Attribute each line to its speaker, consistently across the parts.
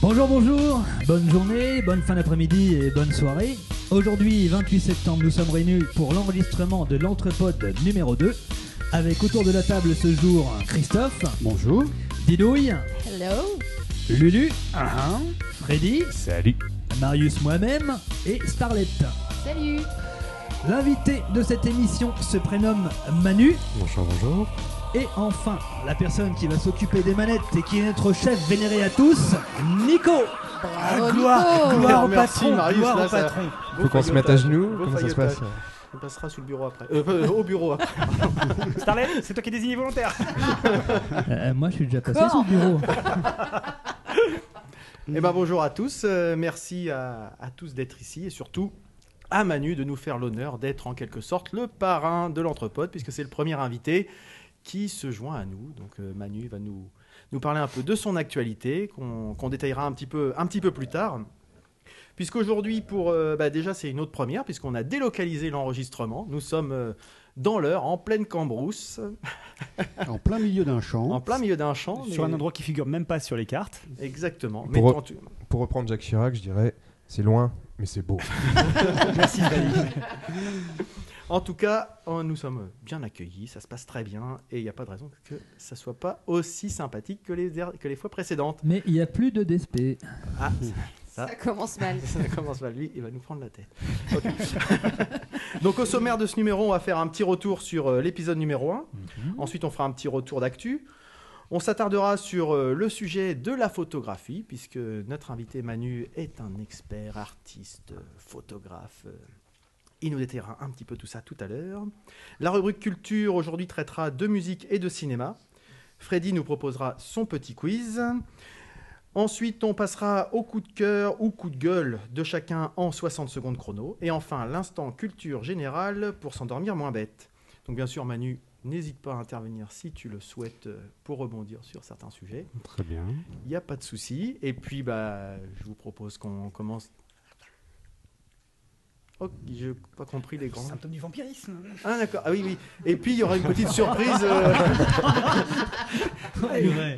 Speaker 1: Bonjour, bonjour, bonne journée, bonne fin d'après-midi et bonne soirée. Aujourd'hui, 28 septembre, nous sommes réunis pour l'enregistrement de l'entrepode numéro 2. Avec autour de la table ce jour Christophe,
Speaker 2: Bonjour.
Speaker 1: Didouille,
Speaker 3: Hello
Speaker 1: Lulu,
Speaker 2: Ah
Speaker 1: Freddy,
Speaker 2: Salut.
Speaker 1: Marius moi-même et Starlette.
Speaker 3: Salut
Speaker 1: L'invité de cette émission se prénomme Manu.
Speaker 2: Bonjour, bonjour.
Speaker 1: Et enfin, la personne qui va s'occuper des manettes et qui est notre chef vénéré à tous, Nico.
Speaker 3: Bravo
Speaker 1: Ah, gloire,
Speaker 3: Nico
Speaker 1: gloire au
Speaker 4: Oh, Merci,
Speaker 1: patron,
Speaker 4: Marius,
Speaker 1: gloire
Speaker 4: là,
Speaker 1: au
Speaker 4: ça-
Speaker 1: patron.
Speaker 4: Beau
Speaker 2: Faut qu'on se mette à
Speaker 4: faillotage,
Speaker 2: genoux.
Speaker 4: beau
Speaker 2: Comment ça se
Speaker 4: faillotage.
Speaker 2: passe
Speaker 4: On passera sous le bureau après. Euh, pas- euh, au bureau après.
Speaker 5: Starlet, c'est toi qui désignes volontaire.
Speaker 1: Euh, moi, je suis déjà passé
Speaker 3: Quand
Speaker 1: sur le bureau.
Speaker 4: Eh ben bonjour à tous. euh, merci à, à tous d'être ici et surtout à Manu de nous faire l'honneur d'être en quelque sorte le parrain de l'entrepode puisque c'est le premier invité qui se joint à nous. Donc euh, Manu va nous, nous parler un peu de son actualité qu'on qu'on détaillera un petit, peu, un petit peu plus tard. Puisqu'aujourd'hui, pour euh, bah, déjà, c'est une autre première puisqu'on a délocalisé l'enregistrement. Nous sommes euh, dans l'heure, en pleine cambrousse,
Speaker 2: En plein milieu d'un champ.
Speaker 4: en plein milieu d'un champ.
Speaker 5: Sur
Speaker 4: mais-
Speaker 5: un endroit qui figure même pas sur les cartes.
Speaker 4: Exactement.
Speaker 6: Pour
Speaker 4: Mais
Speaker 6: eux.
Speaker 4: tant tu-
Speaker 6: Pour reprendre Jacques Chirac, je dirais c'est loin, mais c'est beau.
Speaker 5: Merci Dali.
Speaker 4: En tout cas, euh, nous sommes bien accueillis, ça se passe très bien, et il n'y a pas de raison que ça soit pas aussi sympathique que les, der- que les fois précédentes.
Speaker 1: Mais il n'y a plus de DSP.
Speaker 4: Ah,
Speaker 3: Ça commence mal.
Speaker 4: ça commence mal, lui, il va nous prendre la tête. Ok. Donc au sommaire de ce numéro, on va faire un petit retour sur euh, l'épisode numéro 1.
Speaker 3: Mhm.
Speaker 4: Ensuite, on fera un petit retour d'actu. On s'attardera sur euh, le sujet de la photographie, puisque notre invité Manu est un expert, artiste, euh, photographe. euh, Il nous détaillera un petit peu tout ça tout à l'heure. La rubrique culture aujourd'hui traitera de musique et de cinéma. Freddy nous proposera son petit quiz. Ensuite, on passera au coup de cœur ou coup de gueule de chacun en 60 secondes chrono. Et enfin, l'instant culture générale pour s'endormir moins bête. Donc bien sûr, Manu, n'hésite pas à intervenir si tu le souhaites euh, pour rebondir sur certains sujets.
Speaker 2: Très bien.
Speaker 4: Il n'y a pas de souci. Et puis, bah, je vous propose qu'on commence. Oh, je n'ai pas compris les grands.
Speaker 5: Symptôme du vampirisme.
Speaker 4: Ah, d'accord. Ah oui, oui. Et puis, il y aura une petite surprise. euh,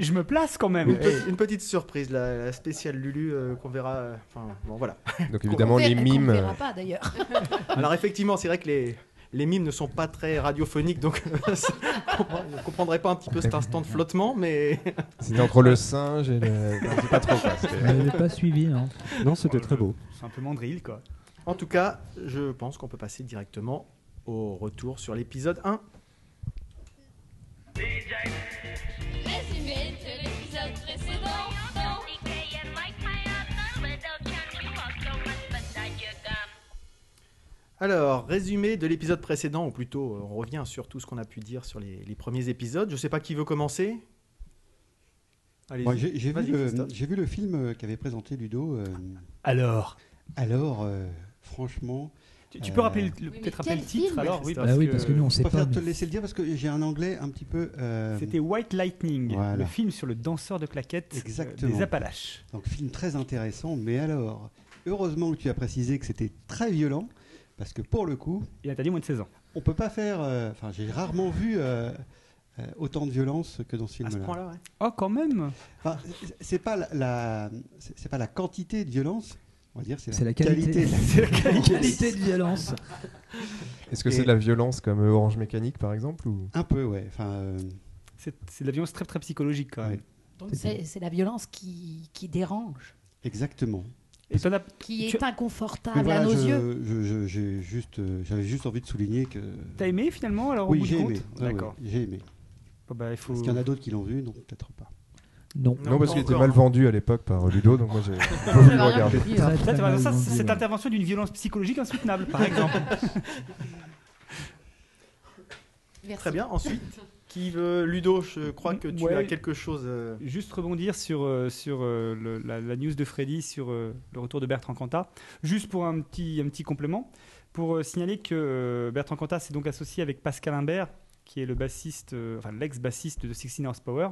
Speaker 5: Je me place quand même.
Speaker 4: Une, pe- une petite surprise, la, la spéciale Lulu euh, qu'on verra. euh, Enfin, bon, voilà.
Speaker 6: Donc évidemment,
Speaker 3: Qu'on
Speaker 6: les
Speaker 3: verra-
Speaker 6: mimes.
Speaker 3: Qu'on
Speaker 7: euh,
Speaker 3: verra pas d'ailleurs.
Speaker 4: Alors, effectivement, c'est vrai que les, les mimes ne sont pas très radiophoniques, donc euh, on comprendrait pas un petit peu cet instant de flottement, mais
Speaker 6: C'était entre le singe et le. Non, c'est pas trop quoi. c'était-
Speaker 1: Je l'ai pas suivi, hein. non.
Speaker 2: Non, c'était très beau.
Speaker 5: C'est un peu mandril quoi.
Speaker 4: en tout cas, je pense qu'on peut passer directement au retour sur l'épisode 1.
Speaker 8: Résumé de l'épisode précédent.
Speaker 4: Alors, résumé de l'épisode précédent, ou plutôt, euh, on revient sur tout ce qu'on a pu dire sur les, les premiers épisodes. Je sais pas qui veut commencer. Allez,
Speaker 2: Moi, j'ai j'ai vu,
Speaker 4: Vas-y,
Speaker 2: le-
Speaker 4: Christophe.
Speaker 2: j'ai vu le film euh, qu'avait présenté Ludo. euh,
Speaker 5: Alors
Speaker 2: alors, euh, franchement,
Speaker 5: Tu, tu peux
Speaker 2: Euh,
Speaker 5: rappeler le- le-
Speaker 3: mais
Speaker 5: peut-être rappeler le
Speaker 3: quel
Speaker 5: titre
Speaker 3: film
Speaker 5: alors
Speaker 4: Bah
Speaker 1: Bah oui, parce que nous, on
Speaker 2: je
Speaker 1: sait pas.
Speaker 2: préfère te laisser le dire parce que j'ai un anglais un petit peu. euh,
Speaker 5: C'était White Lightning,
Speaker 2: Voilà.
Speaker 5: le film sur le danseur de claquettes euh,
Speaker 2: Exactement.
Speaker 5: des Appalaches.
Speaker 2: Donc, film très intéressant. Mais alors, heureusement que tu as précisé que c'était très violent parce que pour le coup,
Speaker 5: Il a interdit moins de 16 ans.
Speaker 2: on peut pas faire. euh, Enfin, j'ai rarement vu. euh, euh, autant de violence que dans ce
Speaker 4: à ce
Speaker 2: film-là.
Speaker 4: point-là, ouais.
Speaker 5: Oh quand même
Speaker 2: Enfin, c'est- c'est pas la, la- c'est c'est pas la quantité de violence, on va dire, c'est la,
Speaker 1: C'est la qualité.
Speaker 2: C'est la qualité.
Speaker 1: Qualité de violence.
Speaker 6: Est-ce que
Speaker 2: Et-
Speaker 6: c'est de la violence comme euh, Orange Mécanique par exemple ou...
Speaker 2: Un peu, ouais. Enfin, euh,
Speaker 5: C'est c'est de la violence très très psychologique quand même.
Speaker 2: Ouais.
Speaker 1: C'est-
Speaker 7: C'est c'est la violence qui, qui dérange,
Speaker 2: exactement.
Speaker 5: Et t'en as-
Speaker 7: qui est
Speaker 5: Tu-
Speaker 2: Mais
Speaker 7: inconfortable
Speaker 2: voilà,
Speaker 7: à nos
Speaker 2: je-
Speaker 7: yeux.
Speaker 2: je- je- j'ai juste, euh, j'avais juste envie de souligner que.
Speaker 5: t'as aimé finalement alors au
Speaker 2: Oui,
Speaker 5: bout du
Speaker 2: j'ai aimé. Ah
Speaker 5: compte
Speaker 2: Ouais, ouais,
Speaker 5: D'accord.
Speaker 2: j'ai aimé.
Speaker 5: Bon, bah, il faut...
Speaker 2: Parce qu'il y en a d'autres qui l'ont vu, non peut-être pas.
Speaker 1: Non.
Speaker 6: Non,
Speaker 4: Non,
Speaker 6: parce
Speaker 4: pas
Speaker 6: qu'il était
Speaker 4: encore,
Speaker 6: mal
Speaker 4: hein.
Speaker 6: vendu à l'époque par euh, Ludo, donc moi j'ai pas voulu le regarder.
Speaker 3: hein.
Speaker 1: Très,
Speaker 5: Ça,
Speaker 1: très
Speaker 5: tu vois,
Speaker 1: mal
Speaker 5: ça,
Speaker 1: vendu,
Speaker 5: c'est cette
Speaker 1: ouais.
Speaker 5: intervention d'une violence psychologique insoutenable par exemple.
Speaker 3: Merci.
Speaker 4: Très bien. Ensuite, qui veut Ludo Je crois que tu
Speaker 5: Ouais.
Speaker 4: as quelque chose. euh,
Speaker 5: Juste rebondir sur, euh, sur euh, le- la, la news de Freddy sur euh, le retour de Bertrand Cantat, juste pour un petit, un petit complément, pour euh, signaler que euh, Bertrand Cantat s'est donc associé avec Pascal Imbert, qui est le bassiste, euh, enfin l'ex-bassiste de Sixteen Horsepower,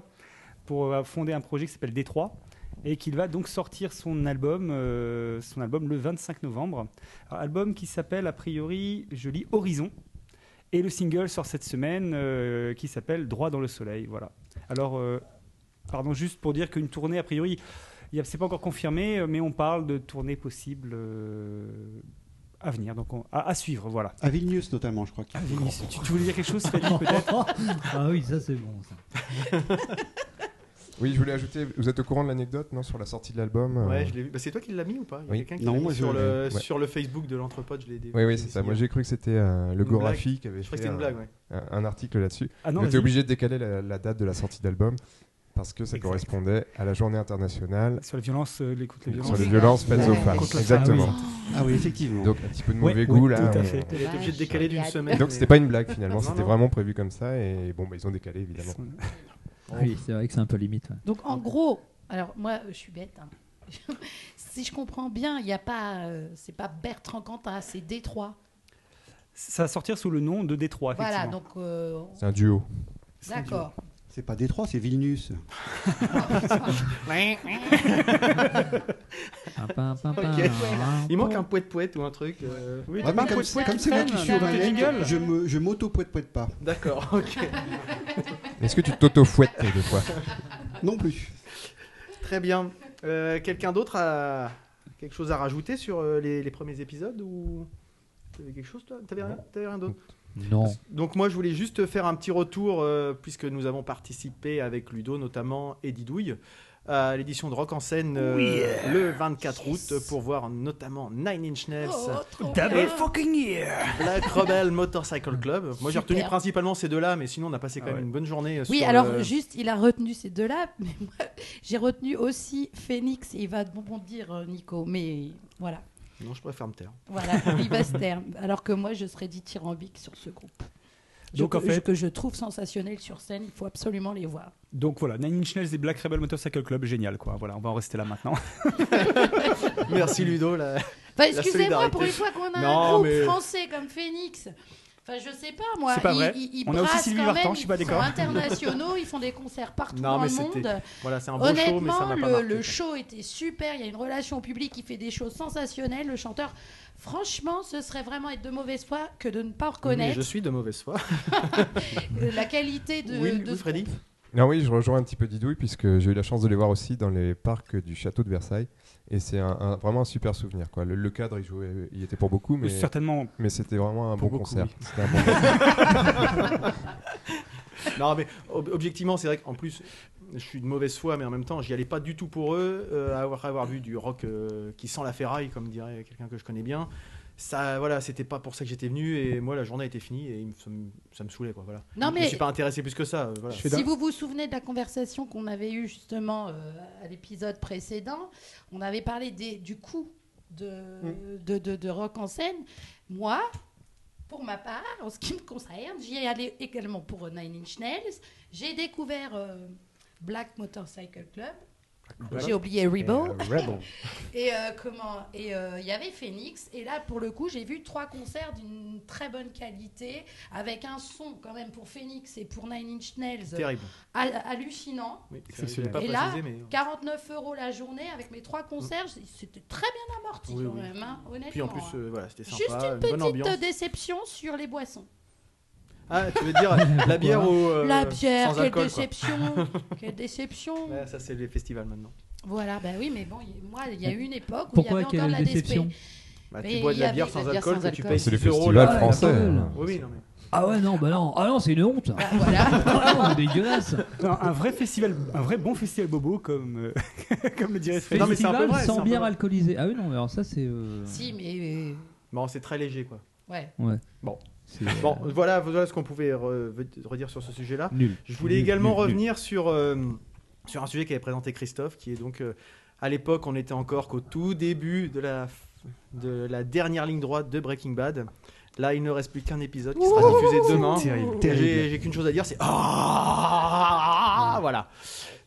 Speaker 5: pour euh, fonder un projet qui s'appelle Détroit et qu'il va donc sortir son album, euh, son album le 25 novembre. Alors, album qui s'appelle a priori, je lis Horizon. Et le single sort cette semaine euh, qui s'appelle Droit dans le soleil. Voilà. Alors, euh, Pardon, juste pour dire qu'une tournée, a priori, Il y a- C'est pas encore confirmé, euh, mais on parle de tournées possibles euh, à venir, donc on- à, à suivre, voilà.
Speaker 2: À Vilnius notamment, je crois. qu'il-
Speaker 5: tu, Ah tu voulais dire quelque chose, Fadi, peut-être
Speaker 1: ah oui, ça c'est bon. Ça.
Speaker 6: Oui, je voulais ajouter, vous êtes au courant de l'anecdote, non, sur la sortie de l'album euh,
Speaker 4: Ouais, je l'ai vu. Bah, c'est toi qui l'as mis ou pas Il y a
Speaker 6: Oui.
Speaker 4: quelqu'un qui
Speaker 2: Non,
Speaker 4: l'a mis
Speaker 2: moi, je
Speaker 4: sur, le,
Speaker 6: l'ai. Ouais.
Speaker 4: sur le Facebook de l'entrepôt, je l'ai
Speaker 6: Oui, oui, c'est ça. Moi, j'ai cru que c'était euh, le
Speaker 4: Une blague.
Speaker 6: Gorafi qui avait
Speaker 4: Je crois que c'était
Speaker 6: fait un-
Speaker 4: une blague, ouais.
Speaker 6: un, un article là-dessus.
Speaker 5: Ah
Speaker 6: On
Speaker 5: non,
Speaker 6: était
Speaker 5: vas-y.
Speaker 6: obligé de décaler la, la date de la sortie d'album parce que ça
Speaker 5: Exact.
Speaker 6: correspondait à la journée internationale
Speaker 5: Sur la violence, euh, les- contre les
Speaker 6: sur
Speaker 5: violences.
Speaker 6: les violences faites aux
Speaker 3: Ouais.
Speaker 6: femmes.
Speaker 5: Contre la femme,
Speaker 6: Exactement.
Speaker 2: Ah oui, effectivement.
Speaker 6: Donc un petit peu de
Speaker 5: Ouais,
Speaker 6: mauvais
Speaker 5: ouais,
Speaker 6: goût là.
Speaker 5: tout à
Speaker 6: mais-
Speaker 5: fait.
Speaker 4: Elle était obligée de
Speaker 3: Dommage.
Speaker 4: décaler d'une
Speaker 3: Et à-
Speaker 4: semaine.
Speaker 6: Donc
Speaker 4: mais-
Speaker 6: c'était pas une blague finalement,
Speaker 4: Non,
Speaker 6: c'était
Speaker 4: non.
Speaker 6: vraiment prévu comme ça et bon bah, ils ont décalé évidemment.
Speaker 1: Oui, c'est vrai que c'est un peu limite. ouais.
Speaker 7: Donc en gros, alors moi je suis bête. hein. si je comprends bien, il n'y a pas, euh, c'est pas Bertrand Cantat, c'est Détroit.
Speaker 5: Ça va sortir sous le nom de Détroit,
Speaker 7: Voilà,
Speaker 5: effectivement.
Speaker 7: donc euh,
Speaker 6: C'est un duo.
Speaker 7: d'accord.
Speaker 2: C'est pas Détroit, c'est Vilnius.
Speaker 1: Pam, pam, pam,
Speaker 2: Ah,
Speaker 4: Ok.
Speaker 1: pam.
Speaker 4: Ouais. Il manque un poète-poète ou un truc. euh,
Speaker 5: Oui,
Speaker 2: Vraiment,
Speaker 5: tu-
Speaker 2: comme
Speaker 5: tu-
Speaker 2: comme c'est moi qui suis au
Speaker 7: Dans tes
Speaker 2: manette,
Speaker 5: jingles
Speaker 2: je me- je m'auto-poète-poète pas.
Speaker 4: D'accord, ok.
Speaker 6: Est-ce que tu t'auto-fouettes des fois
Speaker 2: Non plus.
Speaker 4: Très bien. Euh, Quelqu'un d'autre a quelque chose à rajouter sur euh, les, les premiers épisodes ou T'avais quelque chose toi T'avais rien, T'avais rien d'autre
Speaker 1: Non.
Speaker 4: Donc moi je voulais juste faire un petit retour euh, puisque nous avons participé avec Ludo notamment et Didouille à l'édition de Rock en scène euh, le 24 août pour voir notamment Nine Inch Nails.
Speaker 7: Oh, trop
Speaker 4: Double
Speaker 7: bien.
Speaker 4: fucking year Black Rebel Motorcycle Club. Moi j'ai
Speaker 7: Super.
Speaker 4: retenu principalement ces deux-là, mais sinon on a passé quand
Speaker 5: Ah
Speaker 4: même
Speaker 5: ouais.
Speaker 4: une bonne journée. euh,
Speaker 7: Oui,
Speaker 4: sur
Speaker 7: alors
Speaker 4: le-
Speaker 7: juste, il a retenu ces deux-là, mais moi, j'ai retenu aussi Phoenix, et il va rebondir, euh, Nico, mais voilà.
Speaker 4: Non, je préfère me taire.
Speaker 7: Voilà, lui Bastère, alors que moi, je serais dithyrambique sur ce groupe. Je-
Speaker 5: Donc, en fait-
Speaker 7: je- que je trouve sensationnel sur scène, il faut absolument les voir.
Speaker 5: Donc voilà, Nine Inch Nails et Black Rebel Motorcycle Club, génial quoi. Voilà, on va en rester là maintenant.
Speaker 4: Merci Ludo. Là.
Speaker 7: Enfin, Bah, excusez-moi,
Speaker 4: solidarité.
Speaker 7: pour une fois qu'on a
Speaker 4: Non,
Speaker 7: un groupe
Speaker 4: mais-
Speaker 7: français comme Phoenix. Enfin, je sais pas, moi.
Speaker 5: C'est pas
Speaker 7: ils-
Speaker 5: vrai.
Speaker 7: Ils, ils
Speaker 5: On a aussi
Speaker 7: brassent
Speaker 5: Sylvie
Speaker 7: quand
Speaker 5: Vartan,
Speaker 7: même,
Speaker 5: je suis pas
Speaker 7: ils sont
Speaker 5: d'accord.
Speaker 7: internationaux, ils font des concerts partout
Speaker 4: Non,
Speaker 7: dans
Speaker 4: mais
Speaker 7: le
Speaker 4: c'était-
Speaker 7: monde.
Speaker 4: Voilà, c'est un beau show, mais ça
Speaker 7: Honnêtement,
Speaker 4: m'a pas
Speaker 7: le,
Speaker 4: marqué.
Speaker 7: le show était super. Il y a une relation au public qui fait des choses sensationnelles. Le chanteur, franchement, ce serait vraiment être de mauvaise foi que de ne pas
Speaker 4: Mais
Speaker 7: reconnaître
Speaker 4: je suis de mauvaise foi.
Speaker 7: euh, la qualité de,
Speaker 4: oui,
Speaker 7: de
Speaker 4: oui,
Speaker 7: ce
Speaker 4: Freddy.
Speaker 7: groupe.
Speaker 6: Non oui, je rejoins un petit peu Didouille puisque j'ai eu la chance de les voir aussi dans les parcs du château de Versailles et c'est un- un- vraiment un super souvenir quoi. Le, le cadre il jouait, il était pour beaucoup mais,
Speaker 5: Certainement.
Speaker 6: mais c'était vraiment un bon
Speaker 5: Pour beaucoup,
Speaker 6: concert.
Speaker 5: oui.
Speaker 6: C'était un bon concert.
Speaker 4: Non, mais ob- objectivement, c'est vrai qu'en plus, je suis de mauvaise foi, mais en même temps, j'y allais pas du tout pour eux. euh, avoir, avoir vu du rock euh, qui sent la ferraille, comme dirait quelqu'un que je connais bien, ça, voilà, c'était pas pour ça que j'étais venu. Et moi, la journée était finie et il me- ça, me, ça me saoulait, quoi. Voilà.
Speaker 7: Non,
Speaker 4: Je me
Speaker 7: mais
Speaker 4: suis pas intéressé plus que ça. euh, voilà.
Speaker 5: Je fais d'un-
Speaker 7: Si vous vous souvenez de la conversation qu'on avait eue justement euh, à l'épisode précédent, on avait parlé des- du coût de, de, de- de rock en scène. Moi, pour ma part, en ce qui me concerne, j'y ai allé également pour euh, Nine Inch Nails. J'ai découvert euh, Black Motorcycle Club. J'ai oublié Rebel. Et euh, comment Et euh, il y avait Phoenix. Et là, pour le coup, j'ai vu trois concerts d'une très bonne qualité, avec un son quand même pour Phoenix et pour Nine Inch Nails euh,
Speaker 4: Terrible.
Speaker 7: hal- hallucinant.
Speaker 4: Oui,
Speaker 5: C'est
Speaker 4: je l'ai
Speaker 5: sûr.
Speaker 4: pas
Speaker 7: Et
Speaker 4: précisé,
Speaker 7: là,
Speaker 4: mais. euh, Hein
Speaker 7: 49 euros la journée avec mes trois concerts, j- c'était très bien amorti
Speaker 4: Oui,
Speaker 7: quand
Speaker 4: oui.
Speaker 7: même, hein, honnêtement.
Speaker 4: Puis en plus,
Speaker 7: hein.
Speaker 4: euh, voilà, c'était sympa,
Speaker 7: Juste une,
Speaker 4: bonne ambiance.
Speaker 7: petite déception sur les boissons.
Speaker 4: Ah, tu veux dire la bière ou euh,
Speaker 7: la bière,
Speaker 4: sans
Speaker 7: quelle
Speaker 4: alcool, quoi.
Speaker 7: déception Quelle déception
Speaker 4: Ouais, ça c'est les festivals maintenant.
Speaker 7: Voilà, bah oui, mais bon, y- moi, il y a eu une époque où il y
Speaker 1: Pourquoi
Speaker 7: avait
Speaker 1: quelle
Speaker 7: encore la
Speaker 1: déception
Speaker 7: DSP.
Speaker 4: Bah, tu
Speaker 7: Mais
Speaker 4: bois de
Speaker 7: il y
Speaker 4: la
Speaker 7: avait
Speaker 4: bière
Speaker 7: de la
Speaker 4: sans
Speaker 7: bière
Speaker 4: alcool
Speaker 7: sans
Speaker 4: que tu
Speaker 7: alcool.
Speaker 4: payes
Speaker 6: C'est le
Speaker 4: 10 euros
Speaker 6: festival
Speaker 4: là.
Speaker 6: français.
Speaker 4: Oui, oui, non mais.
Speaker 1: Ah ouais, non, bah non, ah non c'est une honte.
Speaker 7: Bah, voilà.
Speaker 1: Ah non, c'est dégueulasse.
Speaker 5: Non, un vrai festival, un vrai bon festival bobo comme euh, comme le dirait Fred.
Speaker 4: Non, mais c'est un peu
Speaker 1: Festival
Speaker 4: vrai, c'est un
Speaker 1: sans
Speaker 4: peu
Speaker 1: bière
Speaker 4: vrai.
Speaker 1: alcoolisée. Ah oui, non, mais alors ça c'est. euh,
Speaker 7: si, mais. euh,
Speaker 4: Bon, Bah, c'est très léger quoi.
Speaker 7: ouais.
Speaker 1: Ouais.
Speaker 4: Bon.
Speaker 1: C'est,
Speaker 4: Bon,
Speaker 1: euh,
Speaker 4: voilà, voilà ce qu'on pouvait re- redire sur ce sujet-là.
Speaker 1: Nul.
Speaker 4: Je voulais
Speaker 1: Nul,
Speaker 4: également
Speaker 1: nul, nul.
Speaker 4: revenir sur, euh, sur un sujet qu'avait présenté Christophe, qui est donc, euh, à l'époque, on était encore qu'au tout début de la, de la dernière ligne droite de Breaking Bad. Là, il ne reste plus qu'un épisode qui sera diffusé demain.
Speaker 5: terrible.
Speaker 4: J'ai j'ai qu'une chose à dire, c'est ah voilà.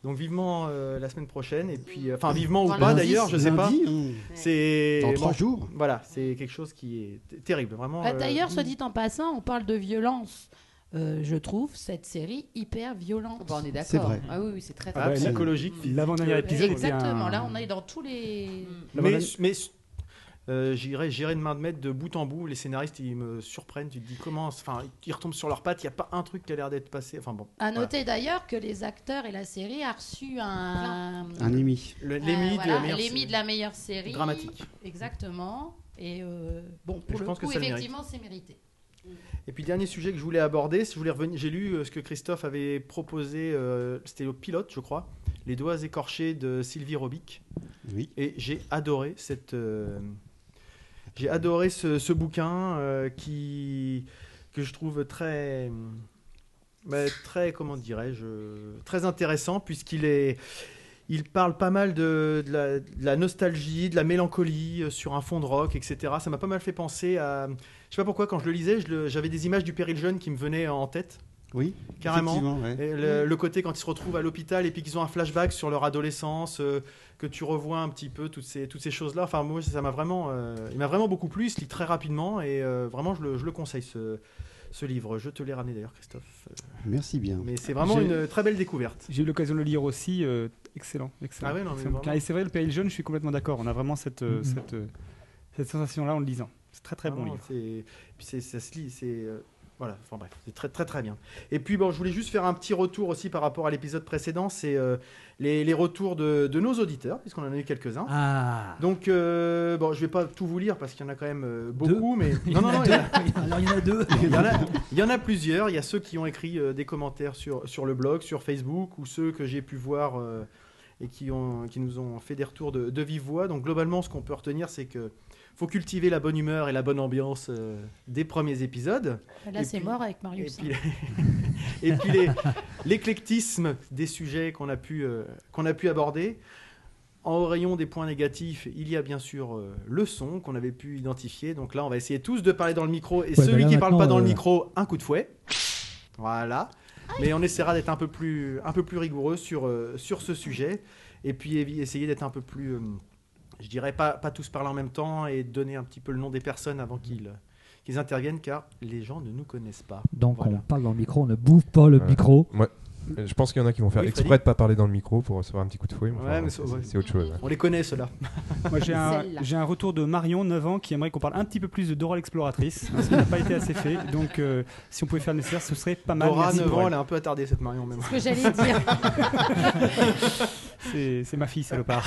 Speaker 4: Donc vivement euh, la semaine prochaine et puis euh, enfin vivement ou
Speaker 3: Dans
Speaker 4: pas
Speaker 3: lundi,
Speaker 4: d'ailleurs, je sais pas.
Speaker 2: Lundi, hein,
Speaker 4: C'est
Speaker 2: Dans
Speaker 4: bon,
Speaker 2: trois jours.
Speaker 4: voilà, c'est quelque chose qui est t- terrible vraiment.
Speaker 7: Bah,
Speaker 4: euh,
Speaker 7: D'ailleurs, soit dit en passant, on parle de violence. Euh, je trouve cette série hyper violente.
Speaker 4: Bah,
Speaker 3: Bon, on est d'accord.
Speaker 2: C'est vrai.
Speaker 3: Ah oui, oui, c'est très
Speaker 5: Ah
Speaker 4: ah,
Speaker 5: bah,
Speaker 3: très-
Speaker 5: là-
Speaker 7: Mm.
Speaker 4: psychologique.
Speaker 6: eh
Speaker 5: L'avant-dernier épisode. était un-
Speaker 7: Exactement, là on est dans tous les.
Speaker 5: La
Speaker 4: Mais,
Speaker 5: banane-
Speaker 4: mais Euh, J'irai gérer de main de maître de bout en bout. Les scénaristes, ils me surprennent. Tu te dis comment Enfin, ils retombent sur leurs pattes. Il n'y a pas un truc qui a l'air d'être passé. Enfin bon.
Speaker 7: À
Speaker 4: Voilà.
Speaker 7: noter d'ailleurs que les acteurs et la série a reçu un.
Speaker 2: Un émi.
Speaker 4: Le-
Speaker 7: euh,
Speaker 4: L'Emmy de
Speaker 7: voilà,
Speaker 4: la meilleure
Speaker 7: l'Emmy
Speaker 4: série.
Speaker 7: de la meilleure série.
Speaker 4: Dramatique.
Speaker 7: Exactement. Et euh, bon,
Speaker 4: je
Speaker 7: pour le
Speaker 4: pense que
Speaker 7: coup,
Speaker 4: ça le
Speaker 7: effectivement, c'est mérité.
Speaker 4: Et puis dernier sujet que je voulais aborder, si je voulais revenir, j'ai lu euh, ce que Christophe avait proposé, euh, c'était au pilote, je crois, les doigts écorchés de Sylvie Robic,
Speaker 2: Oui.
Speaker 4: et j'ai adoré cette, euh, j'ai adoré ce, ce bouquin euh, qui que je trouve très, bah, très comment dirais-je, très intéressant puisqu'il est il parle pas mal de, de la, de la nostalgie, de la mélancolie euh, sur un fond de rock, etc. Ça m'a pas mal fait penser à. Je sais pas pourquoi, quand je le lisais, je le- j'avais des images du péril jeune qui me venaient en tête.
Speaker 2: Oui.
Speaker 4: Carrément.
Speaker 2: effectivement, ouais.
Speaker 4: Et le, le côté quand ils se retrouvent à l'hôpital et puis qu'ils ont un flashback sur leur adolescence, euh, que tu revois un petit peu toutes ces, toutes ces choses-là. Enfin, moi, ça m'a vraiment, euh, il m'a vraiment beaucoup plu. Il se lit très rapidement et euh, vraiment, je le, je le conseille ce, ce livre. Je te l'ai ramené d'ailleurs, Christophe. Euh,
Speaker 2: Merci bien.
Speaker 4: Mais c'est vraiment
Speaker 5: J'ai-
Speaker 4: une très belle découverte.
Speaker 5: J'ai eu l'occasion de le lire aussi. euh, excellent. excellent,
Speaker 4: Ah ouais, non, mais
Speaker 5: excellent
Speaker 4: vraiment. Mm-hmm.
Speaker 5: bouquin. Et c'est vrai, le Péril Jeune, je suis complètement d'accord. On a vraiment cette, euh,
Speaker 1: Mhm.
Speaker 5: cette, euh, cette sensation-là en le lisant. C'est très très bon
Speaker 4: Vraiment,
Speaker 5: livre.
Speaker 4: c'est- Puis c'est- ça se lit, c'est. euh, Voilà, enfin bref, c'est très très très bien. Et puis bon, je voulais juste faire un petit retour aussi par rapport à l'épisode précédent, c'est euh, les, les retours de, de nos auditeurs, puisqu'on en a eu quelques-uns.
Speaker 1: Ah
Speaker 4: Donc euh, bon, je vais pas tout vous lire parce qu'il y en a quand même euh, beaucoup, mais non non non, il y, a-
Speaker 1: Alors il y en a deux.
Speaker 4: il y en a- il y en a plusieurs. Il y a ceux qui ont écrit euh, des commentaires sur sur le blog, sur Facebook, ou ceux que j'ai pu voir euh, et qui ont qui nous ont fait des retours de, de vive voix. Donc globalement, ce qu'on peut retenir, c'est que faut cultiver la bonne humeur et la bonne ambiance euh, des premiers épisodes.
Speaker 7: Là,
Speaker 4: Et
Speaker 7: c'est
Speaker 4: puis-
Speaker 7: mort avec
Speaker 4: Et
Speaker 7: Marius. hein.
Speaker 4: puis, les- et puis les- l'éclectisme des sujets qu'on a, pu, euh, qu'on a pu aborder. En haut rayon des points négatifs, il y a bien sûr euh, le son qu'on avait pu identifier. Donc là, on va essayer tous de parler dans le micro. Et
Speaker 1: bah
Speaker 4: celui
Speaker 1: là,
Speaker 4: qui parle pas dans le
Speaker 1: maintenant, euh,
Speaker 4: micro, un coup de fouet. Voilà. Mais on essaiera d'être un peu plus, un peu plus rigoureux sur, euh, sur ce sujet. Et puis évi- essayer d'être un peu plus, euh, je dirais, pas, pas tous parler en même temps et donner un petit peu le nom des personnes avant qu'ils qu'ils interviennent, car les gens ne nous connaissent pas.
Speaker 1: Donc
Speaker 4: Voilà.
Speaker 1: on parle dans le micro, on ne bouffe pas le
Speaker 6: Ouais.
Speaker 1: micro.
Speaker 6: Euh, Je pense qu'il y en a qui vont faire
Speaker 4: Oui,
Speaker 6: exprès
Speaker 4: Freddy.
Speaker 6: de pas parler dans le micro pour recevoir un petit coup de fouet. mais
Speaker 4: Ouais,
Speaker 6: enfin,
Speaker 4: mais
Speaker 6: c'est
Speaker 4: ça- ouais.
Speaker 6: c'est autre chose. hein. ouais.
Speaker 4: On les connaît, ceux-là.
Speaker 5: Moi, j'ai un,
Speaker 3: Celle-là.
Speaker 5: j'ai un retour de Marion, 9 ans, qui aimerait qu'on parle un petit peu plus de Dora l'exploratrice, parce qu'il n'a pas été assez fait. Donc, euh, si on pouvait faire le nécessaire, ce serait pas mal.
Speaker 4: Dora,
Speaker 5: Merci
Speaker 4: 9
Speaker 5: pour
Speaker 4: ans,
Speaker 5: elle.
Speaker 4: elle est un peu attardée, cette Marion, même.
Speaker 7: Ce que j'allais dire.
Speaker 5: C'est c'est ma fille, salopard.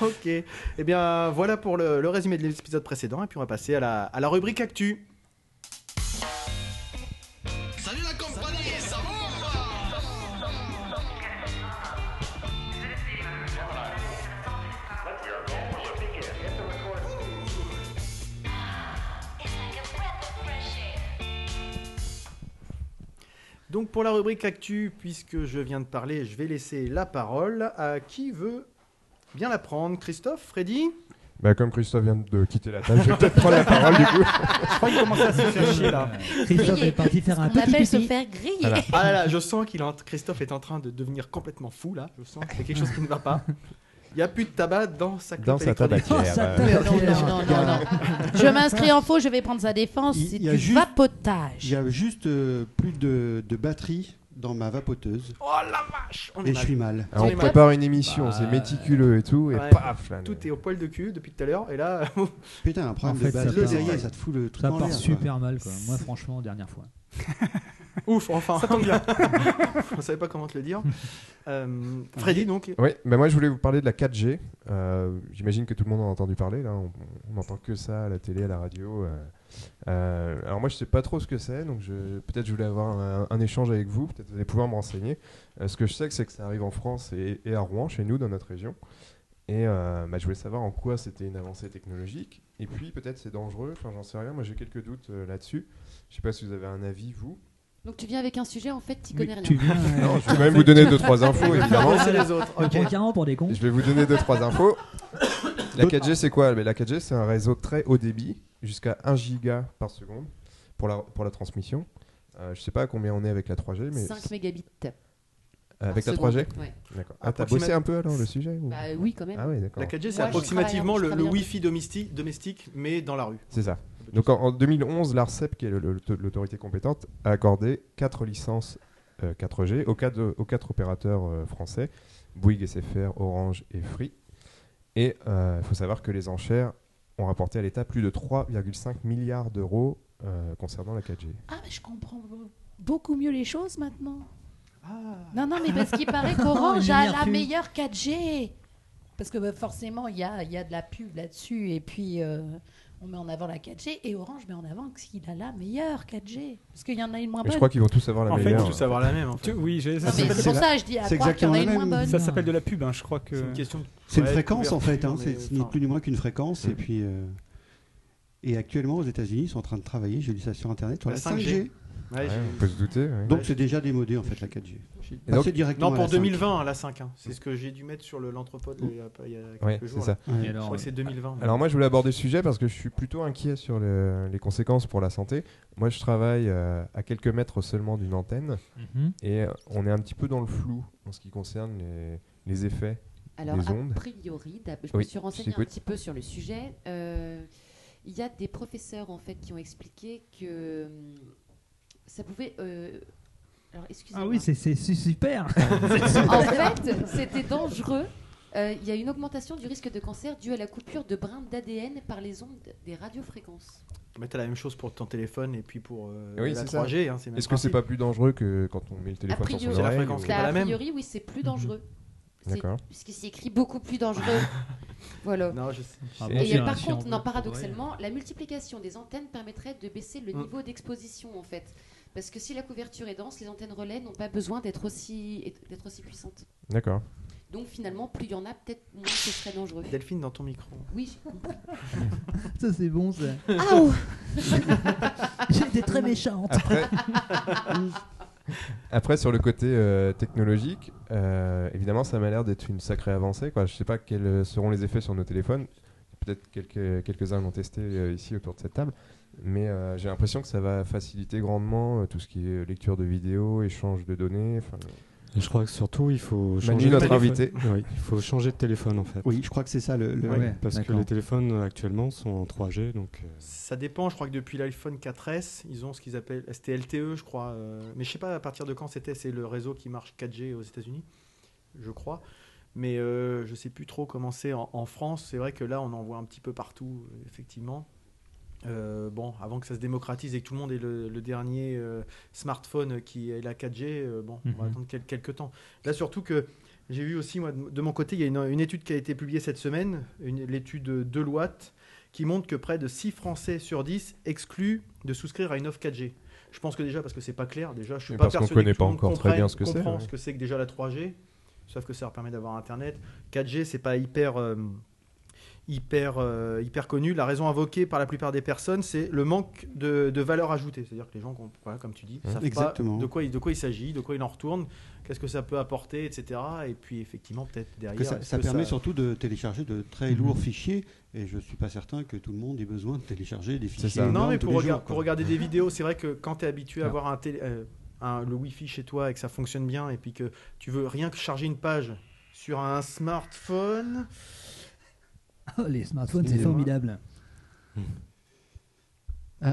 Speaker 4: ok. Eh bien, voilà pour le, le résumé de l'épisode précédent. Et puis, on va passer à la, à la rubrique Actu. Donc, pour la rubrique Actu, puisque je viens de parler, je vais laisser la parole à qui veut bien la prendre. Christophe, Freddy
Speaker 6: Bah, comme Christophe vient de quitter la table, je vais peut-être prendre la parole du coup.
Speaker 5: Je crois qu'il commence à se faire chier, là.
Speaker 1: Christophe est parti faire un
Speaker 7: On
Speaker 1: petit
Speaker 7: appelle se
Speaker 1: pipi.
Speaker 7: faire griller.
Speaker 6: Voilà.
Speaker 4: Ah là là, je sens qu'il est en- Christophe est en train de devenir complètement fou, là. Je sens qu'il y a quelque chose qui ne va pas. Il n'y a plus de tabac dans sa clope
Speaker 6: Dans sa
Speaker 4: électronique.
Speaker 1: Oh,
Speaker 6: tabatière.
Speaker 1: ça
Speaker 6: euh,
Speaker 1: tape.
Speaker 7: Non, non, non, non, non. Je m'inscris en faux, je vais prendre sa défense.
Speaker 2: Il-
Speaker 7: C'est
Speaker 2: il y a
Speaker 7: du
Speaker 2: juste- Il
Speaker 7: vapotage.
Speaker 2: y a juste euh, plus de, de batterie dans ma vapoteuse
Speaker 4: Oh la vache On est
Speaker 2: et je
Speaker 4: mal.
Speaker 2: suis mal.
Speaker 6: alors,
Speaker 4: est
Speaker 6: on
Speaker 4: mal.
Speaker 6: prépare une émission,
Speaker 1: Bah,
Speaker 6: c'est méticuleux et tout, et
Speaker 4: ouais.
Speaker 6: paf là,
Speaker 4: Tout
Speaker 6: le-
Speaker 4: est au poil de cul depuis tout à l'heure, et là,
Speaker 2: Putain, un problème
Speaker 1: En fait,
Speaker 2: de
Speaker 1: ça
Speaker 2: batterie
Speaker 1: part-
Speaker 2: derrière, ça te fout le truc
Speaker 1: Ça
Speaker 2: en
Speaker 1: part
Speaker 2: l'air, quoi.
Speaker 1: super mal quoi. Moi franchement, dernière fois.
Speaker 4: ouf, enfin. Ça tombe bien. On savait pas comment te le dire. Euh, Freddy, donc.
Speaker 6: Oui, bah moi je voulais vous parler de la 4G. Euh, J'imagine que tout le monde en a entendu parler. Là, on on n'entend que ça à la télé, à la radio. euh. Euh, alors moi je sais pas trop ce que c'est, donc je- peut-être je voulais avoir un, un échange avec vous. Peut-être vous allez pouvoir me renseigner. Euh, ce que je sais, c'est que ça arrive en France et, et à Rouen, chez nous, dans notre région. Et euh, bah, je voulais savoir en quoi c'était une avancée technologique. Et puis peut-être c'est dangereux. Enfin j'en sais rien. Moi j'ai quelques doutes euh, là-dessus. Je sais pas si vous avez un avis vous.
Speaker 3: Donc tu viens avec un sujet en fait, tu connais rien.
Speaker 1: Tu viens euh,
Speaker 6: Non, je vais même vous donner deux trois infos évidemment.
Speaker 4: C'est les autres.
Speaker 1: on
Speaker 4: Ok.
Speaker 1: prend carrément pour des cons.
Speaker 6: Je vais vous donner deux trois infos. La 4G c'est quoi Mais La 4G c'est un réseau très haut débit jusqu'à 1 giga par seconde pour la, pour la transmission. Euh, je sais pas à combien on est avec la 3G mais
Speaker 3: 5 mégabits.
Speaker 6: Euh, avec la
Speaker 3: par
Speaker 6: 3G.
Speaker 3: seconde. Ouais.
Speaker 6: D'accord. Ah, t'as
Speaker 4: Approximate-
Speaker 6: bossé un peu alors le sujet ou-
Speaker 3: Bah oui, quand même.
Speaker 6: Ah oui, d'accord.
Speaker 4: La 4G, c'est
Speaker 3: Moi, je
Speaker 4: approximativement
Speaker 3: travaille-
Speaker 4: le,
Speaker 3: je
Speaker 4: le
Speaker 3: travaille-
Speaker 4: Wi-Fi domestique, domestique, mais dans la rue.
Speaker 6: C'est ça. Donc en, en 2011, l'ARCEP, qui est le- le- l'autorité compétente, a accordé 4 licences euh, 4G aux 4, aux quatre opérateurs euh, français, Bouygues SFR, Orange et Free. Et euh, il faut savoir que les enchères ont rapporté à l'État plus de 3,5 milliards d'euros euh, concernant la 4G.
Speaker 7: Ah, mais je comprends be- beaucoup mieux les choses maintenant.
Speaker 4: Ah.
Speaker 7: Non, non, mais parce qu'il paraît
Speaker 1: Il
Speaker 7: qu'Orange
Speaker 1: y a
Speaker 7: a
Speaker 1: une
Speaker 7: la
Speaker 1: pub.
Speaker 7: meilleure 4G. Parce que bah, forcément, il y a, il y a de la pub là-dessus. Et puis, euh, on met en avant la 4G. Et Orange met en avant qu'il a la meilleure 4G. Parce qu'il y en a une moins
Speaker 6: Mais
Speaker 7: bonne.
Speaker 6: je crois qu'ils vont tous avoir la
Speaker 5: En fait,
Speaker 4: Ils
Speaker 6: meilleure.
Speaker 4: vont tous avoir la même. en fait.
Speaker 5: Tu- oui, j'ai-
Speaker 7: Non,
Speaker 5: ça
Speaker 7: Ah, mais
Speaker 5: s'appelle-
Speaker 7: c'est pour ça que je dis à
Speaker 2: c'est
Speaker 7: croire qu'il y en a une
Speaker 2: exactement
Speaker 7: moins
Speaker 2: la même.
Speaker 7: bonne.
Speaker 5: ça s'appelle de la pub, hein, je crois que.
Speaker 4: C'est une question. de-
Speaker 2: C'est une
Speaker 4: Ouais,
Speaker 2: fréquence en fait, hein,
Speaker 4: couverture,
Speaker 2: c'est
Speaker 4: mais,
Speaker 2: ce n'est
Speaker 4: enfin,
Speaker 2: plus ni moins qu'une fréquence.
Speaker 6: Mm.
Speaker 2: Et puis, euh, et actuellement aux États-Unis, ils sont en train de travailler, j'ai lu ça sur internet, sur
Speaker 4: La
Speaker 2: la 5G.
Speaker 4: ouais,
Speaker 6: Ouais,
Speaker 4: j'ai-
Speaker 6: on peut se douter. ouais.
Speaker 2: Donc c'est déjà démodé en fait la 4G.
Speaker 4: j'ai-
Speaker 6: Et donc-
Speaker 2: Passer directement
Speaker 4: Non,
Speaker 2: à
Speaker 4: pour
Speaker 2: la 5.
Speaker 4: 2020, hein, la 5. hein. C'est ce que j'ai dû mettre sur le- l'entrepôt il y a il y a quelques
Speaker 6: Ouais, c'est
Speaker 4: jours.
Speaker 6: ça. Ah.
Speaker 4: là.
Speaker 2: Ouais.
Speaker 4: Je
Speaker 5: euh,
Speaker 4: crois que c'est 2020.
Speaker 6: Alors moi, je voulais aborder ce sujet parce que je suis plutôt inquiet sur le- les conséquences pour la santé. Moi, je travaille euh, à quelques mètres seulement d'une antenne
Speaker 1: Mhm.
Speaker 6: et euh, on est un petit peu dans le flou en ce qui concerne les, les effets.
Speaker 3: Alors,
Speaker 6: Des ondes.
Speaker 3: a priori, d'ab- je
Speaker 6: Oui,
Speaker 3: me
Speaker 6: je
Speaker 3: suis renseignée un
Speaker 6: t'écoute.
Speaker 3: petit peu sur le sujet. Euh, Il y a des professeurs en fait qui ont expliqué que hum, ça pouvait. euh, alors, excusez-moi.
Speaker 1: Ah oui, c'est c'est- c'est super.
Speaker 3: En fait, c'était dangereux. Euh, Il y a une augmentation du risque de cancer due à la coupure de brins d'ADN par les ondes des radiofréquences.
Speaker 4: Mais t'as la même chose pour ton téléphone et puis pour euh,
Speaker 6: Oui,
Speaker 4: la
Speaker 6: c'est ça.
Speaker 4: 3G. hein, c'est le même
Speaker 6: Est-ce que c'est
Speaker 4: principe.
Speaker 6: pas plus dangereux que quand on met le téléphone sur
Speaker 3: priori,
Speaker 6: son
Speaker 3: c'est la
Speaker 6: oreille
Speaker 4: fréquence
Speaker 6: ou-
Speaker 4: qui est pas
Speaker 3: a
Speaker 4: la même. Mhm.
Speaker 3: priori, oui, c'est plus dangereux. C'est-
Speaker 6: D'accord.
Speaker 3: Parce que c'est écrit beaucoup plus dangereux. voilà.
Speaker 4: Non, je sais.
Speaker 1: Ah
Speaker 6: Et
Speaker 1: bon,
Speaker 3: Et
Speaker 1: c'est
Speaker 3: euh, par
Speaker 1: un
Speaker 3: contre,
Speaker 1: chien.
Speaker 3: non, paradoxalement, la multiplication des antennes permettrait de baisser le
Speaker 4: Mm.
Speaker 3: niveau d'exposition en fait. Parce que si la couverture est dense, les antennes relais n'ont pas besoin d'être aussi, d'être aussi puissantes.
Speaker 6: D'accord.
Speaker 3: Donc finalement, plus il y en a, peut-être moins ce serait dangereux.
Speaker 4: Delphine dans ton micro.
Speaker 3: Oui, j'ai compris.
Speaker 1: Ça c'est bon ça.
Speaker 3: Ah, ouh
Speaker 1: J'étais très méchante.
Speaker 6: Après, Après, sur le côté euh, technologique, euh, évidemment, ça m'a l'air d'être une sacrée avancée. Quoi. Je ne sais pas quels euh, seront les effets sur nos téléphones. Peut-être quelques- quelques-uns l'ont testé euh, ici autour de cette table. Mais euh, j'ai l'impression que ça va faciliter grandement euh, tout ce qui est lecture de vidéos, échange de données. enfin,
Speaker 9: Et je crois que surtout, il faut
Speaker 6: Manu,
Speaker 9: changer
Speaker 6: notre
Speaker 9: de téléphone.
Speaker 6: invité.
Speaker 9: Oui, il faut changer de téléphone en fait.
Speaker 2: Oui, je crois que c'est ça le. le-
Speaker 9: Oui,
Speaker 1: Ouais,
Speaker 9: parce que
Speaker 1: d'accord.
Speaker 9: les téléphones euh, actuellement sont en 3G, donc euh,
Speaker 4: Ça dépend, je crois que depuis l'iPhone 4S, ils ont ce qu'ils appellent. C'était LTE, je crois. euh, mais je sais pas à partir de quand c'était. C'est le réseau qui marche 4G aux États-Unis, je crois. Mais euh, je sais plus trop comment c'est en, en France. C'est vrai que là, on en voit un petit peu partout, euh, effectivement. Euh, bon, avant que ça se démocratise et que tout le monde ait le, le dernier euh, smartphone qui est la 4G, euh, bon, on va
Speaker 1: Mhm.
Speaker 4: attendre quel- quelques temps. Là, surtout que j'ai vu aussi, moi, de de mon côté, il y a une, une étude qui a été publiée cette semaine, une- l'étude Deloitte, qui montre que près de 6 Français sur 10 excluent de souscrire à une offre 4G. Je pense que déjà, parce que c'est pas clair, déjà, je suis
Speaker 6: Et
Speaker 4: pas
Speaker 6: parce qu'on
Speaker 4: persuadé
Speaker 6: connaît
Speaker 4: que tout le
Speaker 6: pas
Speaker 4: monde
Speaker 6: encore très bien
Speaker 4: comprenne-
Speaker 6: ce que c'est,
Speaker 4: comprend
Speaker 6: ouais.
Speaker 4: ce que c'est que déjà la 3G, sauf que ça leur permet d'avoir Internet. 4G, c'est pas hyper... euh, Hyper, euh, hyper connu. La raison invoquée par la plupart des personnes, c'est le manque de, de valeur ajoutée. C'est-à-dire que les gens, comp- voilà, comme tu dis,
Speaker 6: Ouais.
Speaker 4: savent
Speaker 2: Exactement.
Speaker 4: pas de quoi, il- de quoi il s'agit, de quoi il en retourne, qu'est-ce que ça peut apporter, etc. Et puis effectivement, peut-être derrière.
Speaker 2: que ça,
Speaker 4: est-ce
Speaker 2: ça
Speaker 4: que
Speaker 2: permet
Speaker 4: ça-
Speaker 2: surtout de télécharger de très
Speaker 1: Mhm.
Speaker 2: lourds fichiers et je suis pas certain que tout le monde ait besoin de télécharger des fichiers.
Speaker 6: ça.
Speaker 2: énormes
Speaker 4: Non, mais
Speaker 2: tous
Speaker 4: pour,
Speaker 2: les
Speaker 4: regard-
Speaker 2: jours, quoi.
Speaker 4: pour regarder des vidéos, c'est vrai que quand tu es habitué à
Speaker 6: Ah.
Speaker 4: avoir un télé- euh, un- le Wi-Fi chez toi et que ça fonctionne bien et puis que tu veux rien que charger une page sur un smartphone.
Speaker 1: Oh, les smartphones, c'est
Speaker 4: Excusez-moi.
Speaker 1: formidable.
Speaker 2: Ah,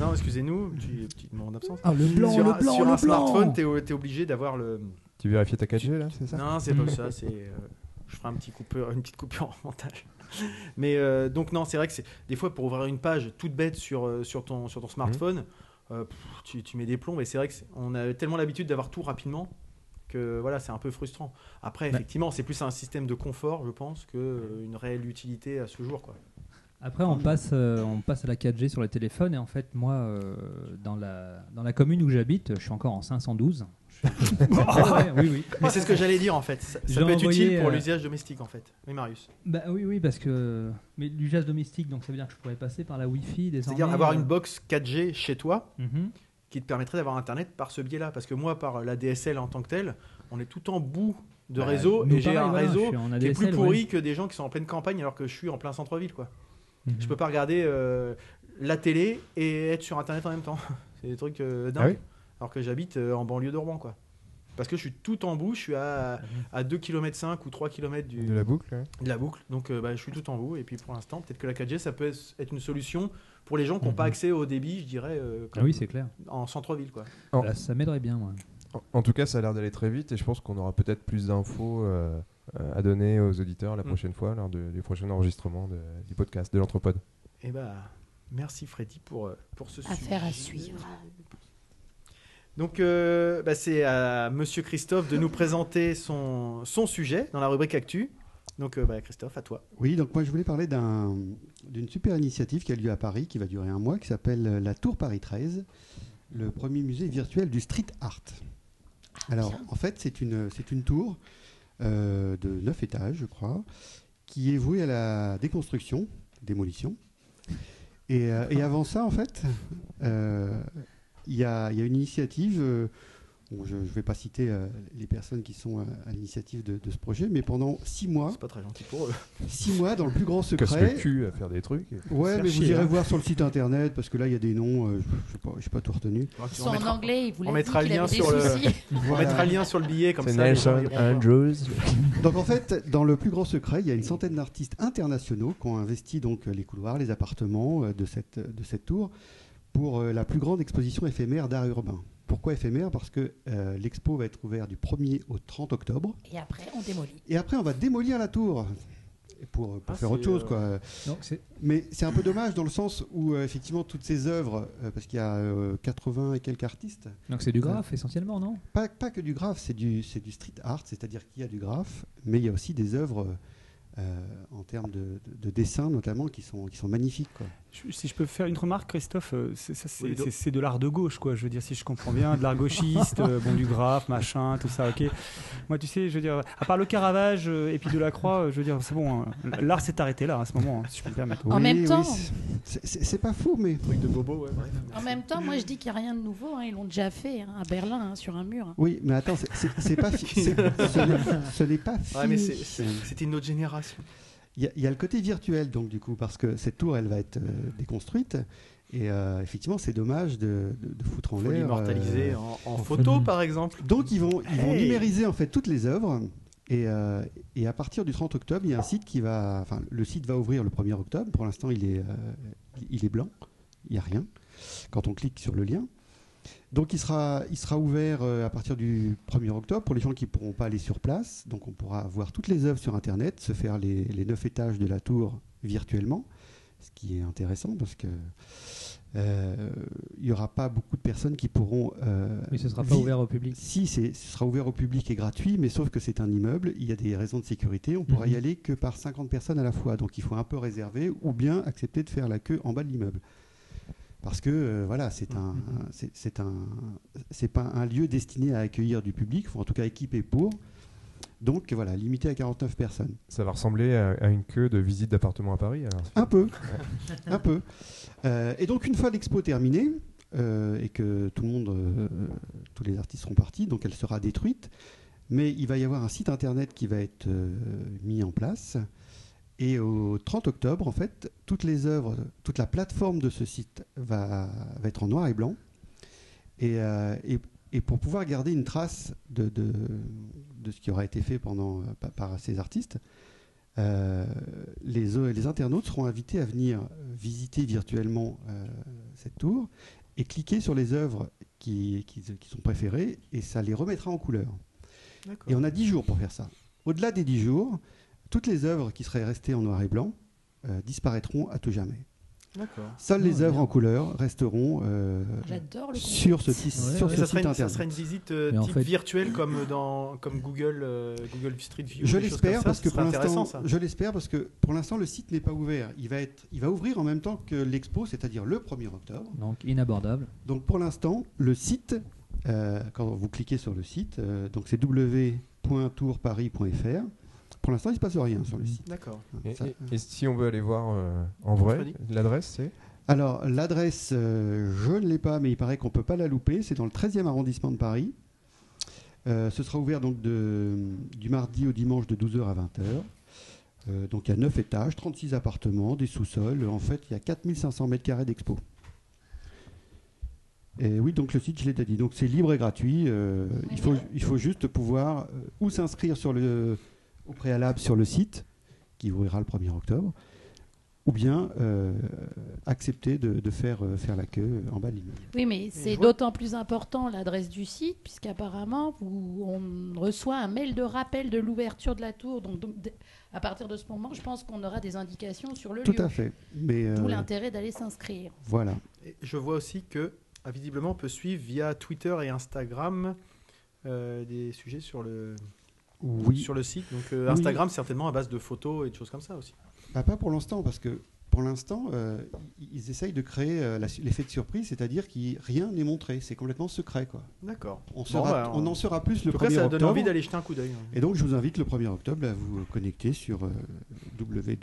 Speaker 4: Non, excusez-nous, petit, petit moment d'absence.
Speaker 1: Ah, le blanc,
Speaker 4: sur
Speaker 1: le
Speaker 4: un,
Speaker 1: blanc,
Speaker 4: sur
Speaker 1: le
Speaker 4: un
Speaker 1: blanc.
Speaker 4: smartphone, tu es, obligé d'avoir le.
Speaker 6: Tu vérifies ta 4G là, c'est ça
Speaker 4: Non, c'est pas ça, c'est. euh, je ferai un petit coupeur, une petite coupure en montage. Mais euh, donc, non, c'est vrai que c'est des fois pour ouvrir une page toute bête sur, euh, sur, ton,
Speaker 1: Mhm.
Speaker 4: sur ton smartphone, euh, pff, tu, tu mets des plombs. Et c'est vrai qu'on a tellement l'habitude d'avoir tout rapidement que voilà, c'est un peu frustrant. Après,
Speaker 1: Bah.
Speaker 4: effectivement, c'est plus un système de confort, je pense, qu'une réelle utilité à ce jour. Quoi.
Speaker 1: Après, on passe, euh, on passe à la 4G sur les téléphones. Et en fait, moi, euh, dans, la, dans la commune où j'habite, je suis encore en 512. Je- Ah Ouais, oui, oui.
Speaker 4: Mais c'est ce que j'allais dire en fait. Ça, ça
Speaker 1: J'ai
Speaker 4: peut être
Speaker 1: envoyé,
Speaker 4: utile pour
Speaker 1: euh,
Speaker 4: l'usage domestique en fait. Oui, Marius.
Speaker 1: Bah, oui, oui, parce que. Mais l'usage domestique, donc ça veut dire que je pourrais passer par la Wi-Fi désormais.
Speaker 4: C'est-à-dire avoir
Speaker 1: euh,
Speaker 4: une box 4G chez toi.
Speaker 1: mhm.
Speaker 4: qui te permettrait d'avoir Internet par ce biais-là. Parce que moi, par la DSL en tant que telle, on est tout en bout de
Speaker 1: Bah,
Speaker 4: réseau
Speaker 1: nous,
Speaker 4: et j'ai
Speaker 1: pareil,
Speaker 4: un
Speaker 1: voilà, je
Speaker 4: réseau
Speaker 1: suis en
Speaker 4: qui est plus
Speaker 1: ADSL,
Speaker 4: pourri
Speaker 1: ouais.
Speaker 4: que des gens qui sont en pleine campagne alors que je suis en plein centre-ville. quoi.
Speaker 1: Mhm.
Speaker 4: Je peux pas regarder euh, la télé et être sur Internet en même temps. C'est des trucs euh, dingues.
Speaker 6: Ah oui
Speaker 4: alors que j'habite euh, en banlieue de Rouen. Quoi. Parce que je suis tout en bout, je suis à, à 2 km 5 ou 3 km du,
Speaker 6: De la boucle ouais.
Speaker 4: de la boucle. Donc euh, bah, je suis tout en bout. Et puis pour l'instant, peut-être que la 4G, ça peut être une solution pour les gens qui n'ont pas
Speaker 1: Mhm.
Speaker 4: accès au débit, je dirais, euh,
Speaker 1: Ah oui, c'est clair.
Speaker 4: en centre-ville. quoi.
Speaker 6: Oh.
Speaker 1: Là, ça m'aiderait bien, moi.
Speaker 6: En- En tout cas, ça a l'air d'aller très vite et je pense qu'on aura peut-être plus d'infos euh, euh, à donner aux auditeurs la
Speaker 4: Mm.
Speaker 6: prochaine fois lors de- du prochain enregistrement de- du podcast de l'Entrepode.
Speaker 4: Eh ben, merci Freddy pour, euh, pour ce
Speaker 7: Affaire à
Speaker 4: sujet.
Speaker 7: suivre.
Speaker 4: Donc, euh, bah, c'est à Monsieur Christophe de nous présenter son, son sujet dans la rubrique Actu. Donc, euh, bah, Christophe, à toi.
Speaker 2: Oui, donc moi je voulais parler d'un- d'une super initiative qui a lieu à Paris, qui va durer un mois, qui s'appelle euh, la Tour Paris 13, le premier musée virtuel du street art.
Speaker 7: Ah,
Speaker 2: Alors en fait c'est une, c'est une tour euh, de 9 étages je crois, qui est vouée à la déconstruction, démolition. Et, euh, et avant ça en fait, euh, il y, a, il y a une initiative, euh, bon, je ne vais pas citer euh, les personnes qui sont à, à l'initiative de- de ce projet, mais pendant six mois
Speaker 4: C'est pas très gentil pour eux.
Speaker 2: six mois dans le plus grand
Speaker 6: Casse le
Speaker 2: secret.
Speaker 6: cul à euh, faire des trucs. et-
Speaker 2: Ouais,
Speaker 4: Faire
Speaker 2: mais vous
Speaker 4: chier,
Speaker 2: irez
Speaker 4: hein.
Speaker 2: voir sur le site internet parce que là, il y a des noms, euh, je sais pas, j'ai pas tout retenu.
Speaker 4: On
Speaker 7: Ils sont en
Speaker 4: mettra-
Speaker 7: anglais, ils voulaient
Speaker 4: on mettra le lien sur le- On
Speaker 2: Voilà.
Speaker 4: mettra le lien sur le billet comme
Speaker 6: C'est
Speaker 4: ça. les gens
Speaker 6: Nelson
Speaker 4: iront voir.
Speaker 6: Andrews.
Speaker 2: Donc en fait, dans le plus grand secret, il y a une centaine d'artistes internationaux qui ont investi donc les couloirs, les appartements euh, de cette, de cette tour pour euh, la plus grande exposition éphémère d'art urbain. Pourquoi éphémère Parce que euh, l'expo va être ouverte du 1er au 30 octobre.
Speaker 7: Et après, on démolit.
Speaker 2: Et après, on va démolir la tour pour, pour
Speaker 4: Ah,
Speaker 2: faire
Speaker 4: c'est,
Speaker 2: autre chose.
Speaker 4: euh,
Speaker 2: Quoi.
Speaker 1: Donc c'est
Speaker 2: Mais c'est un peu dommage dans le sens où, euh, effectivement, toutes ces œuvres, euh, parce qu'il y a euh, 80 et quelques artistes,
Speaker 1: donc c'est du graphe essentiellement, non
Speaker 2: pas, pas que du graphe, c'est du, c'est du street art, c'est-à-dire qu'il y a du graphe, mais il y a aussi des œuvres euh, en termes de, de- de dessin notamment qui sont, qui sont magnifiques. quoi.
Speaker 5: Je- Si je peux faire une remarque, Christophe, euh, c'est ça, c'est-
Speaker 4: Oui, donc-
Speaker 5: c'est- c'est de l'art de gauche, quoi. Je veux dire, si je comprends bien, de l'art gauchiste, euh, bon, du graphe, machin, tout ça, ok. Moi, tu sais, je veux dire, à part le Caravage euh, et puis de la Croix, euh, je veux dire, c'est bon, hein. l'art s'est arrêté là, à ce moment, hein, si je peux me permettre. Ah,
Speaker 7: En même temps.
Speaker 2: c'est- c'est c'est- c'est pas fou, mais.
Speaker 4: Truc de bobo, ouais, bref.
Speaker 7: En même temps, moi, je dis qu'il n'y a rien de nouveau. hein, Ils l'ont déjà fait hein, à Berlin, hein, sur un mur. hein.
Speaker 2: Oui, mais attends, c'est- c'est c'est pas. fi- c'est- Ce n'est- ce n'est pas fini.
Speaker 4: Ouais, mais c'est- c'est- c'était une autre génération.
Speaker 2: Il y, a- il y a le côté virtuel, donc, du coup, parce que cette tour, elle va être euh, déconstruite. Et euh, effectivement, c'est dommage de, de- de foutre en
Speaker 4: Faut
Speaker 2: l'air.
Speaker 4: l'immortaliser
Speaker 2: euh,
Speaker 4: en, en photo, par exemple.
Speaker 2: Donc, ils vont, ils vont
Speaker 4: Hey
Speaker 2: numériser, en fait, toutes les œuvres. Et, euh, et à partir du 30 octobre, il y a un site qui va. Enfin, le site va ouvrir le 1er octobre. Pour l'instant, il, est, euh, il est blanc. Il n'y a rien. Quand on clique sur le lien. Donc, il sera, il sera ouvert euh, à partir du 1er octobre pour les gens qui ne pourront pas aller sur place. Donc, on pourra voir toutes les œuvres sur Internet, se faire les, les 9 étages de la tour virtuellement. Ce qui est intéressant parce que. euh, Il n'y aura pas beaucoup de personnes qui pourront. euh,
Speaker 1: Mais ce sera pas
Speaker 2: vi-
Speaker 1: ouvert au public.
Speaker 2: si, c'est- ce sera ouvert au public et gratuit, mais sauf que c'est un immeuble, il y a des raisons de sécurité, on pourra y
Speaker 1: Mhm.
Speaker 2: aller que par 50 personnes à la fois, donc il faut un peu réserver ou bien accepter de faire la queue en bas de l'immeuble. Parce que euh, voilà, c'est un,
Speaker 1: Mhm.
Speaker 2: c'est- c'est un, c'est pas un lieu destiné à accueillir du public, ou en tout cas équipé pour. Donc voilà, limité à 49 personnes.
Speaker 6: Ça va ressembler à, à une queue de visite d'appartement à Paris. Alors.
Speaker 2: Un peu, un peu. Euh, et donc une fois l'expo terminée euh, et que tout le monde, euh, tous les artistes seront partis, donc elle sera détruite. Mais il va y avoir un site internet qui va être euh, mis en place. Et au 30 octobre, en fait, toutes les œuvres, toute la plateforme de ce site va, va être en noir et blanc. Et, euh, et- et pour pouvoir garder une trace de, de- de ce qui aura été fait pendant, euh, par- par ces artistes, euh, les, euh, les internautes seront invités à venir visiter virtuellement euh, cette tour et cliquer sur les œuvres qui, qui- qui sont préférées et ça les remettra en couleur.
Speaker 4: D'accord.
Speaker 2: Et on a 10 jours pour faire ça. Au-delà des 10 jours, toutes les œuvres qui seraient restées en noir et blanc euh, disparaîtront à tout jamais.
Speaker 4: D'accord.
Speaker 2: Seules les
Speaker 1: Ah,
Speaker 2: œuvres
Speaker 1: bien.
Speaker 2: en couleur resteront euh,
Speaker 7: J'adore le
Speaker 2: sur ce,
Speaker 7: concept.
Speaker 2: petit-
Speaker 1: Ouais,
Speaker 2: sur
Speaker 1: ouais.
Speaker 2: ce
Speaker 4: Et ça,
Speaker 2: site
Speaker 4: serait une, ça
Speaker 2: internet.
Speaker 4: serait une visite euh,
Speaker 1: Mais en
Speaker 4: type
Speaker 1: fait-
Speaker 4: virtuelle comme dans comme Google euh, Google Street View.
Speaker 2: Je
Speaker 4: des choses
Speaker 2: l'espère
Speaker 4: comme ça,
Speaker 2: parce
Speaker 4: ce
Speaker 2: que
Speaker 4: serait
Speaker 2: pour
Speaker 4: intéressant
Speaker 2: l'instant,
Speaker 4: ça.
Speaker 2: je l'espère parce que pour l'instant le site n'est pas ouvert. Il va être, il va ouvrir en même temps que l'expo, c'est-à-dire le 1er octobre.
Speaker 1: Donc inabordable.
Speaker 2: Donc pour l'instant, le site, euh, quand vous cliquez sur le site, euh, donc c'est w.tourparis.fr. Pour l'instant, il ne se passe rien
Speaker 1: Mm.
Speaker 2: sur le site.
Speaker 4: D'accord.
Speaker 6: Et,
Speaker 2: Ça-
Speaker 6: et- et si on veut aller voir euh, en vrai,
Speaker 4: Freddy
Speaker 6: l'adresse, c'est
Speaker 2: Alors l'adresse, euh, je ne l'ai pas, mais il paraît qu'on ne peut pas la louper. C'est dans le 13e arrondissement de Paris. Euh, ce sera ouvert donc de- du mardi au dimanche de 12h à 20h. Euh, donc il y a 9 étages, 36 appartements, des sous-sols. En fait, il y a 4500 mètres carrés d'expo. Et oui, donc le site, je l'ai déjà dit. Donc c'est libre et gratuit. Euh, il, faut, il faut juste pouvoir euh, ou s'inscrire sur le, au préalable sur le site, qui ouvrira le 1er octobre, ou bien euh, accepter de, de faire, euh, faire la queue en bas de l'immeuble.
Speaker 7: Oui, mais c'est
Speaker 4: vois-
Speaker 7: d'autant plus important l'adresse du site, puisqu'apparemment, vous- on reçoit un mail de rappel de l'ouverture de la tour. Donc, donc, d- à partir de ce moment, je pense qu'on aura des indications sur le
Speaker 2: Tout
Speaker 7: lieu.
Speaker 2: à fait. Mais
Speaker 7: D'où
Speaker 2: euh,
Speaker 7: l'intérêt d'aller s'inscrire.
Speaker 2: voilà.
Speaker 4: Et je vois aussi que, ah, visiblement, on peut suivre via Twitter et Instagram euh, des sujets sur le,
Speaker 2: Oui.
Speaker 4: sur le site. Donc euh,
Speaker 2: Oui.
Speaker 4: Instagram, certainement, à base de photos et de choses comme ça aussi.
Speaker 2: Bah, pas pour l'instant, parce que pour l'instant, euh, ils ils essayent de créer euh, la su- l'effet de surprise, c'est-à-dire que rien n'est montré. C'est complètement secret. Quoi.
Speaker 4: D'accord.
Speaker 2: On, saura-
Speaker 4: bah,
Speaker 2: on
Speaker 4: on-
Speaker 2: en saura plus le
Speaker 4: En tout cas,
Speaker 2: 1er
Speaker 4: ça donne
Speaker 2: octobre.
Speaker 4: envie d'aller jeter un coup d'œil. hein.
Speaker 2: Et donc, je vous invite le 1er octobre à vous connecter sur euh,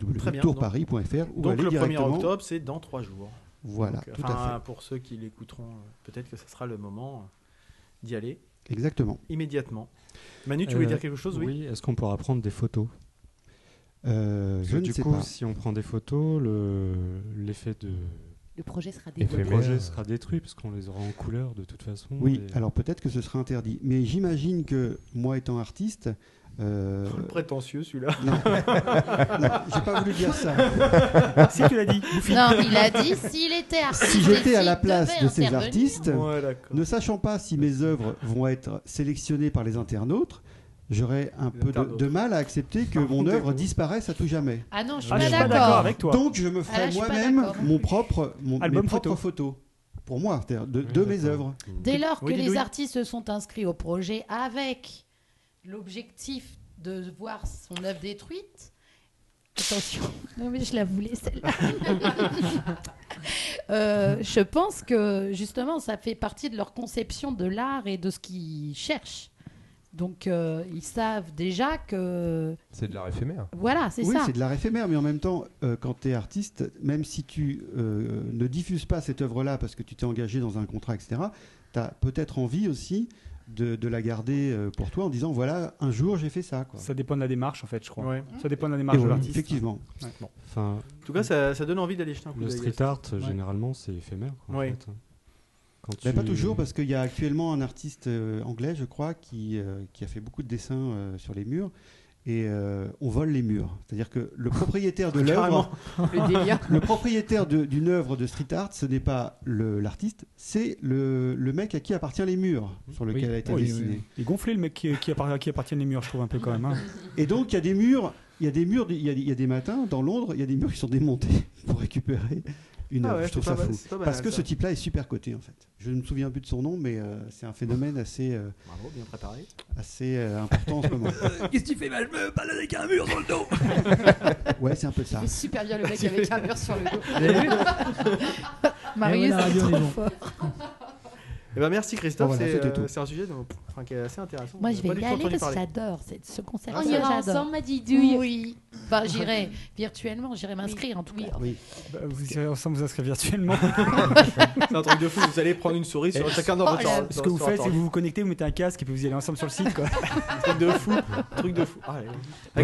Speaker 2: www.tourparis.fr ou
Speaker 4: Donc
Speaker 2: aller
Speaker 4: le 1er
Speaker 2: directement.
Speaker 4: octobre, c'est dans trois jours.
Speaker 2: Voilà,
Speaker 4: Donc,
Speaker 2: tout
Speaker 4: enfin,
Speaker 2: à
Speaker 4: Pour ceux qui l'écouteront, euh, peut-être que ce sera le moment euh, d'y aller
Speaker 2: fait. Exactement.
Speaker 4: immédiatement. Manu, tu voulais
Speaker 9: Euh,
Speaker 4: dire quelque chose Oui.
Speaker 9: est-ce qu'on pourra prendre des photos
Speaker 2: Euh,
Speaker 9: Parce
Speaker 2: je
Speaker 9: que
Speaker 2: ne
Speaker 9: Du
Speaker 2: sais
Speaker 9: coup,
Speaker 2: pas.
Speaker 9: si on prend des photos, le- l'effet de
Speaker 3: Le projet sera
Speaker 9: le
Speaker 3: développé.
Speaker 6: Éphémère.
Speaker 9: projet sera détruit parce qu'on les aura en couleur de toute façon.
Speaker 2: Oui,
Speaker 4: euh,
Speaker 9: et-
Speaker 2: alors peut-être que ce sera interdit. Mais j'imagine que moi étant artiste. euh,
Speaker 4: Le prétentieux celui-là.
Speaker 2: non. Non, j'ai pas voulu dire ça.
Speaker 5: si tu l'as dit, Bouffy.
Speaker 7: Non, il a dit s'il était artiste.
Speaker 2: Si j'étais à la
Speaker 7: s'il
Speaker 2: place
Speaker 7: devait
Speaker 2: de ces
Speaker 7: intervenir.
Speaker 2: artistes,
Speaker 4: Ouais, d'accord.
Speaker 2: ne sachant pas si mes œuvres vont être sélectionnées par les internautes, j'aurais un
Speaker 4: Les
Speaker 2: peu de,
Speaker 4: internautes.
Speaker 2: de mal à accepter que
Speaker 4: Par
Speaker 2: mon
Speaker 4: contre,
Speaker 2: œuvre
Speaker 4: t'es-
Speaker 2: disparaisse à tout jamais.
Speaker 7: Ah non, je suis
Speaker 5: Ah, je
Speaker 7: pas
Speaker 5: suis pas d'accord
Speaker 7: d'accord.
Speaker 5: avec toi.
Speaker 2: Donc je me
Speaker 7: Ah là,
Speaker 2: ferai
Speaker 7: je suis pas
Speaker 2: moi-même
Speaker 7: d'accord.
Speaker 2: mon propre mon,
Speaker 5: Album
Speaker 2: mes
Speaker 5: photo.
Speaker 2: propres photos pour moi, c'est-à-dire de,
Speaker 9: Oui,
Speaker 2: de mes
Speaker 9: d'accord.
Speaker 2: œuvres.
Speaker 7: Dès lors que
Speaker 4: Oui,
Speaker 7: les
Speaker 4: Didouille.
Speaker 7: artistes se sont inscrits au projet avec l'objectif de voir son œuvre détruite, attention, non mais je la voulais celle-là. Euh, je pense que justement, ça fait partie de leur conception de l'art et de ce qu'ils cherchent. Donc euh, ils savent déjà que
Speaker 6: C'est de l'art éphémère.
Speaker 7: voilà, c'est
Speaker 2: oui,
Speaker 7: ça.
Speaker 2: c'est de l'art éphémère, mais en même temps, euh, quand tu es artiste, même si tu euh, ne diffuses pas cette œuvre-là parce que tu t'es engagé dans un contrat, etc., tu as peut-être envie aussi de, de la garder euh, pour toi en disant voilà, un jour j'ai fait ça. Quoi.
Speaker 5: Ça dépend de la démarche, en fait, je crois.
Speaker 4: Ouais.
Speaker 5: Ça dépend de
Speaker 2: Et
Speaker 5: la démarche de
Speaker 2: oui,
Speaker 5: l'artiste.
Speaker 2: effectivement.
Speaker 9: Enfin,
Speaker 4: En tout cas, ça, ça donne envie d'aller jeter un coup
Speaker 9: le
Speaker 4: d'œil.
Speaker 9: street art, généralement, c'est éphémère. quoi, en
Speaker 4: Ouais.
Speaker 9: fait, hein. Quand
Speaker 2: Mais
Speaker 9: tu-
Speaker 2: pas toujours, parce qu'il y a actuellement un artiste euh, anglais, je crois, qui, euh, qui a fait beaucoup de dessins euh, sur les murs. Et euh, on vole les murs. C'est-à-dire que le propriétaire
Speaker 9: Ah,
Speaker 2: de l'œuvre,
Speaker 3: Le délire.
Speaker 2: le propriétaire de- d'une œuvre de street art, ce n'est pas le- l'artiste, c'est le, le mec à qui appartient les murs sur lequel a été
Speaker 5: Oh, il,
Speaker 2: dessiné.
Speaker 5: il est gonflé le mec qui, qui, appara- qui appartient les murs, je trouve un peu quand même. hein.
Speaker 2: Et donc il y a des murs, il y a des murs, il y a, il y a des matins dans Londres, il y a des murs qui sont démontés pour récupérer
Speaker 5: Ah
Speaker 2: une œuvre. je trouve ça fou. Parce que ce type-là est super coté en fait. Je ne me souviens plus de son nom, mais euh, c'est un phénomène assez, euh,
Speaker 4: Bravo, bien préparé.
Speaker 2: assez euh, important en ce moment.
Speaker 1: Qu'est-ce que tu fais bah, Je me balade avec un mur dans le dos
Speaker 2: Ouais, c'est un peu ça.
Speaker 3: C'est super bien le mec avec un mur sur le dos.
Speaker 1: Eh oui,
Speaker 7: Marius,
Speaker 1: la radio,
Speaker 7: c'est
Speaker 1: les
Speaker 7: trop
Speaker 1: gens.
Speaker 7: fort.
Speaker 4: Eh ben, merci Christophe,
Speaker 2: Bon, Oh, voilà,
Speaker 4: c'est
Speaker 2: c'était
Speaker 4: euh,
Speaker 2: tout.
Speaker 4: c'est un sujet dont- enfin, qui est assez intéressant.
Speaker 7: Moi,
Speaker 4: On
Speaker 7: je
Speaker 4: n'a
Speaker 7: vais
Speaker 4: pas
Speaker 7: y
Speaker 4: du tout
Speaker 7: aller
Speaker 4: entendu
Speaker 7: parce que
Speaker 4: parler.
Speaker 7: j'adore ce ce concept.
Speaker 4: Ah,
Speaker 3: On
Speaker 4: ça,
Speaker 3: ira
Speaker 7: j'adore.
Speaker 3: ensemble, ma didouille.
Speaker 7: Oui.
Speaker 3: Bah,
Speaker 7: Enfin, j'irai virtuellement, j'irai m'inscrire en tout cas.
Speaker 2: Oui.
Speaker 5: Bah, vous, on s'en vous inscrire virtuellement.
Speaker 4: C'est un truc de fou, vous allez prendre une souris sur chacun dans
Speaker 7: Oh
Speaker 4: votre
Speaker 7: là
Speaker 4: dans-
Speaker 5: Eh, Ce que vous
Speaker 4: sur
Speaker 5: faites,
Speaker 4: votre
Speaker 5: c'est que vous vous connectez, vous mettez un casque et puis vous y allez ensemble sur le site. Quoi.
Speaker 4: truc de fou, truc de fou. Ah, allez.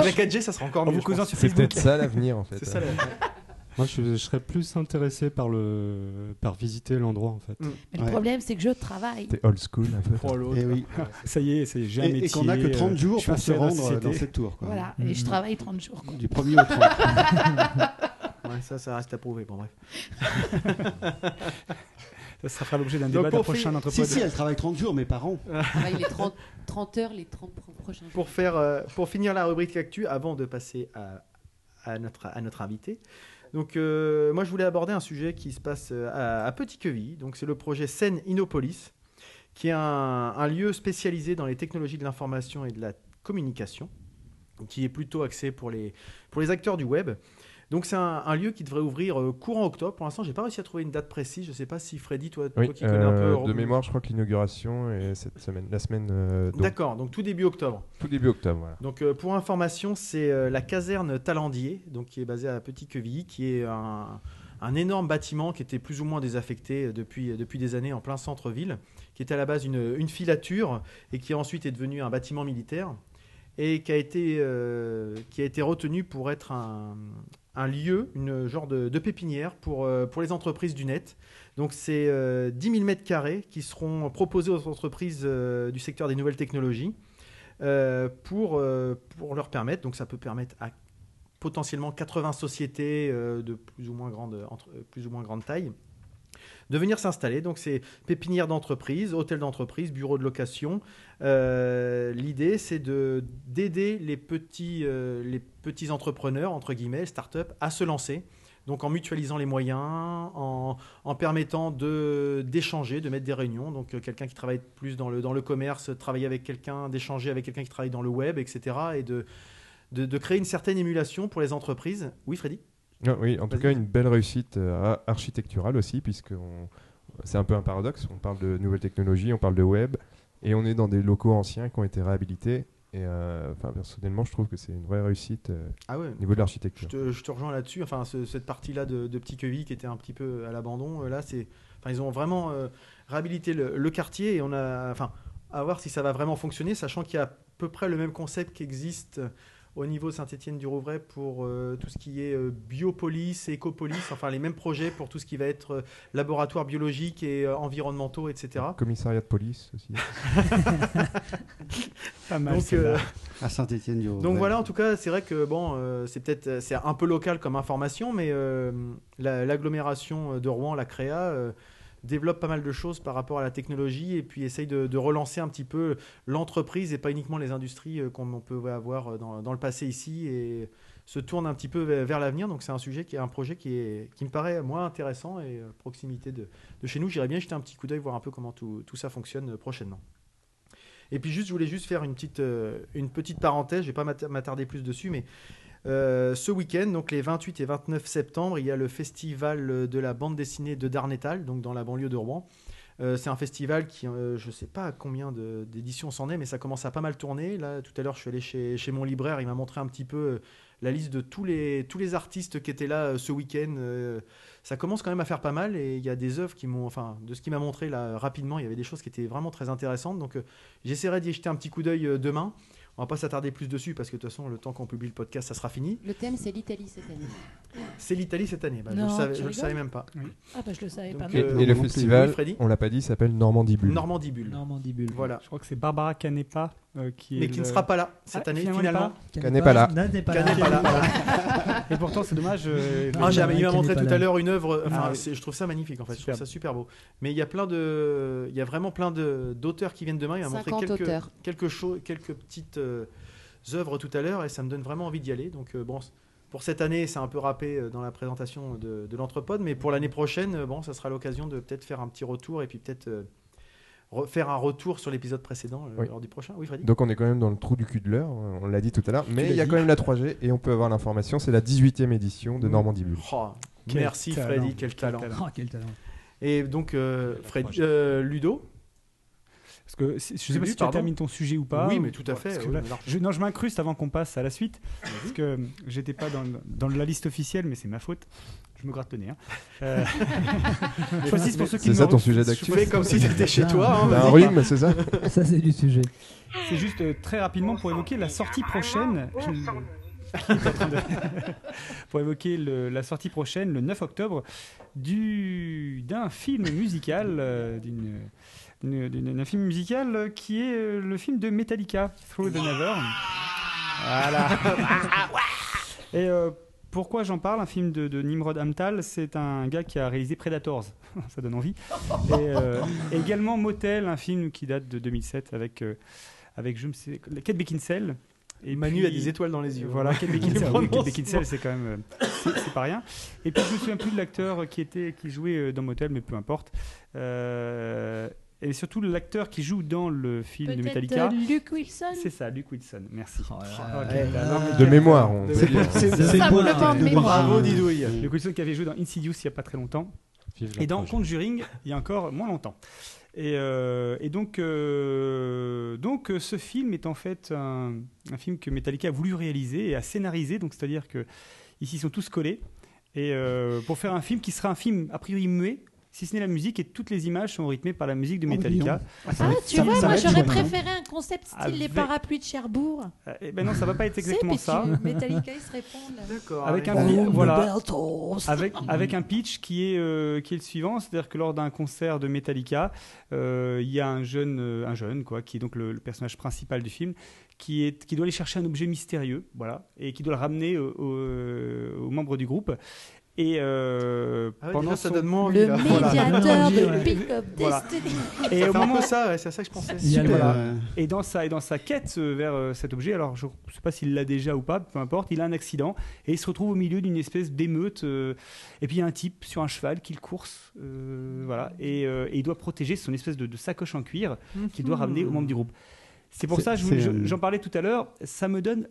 Speaker 4: Avec la 4G, ça sera
Speaker 9: Ah,
Speaker 4: encore
Speaker 5: En
Speaker 4: mieux.
Speaker 5: vous
Speaker 4: je pense.
Speaker 5: causant sur
Speaker 6: C'est
Speaker 5: Facebook.
Speaker 6: peut-être ça l'avenir en fait.
Speaker 4: C'est ça. la-
Speaker 9: Moi, je, je serais plus intéressé par, le... par visiter l'endroit, en fait.
Speaker 4: Mm.
Speaker 7: Mais le
Speaker 2: Ouais.
Speaker 7: problème, c'est que je travaille.
Speaker 6: T'es old school un peu.
Speaker 4: Oh, l'autre.
Speaker 2: Et, Eh oui.
Speaker 5: Ça y est, ça y est, j'ai un
Speaker 2: et,
Speaker 5: métier.
Speaker 2: et qu'on n'a que
Speaker 5: euh,
Speaker 2: 30 jours
Speaker 5: je suis
Speaker 2: pour se
Speaker 5: inséré la
Speaker 2: rendre
Speaker 5: société.
Speaker 2: dans cette tour. Quoi.
Speaker 7: Voilà, et je
Speaker 5: Mhm.
Speaker 7: travaille 30 jours.
Speaker 2: Du 1er au 30.
Speaker 4: Ouais, ça, ça reste à prouver. Bon, bref.
Speaker 5: Ça, ça fera l'objet d'un
Speaker 4: Donc,
Speaker 5: débat d'un
Speaker 4: pour
Speaker 5: prochain
Speaker 4: finir-
Speaker 5: entrepôt.
Speaker 2: si, si, elle travaille 30 jours, mais par an.
Speaker 7: Ah,
Speaker 3: Travaille les 30, 30 heures, les 30 pro- prochains jours.
Speaker 4: Pour, faire, euh, pour finir la rubrique actu, avant de passer à, à notre, à notre invité, donc, euh, moi je voulais aborder un sujet qui se passe euh, à, à Petit-Queville. Donc, c'est le projet Seine Innopolis, qui est un, un lieu spécialisé dans les technologies de l'information et de la communication, qui est plutôt axé pour les, pour les acteurs du web. Donc, c'est un, un lieu qui devrait ouvrir euh, courant octobre. Pour l'instant, j'ai pas réussi à trouver une date précise. Je sais pas si Freddy, toi, toi
Speaker 6: Oui,
Speaker 4: qui connais un
Speaker 6: euh,
Speaker 4: peu.
Speaker 6: de mémoire, je crois que l'inauguration est cette semaine, la semaine euh, donc,
Speaker 4: D'accord, donc tout début octobre.
Speaker 6: tout début octobre. Voilà.
Speaker 4: Donc euh, pour information, c'est euh, la caserne Talandier, donc qui est basée à Petit Quevilly, qui est un, un énorme bâtiment qui était plus ou moins désaffecté euh, depuis, depuis des années en plein centre-ville, qui était à la base une, une filature et qui ensuite est devenu un bâtiment militaire et qui a été, euh, qui a été retenu pour être un, un lieu, une genre de, de pépinière pour, euh, pour les entreprises du net. Donc c'est euh, 10 000 mètres carrés qui seront proposés aux entreprises euh, du secteur des nouvelles technologies euh, pour, euh, pour leur permettre, donc ça peut permettre à potentiellement 80 sociétés euh, de plus ou moins grande, entre- euh, plus ou moins grande taille de venir s'installer. Donc c'est pépinière d'entreprise, hôtel d'entreprise, bureau de location. Euh, L'idée c'est de d'aider les petits euh, les petits entrepreneurs entre guillemets, start-up à se lancer. Donc en mutualisant les moyens, en, en permettant de d'échanger, de mettre des réunions. Donc euh, quelqu'un qui travaille plus dans le dans le commerce, travailler avec quelqu'un, d'échanger avec quelqu'un qui travaille dans le web, etc. Et de de, de créer une certaine émulation pour les entreprises. Oui, Freddy
Speaker 6: Ah oui, en tout
Speaker 4: Vas-y.
Speaker 6: cas, une belle réussite euh, a- architecturale aussi, puisque c'est un peu un paradoxe. On parle de nouvelles technologies, on parle de web, et on est dans des locaux anciens qui ont été réhabilités. Et euh, enfin, personnellement, je trouve que c'est une vraie réussite euh,
Speaker 4: Ah ouais.
Speaker 6: au niveau de
Speaker 4: Je
Speaker 6: l'architecture.
Speaker 4: te, je te rejoins là-dessus. Enfin, ce- cette partie-là de, de Petit Queville qui était un petit peu à l'abandon, euh, là, c'est. Enfin, ils ont vraiment euh, réhabilité le, le quartier et on a. Enfin, à voir si ça va vraiment fonctionner, sachant qu'il y a à peu près le même concept qui existe au niveau Saint-Étienne-du-Rouvray pour euh, tout ce qui est euh, biopolis, écopolis, enfin les mêmes projets pour tout ce qui va être euh, laboratoire biologique et euh, environnementaux, etc.
Speaker 6: Commissariat de police aussi.
Speaker 5: Pas mal.
Speaker 4: Donc,
Speaker 5: celle-là.
Speaker 4: euh,
Speaker 2: à
Speaker 6: Ah,
Speaker 2: Saint-Étienne du
Speaker 4: Donc voilà, en tout cas, c'est vrai que bon, euh, c'est peut-être euh, c'est un peu local comme information, mais euh, la- l'agglomération de Rouen, la Créa, euh, développe pas mal de choses par rapport à la technologie et puis essaye de, de relancer un petit peu l'entreprise et pas uniquement les industries euh, qu'on peut avoir dans, dans le passé ici et se tourne un petit peu vers, vers l'avenir. Donc c'est un sujet qui est un projet qui est qui me paraît moins intéressant et euh, proximité de, de chez nous. J'irais bien jeter un petit coup d'œil voir un peu comment tout, tout ça fonctionne euh, prochainement. Et puis juste, je voulais juste faire une petite, euh, une petite parenthèse, je vais pas m'atta- m'attarder plus dessus, mais euh, ce week-end, donc les 28 et 29 septembre, il y a le festival de la bande dessinée de Darnétal, donc dans la banlieue de Rouen. Euh, c'est un festival qui, euh, je sais pas à combien de- d'éditions s'en est, mais ça commence à pas mal tourner. Là, tout à l'heure, je suis allé chez, chez mon libraire, il m'a montré un petit peu euh, la liste de tous les, tous les artistes qui étaient là euh, ce week-end. Euh, ça commence quand même à faire pas mal, et il y a des œuvres qui m'ont, enfin, de ce qu'il m'a montré là euh, rapidement, il y avait des choses qui étaient vraiment très intéressantes. Donc, euh, J'essaierai d'y jeter un petit coup d'œil euh, demain. On va pas s'attarder plus dessus parce que de toute façon, le temps qu'on publie le podcast, ça sera fini.
Speaker 3: Le thème, c'est l'Italie cette année.
Speaker 4: C'est l'Italie cette année. Bah, je
Speaker 7: Non,
Speaker 4: le savais,
Speaker 7: tu
Speaker 4: je le
Speaker 7: rigoles
Speaker 4: savais même pas.
Speaker 7: Ah bah je le savais
Speaker 4: Donc,
Speaker 7: pas.
Speaker 6: Et,
Speaker 7: non
Speaker 4: euh,
Speaker 6: et le
Speaker 2: non plus.
Speaker 6: festival,
Speaker 4: Oui, Freddy
Speaker 6: on l'a pas dit, s'appelle Normandie Bulle.
Speaker 4: Normandie Bulle.
Speaker 1: Normandie Bulle.
Speaker 4: Voilà.
Speaker 5: Je crois que c'est Barbara Canepa euh, qui est
Speaker 4: Mais qui ne
Speaker 5: le-
Speaker 4: sera pas là cette
Speaker 5: Ah,
Speaker 4: année
Speaker 5: finalement,
Speaker 4: finalement.
Speaker 5: elle est
Speaker 6: Qu'elle n'est pas là.
Speaker 1: Qu'elle n'est pas
Speaker 4: Qu'elle n'est pas là.
Speaker 1: là.
Speaker 5: Et pourtant, c'est dommage. euh,
Speaker 1: Ah,
Speaker 4: Ah, j'ai-
Speaker 1: Barbara
Speaker 4: il m'a
Speaker 1: qui
Speaker 4: montré
Speaker 1: n'est pas
Speaker 4: tout
Speaker 1: là.
Speaker 4: à l'heure une œuvre. euh, Enfin,
Speaker 5: Ah oui.
Speaker 4: c'est- je trouve ça magnifique en fait. Je
Speaker 5: Superbe.
Speaker 4: trouve ça super beau. Mais il y a plein de, il y a vraiment plein de d'auteurs qui viennent demain. Il m'a montré
Speaker 3: 50
Speaker 4: quelques
Speaker 3: auteurs.
Speaker 4: quelques choses, quelques petites euh, œuvres tout à l'heure et ça me donne vraiment envie d'y aller. Donc euh, bon, c- pour cette année, c'est un peu râpé euh, dans la présentation de, de l'entrepode, mais pour l'année prochaine, euh, bon, ça sera l'occasion de peut-être faire un petit retour et puis peut-être euh, re- faire un retour sur l'épisode précédent euh,
Speaker 6: Oui.
Speaker 4: lors du prochain. Oui, Freddy.
Speaker 6: Donc on est quand même dans le trou du cul de l'heure, hein, on l'a dit tout à l'heure, mais
Speaker 2: l'as
Speaker 6: il y a
Speaker 2: dit.
Speaker 6: quand même la 3G et on peut avoir l'information, c'est la 18e édition de
Speaker 5: Mm.
Speaker 6: Normandie Bulle.
Speaker 4: Oh,
Speaker 5: Quel
Speaker 4: merci
Speaker 5: talent.
Speaker 4: Freddy, quel talent.
Speaker 1: Oh, quel talent.
Speaker 4: Et donc euh, Fred-
Speaker 5: prochaine.
Speaker 4: euh, Ludo,
Speaker 5: Parce que si- je sais pas
Speaker 4: Luc,
Speaker 5: si tu as
Speaker 4: pardon.
Speaker 5: terminé ton sujet ou pas.
Speaker 4: Oui,
Speaker 5: ou-
Speaker 4: mais tout à
Speaker 5: parce
Speaker 4: fait,
Speaker 5: que
Speaker 4: oui,
Speaker 5: là-
Speaker 4: mais alors-
Speaker 5: je, non, je m'incruste avant qu'on passe à la suite. Parce que euh, j'étais pas dans, le- dans la liste officielle, mais c'est ma faute. Je me gratte le nez. hein. Euh, je précise pour ceux qui
Speaker 6: C'est
Speaker 5: ne
Speaker 6: ça
Speaker 5: me-
Speaker 6: ton sujet
Speaker 4: tu
Speaker 6: d'actu
Speaker 4: fais comme si c'était chez
Speaker 1: Non.
Speaker 4: toi. hein,
Speaker 6: T'as un
Speaker 4: vas-y.
Speaker 6: rhume, c'est ça
Speaker 1: Ça, c'est du sujet.
Speaker 5: C'est juste euh, très rapidement pour évoquer la sortie prochaine. qui- qui est en train de- pour évoquer le- la sortie prochaine, le 9 octobre, du- d'un film musical, euh, d'une d'une- d'une- d'un film musical euh, qui est euh, le film de Metallica, Through the Never. Voilà. Et euh, pourquoi j'en parle Un film de, de Nimrod Amtal, c'est un gars qui a réalisé Predators, ça donne envie. Et euh, également Motel, un film qui date de 2007 avec, euh, avec je me sais, Kate Beckinsale. Et
Speaker 4: Manu
Speaker 5: puis-
Speaker 4: a des étoiles dans les yeux.
Speaker 5: voilà, Kate
Speaker 4: Il
Speaker 5: Beckinsale, oui,
Speaker 4: prononce
Speaker 5: Kate Beckinsale, c'est quand même euh, c'est c'est pas rien. Et puis je me souviens plus de l'acteur qui était qui jouait euh, dans Motel, mais peu importe. Euh, et surtout l'acteur qui joue dans le film de
Speaker 7: Peut-être
Speaker 5: Metallica,
Speaker 7: euh, Luke Wilson.
Speaker 5: c'est ça, Luke Wilson. Merci.
Speaker 1: Oh là
Speaker 5: Ah,
Speaker 1: là.
Speaker 5: quel
Speaker 4: Ouais.
Speaker 5: talent, mais
Speaker 6: De
Speaker 5: quel
Speaker 6: mémoire,
Speaker 5: talent.
Speaker 6: on
Speaker 4: De
Speaker 6: peut
Speaker 4: mémoire.
Speaker 6: dire.
Speaker 1: C'est-
Speaker 7: Ça
Speaker 1: c'est
Speaker 7: me
Speaker 1: bon,
Speaker 7: le
Speaker 1: hein.
Speaker 7: temps de mémoire.
Speaker 4: Bravo Didouille.
Speaker 5: Luke Wilson qui avait joué dans Insidious il y a pas très longtemps
Speaker 9: Vive la
Speaker 5: et dans
Speaker 9: prochaine.
Speaker 5: Conjuring il y a encore moins longtemps. Et, euh, et donc, euh, donc euh, ce film est en fait un, un film que Metallica a voulu réaliser et a scénarisé, donc c'est-à-dire que ici ils sont tous collés et euh, pour faire un film qui sera un film a priori muet si ce n'est la musique et toutes les images sont rythmées par la musique de
Speaker 2: Oh,
Speaker 5: Metallica.
Speaker 2: dis
Speaker 7: Ah, tu
Speaker 5: Ça-
Speaker 7: vois,
Speaker 5: ça
Speaker 7: moi
Speaker 5: va être
Speaker 7: j'aurais
Speaker 5: chouette, hein.
Speaker 7: préféré un concept style les
Speaker 5: Avec-
Speaker 7: parapluies de Cherbourg.
Speaker 5: Euh, Eh ben non, ça va pas être exactement
Speaker 7: C'est
Speaker 5: ça.
Speaker 7: parce que Metallica, ils se répondent.
Speaker 4: D'accord.
Speaker 5: Avec
Speaker 4: allez.
Speaker 5: un, pi- voilà, avec, avec un pitch qui est, euh, qui est le suivant, c'est-à-dire que lors d'un concert de Metallica, euh, il y a un jeune, euh, un jeune quoi, qui est donc le, le personnage principal du film, qui, est, qui doit aller chercher un objet mystérieux, voilà, et qui doit le ramener euh, au- au- aux membres du groupe. Et euh,
Speaker 4: Ah ouais,
Speaker 5: pendant
Speaker 4: déjà, ça
Speaker 5: son-
Speaker 4: donne moins envie.
Speaker 7: Le
Speaker 4: là.
Speaker 1: média-
Speaker 4: Voilà.
Speaker 7: médiateur
Speaker 1: Voilà.
Speaker 7: de Pick Up
Speaker 5: Voilà.
Speaker 7: Destiny.
Speaker 5: et au
Speaker 4: C'est un
Speaker 5: moment
Speaker 4: peu ça, ouais, c'est à ça que je pensais.
Speaker 1: Il y a le-
Speaker 5: Super.
Speaker 1: voilà.
Speaker 2: Euh,
Speaker 5: Et dans sa, et dans sa quête euh, vers euh, cet objet, alors je ne sais pas s'il l'a déjà ou pas, peu importe, il a un accident et il se retrouve au milieu d'une espèce d'émeute. euh, et puis il y a un type sur un cheval qui le course, euh, voilà, et, euh, et il doit protéger son espèce de, de sacoche en cuir qu'il doit ramener aux membres du groupe. C'est pour
Speaker 2: C'est-
Speaker 5: ça, je
Speaker 2: c'est,
Speaker 5: vous- je-
Speaker 2: euh,
Speaker 5: j'en parlais tout à l'heure, ça me donne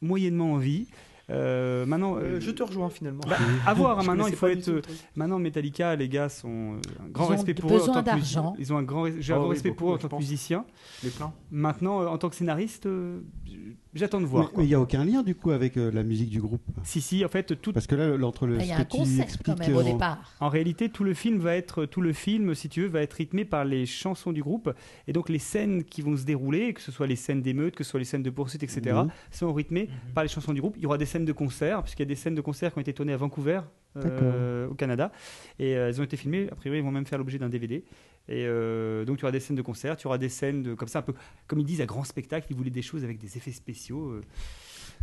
Speaker 5: moyennement envie. Euh, maintenant,
Speaker 4: Euh,
Speaker 5: euh,
Speaker 4: je te rejoins finalement.
Speaker 5: à voir, hein,
Speaker 4: Je
Speaker 5: maintenant il
Speaker 4: connaissais
Speaker 5: faut
Speaker 4: pas du
Speaker 5: être.
Speaker 4: tout le
Speaker 5: euh,
Speaker 4: truc.
Speaker 5: Maintenant, Metallica, les gars, sont euh, un grand
Speaker 7: Ils ont
Speaker 5: respect pour eux. en
Speaker 7: besoin
Speaker 5: tant que musi-
Speaker 7: d'argent.
Speaker 5: Ils ont un grand, res- j'ai un
Speaker 4: Ah
Speaker 5: grand
Speaker 4: oui,
Speaker 5: respect
Speaker 4: beaucoup,
Speaker 5: pour eux en
Speaker 4: je
Speaker 5: tant que
Speaker 4: pense.
Speaker 5: musicien.
Speaker 4: Les pleins.
Speaker 5: Maintenant, euh, en tant que scénariste, euh, j- j'attends de
Speaker 2: mais-
Speaker 5: voir.
Speaker 2: mais
Speaker 5: quoi.
Speaker 2: il n'y a aucun lien du coup avec euh, la musique du groupe.
Speaker 5: Si, si, en fait, tout,
Speaker 2: Parce que là, le- entre le.
Speaker 7: Il y
Speaker 2: ce
Speaker 7: a
Speaker 2: que
Speaker 7: un
Speaker 2: tu
Speaker 7: concept quand
Speaker 2: expliques,
Speaker 7: même au
Speaker 2: euh,
Speaker 7: départ.
Speaker 5: en réalité, tout le film va être, tout le film, si tu veux, va être rythmé par les chansons du groupe. Et donc, les scènes qui vont se dérouler, que ce soit les scènes d'émeutes, que ce soit les scènes de poursuites, etc.,
Speaker 2: Mhm.
Speaker 5: sont rythmées par les chansons du groupe. Il y aura des scènes de concerts, puisqu'il y a des scènes de concerts qui ont été tournées à Vancouver, euh, au Canada. Et euh, elles ont été filmées, a priori, elles vont même faire l'objet d'un DVD. Et euh, donc, tu auras des scènes de concerts, tu auras des scènes de, comme ça, un peu, comme ils disent, à grand spectacle, ils voulaient des choses avec des effets spéciaux. euh.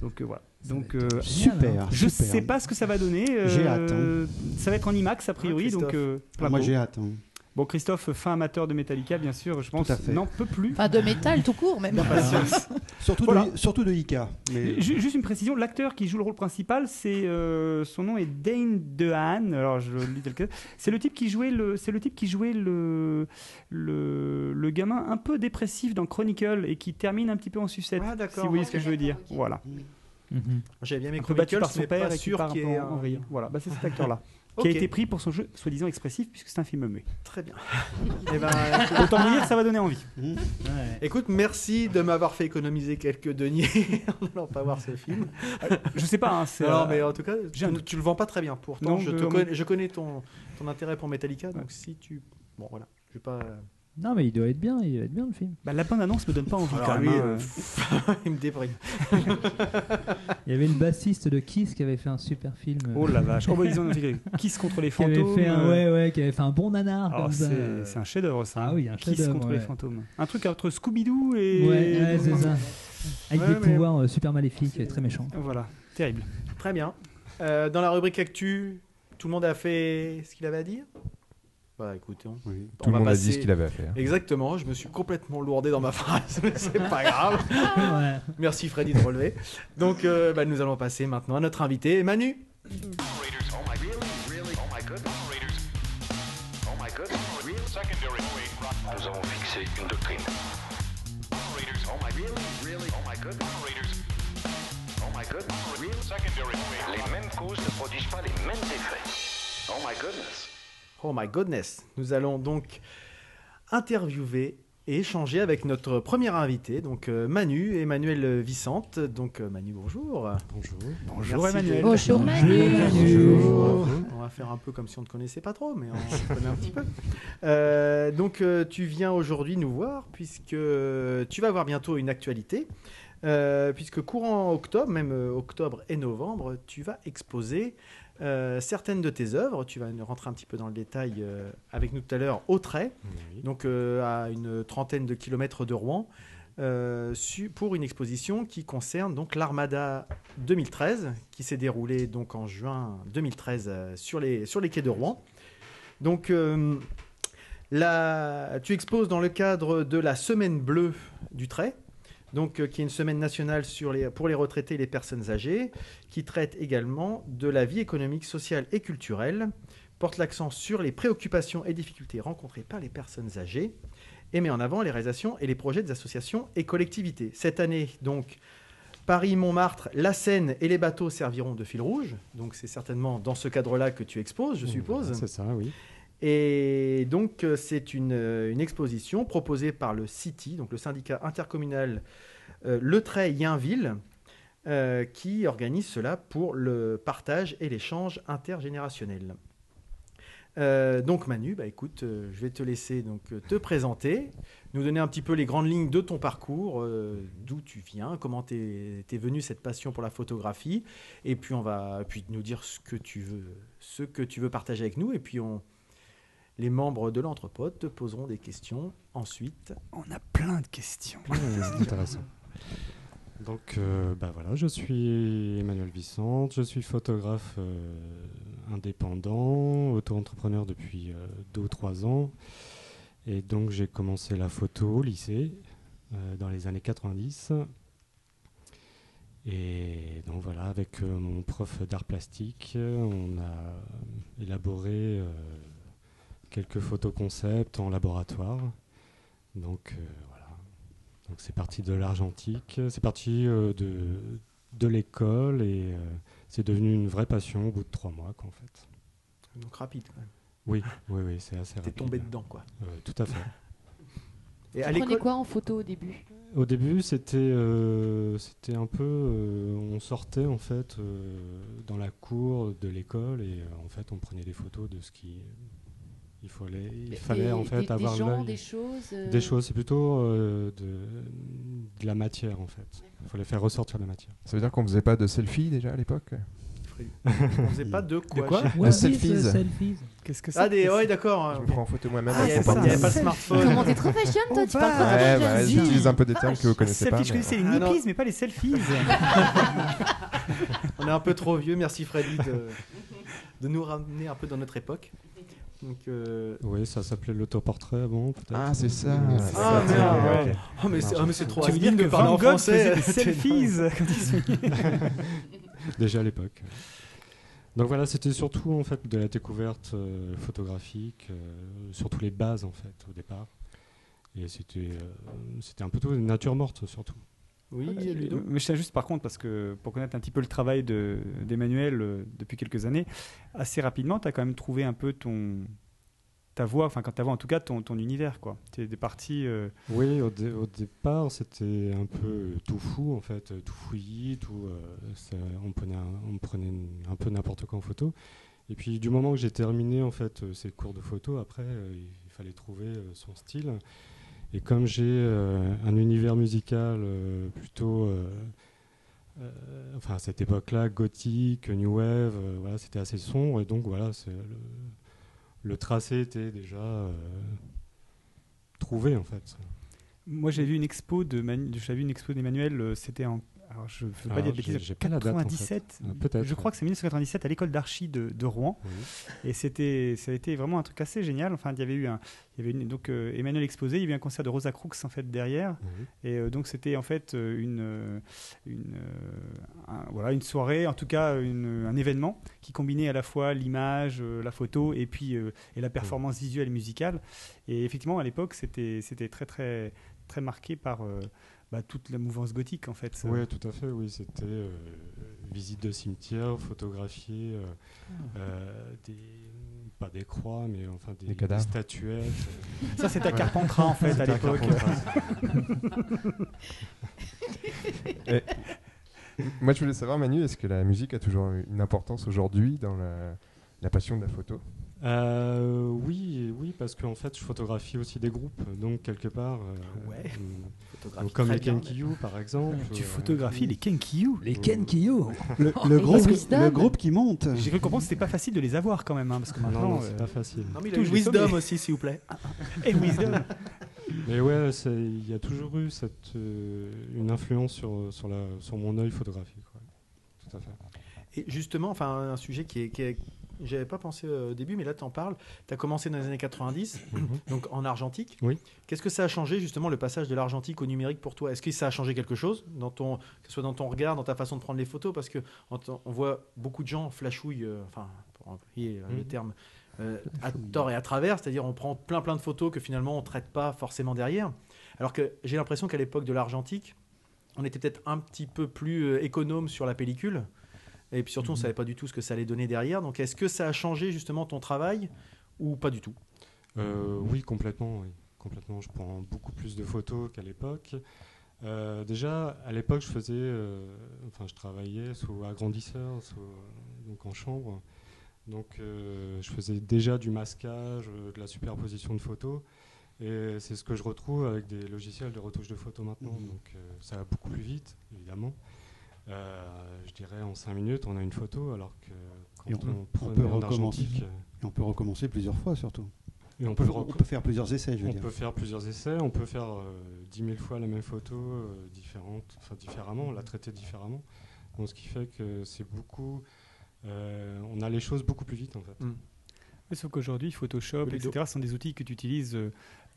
Speaker 5: donc, euh, voilà.
Speaker 1: Ça
Speaker 5: Donc,
Speaker 1: va être
Speaker 5: euh,
Speaker 1: Génial,
Speaker 2: Super.
Speaker 5: Je
Speaker 2: super.
Speaker 5: sais pas ce que ça va donner. euh,
Speaker 2: J'ai hâte, hein.
Speaker 5: Ça va être en IMAX a priori,
Speaker 4: Ah,
Speaker 5: donc
Speaker 4: Christophe.
Speaker 5: euh, plein
Speaker 2: Ah, Moi
Speaker 5: pot.
Speaker 2: j'ai hâte. hein.
Speaker 5: Bon, Christophe, fin amateur de Metallica, bien sûr, je pense,
Speaker 2: à fait.
Speaker 5: n'en peut plus.
Speaker 7: Enfin, de métal tout court, même.
Speaker 2: Surtout,
Speaker 5: Voilà.
Speaker 2: de, surtout de Ika. Mais...
Speaker 5: Ju- Juste une précision, l'acteur qui joue le rôle principal, c'est euh, son nom est Dane DeHaan. Alors je le lis tel que c'est le type qui jouait le c'est le type qui jouait le le, le gamin un peu dépressif dans Chronicle et qui termine un petit peu en sucette.
Speaker 4: Ah,
Speaker 5: si
Speaker 4: d'accord.
Speaker 5: vous voyez ce que je veux dire.
Speaker 3: Ok.
Speaker 5: Voilà.
Speaker 1: Mhm.
Speaker 4: J'avais bien mes
Speaker 5: Un peu battu
Speaker 4: Chronicles,
Speaker 5: par son
Speaker 4: mais
Speaker 5: père
Speaker 4: pas
Speaker 5: et qui
Speaker 4: sûr
Speaker 5: part un
Speaker 4: qu'il y
Speaker 5: peu
Speaker 4: ait
Speaker 5: en en
Speaker 4: un-
Speaker 5: rire. Voilà, bah, c'est cet acteur-là
Speaker 4: Ok,
Speaker 5: qui a été pris pour son jeu soi-disant expressif puisque c'est un film muet.
Speaker 4: Très bien. Eh ben,
Speaker 5: Autant vous dire, ça va donner envie.
Speaker 1: Mhm. Ouais.
Speaker 4: écoute, merci de m'avoir fait économiser quelques deniers en n'allant pas voir ce film.
Speaker 5: Je sais pas, hein, c'est.
Speaker 4: Non,
Speaker 5: euh,
Speaker 4: mais en tout cas,
Speaker 5: j'ai un
Speaker 4: tu, tu le vends pas très bien. Pourtant,
Speaker 5: Non,
Speaker 4: je,
Speaker 5: je-
Speaker 4: te
Speaker 5: on-
Speaker 4: connais, je connais ton, ton intérêt pour Metallica,
Speaker 5: Ouais.
Speaker 4: donc si tu. Bon, voilà. Je vais pas. euh,
Speaker 1: Non, mais il doit être bien, il doit être bien le film.
Speaker 5: Bah, la bande annonce me donne
Speaker 1: Oh,
Speaker 5: pas envie
Speaker 4: Alors,
Speaker 5: quand
Speaker 4: lui,
Speaker 5: même. hein.
Speaker 4: euh, Il me débrime.
Speaker 1: Il y avait le bassiste de Kiss qui avait fait un super film. euh,
Speaker 5: Oh la vache. Oh, bah, ils ont intégré Kiss contre les
Speaker 1: qui avait
Speaker 5: fantômes.
Speaker 1: fait un,
Speaker 5: euh,
Speaker 1: ouais, ouais, qui avait fait un bon nanar.
Speaker 5: alors,
Speaker 1: comme ça.
Speaker 5: Oh, c'est c'est un chef-d'œuvre ça.
Speaker 1: bah,
Speaker 5: hein.
Speaker 1: Ah oui, un
Speaker 5: Kiss
Speaker 1: chef-d'œuvre,
Speaker 5: contre les
Speaker 1: ouais.
Speaker 5: fantômes. Un truc entre Scooby-Doo et.
Speaker 1: Ouais, ouais, c'est ça. Avec
Speaker 4: Ouais,
Speaker 1: des
Speaker 4: mais-
Speaker 1: pouvoirs euh, super maléfiques, et très méchants.
Speaker 5: Voilà, terrible.
Speaker 4: Très bien. Euh, dans la rubrique Actu, tout le monde a fait ce qu'il avait à dire Bah écoute, on,
Speaker 2: Oui.
Speaker 4: on
Speaker 6: Tout le
Speaker 4: va
Speaker 6: monde a
Speaker 4: passer.
Speaker 6: dit ce qu'il avait à faire.
Speaker 4: Exactement, je me suis complètement lourdé dans ma phrase, mais c'est pas grave.
Speaker 1: Ouais.
Speaker 4: Merci Freddy de relever. Donc euh, bah, nous allons passer maintenant à notre invité, Manu.
Speaker 10: oh oh Nous avons fixé une doctrine. oh oh Les mêmes causes ne produisent pas les mêmes effets. Oh my goodness.
Speaker 4: Oh my goodness. Nous allons donc interviewer et échanger avec notre premier invité, donc euh, Manu, Emmanuel Vicente. Donc euh, Manu, bonjour.
Speaker 6: Bonjour.
Speaker 5: Bonjour
Speaker 4: Merci
Speaker 5: Emmanuel.
Speaker 4: de-
Speaker 7: Bonjour Manu.
Speaker 4: On va faire un peu comme si on ne te connaissait pas trop, mais on se connaît un petit peu. Euh, donc, euh, tu viens aujourd'hui nous voir, puisque euh, tu vas avoir bientôt une actualité. euh, puisque courant octobre, même euh, octobre et novembre, tu vas exposer euh, certaines de tes œuvres. Tu vas nous rentrer un petit peu dans le détail euh, avec nous tout à l'heure au trait, donc euh, à une trentaine de kilomètres de Rouen. euh, su- pour une exposition qui concerne donc l'Armada 2013, qui s'est déroulé donc en juin 2013 euh, sur les, sur les quais de Rouen. Donc, euh, la- tu exposes dans le cadre de la Semaine bleue du trait, donc, euh, qui est une semaine nationale sur les, pour les retraités et les personnes âgées, qui traite également de la vie économique, sociale et culturelle, porte l'accent sur les préoccupations et difficultés rencontrées par les personnes âgées, et met en avant les réalisations et les projets des associations et collectivités. Cette année, donc, Paris, Montmartre, la Seine et les bateaux serviront de fil rouge. Donc c'est certainement dans ce cadre-là que tu exposes, je suppose.
Speaker 9: C'est ça, oui.
Speaker 4: Et donc, euh, c'est une, euh, une exposition proposée par le CITI, donc le syndicat intercommunal euh, Le Trait Yainville, euh, qui organise cela pour le partage et l'échange intergénérationnel. Euh, donc Manu, bah écoute, euh, je vais te laisser donc euh, te présenter, nous donner un petit peu les grandes lignes de ton parcours, euh, d'où tu viens, comment t'es es venu cette passion pour la photographie, et puis on va puis nous dire ce que tu veux, ce que tu veux partager avec nous, et puis on les membres de l'entrepôt te poseront des questions ensuite.
Speaker 5: On a plein de questions.
Speaker 9: C'est intéressant. Donc, euh, bah voilà, je suis Emmanuel Vicente, je suis photographe euh, indépendant, auto-entrepreneur depuis euh, deux ou trois ans. Et donc, j'ai commencé la photo au lycée euh, dans les années 90. Et donc, voilà, avec euh, mon prof d'art plastique, euh, on a élaboré euh, quelques photos concepts en laboratoire. Donc, euh, voilà. Donc c'est parti de l'argentique, c'est parti euh, de, de l'école et euh, c'est devenu une vraie passion au bout de trois mois qu'en fait.
Speaker 4: Donc rapide quand même.
Speaker 9: Oui, oui, oui, c'est assez
Speaker 4: T'es
Speaker 9: rapide.
Speaker 4: tombé dedans quoi.
Speaker 9: Euh, tout à fait.
Speaker 4: Et à
Speaker 3: tu prenais
Speaker 4: l'école,
Speaker 3: quoi en photo au début
Speaker 9: Au début, c'était euh, c'était un peu, euh, on sortait en fait euh, dans la cour de l'école et euh, en fait on prenait des photos de ce qui il fallait, il fallait
Speaker 3: Des-
Speaker 9: en fait
Speaker 3: des,
Speaker 9: avoir
Speaker 3: des gens,
Speaker 9: l'œil.
Speaker 3: des choses. euh,
Speaker 9: Des choses, c'est plutôt euh, de, de la matière en fait. Il fallait faire ressortir la matière.
Speaker 6: Ça veut dire qu'on faisait pas de selfie déjà à l'époque
Speaker 4: on faisait pas de quoi.
Speaker 5: quoi
Speaker 4: je-
Speaker 1: What is
Speaker 6: selfies.
Speaker 1: a selfies
Speaker 5: Qu'est-ce que c'est
Speaker 4: Ah des,
Speaker 5: que
Speaker 4: ouais
Speaker 5: ça
Speaker 4: d'accord.
Speaker 6: Je
Speaker 4: hein,
Speaker 6: me
Speaker 4: ok.
Speaker 6: prends en photo moi-même.
Speaker 5: Ah,
Speaker 4: Il n'y
Speaker 5: c'est
Speaker 4: avait,
Speaker 5: ça,
Speaker 4: pas- il y avait pas
Speaker 5: un
Speaker 4: de
Speaker 5: selfie.
Speaker 4: smartphone.
Speaker 3: Comment t'es trop fashion toi Tu
Speaker 5: Oh,
Speaker 3: parles
Speaker 5: bah.
Speaker 6: Ouais,
Speaker 3: comme
Speaker 6: bah,
Speaker 3: un jeune.
Speaker 6: j'utilise un peu des termes que vous
Speaker 5: Ah,
Speaker 6: connaissez pas.
Speaker 5: selfie, je connaissais les
Speaker 4: Ah, non.
Speaker 5: nippies, mais pas les selfies.
Speaker 4: On est un peu trop vieux, merci Freddy de, de nous ramener un peu dans notre époque. Donc, euh,
Speaker 9: Oui, ça s'appelait l'autoportrait avant peut-être.
Speaker 6: Ah, c'est ça.
Speaker 9: Ah,
Speaker 6: c'est
Speaker 4: Ah,
Speaker 6: ça.
Speaker 4: merde,
Speaker 6: Ok,
Speaker 4: ouais.
Speaker 6: ok.
Speaker 4: oh, mais c'est ah, mais c'est trop
Speaker 5: Tu veux
Speaker 4: has-been
Speaker 5: dire que
Speaker 4: de parler
Speaker 5: Van
Speaker 4: en
Speaker 5: Gogh
Speaker 4: français
Speaker 5: faisait des selfies quand il se
Speaker 9: déjà à l'époque. Donc voilà, c'était surtout en fait de la découverte euh, photographique, euh, surtout les bases en fait au départ. Et c'était euh, c'était un peu tout nature morte surtout.
Speaker 4: Oui,
Speaker 3: Ok.
Speaker 4: Ludo.
Speaker 5: Euh, Mais je tiens juste par contre, parce que pour connaître un petit peu le travail de- d'Emmanuel euh, depuis quelques années, assez rapidement, tu as quand même trouvé un peu ton ta voix, enfin quand ta voix en tout cas, ton, ton univers. quoi. Tu es parti euh,
Speaker 9: Oui, au, dé- au départ c'était un peu tout fou en fait, euh, tout fouillis, tout. euh, ça- on prenait un, on prenait un peu n'importe quoi en photo. Et puis du moment que j'ai terminé en fait euh, ces cours de photo, après euh, il fallait trouver euh, son style. Et comme j'ai euh, un univers musical euh, plutôt, euh, euh, enfin à cette époque-là, gothique, new wave, euh, voilà, c'était assez sombre. Et donc voilà, c'est le, le tracé était déjà euh, trouvé en fait.
Speaker 5: Moi, j'ai vu une expo de Manu- j'avais vu une expo d'Emmanuel. euh, C'était en alors je veux pas
Speaker 9: Alors,
Speaker 5: dire de
Speaker 9: j'ai-
Speaker 5: bêtises.
Speaker 9: j'ai pas la date, en fait.
Speaker 5: 97.
Speaker 9: Ah, peut-être,
Speaker 5: Je
Speaker 9: ouais.
Speaker 5: crois que c'est 1997 à l'école d'archi de, de Rouen.
Speaker 9: Oui.
Speaker 5: Et c'était ça a été vraiment un truc assez génial. Enfin, il y avait eu un il y avait une, donc euh, Emmanuel exposé. Il y avait un concert de Rosa Crooks en fait derrière. Et euh, donc c'était en fait euh, une, euh, une, euh, un- voilà, une soirée, en tout cas une- un événement qui combinait à la fois l'image, euh, la photo et puis euh, et la performance visuelle et musicale. Et effectivement à l'époque c'était c'était très très très marqué par euh, bah, toute la mouvance gothique en fait.
Speaker 9: Oui, tout à fait. Oui, c'était euh, visite de cimetière, photographier euh,
Speaker 5: Ah.
Speaker 9: euh, des pas des croix, mais enfin des,
Speaker 6: Des cadavres.
Speaker 9: statuettes.
Speaker 5: Ça c'était à
Speaker 9: Ouais.
Speaker 5: Carpentras en fait à
Speaker 9: C'était un
Speaker 5: l'époque.
Speaker 9: carpentras.
Speaker 6: Ah, Moi, je voulais savoir, Manu, est-ce que la musique a toujours une importance aujourd'hui dans la, la passion de la photo
Speaker 9: Euh, oui, oui, parce qu'en fait, je photographie aussi des groupes, donc quelque part. euh,
Speaker 4: Ouais.
Speaker 9: euh,
Speaker 4: Photographie,
Speaker 9: comme
Speaker 4: très
Speaker 9: les
Speaker 4: bien.
Speaker 9: Kenkyu, par exemple.
Speaker 5: Tu
Speaker 9: euh,
Speaker 5: photographies les Kenkyu.
Speaker 1: Les Kenkyu
Speaker 2: Le, le
Speaker 5: Oh,
Speaker 3: Et
Speaker 2: groupe,
Speaker 3: les Wisdom
Speaker 2: le groupe qui monte.
Speaker 5: J'ai cru comprendre que c'était pas facile de les avoir quand même hein, parce que
Speaker 9: Non,
Speaker 5: maintenant
Speaker 9: non, c'est
Speaker 5: euh,
Speaker 9: pas facile.
Speaker 4: Non, mais il a
Speaker 5: Tout,
Speaker 4: eu
Speaker 5: je l'ai
Speaker 4: Wisdom
Speaker 5: sommé.
Speaker 4: aussi, s'il vous plaît.
Speaker 5: et Wisdom.
Speaker 9: Mais ouais, c'est- il y a toujours eu cette, euh, une influence sur, sur, la, sur mon œil photographique. ouais. Tout à fait.
Speaker 4: Et justement, enfin, un sujet qui est. qui est- J'avais pas pensé euh, au début, mais là, t'en parles. T'as commencé dans les années 90, donc en argentique.
Speaker 9: Mhm. Oui.
Speaker 4: Qu'est-ce que ça a changé, justement, le passage de l'argentique au numérique pour toi Est-ce que ça a changé quelque chose, dans ton, que ce soit dans ton regard, dans ta façon de prendre les photos Parce que on, t- on voit beaucoup de gens flashouillent, euh, enfin, pour employer euh, le
Speaker 9: Mhm.
Speaker 4: terme, euh, à tort et à travers, c'est-à-dire on prend plein plein de photos que finalement on traite pas forcément derrière. Alors que j'ai l'impression qu'à l'époque de l'argentique, on était peut-être un petit peu plus euh, économe sur la pellicule. Et puis
Speaker 9: Mhm.
Speaker 4: surtout, on ne savait pas du tout ce que ça allait donner derrière. Donc, est-ce que ça a changé justement ton travail ou pas du tout
Speaker 9: Euh, oui, complètement. oui. Complètement. Je prends beaucoup plus de photos qu'à l'époque. Euh, déjà, à l'époque, je faisais, euh, enfin, je travaillais sous agrandisseur, sous, euh, donc en chambre. Donc euh, je faisais déjà du masquage, euh, de la superposition de photos. Et c'est ce que je retrouve avec des logiciels de retouche de photos maintenant.
Speaker 2: Mhm.
Speaker 9: Donc euh, ça va beaucoup plus vite, évidemment. Euh, je dirais en 5 minutes, on a une photo, alors que
Speaker 2: Et
Speaker 9: quand
Speaker 2: on-
Speaker 9: on,
Speaker 2: on
Speaker 9: prenait
Speaker 2: peut
Speaker 9: en
Speaker 2: recommencer.
Speaker 9: argentique,
Speaker 2: Et on peut recommencer plusieurs fois surtout.
Speaker 9: euh, et on peut, le
Speaker 2: on
Speaker 9: reco-
Speaker 2: peut faire plusieurs essais, je veux
Speaker 9: on
Speaker 2: dire.
Speaker 9: peut faire plusieurs essais, on peut faire euh, 10 000 fois la même photo euh, différente, enfin, différemment, la traiter différemment. Donc, ce qui fait que c'est beaucoup. euh, on a les choses beaucoup plus vite en fait.
Speaker 5: Mais sauf qu'aujourd'hui, Photoshop,
Speaker 4: Oui,
Speaker 5: etc., sont des outils que tu utilises euh,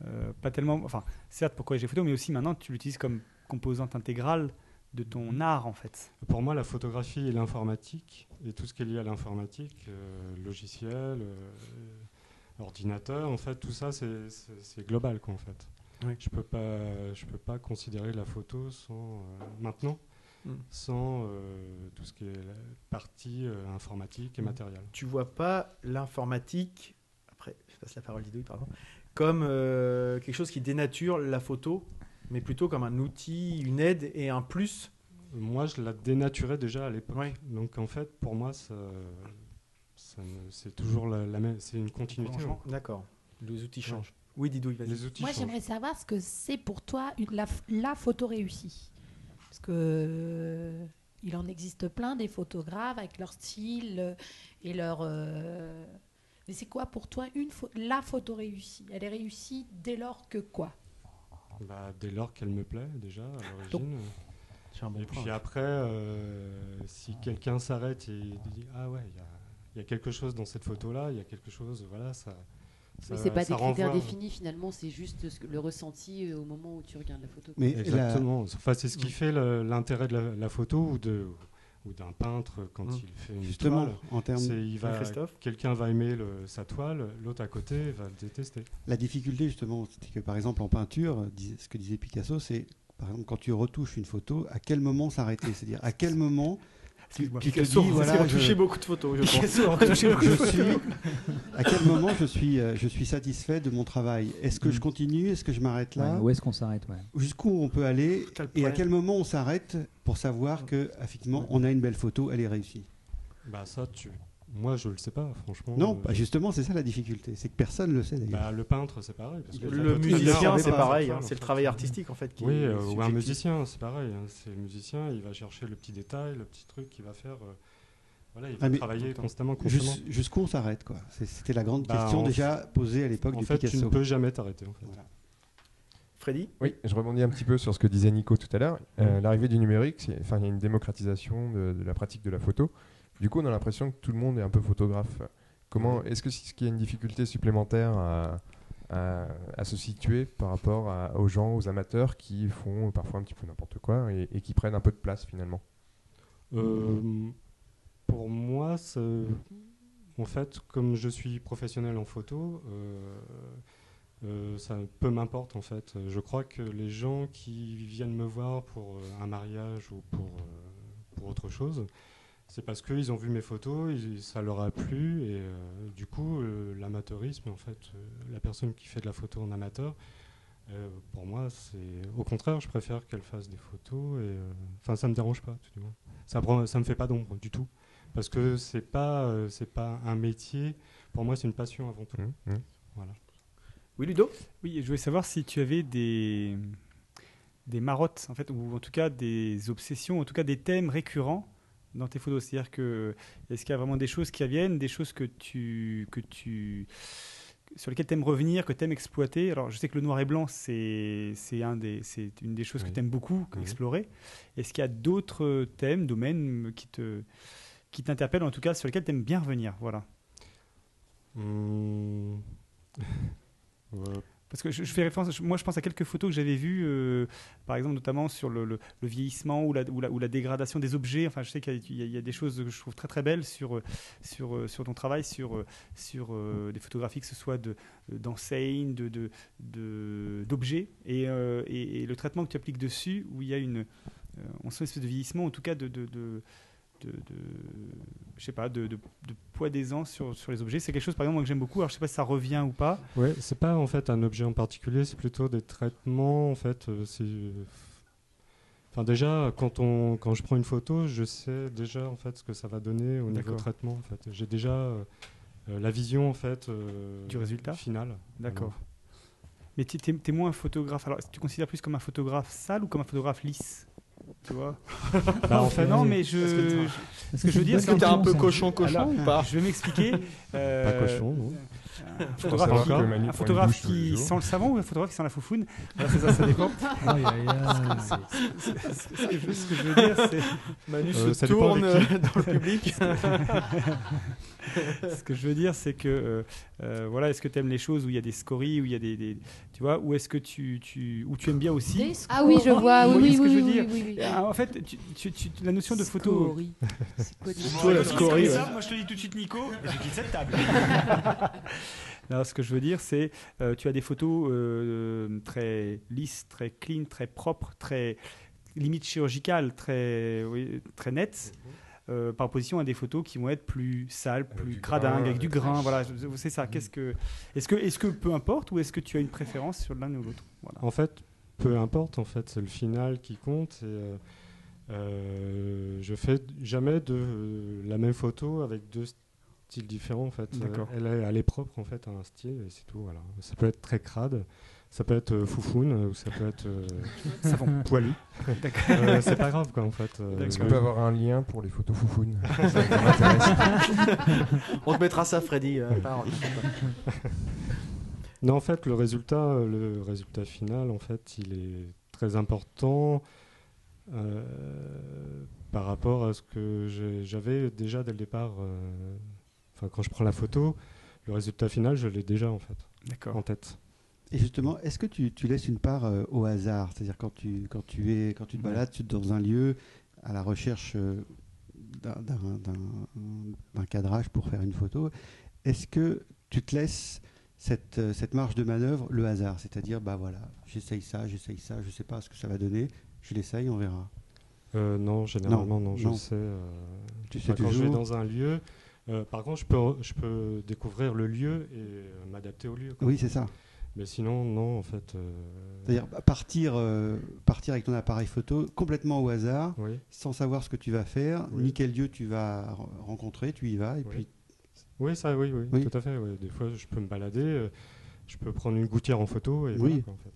Speaker 5: euh, pas tellement. Enfin, certes pour corriger les photos, mais aussi maintenant tu l'utilises comme composante intégrale de ton art en fait.
Speaker 9: Pour moi, la photographie et l'informatique, et tout ce qui est lié à l'informatique, euh, logiciel, euh, ordinateur, en fait, tout ça, c'est- c'est c'est global, quoi, en fait.
Speaker 4: Oui.
Speaker 9: Je peux pas, je peux pas considérer la photo sans euh, maintenant,
Speaker 4: Mm.
Speaker 9: sans euh, tout ce qui est la partie euh, informatique et
Speaker 4: Mm.
Speaker 9: matérielle.
Speaker 4: tu vois pas l'informatique, après je passe la parole d'Idouille, pardon, comme euh, quelque chose qui dénature la photo, mais plutôt comme un outil, une aide et un plus.
Speaker 9: Moi, je la dénaturais déjà à l'époque.
Speaker 4: Ouais.
Speaker 9: Donc, en fait, pour moi, ça, ça ne- c'est toujours la, la même, c'est une continuité. hein.
Speaker 5: Franchement,
Speaker 4: D'accord. Les outils changent. Oui, Didouille, vas-y.
Speaker 9: Les outils
Speaker 7: Moi,
Speaker 9: changent.
Speaker 7: j'aimerais savoir ce que c'est pour toi une- la, la photo réussie. Parce que euh, il en existe plein des photographes avec leur style euh, et leur. euh, Mais c'est quoi pour toi une pho- la photo réussie Elle est réussie dès lors que quoi
Speaker 9: Bah, dès lors qu'elle me plaît, déjà, à l'origine.
Speaker 4: C'est un bon
Speaker 9: Et
Speaker 4: point.
Speaker 9: puis après, euh, si quelqu'un s'arrête et dit Ah ouais, il y a- il y, a quelque chose dans cette photo-là, il y a quelque chose, voilà, ça. ça
Speaker 3: Mais c'est pas
Speaker 9: ça
Speaker 3: des critères
Speaker 4: hein.
Speaker 9: renvoie-
Speaker 3: définis finalement, c'est juste ce que- le ressenti euh, au moment où tu regardes la photo.
Speaker 2: Mais la- Mm.
Speaker 9: Exactement. Enfin, c'est ce qui fait le- l'intérêt de la, la photo ou de ou d'un peintre quand
Speaker 4: Mm.
Speaker 9: il fait une
Speaker 2: justement,
Speaker 9: toile.
Speaker 2: en termes
Speaker 9: C'est- il va-
Speaker 4: Christophe
Speaker 9: Quelqu'un va aimer le- sa toile, l'autre à côté va le détester.
Speaker 2: La difficulté, justement, c'était que par exemple en peinture, euh, dis- ce que disait Picasso, c'est par exemple quand tu retouches une photo, à quel moment s'arrêter C'est-à-dire à quel moment tu,
Speaker 4: Excuse-moi.
Speaker 2: tu te
Speaker 4: Picasso,
Speaker 2: dis, voilà,
Speaker 4: touché
Speaker 2: je,
Speaker 4: beaucoup de photos, je pense.
Speaker 2: je suis, à quel moment je suis, euh, je suis satisfait de mon travail Est-ce que je continue Est-ce que je m'arrête là
Speaker 1: Ouais, où est-ce qu'on s'arrête ouais.
Speaker 2: Jusqu'où on peut aller
Speaker 4: T'as le
Speaker 2: Et à
Speaker 4: problème.
Speaker 2: quel moment on s'arrête pour savoir que, effectivement, on a une belle photo, elle est réussie
Speaker 9: Bah ça, tu. Moi, je le sais pas, franchement.
Speaker 2: Non,
Speaker 9: Euh,
Speaker 2: bah, justement, c'est ça la difficulté, c'est que personne ne le sait d'ailleurs.
Speaker 9: bah, le peintre, c'est pareil. parce que ça
Speaker 4: Le
Speaker 9: peut-
Speaker 4: musicien,
Speaker 2: savait
Speaker 4: c'est
Speaker 2: pas,
Speaker 4: pareil,
Speaker 9: ça,
Speaker 4: hein,
Speaker 9: en
Speaker 4: c'est le
Speaker 9: fait.
Speaker 4: travail artistique en fait qui
Speaker 9: Oui,
Speaker 4: est
Speaker 9: euh, ou un
Speaker 4: subjectif.
Speaker 9: musicien, c'est pareil. hein. C'est le musicien, il va chercher le petit détail, le petit truc qu'il va faire. euh, voilà, il va
Speaker 2: Ah, mais-
Speaker 9: travailler constamment,
Speaker 2: Jus-
Speaker 9: constamment.
Speaker 2: Jusqu'où on s'arrête quoi C'est- C'était la grande
Speaker 9: Bah,
Speaker 2: question
Speaker 9: en
Speaker 2: déjà posée à l'époque
Speaker 9: En
Speaker 2: du
Speaker 9: fait, tu ne
Speaker 2: Picasso.
Speaker 9: peux jamais t'arrêter. En fait.
Speaker 2: Voilà.
Speaker 4: Freddy
Speaker 6: Oui, je rebondis un petit peu sur ce que disait Nico tout à l'heure. Euh,
Speaker 9: Mm.
Speaker 6: L'arrivée du numérique, c'est- enfin, il y a une démocratisation de, de la pratique de la photo. Du coup, on a l'impression que tout le monde est un peu photographe.
Speaker 9: Mm.
Speaker 6: Comment Est-ce que c'est ce qui est une difficulté supplémentaire à, à- à se situer par rapport à- aux gens, aux amateurs qui font parfois un petit peu n'importe quoi et, et qui prennent un peu de place finalement
Speaker 9: Euh, pour moi, ça- en fait, comme je suis professionnel en photo, euh, euh, ça peu m'importe en fait. Je crois que les gens qui viennent me voir pour euh, un mariage ou pour, euh, pour autre chose, c'est parce qu'ils ont vu mes photos, ils- ça leur a plu et euh, du coup, euh, l'amateurisme, en fait, euh, la personne qui fait de la photo en amateur, euh, pour moi, c'est au contraire, je préfère qu'elle fasse des photos et euh, enfin, ça me dérange pas, tout du moins ça prend, ça me fait pas d'ombre du tout parce que c'est pas euh, c'est pas un métier pour moi c'est une passion avant tout
Speaker 6: Hum, hum.
Speaker 9: voilà
Speaker 4: Oui, Ludo
Speaker 5: Oui, et je voulais savoir si tu avais des des marottes en fait, ou en tout cas des obsessions, en tout cas des thèmes récurrents dans tes photos. C'est-à-dire que est-ce qu'il y a vraiment des choses qui reviennent, des choses que tu que tu sur lesquelles t'aimes revenir, que t'aimes exploiter. Alors, je sais que le noir et blanc, c'est c'est un des c'est une des choses que
Speaker 9: Oui.
Speaker 5: t'aimes beaucoup
Speaker 9: Oui.
Speaker 5: explorer. Est-ce qu'il y a d'autres thèmes, domaines qui te qui t'interpellent, en tout cas sur lesquels t'aimes bien revenir, voilà. Mmh.
Speaker 9: Hum. Ouais.
Speaker 5: Parce que je, je fais référence, je- moi je pense à quelques photos que j'avais vues, euh, par exemple notamment sur le, le- le vieillissement ou la, ou, la, ou la dégradation des objets. Enfin, je sais qu'il y, a- il y a- il y a des choses que je trouve très très belles sur, euh, sur, euh, sur ton travail, sur, euh, sur euh, des photographies, que ce soit de- d'enseignes, de, de, de- d'objets, et, euh, et- et le traitement que tu appliques dessus, où il y a une. euh, on sent une espèce de vieillissement, en tout cas de. de, de de, de- je sais pas de, de, de poids des ans sur, sur les objets c'est quelque chose par exemple moi, que j'aime beaucoup alors je sais pas si ça revient ou pas
Speaker 9: Ouais, c'est pas en fait un objet en particulier, c'est plutôt des traitements en fait. euh, c'est euh, Enfin, déjà, quand, on, quand je prends une photo, je sais déjà en fait ce que ça va donner au niveau
Speaker 5: D'accord.
Speaker 9: traitement. En fait, j'ai déjà euh, la vision en fait euh,
Speaker 5: Du résultat
Speaker 9: finale.
Speaker 5: D'accord. Mais tu es, moins un photographe. Alors, tu te considères plus comme un photographe sale ou comme un photographe lisse Tu vois
Speaker 9: Bah, en fait,
Speaker 5: non,
Speaker 9: oui.
Speaker 5: mais je.
Speaker 9: Parce que-
Speaker 5: je- ce que je veux dire,
Speaker 4: Est-ce
Speaker 5: c'est
Speaker 4: que t'es un peu
Speaker 5: ça.
Speaker 4: cochon-cochon
Speaker 5: Alors,
Speaker 4: ou pas
Speaker 5: Je vais m'expliquer. euh,
Speaker 9: bah. Pas cochon, non.
Speaker 5: Un
Speaker 6: Faut
Speaker 5: photographe,
Speaker 6: savoir
Speaker 5: qui,
Speaker 6: que Manu
Speaker 5: un
Speaker 6: prend une
Speaker 5: photographe
Speaker 6: douche tous les
Speaker 5: qui
Speaker 6: jours.
Speaker 5: sent le savon ou un photographe qui sent la foufoune
Speaker 4: Ah,
Speaker 5: Voilà, c'est ça, ça dépend.
Speaker 1: Aïe, aïe, aïe.
Speaker 5: ce, que, ce que je, ce que je veux dire, c'est.
Speaker 4: Manu
Speaker 9: Euh,
Speaker 4: se
Speaker 9: ça dépend
Speaker 4: tourne
Speaker 9: avec
Speaker 4: euh, dans le public.
Speaker 5: ce que je veux dire, c'est que euh, euh, voilà, est-ce que tu aimes les choses où il y a des scories, où il y a des, des- tu vois, ou est-ce que tu tu où tu aimes bien aussi
Speaker 3: Ah oui, je vois.
Speaker 5: Vous
Speaker 3: Oui, oui,
Speaker 5: voyez ce que
Speaker 3: oui,
Speaker 5: je veux
Speaker 3: oui,
Speaker 5: dire
Speaker 3: oui, oui, oui.
Speaker 5: Ah, En fait, tu- tu- tu- la notion de photo. euh,
Speaker 3: Scorie. C'est quoi du-
Speaker 4: Toi, la scorie, ouais.
Speaker 5: moi je te dis tout de suite, Nico, je quitte cette table. Non, ce que je veux dire, c'est euh, tu as des photos euh, très lisses, très clean, très propres, très limite chirurgicales, très, oui, très nettes.
Speaker 4: Mhm.
Speaker 5: euh, par opposition à des photos qui vont être plus sales,
Speaker 6: Avec
Speaker 5: plus
Speaker 6: du
Speaker 5: cradingues,
Speaker 6: grain,
Speaker 5: avec du
Speaker 6: avec-
Speaker 5: grain. Voilà, je- je- c'est ça. Qu'est-ce
Speaker 4: Mhm.
Speaker 5: que, est-ce que, est-ce que peu importe, ou est-ce que tu as une préférence sur l'un ou l'autre Voilà.
Speaker 9: En fait, peu importe, en fait, c'est le final qui compte. Et, euh, euh, je fais jamais de euh, la même photo avec deux styles différents, en fait. Euh,
Speaker 5: D'accord.
Speaker 9: Elle, est- elle est propre, en fait, à un style, et c'est tout. Voilà. Ça peut être très crade, ça peut être euh, foufoune, euh, ou ça peut être euh, poilu. Euh, c'est pas grave, quoi, en fait. Euh,
Speaker 6: Est-ce
Speaker 5: D'accord.
Speaker 6: qu'on peut avoir un lien pour les photos foufounes
Speaker 4: On te mettra ça, Freddy. euh, par-
Speaker 9: Non, en fait, le résultat, euh, le résultat final, en fait, il est très important euh, par rapport à ce que j'ai- j'avais déjà dès le départ. euh, Enfin, quand je prends la photo, le résultat final, je l'ai déjà en fait en
Speaker 5: D'accord.
Speaker 9: tête.
Speaker 2: Et justement, est-ce que tu, tu laisses une part euh, au hasard C'est-à-dire quand tu, quand, tu es, quand tu te
Speaker 5: Ouais.
Speaker 2: balades tu, dans un lieu à la recherche euh, d'un- d'un- d'un d'un cadrage pour faire une photo, est-ce que tu te laisses cette, euh, cette marge de manœuvre, le hasard C'est-à-dire, bah voilà, j'essaye ça, j'essaye ça, je sais pas ce que ça va donner, je l'essaye, on verra.
Speaker 9: Euh, non, généralement, non, je
Speaker 2: non.
Speaker 9: sais. euh,
Speaker 2: Tu
Speaker 9: enfin,
Speaker 2: sais
Speaker 9: quand je vais
Speaker 2: toujours.
Speaker 9: dans un lieu, euh, par contre, je peux, je peux découvrir le lieu et euh, m'adapter au lieu. quoi.
Speaker 2: Oui, c'est ça.
Speaker 9: Mais sinon, non, en fait. euh,
Speaker 2: C'est-à-dire bah, partir, euh, partir avec ton appareil photo complètement au hasard,
Speaker 9: oui.
Speaker 2: sans savoir ce que tu vas faire,
Speaker 9: Oui.
Speaker 2: ni quel lieu tu vas re- rencontrer, tu y vas, et
Speaker 9: Oui.
Speaker 2: puis
Speaker 9: Oui, ça, oui, oui,
Speaker 2: Oui.
Speaker 9: tout à fait. ouais. Des fois, je peux me balader, euh, je peux prendre une gouttière en photo. Et
Speaker 2: Oui.
Speaker 9: voilà, quoi, en fait.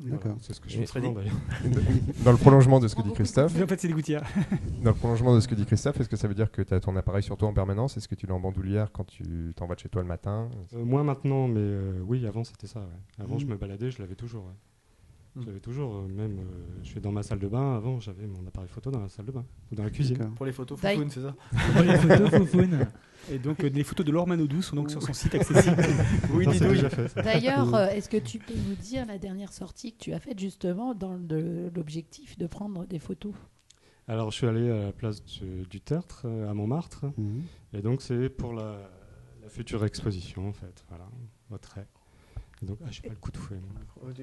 Speaker 2: D'accord.
Speaker 9: Voilà, c'est ce que je
Speaker 6: Et
Speaker 9: fais souvent,
Speaker 4: Freddy
Speaker 9: d'ailleurs.
Speaker 6: Dans le prolongement de ce que dit Christophe,
Speaker 5: Mais en fait, c'est des gouttières.
Speaker 6: Dans le prolongement de ce que dit Christophe, est-ce que ça veut dire que tu as ton appareil sur toi en permanence Est-ce que tu l'as en bandoulière quand tu t'en vas de chez toi le matin
Speaker 9: Euh, moi maintenant, mais euh, oui, avant c'était ça. ouais. Avant, je
Speaker 2: Mm.
Speaker 9: me baladais, je l'avais toujours. ouais.
Speaker 4: Mm.
Speaker 9: Je l'avais toujours, euh, même euh, je suis dans ma salle de bain. Avant, j'avais mon appareil photo dans la salle de bain ou dans la cuisine.
Speaker 2: D'accord.
Speaker 4: Pour les photos
Speaker 7: D'ailleurs-
Speaker 4: foufounes, c'est ça
Speaker 1: Pour les photos foufounes.
Speaker 5: Et donc, euh, les photos de Laure Manodou sont donc sur son site accessible.
Speaker 4: Oui,
Speaker 9: Ça, c'est
Speaker 4: dis-nous.
Speaker 9: déjà fait, ça.
Speaker 7: D'ailleurs, euh, est-ce que tu peux nous dire la dernière sortie que tu as faite justement dans le- l'objectif de prendre des photos
Speaker 9: Alors, je suis allé à la place du, du Tertre, euh, à Montmartre,
Speaker 2: Mhm.
Speaker 9: et donc c'est pour la, la future exposition, en fait. Voilà, au trait. Et donc, ah, j'ai pas le coup de fouet. moi.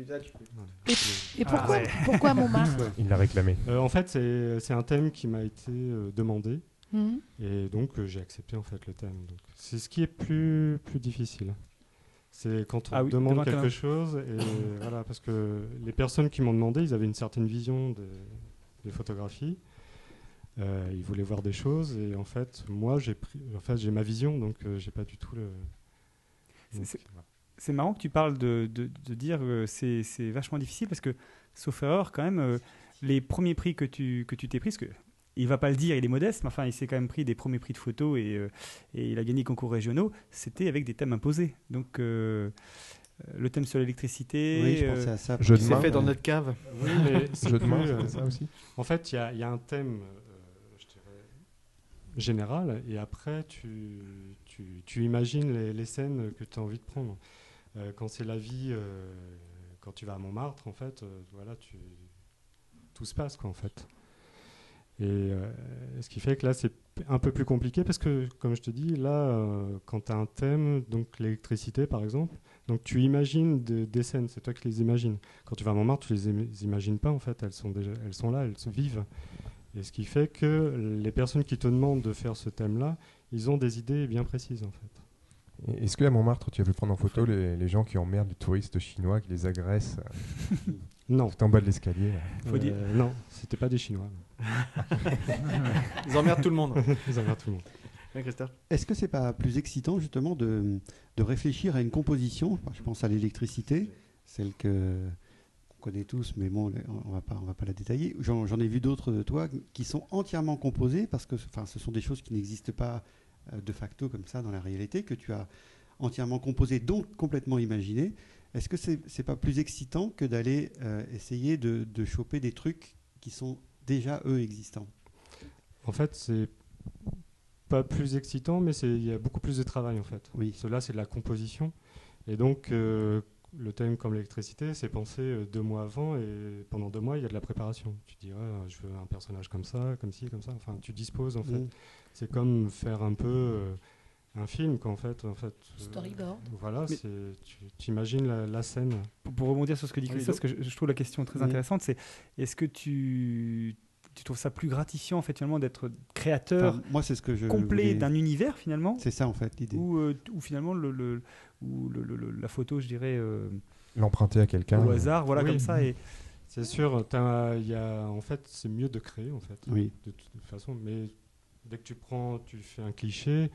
Speaker 7: Et
Speaker 5: Ah
Speaker 7: pourquoi,
Speaker 5: ouais.
Speaker 7: pourquoi Montmartre
Speaker 6: Il l'a réclamé.
Speaker 9: Euh, en fait, c'est c'est un thème qui m'a été euh, demandé.
Speaker 7: Hmm
Speaker 9: Et donc euh, j'ai accepté en fait le thème. Donc, C'est ce qui est plus, plus difficile. C'est quand on
Speaker 5: Ah oui,
Speaker 9: demande
Speaker 5: devant
Speaker 9: quelque
Speaker 5: quelqu'un.
Speaker 9: chose, et voilà, parce que les personnes qui m'ont demandé, ils avaient une certaine vision des, des photographies. Euh, ils voulaient voir des choses, et en fait, moi, j'ai pris, en fait, j'ai ma vision, donc euh, j'ai pas du tout le.
Speaker 5: C'est-
Speaker 9: donc,
Speaker 5: c'est-
Speaker 9: voilà.
Speaker 5: C'est marrant que tu parles de, de, de dire euh, c'est c'est vachement difficile parce que, sauf erreur, quand même, euh, les premiers prix que tu que tu t'es pris, parce que il va pas le dire, il est modeste, mais enfin, il s'est quand même pris des premiers prix de photos et, euh, et il a gagné des concours régionaux. C'était avec des thèmes imposés. Donc, euh, euh, le thème sur l'électricité.
Speaker 2: Oui, je
Speaker 5: euh,
Speaker 2: pensais à ça.
Speaker 6: Jeu
Speaker 4: Qui
Speaker 6: de
Speaker 4: s'est
Speaker 6: main.
Speaker 4: fait dans notre cave.
Speaker 9: euh, Oui, mais c'est
Speaker 6: Jeu de
Speaker 9: plus,
Speaker 6: main,
Speaker 9: euh,
Speaker 6: c'était ça aussi.
Speaker 9: En fait, il y a, il y a un thème, euh, je dirais, général, et après, tu, tu, tu imagines les, les scènes que tu as envie de prendre. Euh, quand c'est la vie, euh, quand tu vas à Montmartre, en fait, euh, voilà, tu, tout se passe, quoi, en fait. Et euh, ce qui fait que là, c'est p- un peu plus compliqué parce que, comme je te dis, là, euh, quand tu as un thème, donc l'électricité, par exemple, donc tu imagines des- des scènes, c'est toi qui les imagines quand tu vas à Montmartre, tu les im- imagines pas en fait, elles sont déjà, elles sont là, elles se vivent. Et ce qui fait que les personnes qui te demandent de faire ce thème-là, ils ont des idées bien précises en fait.
Speaker 6: Et Est-ce que à Montmartre, tu as pu prendre en photo les, les gens qui emmerdent les touristes chinois, qui les agressent
Speaker 9: Non.
Speaker 6: C'est en bas de l'escalier. là.
Speaker 5: Faut dire-
Speaker 9: Euh, Non, c'était pas des Chinois.
Speaker 4: Ils emmerdent tout le monde.
Speaker 9: Ils emmerdent tout le monde.
Speaker 4: Ouais, Christophe
Speaker 2: Est-ce que c'est pas plus excitant justement de, de réfléchir à une composition Je pense à l'électricité, celle que qu'on connaît tous, mais bon, on va pas, on va pas la détailler. J'en j'en ai vu d'autres de toi qui sont entièrement composées parce que, enfin, ce sont des choses qui n'existent pas euh, de facto comme ça dans la réalité que tu as entièrement composées, donc complètement imaginées. Est-ce que c'est c'est pas plus excitant que d'aller euh, essayer de, de choper des trucs qui sont déjà eux existants
Speaker 9: En fait, c'est pas plus excitant, mais c'est- il y a beaucoup plus de travail en fait.
Speaker 2: Oui.
Speaker 9: Cela, c'est de la composition. Et donc, euh, le thème comme l'électricité, c'est pensé euh, deux mois avant et pendant deux mois, il y a de la préparation. Tu dis, ouais, euh, je veux un personnage comme ça, comme ci, comme ça. Enfin, tu disposes en fait.
Speaker 2: Mm.
Speaker 9: C'est comme faire un peu euh, un film, qu'en fait, en fait. euh,
Speaker 7: Storyboard.
Speaker 9: Voilà,
Speaker 5: Mais-
Speaker 9: c'est- tu tu imagines la, la scène.
Speaker 5: Pour- Pour rebondir sur ce que dit
Speaker 4: Oui,
Speaker 5: Christophe, parce que je, je trouve la question très
Speaker 2: Oui.
Speaker 5: intéressante, c'est est-ce que tu, tu trouves ça plus gratifiant, en fait, finalement, d'être créateur
Speaker 2: Enfin, Moi, c'est ce que je
Speaker 5: complet
Speaker 2: voulais-
Speaker 5: d'un univers, finalement
Speaker 2: C'est ça en fait l'idée.
Speaker 5: ou, euh, t- ou finalement le, le- ou le- le- le- la photo, je dirais, euh,
Speaker 6: L'emprunter à quelqu'un. euh.
Speaker 5: au hasard, voilà,
Speaker 9: Oui.
Speaker 5: comme ça. Et,
Speaker 9: C'est sûr, t'as- il y a, en fait, c'est mieux de créer en fait.
Speaker 2: Oui.
Speaker 9: de toute façon. Mais dès que tu prends, tu fais un cliché,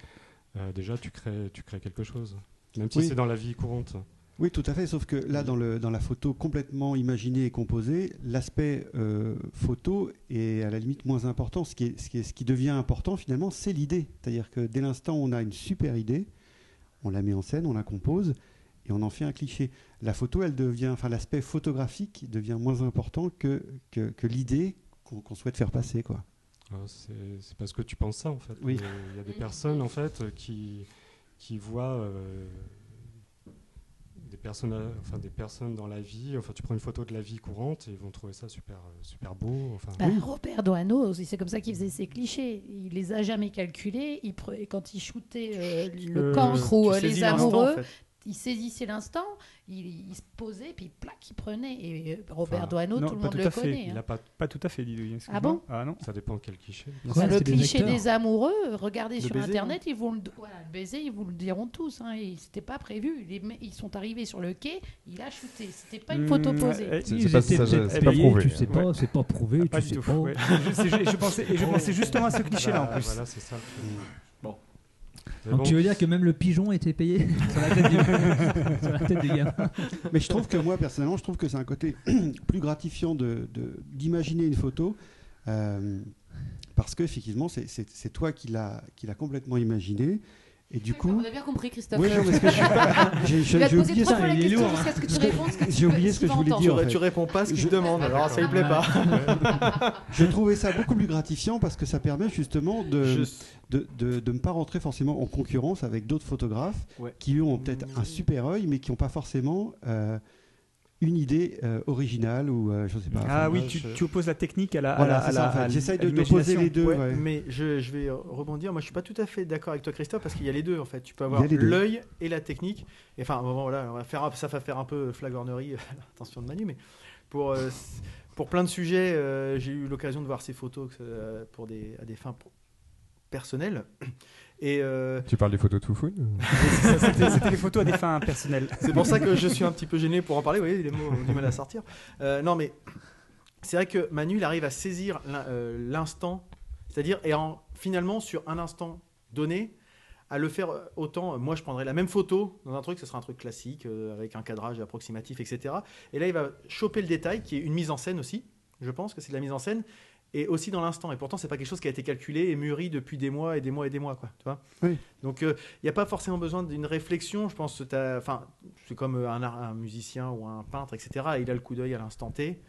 Speaker 9: euh, déjà tu crées, tu crées quelque chose. Même si
Speaker 2: Oui.
Speaker 9: c'est dans la vie courante.
Speaker 2: Oui, tout à fait, sauf que là, dans, le, dans la photo complètement imaginée et composée, l'aspect euh, photo est à la limite moins important. Ce qui, est, ce qui, est- ce qui devient important, finalement, c'est l'idée. C'est-à-dire que dès l'instant où on a une super idée, on la met en scène, on la compose, et on en fait un cliché. La photo, elle devient, enfin, l'aspect photographique devient moins important que, que, que l'idée qu'on qu'on souhaite faire passer, quoi.
Speaker 9: Alors, Ah, C'est c'est parce que tu penses ça en fait.
Speaker 2: Oui.
Speaker 9: Mais Il y a des personnes en fait euh, qui, qui voient euh, des, personnes, enfin, des personnes dans la vie. Enfin, tu prends une photo de la vie courante et ils vont trouver ça super, euh, super beau. Enfin,
Speaker 7: Bah, Robert Doano, c'est comme ça qu'il faisait ses clichés. Il les a jamais calculés. Il pre- quand il shootait euh, le
Speaker 5: Euh,
Speaker 7: cancre ou
Speaker 4: tu
Speaker 7: euh,
Speaker 4: saisis
Speaker 7: les
Speaker 4: l'instant, en
Speaker 7: amoureux,
Speaker 4: fait.
Speaker 7: il saisissait l'instant, il, il se posait, puis plac, il prenait. Et euh, Robert
Speaker 9: Enfin,
Speaker 7: Doano,
Speaker 5: non,
Speaker 7: tout le
Speaker 5: pas
Speaker 7: monde
Speaker 5: tout
Speaker 7: le
Speaker 5: à fait.
Speaker 7: connaît.
Speaker 9: il
Speaker 7: hein.
Speaker 9: a pas,
Speaker 5: pas tout à fait, dis
Speaker 7: Ah bon
Speaker 5: Ah non
Speaker 9: ça dépend quel cliché.
Speaker 7: Bah, le cliché des amoureux, euh, regardez
Speaker 4: Le
Speaker 7: sur
Speaker 4: baiser,
Speaker 7: internet, ils vous le, voilà, le baiser, ils vous le diront tous. Hein, et c'était pas prévu. Les me- ils sont arrivés sur le quai, il a shooté. C'était pas une photo
Speaker 5: Hmm,
Speaker 7: posée.
Speaker 1: eh,
Speaker 5: euh,
Speaker 6: C'est-
Speaker 5: ils
Speaker 6: c'est pas-
Speaker 5: étaient
Speaker 6: ça,
Speaker 5: peut-être
Speaker 6: c'est pas
Speaker 5: payés,
Speaker 6: prouvé.
Speaker 5: tu
Speaker 1: Tu sais
Speaker 5: Ouais.
Speaker 1: pas, c'est pas prouvé,
Speaker 5: Pas
Speaker 1: tu
Speaker 5: du
Speaker 1: sais
Speaker 5: tout.
Speaker 1: pas.
Speaker 5: ouais. Je, c'est- je- je pensais, et je pensais justement à ce cliché-là en
Speaker 9: Bah,
Speaker 5: plus.
Speaker 9: Voilà, c'est ça. que-
Speaker 4: Bon.
Speaker 9: Mais
Speaker 1: Donc
Speaker 9: bon.
Speaker 1: tu veux dire que même le pigeon était payé sur la tête du, sur la tête du gamin.
Speaker 2: Mais je trouve que moi, personnellement, je trouve que c'est un côté plus gratifiant de- de- d'imaginer une photo. euh, parce que, effectivement, c'est- c'est c'est toi qui l'as qui l'as complètement imaginé. Et du coup.
Speaker 3: On a bien compris, Christophe.
Speaker 2: Oui, non, parce que je suis pas- j'ai-
Speaker 3: Tu
Speaker 2: j'ai-
Speaker 3: vas te
Speaker 2: j'ai
Speaker 3: poser
Speaker 2: oublié
Speaker 3: trois
Speaker 2: ça.
Speaker 3: fois la
Speaker 1: il est
Speaker 3: question
Speaker 1: lourd, hein.
Speaker 3: jusqu'à ce que tu répondes ce que tu
Speaker 2: J'ai oublié
Speaker 3: veux-
Speaker 2: ce que
Speaker 3: qu'il
Speaker 2: je voulais
Speaker 3: va
Speaker 2: dire.
Speaker 4: Tu,
Speaker 2: en
Speaker 4: ré-
Speaker 2: fait.
Speaker 4: tu réponds pas à ce qu'il
Speaker 2: Je-
Speaker 4: te demande, alors Ah, ça lui plaît pas.
Speaker 2: Je trouvais ça beaucoup plus gratifiant parce que ça permet justement de.
Speaker 4: Je-
Speaker 2: de, de, de ne pas rentrer forcément en concurrence avec d'autres photographes
Speaker 4: Ouais.
Speaker 2: qui eux ont peut-être un super œil, mais qui n'ont pas forcément euh, une idée euh, originale ou euh, je sais pas.
Speaker 5: Ah
Speaker 9: Enfin,
Speaker 5: oui,
Speaker 9: moi,
Speaker 5: tu,
Speaker 9: je-
Speaker 5: tu opposes la technique à la. à
Speaker 2: Voilà,
Speaker 5: la-
Speaker 2: c'est
Speaker 5: à
Speaker 2: ça,
Speaker 5: la-
Speaker 2: en fait.
Speaker 5: à l-
Speaker 2: J'essaye
Speaker 5: à
Speaker 2: de-
Speaker 5: l'imagination.
Speaker 2: d'opposer les deux.
Speaker 4: Ouais,
Speaker 2: ouais.
Speaker 4: Mais je, je vais rebondir. Moi, je suis pas tout à fait d'accord avec toi, Christophe, parce qu'il y a les deux en fait. Tu peux
Speaker 2: Il
Speaker 4: avoir
Speaker 2: y a les deux.
Speaker 4: l'œil et la technique. Et enfin, à un moment, voilà, on va faire un- ça va faire un peu flagornerie, attention de Manu, mais pour euh, s- pour plein de sujets, euh, j'ai eu l'occasion de voir ces photos euh, pour des à des fins pro- personnelles. Et euh,
Speaker 6: Tu parles des photos tout fun
Speaker 5: Ça, C'était c'était les photos à des fins personnelles.
Speaker 4: C'est pour ça que je suis un petit peu gêné pour en parler. Vous voyez, les mots ont du mal à sortir. Euh, non, mais c'est vrai que Manu, il arrive à saisir l'in- euh, l'instant, c'est-à-dire, et en, finalement, sur un instant donné, à le faire euh, autant. euh, Moi, je prendrais la même photo dans un truc, ce sera un truc classique, euh, avec un cadrage approximatif, etc. Et là, il va choper le détail, qui est une mise en scène aussi. Je pense que c'est de la mise en scène. Et aussi dans l'instant. Et pourtant, c'est pas quelque chose qui a été calculé et mûri depuis des mois et des mois et des mois, quoi. Tu vois
Speaker 2: Oui.
Speaker 4: Donc, euh, il n'y a pas forcément besoin d'une réflexion. Je pense que t'as- enfin, c'est comme euh, un, ar- un musicien ou un peintre, etc. Il a le coup d'œil à l'instant T.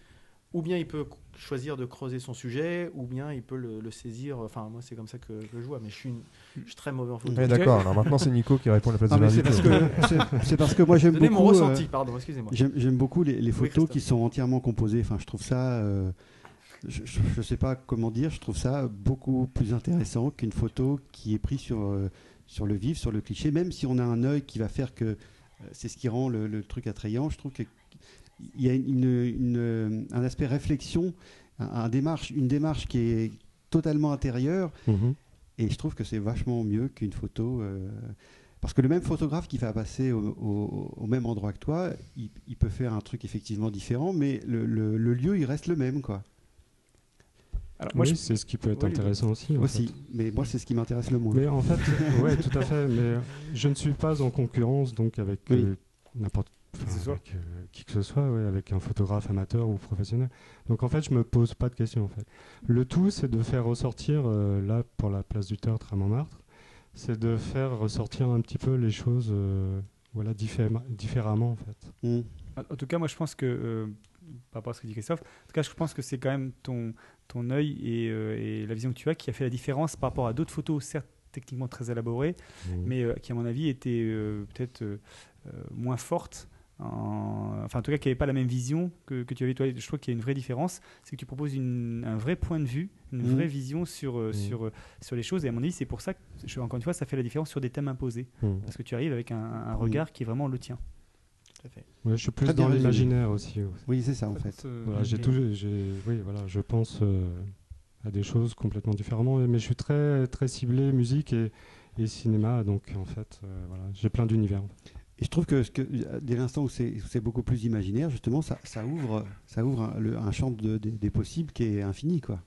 Speaker 4: Ou bien il peut co- choisir de creuser son sujet, ou bien il peut le, le saisir. Enfin, moi, c'est comme ça que je le vois, mais je suis, une- je suis très mauvais en photo.
Speaker 6: Ouais, D'accord, alors maintenant c'est Nico qui répond à la place
Speaker 2: Non,
Speaker 6: de
Speaker 2: mais c'est
Speaker 6: l'invité.
Speaker 2: parce que c'est- c'est parce que moi j'aime
Speaker 4: Donnez
Speaker 2: beaucoup.
Speaker 4: mon
Speaker 2: euh,
Speaker 4: ressenti, pardon, excusez-moi.
Speaker 2: J'aime j'aime beaucoup les, les photos
Speaker 4: Christophe.
Speaker 2: qui sont entièrement composées. Enfin, je trouve ça, euh, je, je- je sais pas comment dire, je trouve ça beaucoup plus intéressant qu'une photo qui est prise sur euh, sur le vif, sur le cliché. Même si on a un œil qui va faire que euh, c'est ce qui rend le, le truc attrayant, je trouve que il y a une, une- un aspect réflexion, un, un démarche, une démarche qui est totalement intérieure.
Speaker 9: Mhm.
Speaker 2: Et je trouve que c'est vachement mieux qu'une photo. euh, Parce que le même photographe qui va passer au, au- au même endroit que toi, il, il peut faire un truc effectivement différent, mais le, le- le lieu, il reste le même, quoi.
Speaker 5: Alors, moi,
Speaker 9: Oui,
Speaker 5: je-
Speaker 9: c'est ce qui peut être
Speaker 5: Oui,
Speaker 9: intéressant aussi. en
Speaker 2: Aussi.
Speaker 9: fait.
Speaker 2: Mais moi, c'est ce qui m'intéresse le moins.
Speaker 9: Mais en fait, euh, ouais, tout à fait. Mais je ne suis pas en concurrence donc avec
Speaker 2: Oui.
Speaker 9: euh, n'importe enfin,
Speaker 5: Que ce soit.
Speaker 9: avec, euh, qui que ce soit, ouais, avec un photographe amateur ou professionnel. Donc en fait, je me pose pas de questions. En fait, le tout, c'est de faire ressortir euh, là pour la place du Tertre à Montmartre, c'est de faire ressortir un petit peu les choses, euh, voilà, diffé- différemment en fait.
Speaker 2: Mm.
Speaker 5: En en tout cas, moi, je pense que, euh, par rapport à ce que dit Christophe, en tout cas, je pense que c'est quand même ton, ton œil et, euh, et la vision que tu as qui a fait la différence par rapport à d'autres photos, certes techniquement très élaborées, mais euh, qui, à mon avis, étaient euh, peut-être euh, euh, moins fortes. en- Enfin, en tout cas, qui n'avaient pas la même vision que, que tu avais toi. Je trouve qu'il y a une vraie différence, c'est que tu proposes une- un vrai point de vue, une
Speaker 2: Mhm.
Speaker 5: vraie vision sur, euh,
Speaker 9: Mhm.
Speaker 5: sur, euh, sur les choses. Et à mon avis, c'est pour ça que, je- encore une fois, ça fait la différence sur des thèmes imposés.
Speaker 9: Mm.
Speaker 5: Parce que tu arrives avec un, un regard qui est vraiment le tien.
Speaker 9: Ouais, je suis plus
Speaker 2: Très bien Euh,
Speaker 9: dans
Speaker 2: résumé.
Speaker 9: l'imaginaire aussi. ouais.
Speaker 2: Oui, c'est ça, en fait.
Speaker 9: Voilà, j'ai tout, j'ai, oui, voilà, je pense euh, à des choses complètement différemment, mais je suis très, très ciblé musique et, et cinéma, donc en fait, euh, voilà, j'ai plein d'univers.
Speaker 2: Et je trouve que, ce que dès l'instant où c'est où c'est beaucoup plus imaginaire, justement, ça, ça ouvre, ça ouvre un, le- un champ de- des- des possibles qui est infini, quoi.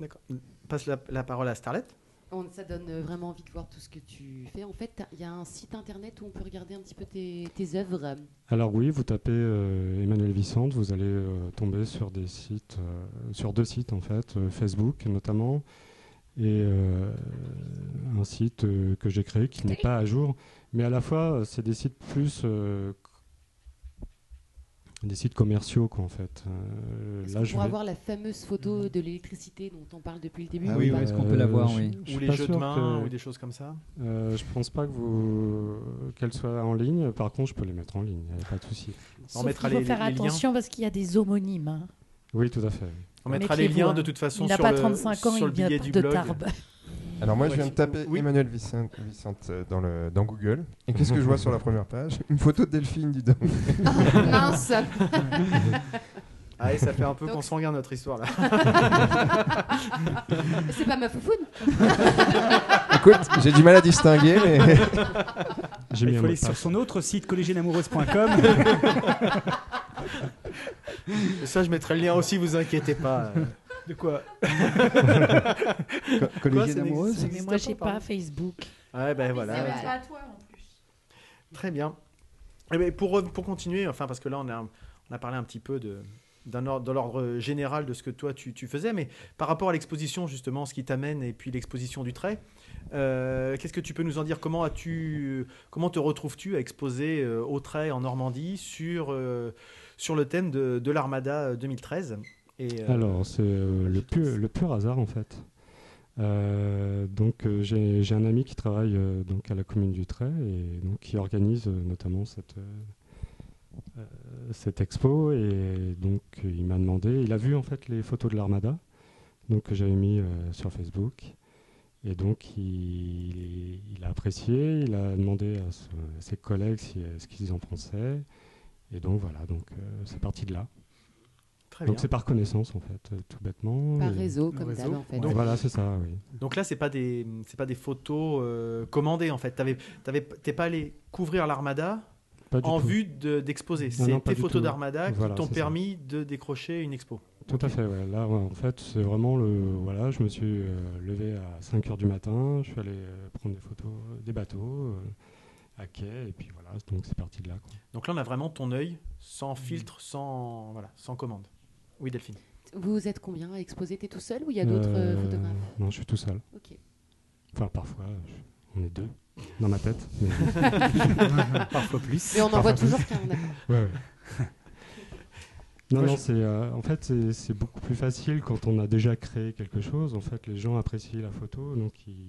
Speaker 4: D'accord. Passe la, la parole à Starlet.
Speaker 3: On- ça donne euh, vraiment envie de voir tout ce que tu fais. En fait, t'as- il y a un site internet où on peut regarder un petit peu tes, tes œuvres.
Speaker 9: Alors oui, vous tapez euh, Emmanuel Vicente, vous allez euh, tomber sur des sites, euh, sur deux sites en fait, euh, Facebook notamment, et euh, un site euh, que j'ai créé qui n'est pas à jour, mais à la fois euh, c'est des sites plus euh, des sites commerciaux quoi en fait. Euh,
Speaker 3: Est-ce
Speaker 9: là,
Speaker 3: qu'on
Speaker 9: je
Speaker 3: pourra
Speaker 9: vais-
Speaker 3: voir la fameuse photo de l'électricité dont on parle depuis le début
Speaker 2: Ah
Speaker 3: ou
Speaker 2: oui,
Speaker 3: pas
Speaker 2: ouais.
Speaker 11: est-ce qu'on peut la voir,
Speaker 9: je-
Speaker 11: oui.
Speaker 9: Euh, je
Speaker 4: Ou
Speaker 9: suis
Speaker 4: les
Speaker 9: pas
Speaker 4: jeux de
Speaker 9: sûr
Speaker 4: main,
Speaker 9: que-
Speaker 4: ou des choses comme ça.
Speaker 9: euh, je pense pas que vous qu'elle soit en ligne. Par contre, je peux les mettre en ligne, y a pas de souci.
Speaker 7: Sauf
Speaker 4: mettra
Speaker 7: qu'il faut
Speaker 4: les-
Speaker 7: faire
Speaker 4: les liens.
Speaker 7: attention parce qu'il y a des homonymes. hein.
Speaker 9: Oui, tout à fait.
Speaker 4: On mettra les
Speaker 7: Mettez-les-vous,
Speaker 4: liens
Speaker 7: hein.
Speaker 4: de toute façon
Speaker 7: Il n'a
Speaker 4: sur
Speaker 7: pas
Speaker 4: le-
Speaker 7: 35 ans, il
Speaker 4: sur le
Speaker 7: vient
Speaker 4: billet
Speaker 7: pas
Speaker 4: du
Speaker 7: de
Speaker 4: blog.
Speaker 7: Tarbes.
Speaker 6: Alors moi, je
Speaker 4: Ouais,
Speaker 6: viens de
Speaker 4: tu-
Speaker 6: taper
Speaker 4: oui.
Speaker 6: Emmanuel Vicente, Vicente, euh, dans, le, dans Google. Et qu'est-ce que je vois sur la première page Une photo de Delphine, dis donc.
Speaker 3: Mince
Speaker 4: Ah, et ça fait un peu
Speaker 3: Donc-
Speaker 4: qu'on se regarde notre histoire là.
Speaker 3: C'est pas ma foufoune
Speaker 6: Écoute, j'ai du mal à distinguer, mais...
Speaker 9: J'ai mis
Speaker 5: Il
Speaker 9: un
Speaker 5: faut
Speaker 9: mot
Speaker 5: aller
Speaker 9: de
Speaker 5: sur
Speaker 9: passe.
Speaker 5: son autre site collégienamoureuse.com.
Speaker 4: ça, je mettrai le lien aussi, vous inquiétez pas.
Speaker 5: de quoi
Speaker 2: Co- collégienne
Speaker 4: ça n'existe-
Speaker 2: amoureuse
Speaker 4: ça
Speaker 7: Mais
Speaker 4: n'existe
Speaker 7: moi, j'ai
Speaker 4: pardon.
Speaker 7: pas Facebook.
Speaker 4: Ouais, ben
Speaker 3: c'est
Speaker 4: voilà.
Speaker 3: vrai.
Speaker 7: à toi en plus.
Speaker 4: Très bien. Eh ben, pour, re- pour continuer, enfin, parce que là, on a, on a parlé un petit peu de, d'un ordre, de l'ordre général de ce que toi, tu, tu faisais, mais par rapport à l'exposition, justement, ce qui t'amène, et puis l'exposition du trait, euh, qu'est-ce que tu peux nous en dire comment, as-tu, comment te retrouves-tu à exposer euh, au trait en Normandie sur, euh, sur le thème de, de l'Armada euh, 2013 et, euh,
Speaker 9: Alors, c'est euh, le, pur, le pur hasard en fait. Euh, donc, euh, j'ai j'ai un ami qui travaille euh, donc à la commune du Trait et donc qui organise euh, notamment cette euh, euh, cette expo et donc euh, il m'a demandé, il a vu en fait les photos de l'armada donc que j'avais mis euh, sur Facebook et donc il, il a apprécié, il a demandé à, son- à ses collègues si, euh, ce qu'ils en pensaient et donc voilà donc euh, c'est parti de là.
Speaker 4: très bien.
Speaker 9: Donc c'est par connaissance en fait, euh, tout bêtement.
Speaker 3: Par
Speaker 9: Et-
Speaker 3: réseau, comme
Speaker 5: Réseau.
Speaker 3: d'hab, en fait.
Speaker 9: Donc voilà, c'est ça, oui.
Speaker 4: Donc là, c'est pas des c'est pas des photos euh, commandées en fait. T'avais t'avais t'es pas allé couvrir l'armada
Speaker 9: Pas du
Speaker 4: en
Speaker 9: tout.
Speaker 4: vue de- d'exposer.
Speaker 9: Non,
Speaker 4: c'est
Speaker 9: non, pas
Speaker 4: tes
Speaker 9: du
Speaker 4: photos
Speaker 9: tout.
Speaker 4: d'armada
Speaker 9: Voilà,
Speaker 4: qui t'ont
Speaker 9: c'est ça.
Speaker 4: permis de décrocher une expo.
Speaker 9: Tout à fait, ouais. Là, ouais, en fait, c'est vraiment le. Voilà, je me suis euh, levé à 5 h du matin, je suis allé euh, prendre des photos euh, des bateaux euh, à quai, et puis voilà, donc c'est parti de là. quoi.
Speaker 4: Donc là, on a vraiment ton œil
Speaker 9: Mm.
Speaker 4: sans filtre, sans voilà, sans commande. Oui, Delphine.
Speaker 3: Vous êtes combien à exposer T'es tout seul ou il y a d'autres euh,
Speaker 9: Euh,
Speaker 3: photographes
Speaker 9: Non, je suis tout seul.
Speaker 3: Ok.
Speaker 9: Enfin, parfois, je- on est deux dans ma tête. Mais...
Speaker 5: Parfois plus.
Speaker 3: Mais on en voit toujours qu'un. d'accord.
Speaker 9: Ouais, ouais. Non,
Speaker 4: Moi,
Speaker 9: non,
Speaker 4: je-
Speaker 9: c'est euh, en fait c'est- c'est beaucoup plus facile quand on a déjà créé quelque chose. En fait, les gens apprécient la photo, donc ils,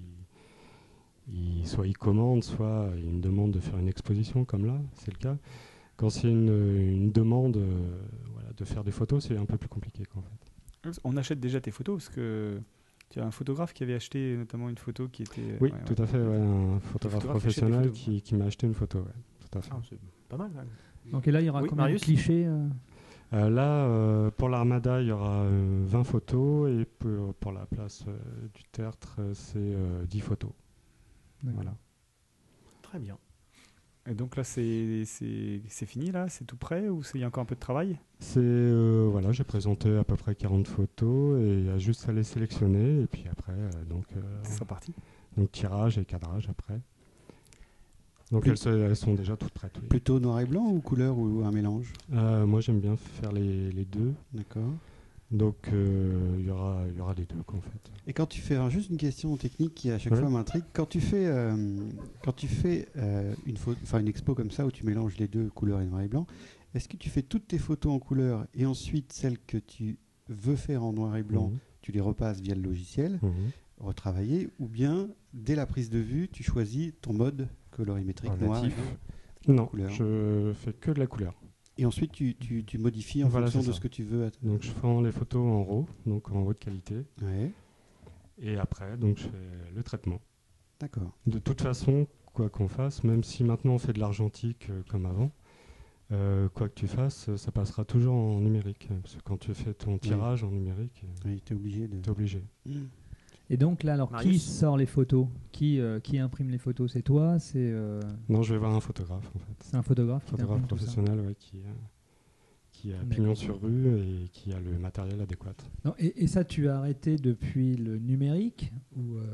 Speaker 9: ils- soit ils commandent, soit ils me demandent de faire une exposition comme là, c'est le cas. Quand c'est une, une demande euh, voilà, de faire des photos, c'est un peu plus compliqué. Quoi, en fait.
Speaker 5: On achète déjà tes photos parce que tu as un photographe qui avait acheté notamment une photo qui était.
Speaker 9: Oui,
Speaker 5: ouais,
Speaker 9: tout
Speaker 5: ouais.
Speaker 9: à fait. ouais, un
Speaker 4: photographe achète
Speaker 9: photographe
Speaker 4: des
Speaker 9: professionnel
Speaker 4: photos.
Speaker 9: qui, qui m'a acheté une photo. ouais, tout à fait.
Speaker 4: Ah, c'est pas mal. hein.
Speaker 11: Donc et là, il y aura
Speaker 4: Oui,
Speaker 11: combien
Speaker 4: Marius
Speaker 11: de clichés euh,
Speaker 9: Euh, là, euh, pour l'Armada, il y aura euh, 20 photos et pour, pour la place euh, du Tertre, euh, c'est euh, 10 photos.
Speaker 11: D'accord.
Speaker 9: Voilà.
Speaker 4: Très bien.
Speaker 5: Et donc là, c'est c'est- c'est fini, là C'est tout prêt Ou c'est- il y a encore un peu de travail
Speaker 9: C'est euh, voilà, j'ai présenté à peu près 40 photos et il y a juste à les sélectionner et puis après euh, donc euh,
Speaker 5: Ce sera parti.
Speaker 9: donc tirage et cadrage après. Donc
Speaker 2: Plus-
Speaker 9: elles, se- elles sont déjà toutes prêtes. oui.
Speaker 2: Plutôt noir et blanc ou couleur ou un mélange
Speaker 9: Euh, moi j'aime bien faire les, les deux,
Speaker 2: D'accord.
Speaker 9: donc euh, il y aura il y aura les deux quoi, en fait.
Speaker 2: Et quand tu fais alors, juste une question technique qui à chaque
Speaker 9: Ouais.
Speaker 2: fois m'intrigue, quand tu fais euh, quand tu fais euh, une photo, enfin une expo comme ça où tu mélanges les deux couleurs et noir et blanc, est-ce que tu fais toutes tes photos en couleur et ensuite celles que tu veux faire en noir et blanc, tu les repasses via le logiciel
Speaker 9: Mhm. Mhm.
Speaker 2: retravaillé ou bien dès la prise de vue, tu choisis ton mode colorimétrique
Speaker 6: En
Speaker 2: noir et
Speaker 6: natif.
Speaker 2: blanc.
Speaker 9: Non,
Speaker 2: Couleur.
Speaker 9: je fais que de la couleur.
Speaker 2: Et ensuite tu, tu- tu modifies en
Speaker 9: Voilà,
Speaker 2: fonction
Speaker 9: c'est
Speaker 2: de
Speaker 9: ça.
Speaker 2: ce que tu veux. att-
Speaker 9: Donc je prends les photos en RAW, donc en haute qualité,
Speaker 2: Ouais,
Speaker 9: et après donc je fais le traitement.
Speaker 2: d'accord.
Speaker 9: De toute façon, quoi qu'on fasse, même si maintenant on fait de l'argentique euh, comme avant, euh, quoi que tu fasses, euh, ça passera toujours en numérique. euh, Parce que quand tu fais ton tirage en numérique, euh,
Speaker 2: Oui, t'es obligé de.
Speaker 9: t'es obligé.
Speaker 2: Mm.
Speaker 11: Et donc là, alors qui
Speaker 4: Marius
Speaker 11: sort les photos qui, euh, qui imprime les photos C'est toi C'est euh,
Speaker 9: Non, je vais voir un photographe en fait.
Speaker 11: c'est un photographe qui
Speaker 9: Photographe
Speaker 11: t'imprime tout ça
Speaker 9: professionnel ouais, qui, euh, qui a
Speaker 11: D'accord.
Speaker 9: pignon sur rue et qui a le matériel adéquat.
Speaker 11: Non, et, et ça, tu as arrêté depuis le numérique ou euh,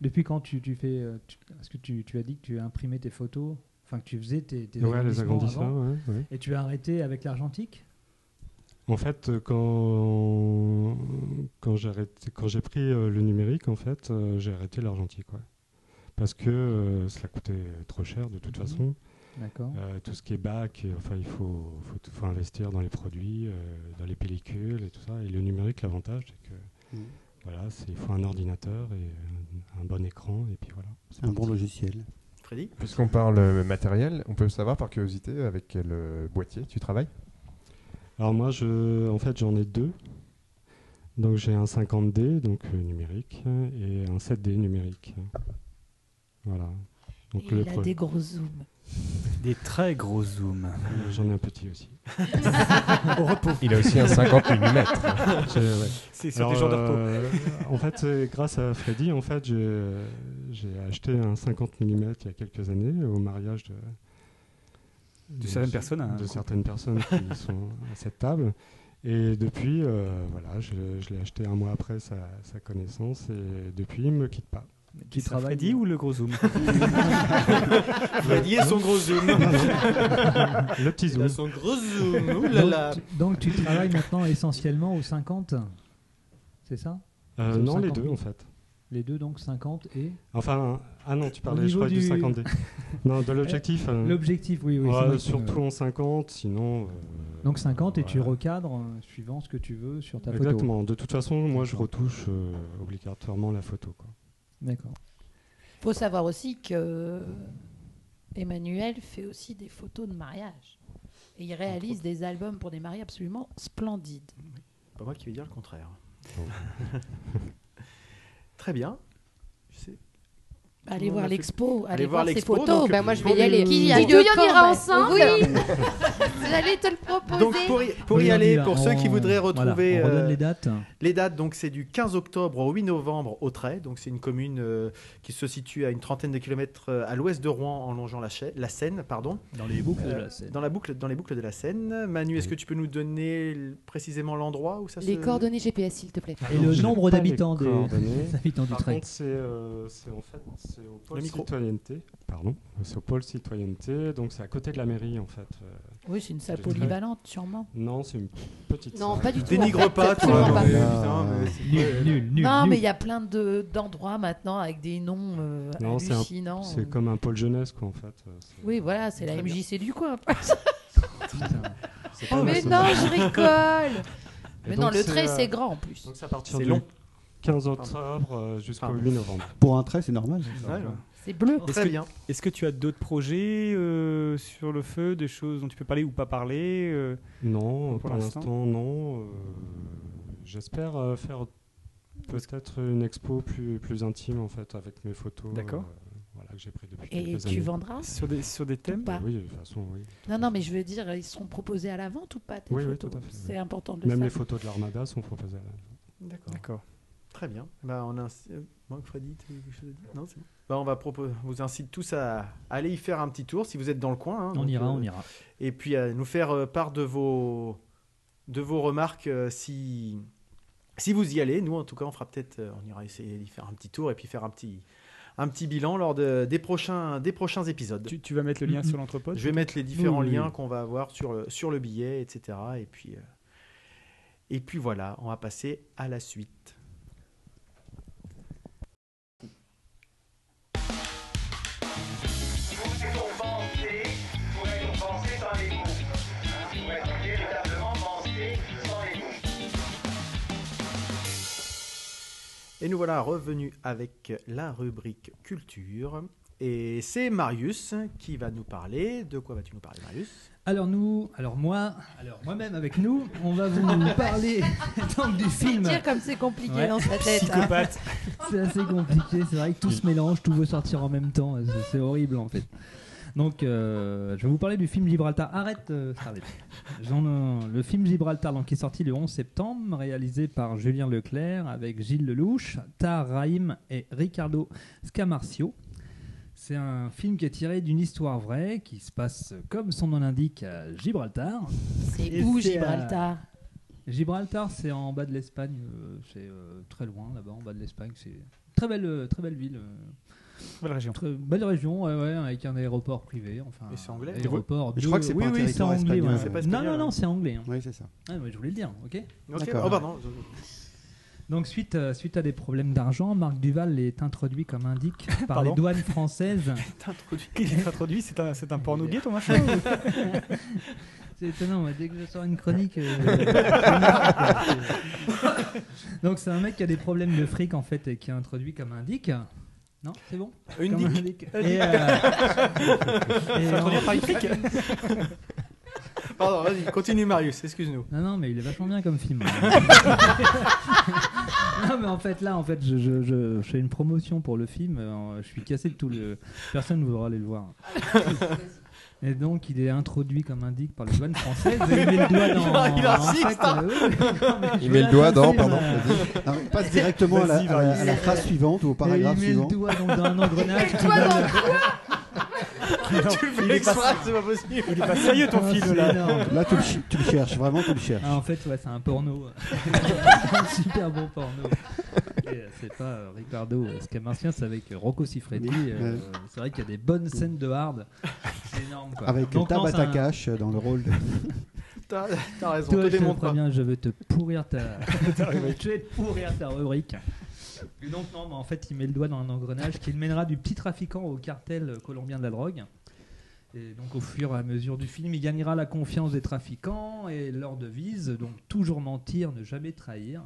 Speaker 11: depuis quand tu, tu fais euh, tu- Parce que tu, tu as dit que tu as imprimé tes photos, enfin que tu faisais tes, tes
Speaker 9: Ouais, les
Speaker 11: agrandissements avant,
Speaker 9: agrandisseurs, ouais, ouais.
Speaker 11: Et tu as arrêté avec l'argentique
Speaker 9: En fait, euh, quand, quand j'ai arrêté- quand j'ai pris euh, le numérique, en fait, euh, j'ai arrêté l'argentique. ouais. Parce que euh, cela coûtait trop cher de toute
Speaker 11: Mhm.
Speaker 9: façon.
Speaker 11: D'accord.
Speaker 9: Euh, tout ce qui est bac, et, enfin, il faut, faut, tout- faut investir dans les produits, euh, dans les pellicules et tout ça. Et le numérique, l'avantage, c'est que
Speaker 2: Mhm.
Speaker 9: voilà, c'est- il faut un ordinateur et euh, un bon écran. Et puis voilà. c'est
Speaker 2: Un
Speaker 9: parti.
Speaker 2: bon logiciel.
Speaker 4: Freddy
Speaker 6: Puisqu'on parle euh, matériel, on peut savoir par curiosité avec quel euh, boîtier tu travailles
Speaker 9: Alors moi, je, en fait, j'en ai deux. Donc j'ai un 50D, donc euh, numérique, et un 7D numérique. Voilà. Donc
Speaker 7: Et
Speaker 9: le
Speaker 7: il a
Speaker 9: pre-
Speaker 7: des gros zooms.
Speaker 5: Des très gros zooms.
Speaker 9: euh, j'en ai un petit aussi.
Speaker 5: Au repos.
Speaker 6: Il a aussi un 50 mm.
Speaker 9: J'ai- ouais.
Speaker 5: C'est sur
Speaker 9: Alors,
Speaker 5: des jours de repos.
Speaker 9: euh, en fait, c'est grâce à Freddy, en fait, j'ai euh, j'ai acheté un 50 mm il y a quelques années au mariage de, de-
Speaker 5: certaines personnes, hein,
Speaker 9: de
Speaker 5: quoi.
Speaker 9: certaines personnes qui sont à cette table. Et depuis, euh, voilà, je, je l'ai acheté un mois après sa, sa connaissance et depuis, il me quitte pas.
Speaker 11: Qui
Speaker 5: C'est
Speaker 11: travaille
Speaker 5: Freddy ou le gros zoom
Speaker 4: Freddy et son gros zoom.
Speaker 9: Le petit
Speaker 4: Il
Speaker 9: zoom.
Speaker 4: a son gros zoom. Ouh là là.
Speaker 11: Donc, tu- donc tu travailles maintenant essentiellement aux 50 C'est ça
Speaker 9: Euh,
Speaker 11: c'est au
Speaker 9: non, les
Speaker 11: 50.
Speaker 9: deux en fait.
Speaker 11: Les deux donc 50 et
Speaker 9: Enfin, ah non, tu parlais, je
Speaker 11: niveau
Speaker 9: crois,
Speaker 11: du-
Speaker 9: du 50D. non, de l'objectif. euh,
Speaker 11: l'objectif oui oui.
Speaker 9: ouais,
Speaker 11: c'est vrai que-
Speaker 9: surtout en 50, sinon. euh,
Speaker 11: Donc 50 et tu
Speaker 9: voilà.
Speaker 11: recadres euh, suivant ce que tu veux sur ta photo.
Speaker 9: Exactement. De toute façon, moi, je retouche euh, obligatoirement la photo. quoi.
Speaker 11: D'accord.
Speaker 7: faut savoir aussi que Emmanuel fait aussi des photos de mariage. Et il réalise des albums pour des mariés absolument splendides.
Speaker 4: Pas moi qui vais dire le contraire. Très bien. Je sais.
Speaker 3: Bah,
Speaker 7: Allez
Speaker 4: Non, on
Speaker 7: voir
Speaker 4: a fait-
Speaker 7: l'expo, allez,
Speaker 4: Allez Bah, voir
Speaker 7: voir ses
Speaker 4: l'expo,
Speaker 7: photos.
Speaker 4: donc,
Speaker 3: Ben, moi, je vais y
Speaker 4: Pour
Speaker 3: aller.
Speaker 4: le-
Speaker 3: Qui
Speaker 7: Dis-nous,
Speaker 3: deux
Speaker 7: on
Speaker 3: corps,
Speaker 7: ira
Speaker 3: ben.
Speaker 7: ensemble.
Speaker 3: Oui. J'allais te le proposer.
Speaker 4: Donc pour y, pour y
Speaker 11: Oui, on
Speaker 4: aller,
Speaker 11: va,
Speaker 4: pour ceux qui
Speaker 11: on-
Speaker 4: voudraient
Speaker 11: voilà,
Speaker 4: retrouver
Speaker 11: on redonne
Speaker 4: euh,
Speaker 11: les dates.
Speaker 4: Les dates, donc c'est du 15 octobre au 8 novembre au Trait. Donc c'est une commune euh, qui se situe à une trentaine de kilomètres euh, à l'ouest de Rouen en longeant la, chai- la Seine, pardon,
Speaker 11: Dans les boucles
Speaker 4: Euh, dans la boucle, dans les boucles de la Seine. Manu, est-ce que tu peux nous donner l- précisément l'endroit où ça
Speaker 3: Les
Speaker 4: se
Speaker 3: coordonnées GPS, s'il te plaît.
Speaker 11: Et le nombre
Speaker 9: pas
Speaker 11: d'habitants
Speaker 9: les
Speaker 11: des
Speaker 9: coordonnées.
Speaker 11: des habitants du
Speaker 9: Par
Speaker 11: train.
Speaker 9: contre, c'est euh, c'est en fait c'est au pôle
Speaker 4: Le micro.
Speaker 9: citoyenneté. Pardon. C'est au pôle citoyenneté. Donc c'est à côté de la mairie en fait. Euh,
Speaker 7: Oui, c'est une salle
Speaker 9: Je-
Speaker 7: polyvalente, sûrement.
Speaker 9: non, c'est une petite.
Speaker 3: Non,
Speaker 9: salle.
Speaker 3: pas du tout.
Speaker 4: Dénigre
Speaker 3: en fait,
Speaker 4: pas, toi.
Speaker 3: absolument
Speaker 4: non,
Speaker 3: pas.
Speaker 4: mais,
Speaker 2: Ah.
Speaker 5: hein,
Speaker 4: putain, mais c'est-
Speaker 11: Nul, nul, nul.
Speaker 7: non,
Speaker 11: nul.
Speaker 7: mais il y a plein de- d'endroits maintenant avec des noms euh,
Speaker 9: Non, c'est un-
Speaker 7: hallucinants.
Speaker 9: C'est comme un pôle jeunesse quoi en fait. Euh, c'est-
Speaker 7: Oui, voilà, c'est la
Speaker 4: Très bien.
Speaker 7: MJC du coin.
Speaker 11: Putain.
Speaker 9: c'est pas
Speaker 7: mais
Speaker 9: la-
Speaker 7: non, je rigole.
Speaker 9: Et
Speaker 7: mais
Speaker 9: donc,
Speaker 7: non, le
Speaker 9: c'est,
Speaker 7: trait,
Speaker 9: euh,
Speaker 7: c'est grand en plus.
Speaker 9: Donc c'est à partir
Speaker 4: C'est
Speaker 9: du
Speaker 4: long.
Speaker 9: 15 octobre euh, jusqu'au
Speaker 4: Pardon.
Speaker 9: 8 novembre.
Speaker 2: Pour un trait, c'est normal.
Speaker 4: Ouais, ouais.
Speaker 7: C'est bleu.
Speaker 5: Est-ce
Speaker 4: Très
Speaker 5: que-
Speaker 4: bien.
Speaker 5: Est-ce que tu as d'autres projets euh, sur le feu, des choses dont tu peux parler ou pas parler euh,
Speaker 9: Non, pour
Speaker 5: Pour l'instant.
Speaker 9: l'instant, non. Euh, J'espère euh, faire peut-être une expo plus, plus intime, en fait, avec mes photos.
Speaker 5: D'accord.
Speaker 9: euh, voilà, que j'ai pris depuis
Speaker 7: Et
Speaker 9: quelques
Speaker 7: tu
Speaker 9: années.
Speaker 7: vendras
Speaker 5: sur, des, sur des
Speaker 7: ou
Speaker 5: thèmes
Speaker 7: pas
Speaker 9: Oui, de toute façon, oui.
Speaker 7: Non, non, mais je veux dire, ils seront proposés à la vente ou pas tes
Speaker 9: Oui, oui,
Speaker 7: photos
Speaker 9: tout à fait, oui.
Speaker 7: C'est important de le
Speaker 9: Même les
Speaker 7: savoir.
Speaker 9: photos de l'armada sont proposées. à la-
Speaker 4: D'accord.
Speaker 5: D'accord.
Speaker 4: Très bien. Bah, on a Freddy, tu veux quelque chose à dire Non, c'est bon. Bah, on va proposer, on vous incite tous à aller y faire un petit tour si vous êtes dans le coin. hein.
Speaker 1: On
Speaker 4: Donc,
Speaker 1: ira,
Speaker 4: euh,
Speaker 1: on ira.
Speaker 4: Et puis à nous faire euh, part de vos, de vos remarques euh, si, si vous y allez. Nous, en tout cas, on fera peut-être, euh, on ira essayer d'y faire un petit tour et puis faire un petit, un petit bilan lors de, des, prochains, des prochains épisodes.
Speaker 5: Tu, tu vas mettre le lien
Speaker 4: Mhm.
Speaker 5: sur l'entrepôt
Speaker 4: Je vais mettre les différents
Speaker 5: Oui, oui, oui.
Speaker 4: liens qu'on va avoir sur le, sur le billet, etc. Et puis, euh, et puis voilà, on va passer à la suite. Et nous voilà revenus avec la rubrique culture. Et c'est Marius qui va nous parler. De quoi vas-tu nous parler, Marius
Speaker 1: Alors nous, alors moi, alors moi-même avec nous, on va vous parler donc du film.
Speaker 7: Dire comme c'est compliqué
Speaker 1: Ouais.
Speaker 7: dans sa tête. hein.
Speaker 1: Psychopathe. C'est assez compliqué, c'est vrai que tout se mélange, tout veut sortir en même temps, c'est- c'est horrible en fait. Donc euh, je vais vous parler du film Gibraltar. Arrête, euh, Starlet. J'en- euh, le film Gibraltar donc, qui est sorti le 11 septembre, réalisé par Julien Leclerc avec Gilles Lelouch, Tahar Rahim et Ricardo Scamarcio. C'est un film qui est tiré d'une histoire vraie qui se passe, comme son nom l'indique, à Gibraltar.
Speaker 7: C'est
Speaker 1: Et
Speaker 7: où
Speaker 1: c'est à-
Speaker 7: Gibraltar
Speaker 1: Gibraltar, c'est en bas de l'Espagne, euh, c'est euh, très loin là-bas, en bas de l'Espagne. C'est très belle, euh, très belle ville. euh.
Speaker 5: Belle région.
Speaker 1: Très belle région, ouais, ouais, avec un aéroport privé. Enfin,
Speaker 4: Et c'est anglais
Speaker 1: aéroport
Speaker 2: Je crois que c'est
Speaker 1: oui,
Speaker 2: pas un
Speaker 1: oui, c'est
Speaker 2: territoire
Speaker 1: anglais.
Speaker 2: espagnol.
Speaker 1: ouais.
Speaker 2: C'est pas
Speaker 1: non,
Speaker 2: espagnol,
Speaker 1: non, non,
Speaker 2: hein.
Speaker 1: c'est anglais. hein.
Speaker 2: Oui, c'est ça.
Speaker 1: Ah, mais je voulais le dire, ok
Speaker 4: Ok,
Speaker 2: D'accord.
Speaker 4: oh, pardon.
Speaker 1: donc suite, euh, suite à des problèmes d'argent, Marc Duval est introduit comme indique par les
Speaker 5: Pardon
Speaker 1: douanes françaises.
Speaker 5: Il est introduit, c'est un, c'est un porno gay ton machin ou-
Speaker 1: C'est étonnant, moi, dès que je sors une chronique. euh, c'est marrant, quoi. Donc c'est un mec qui a des problèmes de fric en fait et qui est introduit comme un dick. Non, c'est bon
Speaker 4: Une
Speaker 1: Comme
Speaker 4: dick.
Speaker 1: un dick.
Speaker 4: Un
Speaker 1: Et,
Speaker 4: dick.
Speaker 1: euh, et
Speaker 4: Introduit
Speaker 1: en-
Speaker 4: par une fric Pardon, vas-y, continue, Marius, excuse-nous.
Speaker 1: Non, non, mais il est vachement bien comme film. non, mais en fait, là, en fait, je, je- je- je fais une promotion pour le film. euh, Je suis cassé de tout le. Personne ne voudra aller le voir. Et donc, il est introduit comme indique par les douanes françaises. et Il met le doigt dans.
Speaker 2: Il est
Speaker 1: en fait,
Speaker 2: raciste, hein.
Speaker 1: euh, oui, non, mais je
Speaker 2: Il
Speaker 1: veux
Speaker 2: met le
Speaker 1: la
Speaker 2: doigt dans,
Speaker 1: faire,
Speaker 2: pardon,
Speaker 1: euh,
Speaker 2: vas-y. Non, mais passe directement à la-
Speaker 1: Vas-y,
Speaker 2: à la-
Speaker 1: vas-y.
Speaker 2: à la phrase suivante ou au paragraphe
Speaker 1: Et il met
Speaker 2: suivant.
Speaker 1: le doigt donc dans un engrenage.
Speaker 2: Il met le
Speaker 1: qui
Speaker 2: doigt
Speaker 1: donne-
Speaker 2: dans le
Speaker 4: tu le fais exprès, c'est pas possible.
Speaker 5: Il est pas sérieux ton
Speaker 1: Ah,
Speaker 5: film
Speaker 1: c'est
Speaker 5: là.
Speaker 1: énorme.
Speaker 2: Là, tu le, ch- tu le cherches, vraiment, tu le cherches.
Speaker 1: Ah, en fait, ouais, c'est un porno. C'est un super bon porno. Et, euh, C'est pas euh, Ricardo euh, Scamarcia, c'est avec euh, Rocco Siffredi.
Speaker 2: Oui,
Speaker 1: euh,
Speaker 2: ouais.
Speaker 1: C'est vrai qu'il y a des bonnes scènes de hard. C'est énorme. Quoi.
Speaker 2: Avec
Speaker 1: Donc, non, c'est
Speaker 2: Tabata
Speaker 1: un-
Speaker 2: Cash euh, dans le rôle de.
Speaker 4: T'as t'as raison,
Speaker 1: Toi,
Speaker 4: te
Speaker 1: je te
Speaker 6: hein.
Speaker 4: démontre pas.
Speaker 1: préviens, je veux te pourrir ta.
Speaker 4: Ta rubrique.
Speaker 1: je vais te pourrir ta rubrique. Et donc, non, mais en fait, il met le doigt dans un engrenage qui le mènera du petit trafiquant au cartel colombien de la drogue. Et donc, au fur et à mesure du film, il gagnera la confiance des trafiquants et leur devise, donc toujours mentir, ne jamais trahir.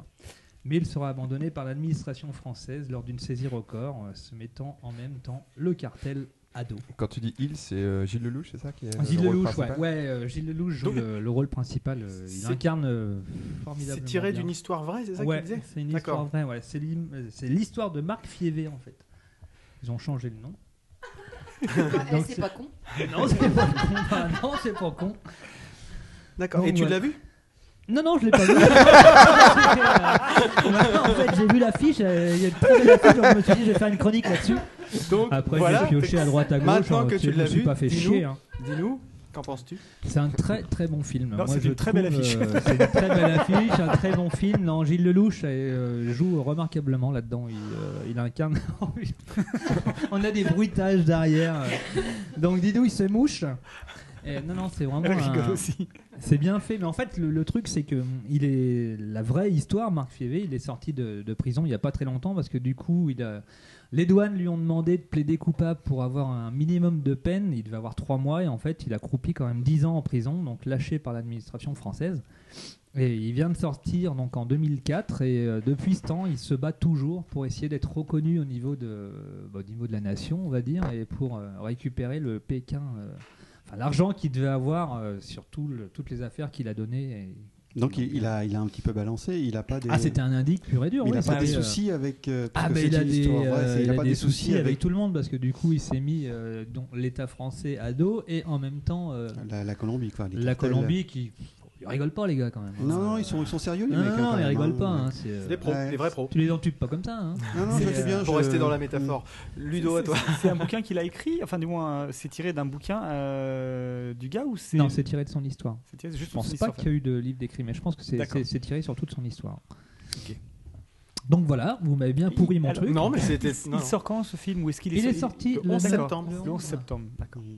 Speaker 1: Mais il sera abandonné par l'administration française lors d'une saisie record, euh, se mettant en même temps le cartel à dos.
Speaker 6: Quand tu dis il, c'est euh, Gilles Lelouch, c'est ça qui
Speaker 5: Ah,
Speaker 6: est le
Speaker 1: Gilles
Speaker 6: rôle
Speaker 1: Lelouch, ouais,
Speaker 6: principal
Speaker 1: ouais, euh, Gilles Lelouch joue
Speaker 4: Donc-
Speaker 1: le, le rôle principal. euh, il
Speaker 4: C'est-
Speaker 1: incarne euh, formidablement.
Speaker 4: C'est tiré
Speaker 1: bien.
Speaker 4: d'une histoire vraie, c'est ça
Speaker 1: ouais,
Speaker 4: que tu disais
Speaker 1: C'est une
Speaker 4: D'accord.
Speaker 1: histoire vraie, ouais. C'est l'im- euh, C'est l'histoire de Marc Fievé, en fait. Ils ont changé le nom.
Speaker 3: eh,
Speaker 1: Donc,
Speaker 3: c'est pas con.
Speaker 1: Non, c'est pas con. bah, non, c'est pas con.
Speaker 4: D'accord,
Speaker 1: Donc,
Speaker 4: et tu
Speaker 1: ouais.
Speaker 4: l'as vu
Speaker 1: Non, non, je l'ai pas vu. Euh, en fait, j'ai vu l'affiche. euh, Il y a une très belle affiche. donc je me suis dit, je vais faire une chronique là-dessus.
Speaker 4: Donc,
Speaker 1: Après,
Speaker 4: voilà.
Speaker 1: j'ai pioché à droite à gauche.
Speaker 4: Maintenant
Speaker 1: hein,
Speaker 4: que tu
Speaker 1: je me
Speaker 4: l'as
Speaker 1: suis
Speaker 4: vu,
Speaker 1: pas fait
Speaker 4: dis-nous.
Speaker 1: chier. hein.
Speaker 4: Dis-nous, qu'en penses-tu
Speaker 1: C'est un très très bon film.
Speaker 5: Non,
Speaker 1: Moi,
Speaker 5: c'est
Speaker 1: je
Speaker 5: une très belle
Speaker 1: trouve,
Speaker 5: affiche.
Speaker 1: euh, c'est une très belle affiche, un très bon film. Non, Gilles Lelouch euh, joue remarquablement là-dedans. Il, euh, il incarne. On a des bruitages derrière. Donc Didou, il se mouche. Et Eh, non, non, c'est vraiment.
Speaker 5: Elle rigole
Speaker 1: un-
Speaker 5: aussi.
Speaker 1: C'est bien fait, mais en fait, le, le truc, c'est que hum, il est la vraie histoire. Marc Fievé, il est sorti de, de prison il n'y a pas très longtemps parce que du coup, il a, les douanes lui ont demandé de plaider coupable pour avoir un minimum de peine. Il devait avoir trois mois et en fait, il a croupi quand même 10 ans en prison, donc lâché par l'administration française. Et il vient de sortir donc en 2004 et euh, depuis ce temps, il se bat toujours pour essayer d'être reconnu au niveau de, bah, au niveau de la nation, on va dire, et pour euh, récupérer le Pékin, euh, enfin l'argent qu'il devait avoir euh, sur tout le- toutes les affaires qu'il a données. et-
Speaker 2: Donc, il, il a, il a un petit peu balancé. Il a pas des.
Speaker 1: Ah, c'était un indique pur et dur.
Speaker 2: Mais il
Speaker 1: oui,
Speaker 2: a pas
Speaker 1: c'était,
Speaker 2: des
Speaker 1: euh,
Speaker 2: soucis avec. euh, parce
Speaker 1: ah,
Speaker 2: que
Speaker 1: ben
Speaker 2: c'est
Speaker 1: il a
Speaker 2: une
Speaker 1: des,
Speaker 2: histoire vraie,
Speaker 1: euh,
Speaker 2: c'est-
Speaker 1: il a des soucis
Speaker 2: soucis
Speaker 1: avec... tout le monde parce que du coup il s'est mis euh, dont l'État français à dos et en même temps euh,
Speaker 2: La, la Colombie, quoi. les
Speaker 1: la
Speaker 2: cartels.
Speaker 1: Colombie qui Ils rigolent pas, les gars, quand même. hein.
Speaker 2: Non, non, ils sont, ils sont sérieux, les
Speaker 1: Non,
Speaker 2: mecs. hein,
Speaker 1: non,
Speaker 2: quand
Speaker 1: ils
Speaker 2: même,
Speaker 1: rigolent
Speaker 2: hein.
Speaker 1: pas. hein, c'est, euh,
Speaker 4: C'est des pros, des vrais pros.
Speaker 1: Tu les entubes pas comme ça. hein.
Speaker 2: Non, non, je
Speaker 1: C'est,
Speaker 2: sais bien,
Speaker 1: euh,
Speaker 4: Pour
Speaker 2: je-
Speaker 4: rester dans la métaphore. Ludo, à toi.
Speaker 5: Mm. C'est- C'est un bouquin qu'il a écrit, enfin du moins euh, c'est tiré d'un bouquin euh, du gars ou c'est
Speaker 11: Non, c'est tiré de son histoire.
Speaker 5: c'est tiré juste
Speaker 11: Je
Speaker 5: pour
Speaker 11: pense
Speaker 5: son
Speaker 11: pas
Speaker 5: histoire,
Speaker 11: qu'il y a eu de livre d'écrit, mais je pense que c'est-
Speaker 5: D'accord.
Speaker 11: c'est c'est tiré sur toute son histoire.
Speaker 5: Ok.
Speaker 11: Donc voilà, vous m'avez bien pourri mon
Speaker 5: Alors,
Speaker 11: truc.
Speaker 4: Non, mais c'était.
Speaker 5: Il,
Speaker 4: non,
Speaker 5: il sort quand ce film ou est-ce qu'il est,
Speaker 11: Il est sorti
Speaker 5: le 11
Speaker 11: septembre.
Speaker 5: septembre
Speaker 11: Le
Speaker 5: Le 11
Speaker 11: onze.
Speaker 5: septembre, d'accord.
Speaker 2: Mm.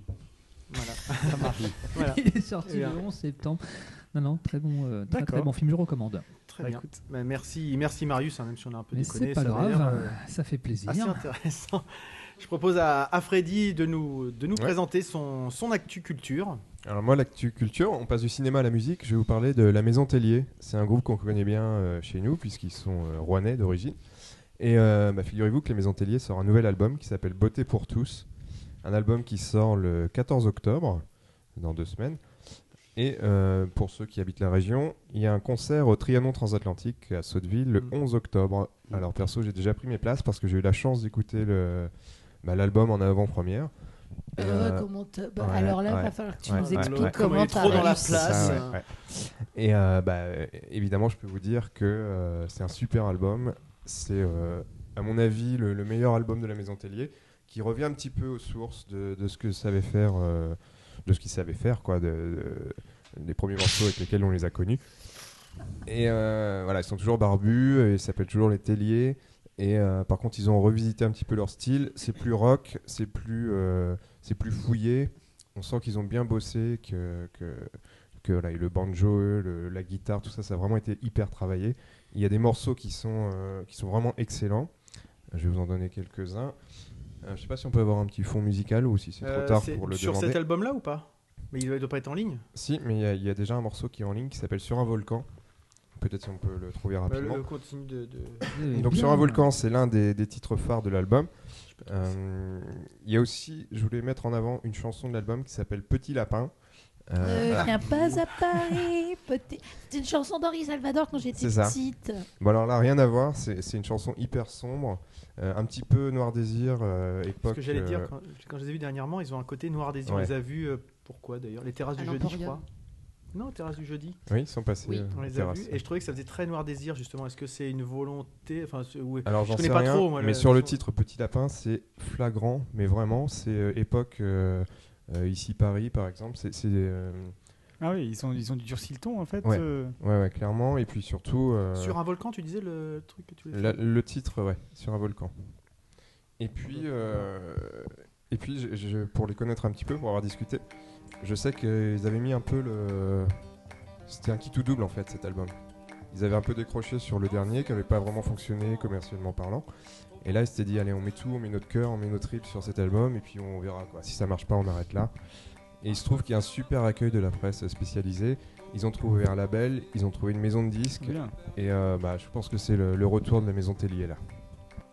Speaker 5: Voilà, ça marche. Voilà.
Speaker 11: Il est sorti
Speaker 4: Eh
Speaker 11: le
Speaker 4: bien.
Speaker 11: 11 septembre. Non, non, très bon, euh, très, très
Speaker 5: D'accord.
Speaker 11: bon film, je recommande.
Speaker 4: Très
Speaker 5: Bah,
Speaker 4: bien.
Speaker 5: écoute.
Speaker 4: Bah, merci, merci Marius, hein, même si on a un peu
Speaker 11: Mais
Speaker 4: déconné.
Speaker 11: c'est pas
Speaker 4: ça m'a
Speaker 11: grave,
Speaker 4: l'air,
Speaker 11: hein,
Speaker 4: euh,
Speaker 11: ça fait
Speaker 5: Ah,
Speaker 11: plaisir.
Speaker 4: assez intéressant. Je propose à, à Freddy de nous, de nous
Speaker 6: Ouais.
Speaker 4: présenter son, son actu culture.
Speaker 6: Alors moi, l'actu culture, on passe du cinéma à la musique. Je vais vous parler de La Maison Tellier. C'est un groupe qu'on connaît bien euh, chez nous puisqu'ils sont euh, rouennais d'origine. Et euh, bah, figurez-vous que La Maison Tellier sort un nouvel album qui s'appelle Beauté pour tous. Un album qui sort le 14 octobre, dans deux semaines. Et euh, pour ceux qui habitent la région, il y a un concert au Trianon Transatlantique à Sotteville le
Speaker 4: Mm.
Speaker 6: 11 octobre. Alors perso, j'ai déjà pris mes places parce que j'ai eu la chance d'écouter le- bah, l'album en avant-première. Euh,
Speaker 7: comment t'as- bah,
Speaker 6: ouais,
Speaker 7: alors là, il va
Speaker 6: ouais,
Speaker 7: falloir que tu
Speaker 6: ouais,
Speaker 7: nous
Speaker 6: ouais,
Speaker 7: expliques
Speaker 6: ouais.
Speaker 4: Comme il
Speaker 7: comment
Speaker 4: est
Speaker 7: t'as
Speaker 4: trop dans la
Speaker 7: réussi.
Speaker 4: place.
Speaker 6: ça,
Speaker 4: euh.
Speaker 6: ouais, ouais. Et euh, bah, euh, évidemment, je peux vous dire que euh, c'est un super album. C'est, euh, à mon avis, le, le meilleur album de la Maison Tellier, qui revient un petit peu aux sources de, de ce que savait faire, euh, de ce qu'ils savaient faire, quoi, de- de- des premiers morceaux avec lesquels on les a connus. Et euh, voilà, ils sont toujours barbus, euh, ils s'appellent toujours les Telliers. Et euh, par contre, ils ont revisité un petit peu leur style. C'est plus rock, c'est plus, euh, c'est plus fouillé. On sent qu'ils ont bien bossé, que, que, que voilà, et le banjo, le- la guitare, tout ça, ça a vraiment été hyper travaillé. Il y a des morceaux qui sont, euh, qui sont vraiment excellents. Je vais vous en donner quelques-uns. Euh, je sais pas si on peut avoir un petit fond musical ou si c'est trop
Speaker 4: Euh,
Speaker 6: tard
Speaker 4: c'est
Speaker 6: pour le
Speaker 4: sur
Speaker 6: demander.
Speaker 4: cet album-là ou pas Mais il ne doit pas être en ligne.
Speaker 6: Si, mais il y a- il y, a déjà un morceau qui est en ligne qui s'appelle Sur un volcan. Peut-être si on peut le trouver
Speaker 4: Bah,
Speaker 6: Ah, rapidement. Hmm,
Speaker 4: le, le continue de. de-
Speaker 11: Euh,
Speaker 6: Donc
Speaker 11: bien.
Speaker 6: sur un volcan, c'est l'un des, des titres phares de l'album. Euh, Il y a aussi, je voulais mettre en avant une chanson de l'album qui s'appelle Petit Lapin. Euh,
Speaker 7: Euh,
Speaker 6: voilà.
Speaker 7: Viens pas à Paris, petit. C'est une chanson d'Henri Salvador quand j'étais
Speaker 6: C'est ça.
Speaker 7: petite.
Speaker 6: Bon alors là, rien à voir, c'est c'est une chanson hyper sombre, euh, un petit peu Noir Désir, euh,
Speaker 4: Parce
Speaker 6: époque...
Speaker 4: que j'allais
Speaker 6: euh,
Speaker 4: dire, quand, quand je les ai vus dernièrement, ils ont un côté noir des yeux. On
Speaker 6: Ouais.
Speaker 4: les a vus, euh, pourquoi d'ailleurs Les terrasses du
Speaker 3: À
Speaker 4: jeudi, je
Speaker 3: l'Emporium.
Speaker 4: crois. Non, terrasses du jeudi.
Speaker 6: Oui, ils sont passés.
Speaker 3: Oui,
Speaker 6: euh,
Speaker 4: On les a
Speaker 6: terrasse.
Speaker 4: vus et je trouvais que ça faisait très noir désir justement. Est-ce que c'est une volonté enfin, c'est- ou-
Speaker 6: Alors j'en
Speaker 4: connais
Speaker 6: sais
Speaker 4: pas
Speaker 6: rien,
Speaker 4: trop, moi,
Speaker 6: mais
Speaker 4: le-
Speaker 6: sur le
Speaker 4: sur-
Speaker 6: titre Petit Lapin, c'est flagrant, mais vraiment, c'est euh, époque euh, euh, ici Paris par exemple, c'est... c'est, euh,
Speaker 5: Ah oui, ils ont, ils ont durci le ton en fait.
Speaker 6: Ouais.
Speaker 5: euh,
Speaker 6: ouais, ouais, clairement, et puis surtout... euh,
Speaker 4: Sur un volcan, tu disais le truc que tu voulais
Speaker 6: La- le titre, ouais, sur un volcan. Et puis, euh, et puis je- je- pour les connaître un petit peu, pour avoir discuté, je sais qu'ils avaient mis un peu le. C'était un kit tout double en fait cet album. Ils avaient un peu décroché sur le dernier qui avait pas vraiment fonctionné commercialement parlant. Et là, ils s'étaient dit, allez, on met tout, on met notre cœur, on met notre tripes sur cet album, et puis on verra quoi. Si ça marche pas, on arrête là. Et il se trouve qu'il y a un super accueil de la presse spécialisée. Ils ont trouvé un label, ils ont trouvé une maison de disques,
Speaker 5: bien.
Speaker 6: et euh, bah, je pense que c'est le, le retour de la maison Tellier là.
Speaker 4: faire.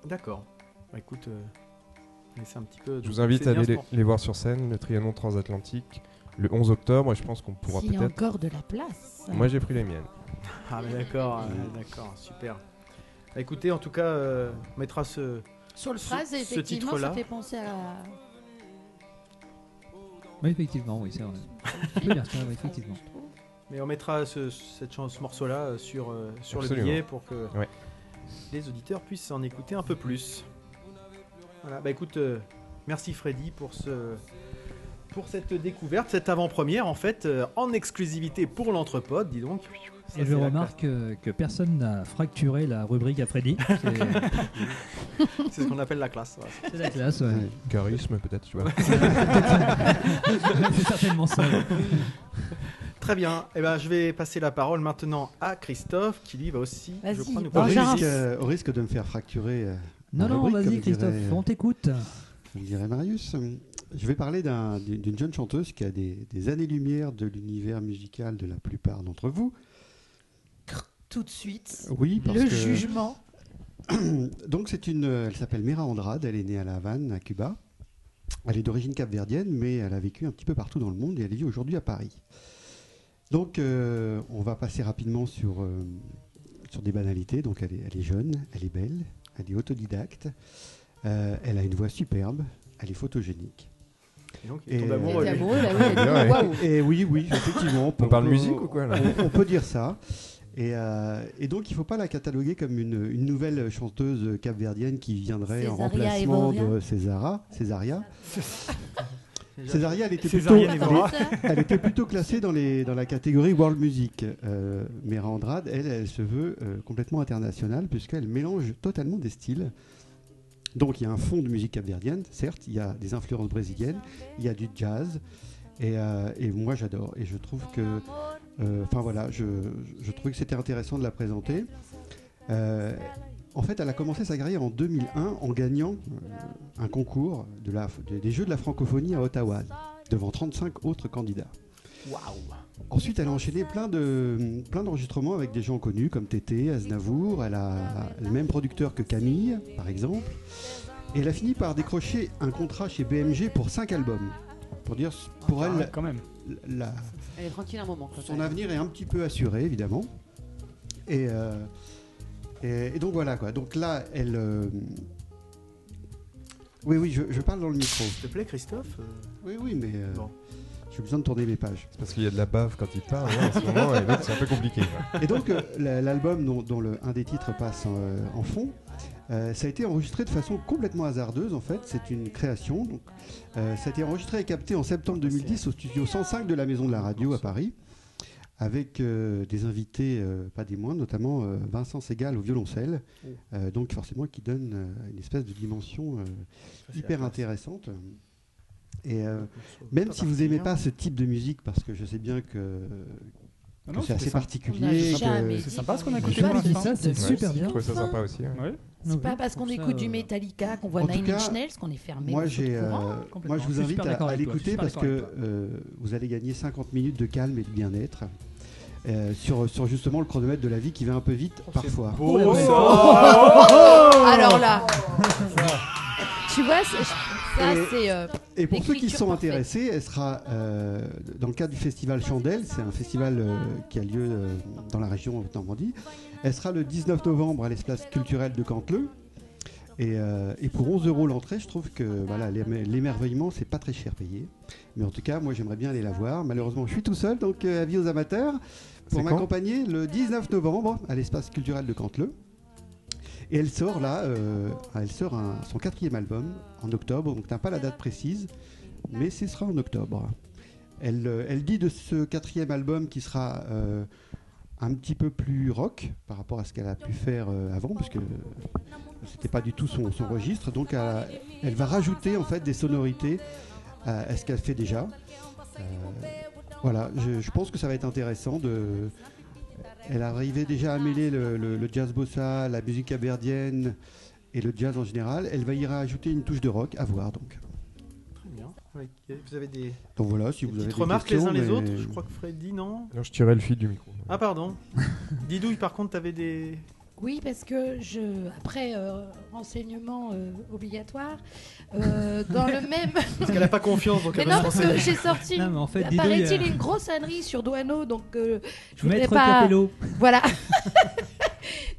Speaker 4: D'accord. Bah, écoute, euh, mais c'est un petit peu.
Speaker 6: Je vous invite
Speaker 4: c'est
Speaker 6: à
Speaker 4: bien
Speaker 6: aller les,
Speaker 4: sport.
Speaker 6: les voir sur scène, le Trianon Transatlantique, le 11 octobre, et je pense qu'on pourra
Speaker 7: S'il y a
Speaker 6: peut-être.
Speaker 7: encore de la place.
Speaker 6: Moi j'ai pris les miennes.
Speaker 4: Ah, mais d'accord, euh,
Speaker 6: Mm.
Speaker 4: d'accord, super. Bah, écoutez, en tout cas, euh, on mettra ce.
Speaker 7: Sur le
Speaker 4: Ce-
Speaker 7: phrase,
Speaker 4: ce
Speaker 7: effectivement,
Speaker 4: titre-là.
Speaker 7: ça fait penser à.
Speaker 11: Oui, effectivement, oui, c'est vrai. Oui, bien sûr, oui, effectivement.
Speaker 4: Mais on mettra ce, cette chan- ce morceau-là euh, sur, euh, sur le
Speaker 6: Absolument.
Speaker 4: billet pour que
Speaker 6: Ouais.
Speaker 4: les auditeurs puissent en écouter un peu plus. Voilà, bah écoute, euh, merci Freddy pour ce. Pour cette découverte, cette avant-première en fait, euh, en exclusivité pour l'entrepode, dis donc. Ça,
Speaker 11: Et
Speaker 4: c'est
Speaker 11: je
Speaker 4: la
Speaker 11: remarque euh, que personne n'a fracturé la rubrique à Freddy. C'est-
Speaker 4: classe. C'est ce qu'on appelle la classe. ouais.
Speaker 11: C'est la classe, ouais.
Speaker 6: Charisme peut-être, tu vois.
Speaker 11: C'est certainement ça.
Speaker 4: Très bien. Eh ben, je vais passer la parole maintenant à Christophe, qui lui va aussi. Je
Speaker 7: Vas-y.
Speaker 4: crois, nous
Speaker 2: Au
Speaker 7: Ah,
Speaker 4: parler
Speaker 7: j'ai un-
Speaker 2: risque, euh, au risque de me faire fracturer. euh,
Speaker 11: Non,
Speaker 2: ma
Speaker 11: non,
Speaker 2: rubrique,
Speaker 11: vas-y
Speaker 2: comme dirait-
Speaker 11: Christophe, on t'écoute.
Speaker 2: comme dirait Marius. Je vais parler d'un- d'une jeune chanteuse qui a des, des années-lumière de l'univers musical de la plupart d'entre vous.
Speaker 7: Tout de suite.
Speaker 2: Oui, parce
Speaker 7: le
Speaker 2: que-
Speaker 7: jugement.
Speaker 2: Donc c'est une, euh, elle s'appelle Mera Andrade, elle est née à La Havane, à Cuba. Elle est d'origine capverdienne, mais elle a vécu un petit peu partout dans le monde et elle vit aujourd'hui à Paris. Donc euh, on va passer rapidement sur, euh, sur des banalités. Donc elle est, elle est jeune, elle est belle, elle est autodidacte, euh, elle a une voix superbe, elle est photogénique.
Speaker 4: Et donc, il tombe amoureux.
Speaker 3: Il est
Speaker 4: lui.
Speaker 3: amoureux, bah oui, il a dit, waouh.
Speaker 2: Et oui, oui, effectivement.
Speaker 6: On parle musique ou quoi, là
Speaker 2: on, on peut dire ça. Et, euh, et donc, il ne faut pas la cataloguer comme une, une nouvelle chanteuse capverdienne qui viendrait en
Speaker 12: Césaria
Speaker 2: remplacement
Speaker 12: Evoria.
Speaker 2: de Césara, Césaria. Césaria, elle était, plutôt,
Speaker 5: Césarienne
Speaker 2: elle,
Speaker 5: Evora.
Speaker 2: est- elle était plutôt classée dans, les, dans la catégorie world music. Euh, mais Andrade, elle, elle se veut euh, complètement internationale puisqu'elle mélange totalement des styles. Donc il y a un fond de musique capverdienne, certes, il y a des influences brésiliennes, il y a du jazz. Et, euh, et moi j'adore. Et je trouve que. euh, Enfin voilà, je, je trouvais que c'était intéressant de la présenter. Euh, en fait, elle a commencé sa carrière en 2001 en gagnant euh, un concours de la- de- des Jeux de la francophonie à Ottawa, devant 35 autres candidats. Ensuite, elle a enchaîné plein de plein d'enregistrements avec des gens connus comme Tété, Aznavour. Elle a le même producteur que Camille, par exemple. Et elle a fini par décrocher un contrat chez BMG pour 5 albums. Pour dire, pour elle,
Speaker 5: Ah quand même.
Speaker 2: la,
Speaker 3: Elle est tranquille un moment. quoi.
Speaker 2: son avenir est un petit peu assuré, évidemment. Et, euh, et, et donc voilà quoi. Donc là, elle. euh, Oui, oui, je, je parle dans le micro.
Speaker 4: S'il te plaît, Christophe. euh,
Speaker 2: Oui, oui, mais. euh,
Speaker 4: Bon.
Speaker 2: J'ai besoin de tourner mes pages.
Speaker 6: Parce qu'il y a de la bave quand il parle hein, en ce moment, et donc c'est un peu compliqué. quoi.
Speaker 2: Et donc, euh, la- l'album dont, dont le, un des titres passe en, euh, en fond, euh, ça a été enregistré de façon complètement hasardeuse en fait. C'est une création. Donc, euh, ça a été enregistré et capté en septembre 2010 au studio 105 de la Maison de la Radio à Paris, avec euh, des invités, euh, pas des moindres, notamment euh, Vincent Segal au violoncelle.
Speaker 4: Oh.
Speaker 2: Euh, donc, forcément, qui donne euh, une espèce de dimension euh,
Speaker 4: c'est la
Speaker 2: hyper
Speaker 4: classe.
Speaker 2: intéressante. Et euh,
Speaker 4: Pas
Speaker 2: même si vous n'aimez
Speaker 4: particulièrement.
Speaker 2: pas ce type de musique, parce que je sais bien que,
Speaker 5: Ah
Speaker 2: que
Speaker 5: non,
Speaker 2: c'est assez
Speaker 5: c'était sympa.
Speaker 12: On
Speaker 2: particulier.
Speaker 12: n'a
Speaker 2: que-
Speaker 12: jamais
Speaker 5: C'est
Speaker 12: dit
Speaker 5: sympa ce qu'on a
Speaker 12: qu'on
Speaker 5: écouté
Speaker 12: aimait
Speaker 5: pour
Speaker 12: pas
Speaker 11: dit
Speaker 5: l'instant.
Speaker 11: ça, c'est
Speaker 6: Ouais,
Speaker 11: super bien.
Speaker 6: Je trouvais ça sympa aussi. ouais.
Speaker 5: Ouais.
Speaker 11: Non,
Speaker 12: C'est pas
Speaker 11: oui,
Speaker 12: parce qu'on
Speaker 11: pour ça,
Speaker 12: écoute du
Speaker 11: euh,
Speaker 12: Metallica qu'on voit
Speaker 2: En tout
Speaker 12: Nine Inch
Speaker 2: cas,
Speaker 12: Nails qu'on est fermé.
Speaker 2: Moi,
Speaker 12: on se trouve,
Speaker 2: j'ai, euh,
Speaker 12: hein.
Speaker 11: complètement.
Speaker 2: moi, je
Speaker 11: Je
Speaker 2: vous
Speaker 11: suis
Speaker 2: invite
Speaker 11: super
Speaker 2: à,
Speaker 11: d'accord
Speaker 2: à
Speaker 11: avec toi, je suis
Speaker 2: l'écouter
Speaker 11: super
Speaker 2: parce que
Speaker 11: d'accord avec
Speaker 2: euh, vous allez gagner 50 minutes de calme et de bien-être euh, sur, sur justement le chronomètre de la vie qui va un peu vite parfois.
Speaker 4: Oh, ça
Speaker 12: oh,
Speaker 7: Alors là,
Speaker 12: Tu vois, c'est- ça
Speaker 2: Et-
Speaker 12: c'est. euh,
Speaker 2: Et pour ceux qui
Speaker 12: L'écriture
Speaker 2: sont
Speaker 12: parfaite.
Speaker 2: intéressés, elle sera euh, dans le cadre du festival Chandelle, c'est un festival euh, qui a lieu euh, dans la région de Normandie. Elle sera le 19 novembre à l'espace culturel de Canteleu. Et, euh, et pour 11 euros l'entrée, je trouve que voilà, l'éme- l'émerveillement, c'est pas très cher payé. Mais en tout cas, moi j'aimerais bien aller la voir. Malheureusement, je suis tout seul, donc euh, avis aux amateurs.
Speaker 6: C'est
Speaker 2: Pour
Speaker 6: quand
Speaker 2: m'accompagner le 19 novembre à l'espace culturel de Canteleu. Et elle sort là, euh, elle sort un- son quatrième album en octobre, donc t'as pas la date précise, mais ce sera en octobre. Elle, euh, elle dit de ce quatrième album qui sera euh, un petit peu plus rock par rapport à ce qu'elle a pu faire euh, avant, puisque c'était pas du tout son, son registre. Donc elle, a- elle va rajouter en fait des sonorités à, à ce qu'elle fait déjà. Euh, voilà, je, je pense que ça va être intéressant de. Elle arrivait déjà à mêler le, le- le jazz bossa, la musique aberdienne et le jazz en général. Elle va y rajouter une touche de rock, à voir donc.
Speaker 4: Très bien. Avec- Vous avez des,
Speaker 2: Donc voilà, si
Speaker 4: des
Speaker 2: vous avez
Speaker 4: petites
Speaker 2: des
Speaker 4: remarques les
Speaker 2: questions,
Speaker 4: uns les
Speaker 2: mais-
Speaker 4: autres Je crois que Freddy, non
Speaker 6: Alors, je tirais le fil du micro.
Speaker 4: Ah, pardon. Didouille, par contre, t'avais des.
Speaker 7: oui, parce que je, après euh, renseignement euh, obligatoire, euh, dans le même.
Speaker 4: Parce qu'elle a pas confiance, donc
Speaker 7: Mais
Speaker 4: elle
Speaker 7: non,
Speaker 4: va
Speaker 7: parce
Speaker 4: se renseigner.
Speaker 7: que j'ai sorti.
Speaker 11: Non, mais en fait, dis donc,
Speaker 7: paraît-il
Speaker 11: euh,
Speaker 7: une grosse ânerie sur Douaneau, donc euh, je voudrais
Speaker 11: Maître
Speaker 7: pas.
Speaker 11: Capello.
Speaker 7: Voilà.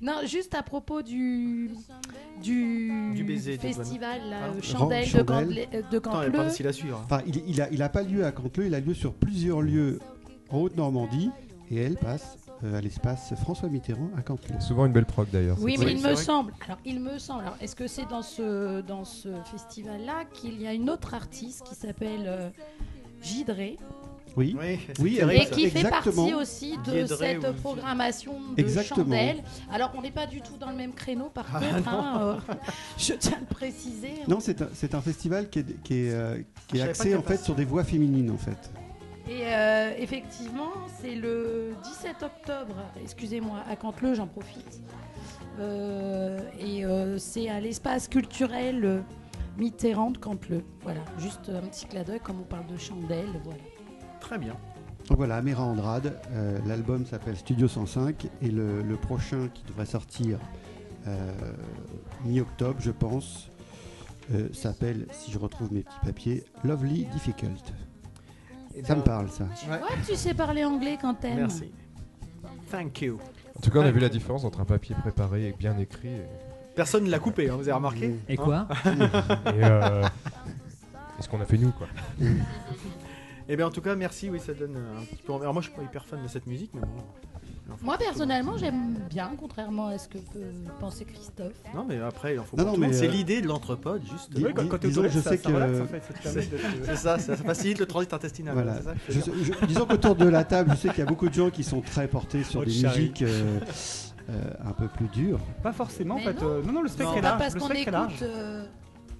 Speaker 7: non, juste à propos du du,
Speaker 4: Du baiser de
Speaker 7: festival là,
Speaker 4: Ah.
Speaker 7: euh, Chandelle de,
Speaker 2: Chandelle.
Speaker 7: Cantle- euh, de
Speaker 4: Attends, elle est
Speaker 7: Cantleux.
Speaker 4: pas facile à suivre. hein.
Speaker 2: Enfin, il, il a, il a pas lieu à Canteleu, il a lieu sur plusieurs lieux en Haute-Normandie et elle passe euh, à l'espace François Mitterrand à Canteleu.
Speaker 6: Il y a souvent une belle prog d'ailleurs.
Speaker 7: Oui,
Speaker 6: cette
Speaker 7: mais
Speaker 4: Oui,
Speaker 7: il
Speaker 4: c'est
Speaker 7: me
Speaker 4: vrai.
Speaker 7: semble. Alors, il me semble. Alors, est-ce que c'est dans ce dans ce festival-là qu'il y a une autre artiste qui s'appelle euh, Gidré
Speaker 2: Oui.
Speaker 4: Oui,
Speaker 2: Oui,
Speaker 4: c'est
Speaker 2: elle-
Speaker 4: terrible,
Speaker 7: et
Speaker 4: ça.
Speaker 7: qui fait
Speaker 2: Exactement.
Speaker 7: partie aussi de
Speaker 4: Guédré
Speaker 7: cette
Speaker 4: ou-
Speaker 7: programmation de
Speaker 2: Exactement. Ah
Speaker 7: Chandelle. Alors, on n'est pas du tout dans le même créneau, par contre. hein, euh, je tiens à le préciser.
Speaker 2: Non, c'est un, c'est un festival qui est, qui est, euh, qui
Speaker 4: Je savais
Speaker 2: est
Speaker 4: pas
Speaker 2: axé
Speaker 4: qu'elle
Speaker 2: en fait
Speaker 4: passe.
Speaker 2: sur des voix féminines en fait.
Speaker 7: Et euh, effectivement, c'est le 17 octobre, excusez-moi, à Canteleu, j'en profite. Euh, et euh, c'est à l'espace culturel euh, Mitterrand de Canteleu. Voilà, juste un petit clin d'œil, comme on parle de chandelle. Voilà.
Speaker 4: Très bien.
Speaker 2: Donc voilà, Améra Andrade, euh, l'album s'appelle Studio 105 et le, le prochain qui devrait sortir euh, mi-octobre, je pense, euh, s'appelle, si je retrouve mes petits papiers, Lovely Difficult.
Speaker 4: Et
Speaker 2: Ça me
Speaker 4: ben,
Speaker 2: parle ça.
Speaker 7: Tu
Speaker 4: Ouais.
Speaker 7: vois, tu sais parler anglais quand t'aimes.
Speaker 4: Merci. Thank you.
Speaker 6: En tout cas, on a vu la différence entre un papier préparé et bien écrit. Et,
Speaker 4: Hein Personne ne l'a coupé, hein, vous avez remarqué
Speaker 2: euh,
Speaker 11: Et quoi
Speaker 6: et, euh, et ce qu'on a fait nous, quoi.
Speaker 4: Et Eh bien en tout cas, merci, oui, ça donne euh, un petit peu envie. Alors moi, je suis pas hyper fan de cette musique, mais bon. il en faut
Speaker 7: Moi
Speaker 4: pour tout le monde.
Speaker 7: personnellement j'aime bien, contrairement à ce que peut penser Christophe.
Speaker 4: Non, mais après, il en faut
Speaker 2: Non,
Speaker 4: pour
Speaker 2: non,
Speaker 4: tout le monde.
Speaker 2: mais,
Speaker 4: C'est
Speaker 2: euh,
Speaker 4: l'idée de l'entrepode, juste.
Speaker 2: dis- Oui, quand- dis- quand t'es aux disons que toilettes, je ça- sais ça que- relaxe, en fait, ça te permet
Speaker 4: C'est-
Speaker 2: de te-
Speaker 4: c'est ça, ça facilite le transit intestinal.
Speaker 2: Voilà.
Speaker 4: c'est ça que je
Speaker 2: Je
Speaker 4: veux dire.
Speaker 2: sais- je- disons qu'autour de la table, je sais qu'il y a beaucoup de gens qui sont très portés sur
Speaker 4: Oh,
Speaker 2: des
Speaker 4: Charlie.
Speaker 2: musiques euh, euh, un peu plus dures.
Speaker 5: Pas forcément, en
Speaker 7: Mais
Speaker 5: fait.
Speaker 7: non.
Speaker 5: euh, Non, non, le spectre
Speaker 7: C'est
Speaker 5: est
Speaker 7: pas
Speaker 5: large.
Speaker 7: parce
Speaker 5: le
Speaker 7: qu'on
Speaker 5: spectre est
Speaker 7: écoute
Speaker 5: large.
Speaker 7: euh,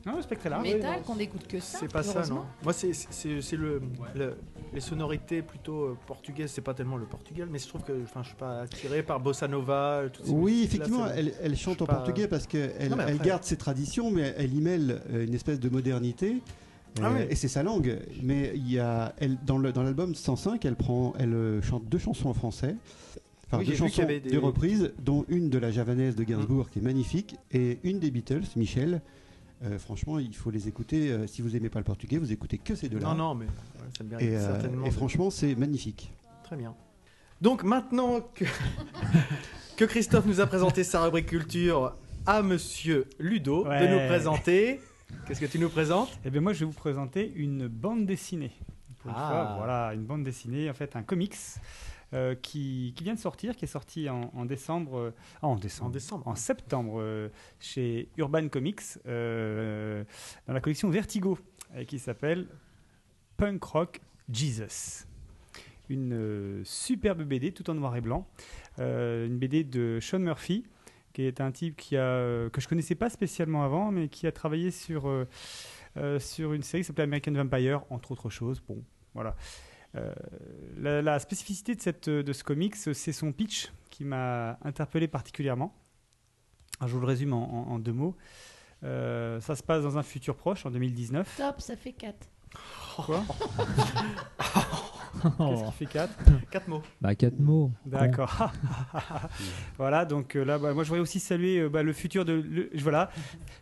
Speaker 5: Non, le spectre est large.
Speaker 7: métal qu'on écoute que ça.
Speaker 4: C'est pas ça,
Speaker 7: heureusement.
Speaker 4: non. Moi, c'est- c'est- c'est c'est le, le- les sonorités plutôt euh, portugaises. C'est pas tellement le Portugal, mais je trouve que, enfin, je suis pas attiré par bossa nova. toutes ces
Speaker 2: Oui,
Speaker 4: musiques-là,
Speaker 2: effectivement,
Speaker 4: ça me-
Speaker 2: elle, elle
Speaker 4: je
Speaker 2: chante
Speaker 4: suis
Speaker 2: en
Speaker 4: pas-
Speaker 2: portugais parce qu'elle
Speaker 4: Non, mais
Speaker 2: elle
Speaker 4: après-
Speaker 2: garde ses traditions, mais elle y mêle euh, une espèce de modernité.
Speaker 4: Ah
Speaker 2: euh,
Speaker 4: oui.
Speaker 2: Et c'est sa langue. Mais il y a, elle, dans le- dans l'album 105, elle, prend, elle euh, chante deux chansons en français. Enfin,
Speaker 4: Oui,
Speaker 2: deux
Speaker 4: j'ai vu qu'il y
Speaker 2: chansons,
Speaker 4: avait des- Mmh.
Speaker 2: deux reprises, dont une de la javanaise de Gainsbourg qui est magnifique, et une des Beatles, Michel. Euh, franchement, il faut les écouter. euh, si vous aimez pas le portugais, vous écoutez que ces deux-là.
Speaker 4: Non, non, mais ouais, ça me mérite
Speaker 2: Et, euh,
Speaker 4: certainement.
Speaker 2: et
Speaker 4: de-
Speaker 2: franchement, c'est magnifique.
Speaker 4: Très bien. Donc maintenant que, que Christophe nous a présenté sa rubrique culture à Monsieur Ludo, de
Speaker 5: Ouais.
Speaker 4: nous présenter. Qu'est-ce que tu nous présentes
Speaker 5: Eh bien, moi, je vais vous présenter une bande dessinée. Pour une
Speaker 4: Ah.
Speaker 5: fois, voilà, une bande dessinée, en fait, un comics euh, qui, qui vient de sortir, qui est sorti en, en décembre. euh, ah, en décembre. En septembre, euh, chez Urban Comics, euh, dans la collection Vertigo, euh, qui s'appelle Punk Rock Jesus. Une euh, superbe BD, tout en noir et blanc. Euh, une BD de Sean Murphy, qui est un type qui a, euh, que je connaissais pas spécialement avant, mais qui a travaillé sur, euh, euh, sur une série qui s'appelait American Vampire, entre autres choses. Bon, voilà. Euh, la, la spécificité de, cette, de ce comics, c'est son pitch qui m'a interpellé particulièrement. Alors, je vous le résume en, en- en deux mots. Euh, ça se passe dans un futur proche, en 2019.
Speaker 7: Top, ça fait 4.
Speaker 5: Quoi Qu'est-ce qui fait 4
Speaker 4: Quatre mots.
Speaker 11: Oh. Bah, quatre mots.
Speaker 5: D'accord. Ah, voilà, donc euh, là, bah, moi, je voudrais aussi saluer euh, bah, le futur de. le- je- voilà.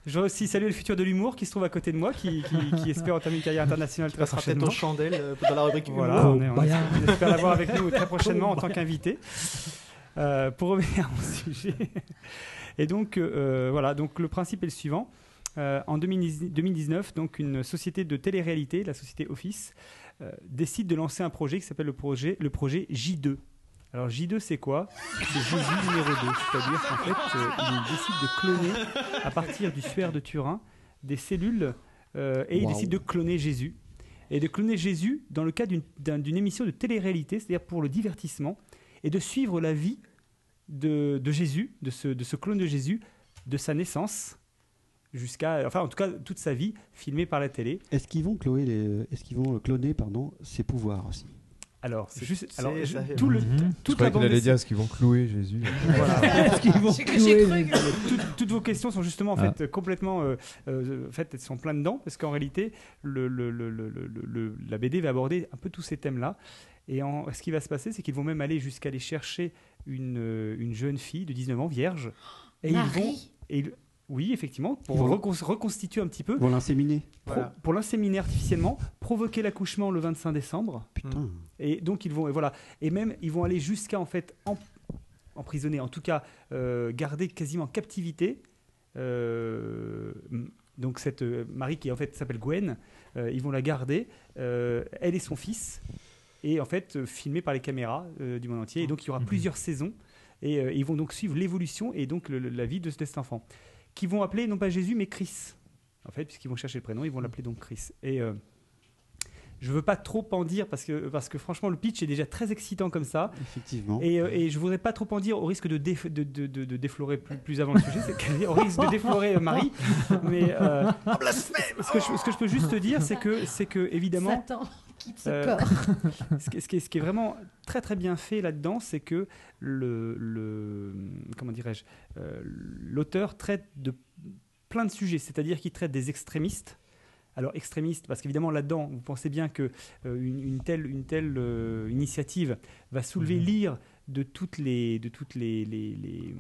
Speaker 5: Je voudrais aussi saluer le futur de l'humour qui se trouve à côté de moi, qui, qui- qui espère entamer une carrière internationale très
Speaker 4: Passera peut-être
Speaker 5: prochainement.
Speaker 4: aux chandelles euh, dans la rubrique humour.
Speaker 5: Voilà, on,
Speaker 11: Oh,
Speaker 5: est, on
Speaker 4: Bah,
Speaker 5: espère-
Speaker 4: yeah.
Speaker 5: on espère l'avoir avec nous très prochainement en
Speaker 4: Bah,
Speaker 5: tant
Speaker 4: yeah.
Speaker 5: qu'invité. Euh, pour revenir à mon sujet. Et donc, euh, voilà, donc le principe est le suivant. Euh, en 2010 2019, donc une société de télé-réalité, la société Office, euh, décide de lancer un projet qui s'appelle le projet, le projet J2. Alors J2 c'est quoi C'est Jésus numéro 2, c'est-à-dire qu'en fait euh, il décide de cloner à partir du suaire de Turin des cellules euh, et il
Speaker 11: Waouh.
Speaker 5: décide de cloner Jésus. Et de cloner Jésus dans le cadre d'une- d'un- d'une émission de télé-réalité, c'est-à-dire pour le divertissement, et de suivre la vie de, de Jésus, de ce, de ce clone de Jésus, de sa naissance jusqu'à, enfin en tout cas toute sa vie, filmée par la télé.
Speaker 2: Est-ce qu'ils vont, Chloé, les- euh, est-ce qu'ils vont cloner pardon, ses pouvoirs aussi
Speaker 5: Alors,
Speaker 4: C'est-
Speaker 5: juste,
Speaker 4: c'est-
Speaker 5: alors
Speaker 4: ça
Speaker 5: je-
Speaker 4: fait-
Speaker 5: tout le,
Speaker 4: Mhm.
Speaker 6: Je
Speaker 5: toute la
Speaker 6: croyais qu'il
Speaker 5: bande
Speaker 6: allait
Speaker 5: dessinée-
Speaker 6: dire ce qu'ils vont clouer Jésus.
Speaker 5: Voilà.
Speaker 11: Est-ce qu'ils vont J'ai cru- j'ai clouer- cru que-
Speaker 5: Toutes- toutes vos questions sont justement en
Speaker 11: Ah.
Speaker 5: fait euh, complètement euh, euh, en fait elles sont plein dedans parce qu'en réalité le, le- le- le- le- le- la BD va aborder un peu tous ces thèmes là et en- ce qui va se passer c'est qu'ils vont même aller jusqu'à aller chercher une, euh, une jeune fille de 19 ans vierge et
Speaker 7: Marie.
Speaker 5: ils vont et ils- oui effectivement pour
Speaker 2: Ils vont-
Speaker 5: recon- reconstituer un petit peu
Speaker 2: Ils vont l'inséminer.
Speaker 5: Pro- pour l'inséminer artificiellement, provoquer l'accouchement le 25 décembre.
Speaker 2: Putain.
Speaker 5: Et donc ils vont et voilà et même ils vont aller jusqu'à en fait em- emprisonner, en tout cas euh, garder quasiment en captivité. euh, m- donc cette euh, Marie qui en fait s'appelle Gwen, euh, ils vont la garder, euh, elle et son fils, et en fait euh, filmée par les caméras euh, du monde entier. Et donc il y aura plusieurs saisons, et euh, ils vont donc suivre l'évolution et donc le- le- la vie de cet enfant, qui vont appeler non pas Jésus mais Chris. En fait, puisqu'ils vont chercher le prénom, ils vont l'appeler donc Chris. Et euh, je veux pas trop en dire parce que, parce que franchement, le pitch est déjà très excitant comme ça.
Speaker 2: Effectivement.
Speaker 5: Et, euh, et je voudrais pas trop en dire au risque de, déf- de, de- de- de déflorer plus, plus avant le sujet, c'est qu'elle- au risque de déflorer euh, Marie. Mais euh,
Speaker 1: Oh,
Speaker 5: ce, que je, ce que je peux juste te dire, c'est que, c'est que évidemment.
Speaker 7: Satan quitte ce
Speaker 5: Euh,
Speaker 7: corps.
Speaker 5: ce, qui- ce qui est, ce qui est vraiment très très bien fait là-dedans, c'est que le, le- comment dirais-je, euh, l'auteur traite de plein de sujets, c'est-à-dire qu'il traite des extrémistes. Alors extrémistes, parce qu'évidemment là-dedans, vous pensez bien que euh, une, une telle, une telle euh, initiative va soulever
Speaker 2: Mhm.
Speaker 5: l'ire de toutes les, de toutes les, les, les-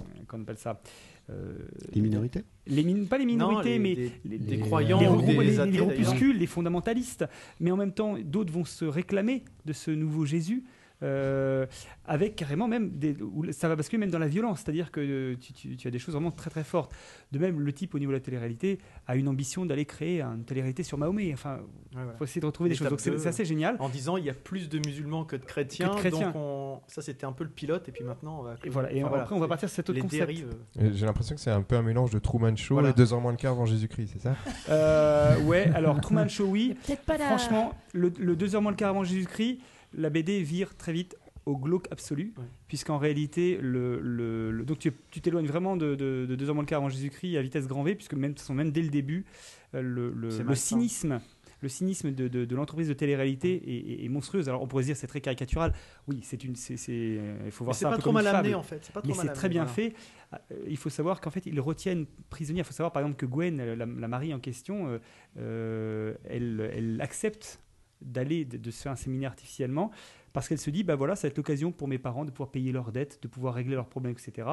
Speaker 5: hum, qu'on appelle ça. euh,
Speaker 2: Les minorités
Speaker 5: les min- pas les
Speaker 4: Non,
Speaker 5: minorités,
Speaker 4: les-
Speaker 5: mais
Speaker 4: des-
Speaker 5: les,
Speaker 4: des
Speaker 5: les-
Speaker 4: croyants
Speaker 5: les,
Speaker 4: ou
Speaker 5: groupes-
Speaker 4: des
Speaker 5: les- les
Speaker 4: athées, d'ailleurs.
Speaker 5: groupuscules, les fondamentalistes. Mais en même temps, d'autres vont se réclamer de ce nouveau Jésus. euh, avec carrément même des, où ça va basculer même dans la violence, c'est-à-dire que euh, tu, tu- tu as des choses vraiment très très fortes. De même, le type au niveau de la télé-réalité a une ambition d'aller créer une télé-réalité sur Mahomet. Enfin,
Speaker 4: voilà.
Speaker 5: faut essayer de retrouver des choses.
Speaker 4: L'étape
Speaker 5: Donc c'est
Speaker 4: deux,
Speaker 5: c'est assez génial.
Speaker 4: En disant il y a plus de musulmans que de chrétiens.
Speaker 5: Que de chrétiens.
Speaker 4: Donc on- ça c'était un peu le pilote et puis maintenant on va.
Speaker 5: Et voilà, et
Speaker 4: enfin,
Speaker 5: après, on va partir sur cet autre
Speaker 4: les
Speaker 5: concept.
Speaker 4: dérives.
Speaker 6: Et J'ai l'impression que c'est un peu un mélange de Truman Show
Speaker 4: Voilà.
Speaker 6: et deux heures moins le quart avant Jésus-Christ, c'est ça
Speaker 5: Euh, ouais, alors Truman Show, oui.
Speaker 12: Peut-être pas la-
Speaker 5: Franchement, le, le deux heures moins le quart avant Jésus-Christ, la BD vire très vite au glauque absolu, puisqu'en réalité, le, le- le- donc tu tu t'éloignes vraiment de, de, de deux heures moins le quart avant Jésus-Christ à vitesse grand V, puisque même, de toute façon, même dès le début, euh, le, le-
Speaker 4: C'est
Speaker 5: le
Speaker 4: malsain.
Speaker 5: cynisme. Le cynisme de, de- de l'entreprise de télé-réalité est, est- est monstrueuse. Alors on pourrait se dire c'est très caricatural. Oui, c'est une, c'est, c'est- euh, il faut voir
Speaker 4: Mais
Speaker 5: ça
Speaker 4: c'est
Speaker 5: un
Speaker 4: pas
Speaker 5: peu
Speaker 4: trop
Speaker 5: comme une
Speaker 4: mal amené,
Speaker 5: fable.
Speaker 4: en fait. C'est pas trop
Speaker 5: Mais
Speaker 4: mal
Speaker 5: c'est
Speaker 4: amené,
Speaker 5: très bien
Speaker 4: voilà.
Speaker 5: fait fait, euh, il faut savoir qu'en fait, ils retiennent prisonniers. Il faut savoir, par exemple, que Gwen, la, la- la Marie en question, euh, euh, elle, elle accepte d'aller, de, de se faire inséminer artificiellement, parce qu'elle se dit, bah voilà, ça va être l'occasion pour mes parents de pouvoir payer leurs dettes, de pouvoir régler leurs problèmes, etc.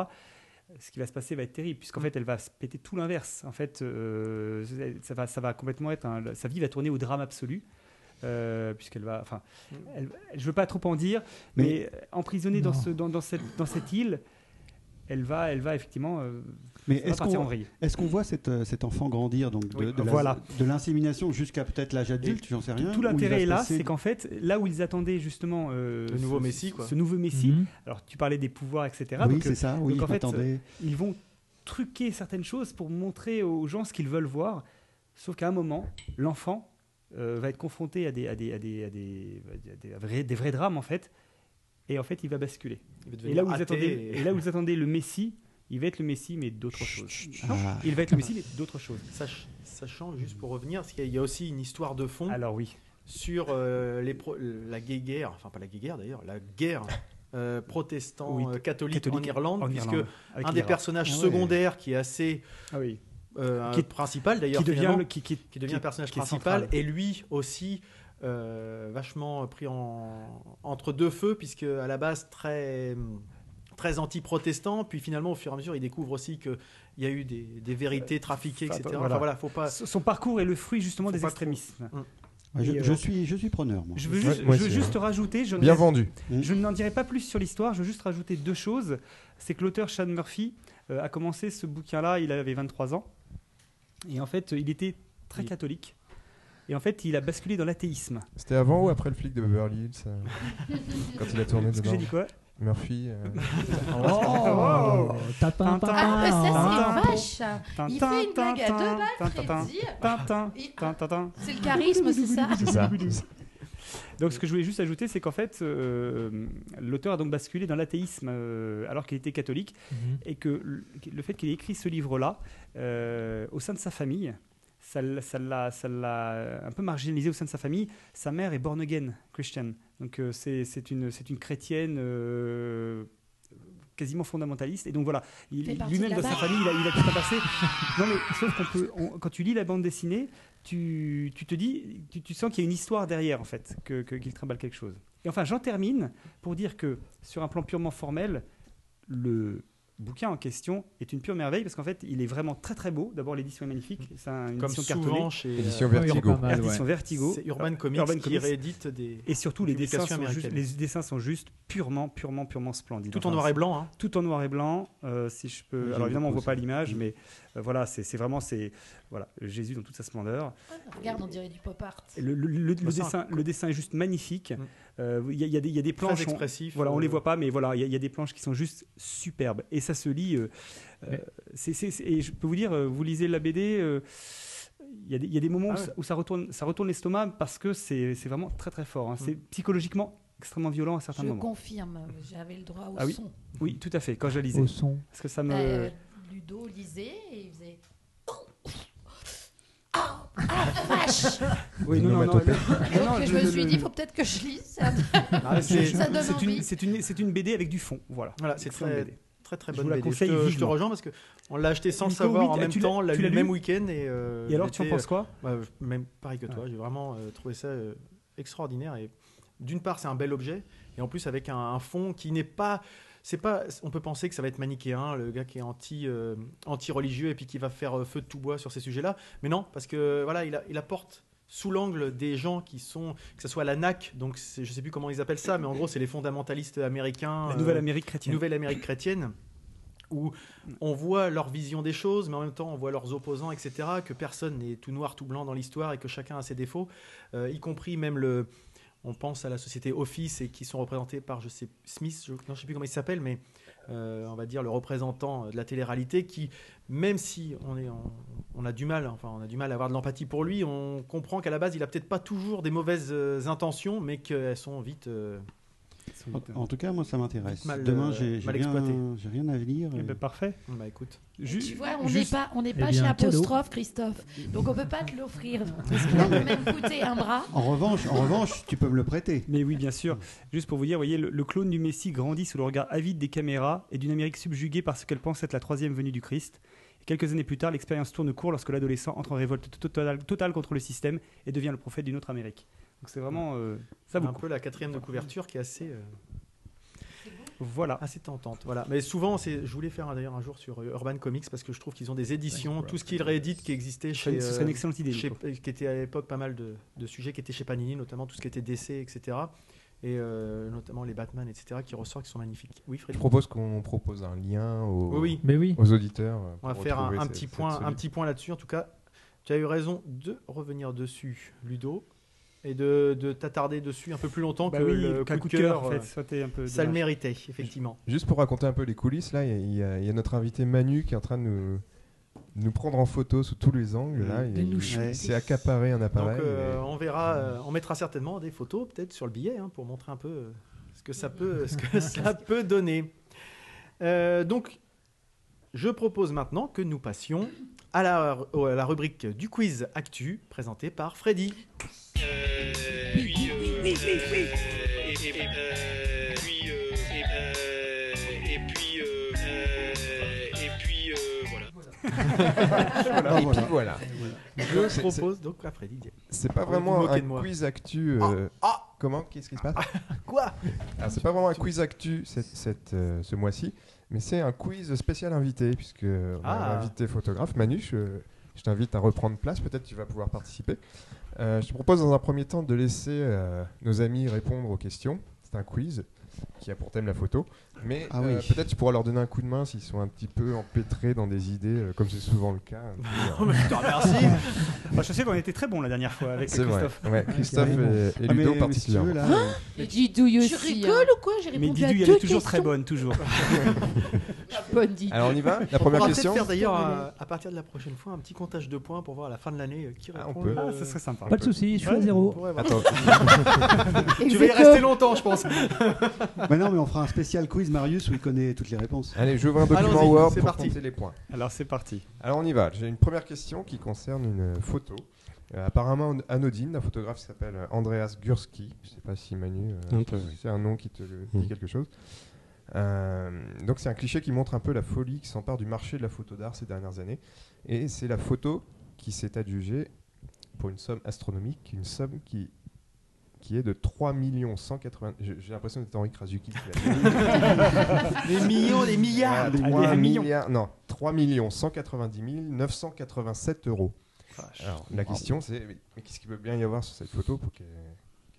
Speaker 5: Ce qui va se passer va être terrible, puisqu'en fait, elle va se péter tout l'inverse. En fait, euh, ça, va, ça va complètement être... un- sa vie va tourner au drame absolu. euh, puisqu'elle va, enfin, elle- je veux pas trop en dire, mais, euh, emprisonnée dans,
Speaker 2: Non.
Speaker 5: ce, dans, dans cette, dans cette île, elle va, elle va effectivement. euh,
Speaker 2: Mais
Speaker 5: ça va
Speaker 2: est-ce
Speaker 5: partir en
Speaker 2: qu'on
Speaker 5: vrille.
Speaker 2: est-ce qu'on voit cette, euh, cet enfant grandir donc de,
Speaker 5: Oui,
Speaker 2: de la-
Speaker 5: voilà.
Speaker 2: de l'insémination jusqu'à peut-être l'âge adulte,
Speaker 5: Et
Speaker 2: j'en sais
Speaker 5: tout-
Speaker 2: rien.
Speaker 5: Tout
Speaker 2: où il va
Speaker 5: l'intérêt
Speaker 2: se
Speaker 5: est là,
Speaker 2: passer-
Speaker 5: c'est qu'en fait, là où ils attendaient justement euh,
Speaker 4: Le nouveau
Speaker 5: ce-
Speaker 4: Messie,
Speaker 5: ce-
Speaker 4: quoi.
Speaker 5: Ce nouveau Messie.
Speaker 4: Mhm.
Speaker 5: Alors tu parlais des pouvoirs, etc.
Speaker 2: Oui,
Speaker 5: donc,
Speaker 2: c'est
Speaker 5: euh,
Speaker 2: ça, oui,
Speaker 5: donc,
Speaker 2: je
Speaker 5: en fait,
Speaker 2: m'attendais.
Speaker 5: euh, ils vont truquer certaines choses pour montrer aux gens ce qu'ils veulent voir. Sauf qu'à un moment, l'enfant euh, va être confronté à des, à des, à des, à des, à des- à des vrais, des vrais drames en fait, et en fait, il va basculer.
Speaker 4: Il va
Speaker 5: Et
Speaker 4: devenir
Speaker 5: là où vous
Speaker 4: athée
Speaker 5: attendez,
Speaker 4: et-
Speaker 5: et là où vous attendez le Messie. Il va être le Messie, mais d'autres choses. Non,
Speaker 4: Ah.
Speaker 5: il va être le Messie, mais d'autres choses.
Speaker 4: Sach- sachant, juste pour revenir, parce qu'il y a- il y a aussi une histoire de fond.
Speaker 5: Alors oui.
Speaker 4: Sur euh, les pro- la gay guerre, enfin pas la gay guerre d'ailleurs, la guerre euh, protestant
Speaker 5: Oui,
Speaker 4: euh, catholique, en
Speaker 5: catholique
Speaker 4: Irlande,
Speaker 5: en
Speaker 4: puisque
Speaker 5: Irlande, avec
Speaker 4: un des
Speaker 5: l'Irak.
Speaker 4: personnages
Speaker 5: Ah ouais.
Speaker 4: secondaires qui est assez
Speaker 5: Ah oui.
Speaker 4: euh,
Speaker 5: Qui est-
Speaker 4: principal d'ailleurs,
Speaker 5: qui devient
Speaker 4: finalement,
Speaker 5: le- qui- qui-
Speaker 4: devient
Speaker 5: qui-
Speaker 4: un personnage
Speaker 5: qui est
Speaker 4: principal
Speaker 5: central.
Speaker 4: et lui aussi euh, vachement pris en, entre deux feux puisque à la base très très anti-protestant puis finalement au fur et à mesure il découvre aussi que il y a eu des, des vérités trafiquées etc.
Speaker 5: Enfin,
Speaker 4: Enfin, voilà, faut pas
Speaker 5: Son son parcours est le fruit justement des extrémismes.
Speaker 4: Hum.
Speaker 2: Ouais, Ah, je,
Speaker 5: Et, euh,
Speaker 2: je suis, je suis preneur. Moi.
Speaker 5: Je veux juste, je veux juste rajouter. Je
Speaker 6: hein. Bien vendu.
Speaker 5: Je n'en dirai pas plus sur l'histoire, je veux juste rajouter deux choses. C'est que l'auteur Sean Murphy euh, a commencé ce bouquin-là, il avait 23 ans. Et en fait, euh, il était très catholique. Et en fait, il a basculé dans l'athéisme.
Speaker 6: C'était avant ou après le flic de Beverly Hills euh, Quand il a tourné
Speaker 5: Parce que
Speaker 6: dedans
Speaker 5: j'ai dit quoi
Speaker 6: Murphy. euh,
Speaker 11: Oh, tapin, tapin.
Speaker 7: Ah, mais ça, c'est vache. ça. Il
Speaker 5: Tintin,
Speaker 7: fait une blague à deux balles,
Speaker 5: Tintin,
Speaker 7: Freddy.
Speaker 5: Tintin, Tintin.
Speaker 7: C'est le charisme, c'est ça
Speaker 6: C'est ça.
Speaker 5: Donc ce que je voulais juste ajouter, c'est qu'en fait, euh, l'auteur a donc basculé dans l'athéisme euh, alors qu'il était catholique,
Speaker 11: Mhm.
Speaker 5: et que le- le fait qu'il ait écrit ce livre-là euh, au sein de sa famille, ça l'a- ça l'a ça l'a un peu marginalisé au sein de sa famille. Sa mère est born again, Christian. Donc euh, c'est c'est une, c'est une chrétienne euh, quasiment fondamentaliste. Et donc voilà, il-
Speaker 11: Fait partie
Speaker 5: lui-même
Speaker 11: de la
Speaker 5: dans sa
Speaker 11: base.
Speaker 5: famille, il a, il a tout à passer. Non mais sauf qu'on peut, on- quand tu lis la bande dessinée, tu, tu te dis, tu, tu sens qu'il y a une histoire derrière en fait, que que- qu'il trimballe quelque chose. Et enfin, j'en termine pour dire que sur un plan purement formel, le bouquin en question est une pure merveille parce qu'en fait, il est vraiment très très beau. D'abord, l'édition est magnifique. C'est un- une
Speaker 4: Comme
Speaker 5: édition
Speaker 4: souvent
Speaker 5: cartonnée.
Speaker 4: chez, Édition euh, Vertigo. Urban Mal, ouais.
Speaker 5: Édition Vertigo.
Speaker 4: C'est Urban Comics qui réédite des
Speaker 5: Et surtout, les dessins,
Speaker 4: publications
Speaker 5: sont juste,
Speaker 4: américaines.
Speaker 5: les dessins sont juste purement, purement, purement splendides.
Speaker 4: Tout en noir et blanc, hein.
Speaker 5: Tout en noir et blanc. euh, si je peux.
Speaker 4: J'aime
Speaker 5: Alors évidemment, on
Speaker 4: beaucoup
Speaker 5: voit pas
Speaker 4: ça. Mm.
Speaker 5: l'image, mais euh, voilà, c'est c'est vraiment c'est voilà Jésus dans toute sa splendeur.
Speaker 7: Regarde, on dirait du pop art.
Speaker 5: Le, le- le- le
Speaker 7: Bah, c'est un
Speaker 5: dessin, le dessin est juste magnifique. Euh, Il y, a- il y a des- il y a des planches. on-
Speaker 4: Mm. expressif,
Speaker 5: voilà, on
Speaker 4: euh.
Speaker 5: les voit pas, mais voilà, il y, a- il y a des planches qui sont juste superbes. Et ça se lit. euh, euh, c'est- c'est- c'est- et je peux vous dire, euh, vous lisez la BD. euh, il y, a des- il y a des moments
Speaker 4: Ah
Speaker 5: où,
Speaker 4: ouais.
Speaker 5: ça- où ça retourne, ça retourne l'estomac parce que c'est c'est vraiment très très fort. hein.
Speaker 4: Mm.
Speaker 5: C'est psychologiquement extrêmement violent à certains
Speaker 7: Je
Speaker 5: moments.
Speaker 7: confirme, j'avais le droit au
Speaker 5: Ah oui, Ah,
Speaker 7: son.
Speaker 5: oui, tout à fait. Quand je la lisais.
Speaker 11: Au son.
Speaker 5: Parce que ça me.
Speaker 7: Euh, Ludo lisait et il faisait. Oh,
Speaker 5: Oui, non, non, non,
Speaker 7: Onomatopée.
Speaker 5: le-
Speaker 7: Et
Speaker 5: non,
Speaker 7: donc,
Speaker 5: non,
Speaker 7: je
Speaker 5: le-
Speaker 7: me suis
Speaker 5: le-
Speaker 7: dit,
Speaker 5: le-
Speaker 7: faut peut-être que je lise. Ça,
Speaker 5: Ah, c'est-
Speaker 7: ça donne
Speaker 5: c'est une-
Speaker 7: envie.
Speaker 5: C'est une, c'est une BD avec du fond. Voilà,
Speaker 4: Voilà, c'est
Speaker 5: Excellente
Speaker 4: très,
Speaker 5: BD.
Speaker 4: très très
Speaker 5: Je
Speaker 4: bonne
Speaker 5: vous la
Speaker 4: BD.
Speaker 5: conseille
Speaker 4: je, te, je te
Speaker 5: vivement.
Speaker 4: rejoins parce que on l'a acheté sans
Speaker 5: Nico,
Speaker 4: le savoir
Speaker 5: oui,
Speaker 4: en
Speaker 5: tu-
Speaker 4: même
Speaker 5: tu l'as-
Speaker 4: temps, on l'a
Speaker 5: tu
Speaker 4: lu
Speaker 5: l'as
Speaker 4: le même
Speaker 5: lu
Speaker 4: week-end et. euh,
Speaker 5: Et alors, tu en
Speaker 4: j'étais,
Speaker 5: penses quoi
Speaker 4: euh, ouais, Même pareil que toi, j'ai vraiment euh, trouvé ça euh, extraordinaire et d'une part c'est un bel objet et en plus avec un, un fond qui n'est pas c'est pas, on peut penser que ça va être manichéen, le gars qui est anti, euh, anti-religieux et puis qui va faire euh, feu de tout bois sur ces sujets-là. Mais non, parce que voilà, il, a- il apporte sous l'angle des gens qui sont, que ce soit la NAC, donc c'est- je sais plus comment ils appellent ça, mais en gros c'est les fondamentalistes américains. euh,
Speaker 5: La Nouvelle Amérique chrétienne.
Speaker 4: Nouvelle Amérique chrétienne, où on voit leur vision des choses, mais en même temps on voit leurs opposants, etc. Que personne n'est tout noir, tout blanc dans l'histoire et que chacun a ses défauts, euh, y compris même le. On pense à la société Office et qui sont représentés par, je sais, Smith, je, non, je sais plus comment il s'appelle, mais euh, on va dire le représentant de la télé-réalité qui, même si on, est, en- on a du mal, enfin on a du mal à avoir de l'empathie pour lui, on comprend qu'à la base il a peut-être pas toujours des mauvaises euh, intentions, mais qu'elles sont vite. euh,
Speaker 2: En, en tout cas, moi, ça m'intéresse.
Speaker 4: Vite mal,
Speaker 2: Demain,
Speaker 4: euh,
Speaker 2: j'ai j'ai
Speaker 4: mal
Speaker 2: rien,
Speaker 4: exploité.
Speaker 2: j'ai rien à venir.
Speaker 5: Eh ben, parfait.
Speaker 4: Bah écoute.
Speaker 7: Tu vois, on n'est pas,
Speaker 5: eh
Speaker 11: Eh
Speaker 7: on n'est pas chez apostrophe, Christophe. Donc on peut pas te l'offrir. Parce que ça peut même coûter un bras.
Speaker 2: En revanche, en revanche, tu peux me le prêter.
Speaker 5: Mais oui, bien sûr. Juste pour vous dire, voyez, le, le clone du Messie grandit sous le regard avide des caméras et d'une Amérique subjuguée par ce qu'elle pense être la troisième venue du Christ. Et quelques années plus tard, l'expérience tourne court lorsque l'adolescent entre en révolte totale, totale contre le système et devient le prophète d'une autre Amérique. Donc c'est vraiment euh, ça
Speaker 4: un
Speaker 5: beaucoup.
Speaker 4: peu la quatrième de couverture qui est assez. euh,
Speaker 5: Voilà.
Speaker 4: Assez tentante. Voilà. Mais souvent, c'est, je voulais faire d'ailleurs un jour sur euh, Urban Comics parce que je trouve qu'ils ont des éditions, tout ce qu'ils rééditent qui existait
Speaker 5: Ce serait
Speaker 4: chez.
Speaker 5: une- ce serait une excellente idée,
Speaker 4: chez-
Speaker 5: Nico.
Speaker 4: euh, qui était à l'époque pas mal de, de sujets qui étaient chez Panini, notamment tout ce qui était DC, etc. Et euh, notamment les Batman, etc., qui ressortent, qui sont magnifiques. Oui,
Speaker 6: Je
Speaker 4: Frédéric
Speaker 6: propose qu'on propose un lien aux,
Speaker 4: Oui, oui.
Speaker 6: aux auditeurs. euh,
Speaker 4: On va
Speaker 6: pour
Speaker 4: faire un,
Speaker 6: retrouver
Speaker 4: un
Speaker 6: cette-
Speaker 4: petit
Speaker 6: cette
Speaker 4: point, un
Speaker 6: solution.
Speaker 4: petit point là-dessus. En tout cas, tu as eu raison de revenir dessus, Ludo, et de, de t'attarder dessus un peu plus longtemps
Speaker 5: Bah
Speaker 4: que
Speaker 5: oui,
Speaker 4: le
Speaker 5: qu'un
Speaker 4: coup de cœur.
Speaker 5: en fait,
Speaker 4: euh,
Speaker 5: ça, t'es un peu
Speaker 4: ça le
Speaker 5: dommage.
Speaker 4: méritait, effectivement.
Speaker 6: Juste pour raconter un peu les coulisses, là, il y a- il y, a- il y a notre invité Manu qui est en train de nous, nous prendre en photo sous tous les angles. Là,
Speaker 4: De
Speaker 6: Il-
Speaker 4: nous
Speaker 6: il
Speaker 4: shooter.
Speaker 6: s'est accaparé un
Speaker 4: Donc
Speaker 6: appareil.
Speaker 4: euh, on verra, euh, on mettra certainement des photos peut-être sur le billet hein, pour montrer un peu euh, ce que ça peut, ce que ça peut donner. Euh, donc, je propose maintenant que nous passions à la, à la rubrique du quiz actu présentée par Freddy.
Speaker 10: oui, oui, oui. Euh, Et puis, euh, puis, euh, et, euh, et puis, euh, euh, et puis, euh, voilà.
Speaker 6: Et puis voilà. Donc,
Speaker 4: Je
Speaker 6: c'est-
Speaker 4: propose donc à Freddy.
Speaker 6: C'est pas
Speaker 4: Vous vous
Speaker 6: vraiment
Speaker 4: moquez
Speaker 6: un
Speaker 4: de moi.
Speaker 6: quiz actu. euh, Comment Qu'est-ce qui se passe
Speaker 4: Ah, Quoi
Speaker 6: Alors, c'est pas vraiment un quiz actu cette, cette, euh, ce mois-ci, mais c'est un quiz spécial invité, puisque euh, on a
Speaker 4: Ah.
Speaker 6: un invité photographe. Manu, je, je t'invite à reprendre place, peut-être tu vas pouvoir participer. Euh, je te propose dans un premier temps de laisser euh, nos amis répondre aux questions. C'est un quiz qui a pour thème la photo. Mais
Speaker 2: Ah
Speaker 6: euh,
Speaker 2: oui.
Speaker 6: peut-être tu pourras leur donner un coup de main s'ils sont un petit peu empêtrés dans des idées, euh, comme c'est souvent le cas. un peu, euh.
Speaker 5: Bah, je sais qu'on était très bons la dernière fois avec
Speaker 6: C'est vrai.
Speaker 5: Christophe.
Speaker 6: Ouais, Christophe et- et Ludo
Speaker 2: Ah, mais- mais si tu
Speaker 6: particulièrement.
Speaker 2: veux, là,
Speaker 12: Mais Didouille aussi,
Speaker 7: Tu rigoles
Speaker 12: hein.
Speaker 7: ou quoi J'ai
Speaker 5: Hein Mais
Speaker 7: répondu à
Speaker 5: Didouille,
Speaker 7: deux
Speaker 5: elle est toujours très
Speaker 7: questions.
Speaker 5: bonne, toujours.
Speaker 12: Bonne Didouille.
Speaker 6: Alors, on y va La
Speaker 4: On
Speaker 6: première
Speaker 4: pourra peut-être
Speaker 6: question
Speaker 4: faire d'ailleurs euh, à partir de la prochaine fois un petit comptage de points pour voir à la fin de l'année euh, qui répond.
Speaker 6: peut.
Speaker 4: le-
Speaker 6: Ah, ça serait sympa.
Speaker 11: Pas de soucis, je suis à
Speaker 4: Ouais,
Speaker 11: zéro.
Speaker 4: on pourrait voir.
Speaker 6: Attends.
Speaker 4: tu vas y
Speaker 11: Execo.
Speaker 4: rester longtemps, je pense.
Speaker 2: Bah non, mais on fera un spécial quiz Marius où il connaît toutes les réponses.
Speaker 6: Allez, j'ouvre un document
Speaker 2: Allons-y,
Speaker 6: Word
Speaker 2: c'est
Speaker 6: pour
Speaker 2: parti.
Speaker 6: compter les points.
Speaker 5: Alors c'est parti.
Speaker 6: Alors on y va. J'ai une première question qui concerne une photo. euh, apparemment anodine, d'un photographe qui s'appelle euh, Andreas Gursky. Je ne sais pas si Manu, euh,
Speaker 9: Un peu, oui.
Speaker 6: c'est un nom qui te le- dit
Speaker 9: Mhm.
Speaker 6: quelque chose. Euh, donc c'est un cliché qui montre un peu la folie qui s'empare du marché de la photo d'art ces dernières années. Et c'est la photo qui s'est adjugée pour une somme astronomique, une somme qui qui est de 3 180 J'ai j'ai l'impression d'être Henri Krasuki. qui l'a dit.
Speaker 4: Des millions, des milliards.
Speaker 6: Ah, des
Speaker 4: Allez,
Speaker 6: mois,
Speaker 4: un million.
Speaker 6: milliards, Non, 3 190 987 euros. Alors, la question, c'est mais, mais qu'est-ce qu'il peut bien y avoir sur cette photo pour qu'elle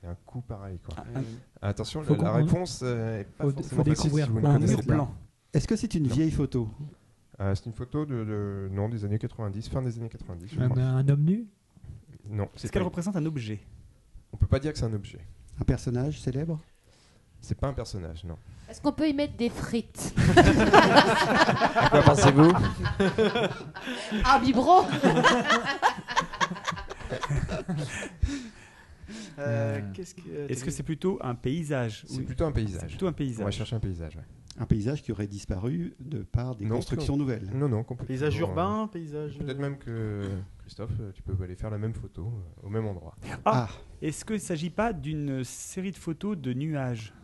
Speaker 6: qu'elle ait un coup pareil quoi. Ah,
Speaker 5: un-
Speaker 6: Attention,
Speaker 2: Faut
Speaker 6: la, la
Speaker 2: qu'on-
Speaker 6: réponse euh, est pas
Speaker 2: faut-
Speaker 6: forcément
Speaker 2: faut
Speaker 6: facile si
Speaker 2: découvrir.
Speaker 6: vous ne
Speaker 2: Un
Speaker 6: connaissez
Speaker 2: mur
Speaker 6: pas.
Speaker 2: blanc. Est-ce que c'est une
Speaker 6: Non.
Speaker 2: vieille photo
Speaker 6: Euh, c'est une photo de, de- non des années 90, fin des années 90.
Speaker 2: Ah,
Speaker 6: je
Speaker 11: Un,
Speaker 2: ben,
Speaker 6: crois.
Speaker 11: un homme nu
Speaker 6: Non,
Speaker 5: Est-ce
Speaker 6: c'est
Speaker 5: qu'elle
Speaker 6: pas-
Speaker 5: représente un objet
Speaker 6: on peut pas dire que c'est un objet.
Speaker 2: Un personnage célèbre
Speaker 6: C'est pas un personnage, non.
Speaker 3: Est-ce qu'on peut y mettre des frites
Speaker 6: À quoi pensez-vous
Speaker 3: Ah, biberon
Speaker 6: Ah
Speaker 4: Euh, qu'est-ce que- euh,
Speaker 5: Est-ce que c'est plutôt un paysage
Speaker 6: C'est
Speaker 5: ou-
Speaker 6: plutôt un paysage.
Speaker 5: C'est plutôt un
Speaker 6: On va
Speaker 5: paysage.
Speaker 6: chercher un paysage. ouais.
Speaker 2: Un paysage qui aurait disparu de par des
Speaker 6: Non,
Speaker 2: constructions
Speaker 6: plutôt-
Speaker 2: nouvelles.
Speaker 6: Non, non, complètement.
Speaker 4: Paysage
Speaker 6: Euh,
Speaker 4: urbain, paysage.
Speaker 6: Peut-être même que Christophe, euh, tu peux aller faire la même photo euh, au même endroit.
Speaker 5: Ah, Est-ce qu'il ne s'agit pas d'une série de photos de nuages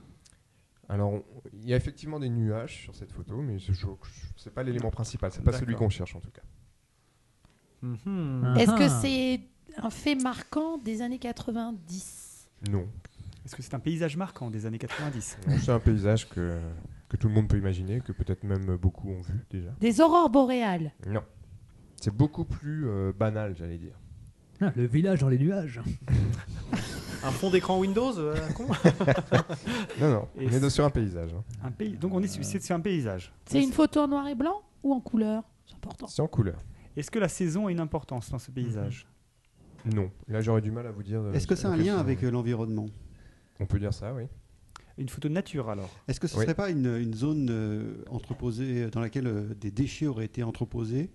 Speaker 6: Alors, on- il y a effectivement des nuages sur cette photo, mais ce n'est pas l'élément principal, c'est pas
Speaker 5: D'accord.
Speaker 6: celui qu'on cherche en tout cas.
Speaker 7: Est-ce que c'est un fait marquant des années 90
Speaker 6: Non,
Speaker 5: Est-ce que c'est un paysage marquant des années 90
Speaker 6: Non, c'est un paysage que, que tout le monde peut imaginer, que peut-être même beaucoup ont vu déjà.
Speaker 7: Des aurores boréales
Speaker 6: Non, c'est beaucoup plus euh, banal, j'allais dire.
Speaker 1: Le village dans les nuages.
Speaker 4: Un fond d'écran Windows, euh, la con
Speaker 6: Non, non,
Speaker 5: Et
Speaker 6: on est
Speaker 5: c'est-
Speaker 6: sur un paysage. hein.
Speaker 5: Un pays. Donc on est sur- c'est c'est un paysage.
Speaker 7: C'est une photo en noir et blanc ou en couleur C'est important.
Speaker 6: C'est en couleur.
Speaker 5: Est-ce que la saison a une importance dans ce paysage
Speaker 6: Non. Là, j'aurais du mal à vous dire. euh,
Speaker 2: Est-ce que c'est un lien
Speaker 6: c'est-
Speaker 2: avec euh, l'environnement
Speaker 6: On peut dire ça, oui.
Speaker 5: Une photo de nature alors
Speaker 2: Est-ce que ce ne
Speaker 6: Oui.
Speaker 2: serait pas une, une zone euh, entreposée dans laquelle euh, des déchets auraient été entreposés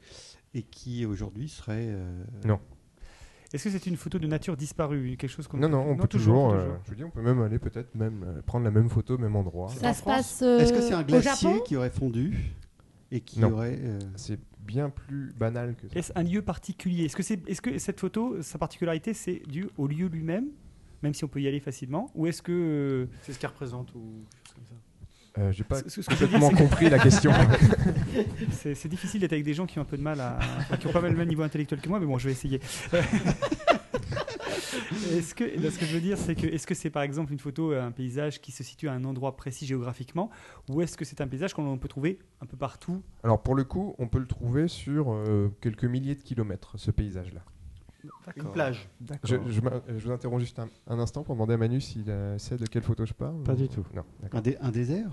Speaker 2: et qui aujourd'hui serait euh,
Speaker 6: Non.
Speaker 5: Est-ce que c'est une photo de nature disparue Quelque chose comme
Speaker 6: Non, non, on peut toujours. euh, je vous dis, on peut même aller peut-être même euh, prendre la même photo, même endroit.
Speaker 7: Ça se passe euh,
Speaker 2: Est-ce que c'est un
Speaker 7: au Japon
Speaker 2: glacier qui aurait fondu et qui
Speaker 6: Non.
Speaker 2: aurait euh,
Speaker 6: C'est bien plus banal que ça.
Speaker 5: Est-ce un lieu particulier Est-ce que, c'est, est-ce que cette photo, sa particularité, c'est dû au lieu lui-même, même si on peut y aller facilement Ou est-ce que. euh,
Speaker 4: C'est ce qu'elle représente ou quelque chose comme ça.
Speaker 6: Euh, J'ai pas
Speaker 5: Ce- ce que je veux dire,
Speaker 6: complètement
Speaker 5: c'est que-
Speaker 6: compris la question.
Speaker 5: c'est, c'est difficile d'être avec des gens qui ont un peu de mal à. enfin, qui ont pas mal le même niveau intellectuel que moi, mais bon, je vais essayer. est-ce que, là, ce que je veux dire, c'est que est-ce que c'est par exemple une photo, euh, un paysage qui se situe à un endroit précis géographiquement, ou est-ce que c'est un paysage qu'on peut trouver un peu partout
Speaker 6: Alors pour le coup, on peut le trouver sur euh, quelques milliers de kilomètres, ce paysage-là.
Speaker 4: Une plage.
Speaker 6: Je, je m'in- je vous interromps juste un, un instant pour demander à Manu s'il euh, sait de quelle photo je parle.
Speaker 9: Pas du tout.
Speaker 6: Non, d'accord.
Speaker 2: un, dé- un désert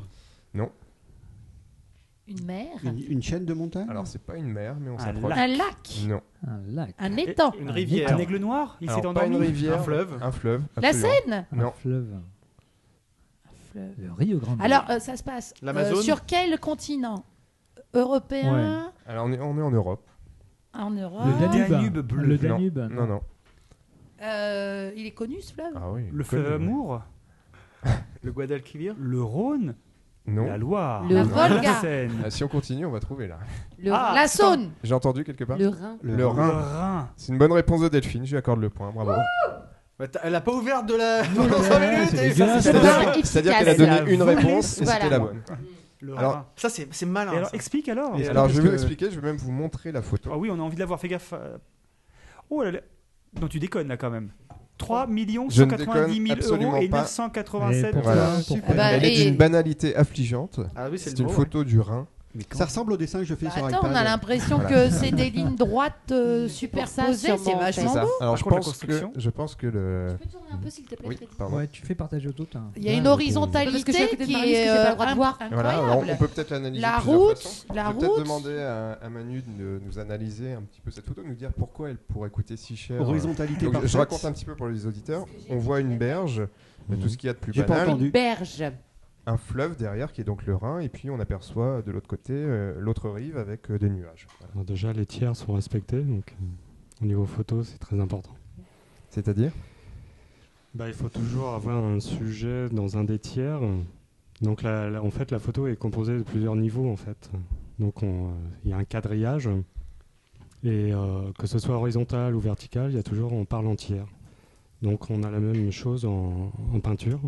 Speaker 7: Une mer
Speaker 2: une, une chaîne de Ah montagne
Speaker 6: Alors c'est pas une mer, mais on
Speaker 5: Un
Speaker 6: s'approche.
Speaker 7: Un lac
Speaker 6: Non.
Speaker 1: Un lac.
Speaker 7: Un
Speaker 6: Eh,
Speaker 7: étang
Speaker 4: Une
Speaker 1: Un
Speaker 4: rivière.
Speaker 5: Un aigle noir Il
Speaker 6: Alors,
Speaker 5: s'est
Speaker 6: pas une
Speaker 5: endormi
Speaker 6: rivière,
Speaker 4: Un fleuve.
Speaker 6: Un fleuve.
Speaker 7: La
Speaker 6: absolument.
Speaker 7: Seine
Speaker 1: Un
Speaker 6: Non.
Speaker 1: fleuve.
Speaker 7: Fleuve.
Speaker 1: Le Rio Grande.
Speaker 7: Alors, euh, ça se passe euh,
Speaker 4: L'Amazone
Speaker 7: sur quel continent Européen
Speaker 6: Alors on est, on est en Europe.
Speaker 7: En Europe
Speaker 1: le Danube.
Speaker 5: Ah, Danube
Speaker 1: Le
Speaker 5: bleu.
Speaker 6: Non,
Speaker 1: Danube.
Speaker 6: Non, non.
Speaker 7: Euh, Il est connu ce fleuve
Speaker 6: Ah oui.
Speaker 5: Le fleuve Amour
Speaker 4: Le Guadalquivir.
Speaker 5: Le Rhône
Speaker 6: Non.
Speaker 5: La Loire
Speaker 7: Le
Speaker 5: la
Speaker 7: Volga.
Speaker 5: Seine,
Speaker 6: Ah, si on continue, on va trouver là.
Speaker 12: Le,
Speaker 5: Ah,
Speaker 7: La Saône
Speaker 6: J'ai entendu quelque part.
Speaker 12: le Rhin.
Speaker 6: Le,
Speaker 5: Le
Speaker 6: Rhin.
Speaker 5: Rhin Oh,
Speaker 6: C'est une bonne réponse de Delphine, je lui accorde le point, bravo.
Speaker 4: Bah, t'as- elle a pas ouvert de la.
Speaker 1: Ouais,
Speaker 4: pendant cinq minutes,
Speaker 1: c'est
Speaker 4: et ça, c'est- Mmh.
Speaker 12: dégueulasse.
Speaker 6: C'est-à-dire que- C'est-à-dire
Speaker 12: efficace.
Speaker 6: qu'elle a donné une
Speaker 12: Elle a voulu-
Speaker 6: réponse et c'était
Speaker 12: voilà.
Speaker 6: la bonne.
Speaker 5: Le
Speaker 6: Alors-
Speaker 5: Rhin.
Speaker 4: ça, c'est c'est malin.
Speaker 5: Et alors,
Speaker 4: Ah ça.
Speaker 5: explique alors
Speaker 4: Et
Speaker 6: Alors
Speaker 2: parce
Speaker 6: je vais
Speaker 2: que-
Speaker 6: vous expliquer, je vais même vous montrer la photo.
Speaker 5: Ah oui, on a envie de l'avoir, fais gaffe. euh. Oh là là. Non, tu déconnes là quand même. 3 millions
Speaker 6: Je ne
Speaker 5: 190 000
Speaker 6: déconne
Speaker 5: euros et
Speaker 6: absolument pas.
Speaker 1: Mais
Speaker 5: 987
Speaker 1: pourquoi,
Speaker 6: Voilà.
Speaker 1: pourquoi
Speaker 7: Eh
Speaker 12: Ah
Speaker 7: ben,
Speaker 12: bah,
Speaker 6: Elle est
Speaker 12: et-
Speaker 6: d'une banalité affligeante.
Speaker 4: Ah oui, c'est
Speaker 6: C'est
Speaker 4: le
Speaker 6: une
Speaker 4: mot,
Speaker 6: photo du Rhin.
Speaker 2: Ça ressemble au dessin que je fais
Speaker 7: Bah,
Speaker 2: sur
Speaker 7: Attends, on a
Speaker 2: iPad.
Speaker 7: l'impression
Speaker 6: Voilà.
Speaker 7: que c'est des lignes droites euh,
Speaker 12: Pour
Speaker 7: superposées,
Speaker 12: ça,
Speaker 7: c'est
Speaker 12: sûrement,
Speaker 6: C'est
Speaker 12: en
Speaker 7: vachement
Speaker 12: fait.
Speaker 6: ça.
Speaker 7: beau.
Speaker 6: Alors je
Speaker 5: contre, la
Speaker 6: pense, que,
Speaker 5: construction-
Speaker 6: je pense que le.
Speaker 3: Tu peux tourner un peu, s'il te plaît,
Speaker 6: Oui,
Speaker 3: Freddy
Speaker 6: pardon.
Speaker 1: Ouais, tu fais partager au tout. hein.
Speaker 7: Il y a une
Speaker 11: Ouais,
Speaker 7: horizontalité
Speaker 12: parce que je suis à côté de
Speaker 7: qui
Speaker 12: Marius, que
Speaker 7: est
Speaker 12: j'ai pas le
Speaker 7: euh,
Speaker 12: droit de
Speaker 7: imp-
Speaker 12: voir.
Speaker 6: Voilà, alors on
Speaker 7: incroyable.
Speaker 6: peut peut-être l'analyser.
Speaker 7: La
Speaker 6: de plusieurs
Speaker 7: route,
Speaker 6: façons.
Speaker 7: la
Speaker 6: Je vais peut-être
Speaker 7: route.
Speaker 6: demander à, à Manu de nous- nous analyser un petit peu cette photo, de nous dire pourquoi elle pourrait coûter si cher.
Speaker 2: Horizontalité
Speaker 6: Donc, je- je,
Speaker 2: parfaite.
Speaker 6: raconte un petit peu pour les auditeurs. On voit une berge,
Speaker 9: Mhm.
Speaker 6: de tout ce qu'il y a de plus
Speaker 2: J'ai pas
Speaker 6: banal,
Speaker 2: entendu.
Speaker 12: Berge.
Speaker 6: un fleuve derrière qui est donc le Rhin, et puis on aperçoit de l'autre côté euh, l'autre rive avec euh, des nuages. Voilà.
Speaker 9: Alors déjà, les tiers sont respectés, donc euh, au niveau photo, c'est très important.
Speaker 6: C'est-à-dire
Speaker 9: Bah, il faut toujours avoir un sujet dans un des tiers. Donc la- la- en fait, la photo est composée de plusieurs niveaux en fait. Donc on, euh, il y a un quadrillage et euh, que ce soit horizontal ou vertical, il y a toujours on parle en tiers. Donc on a la même chose en, en peinture.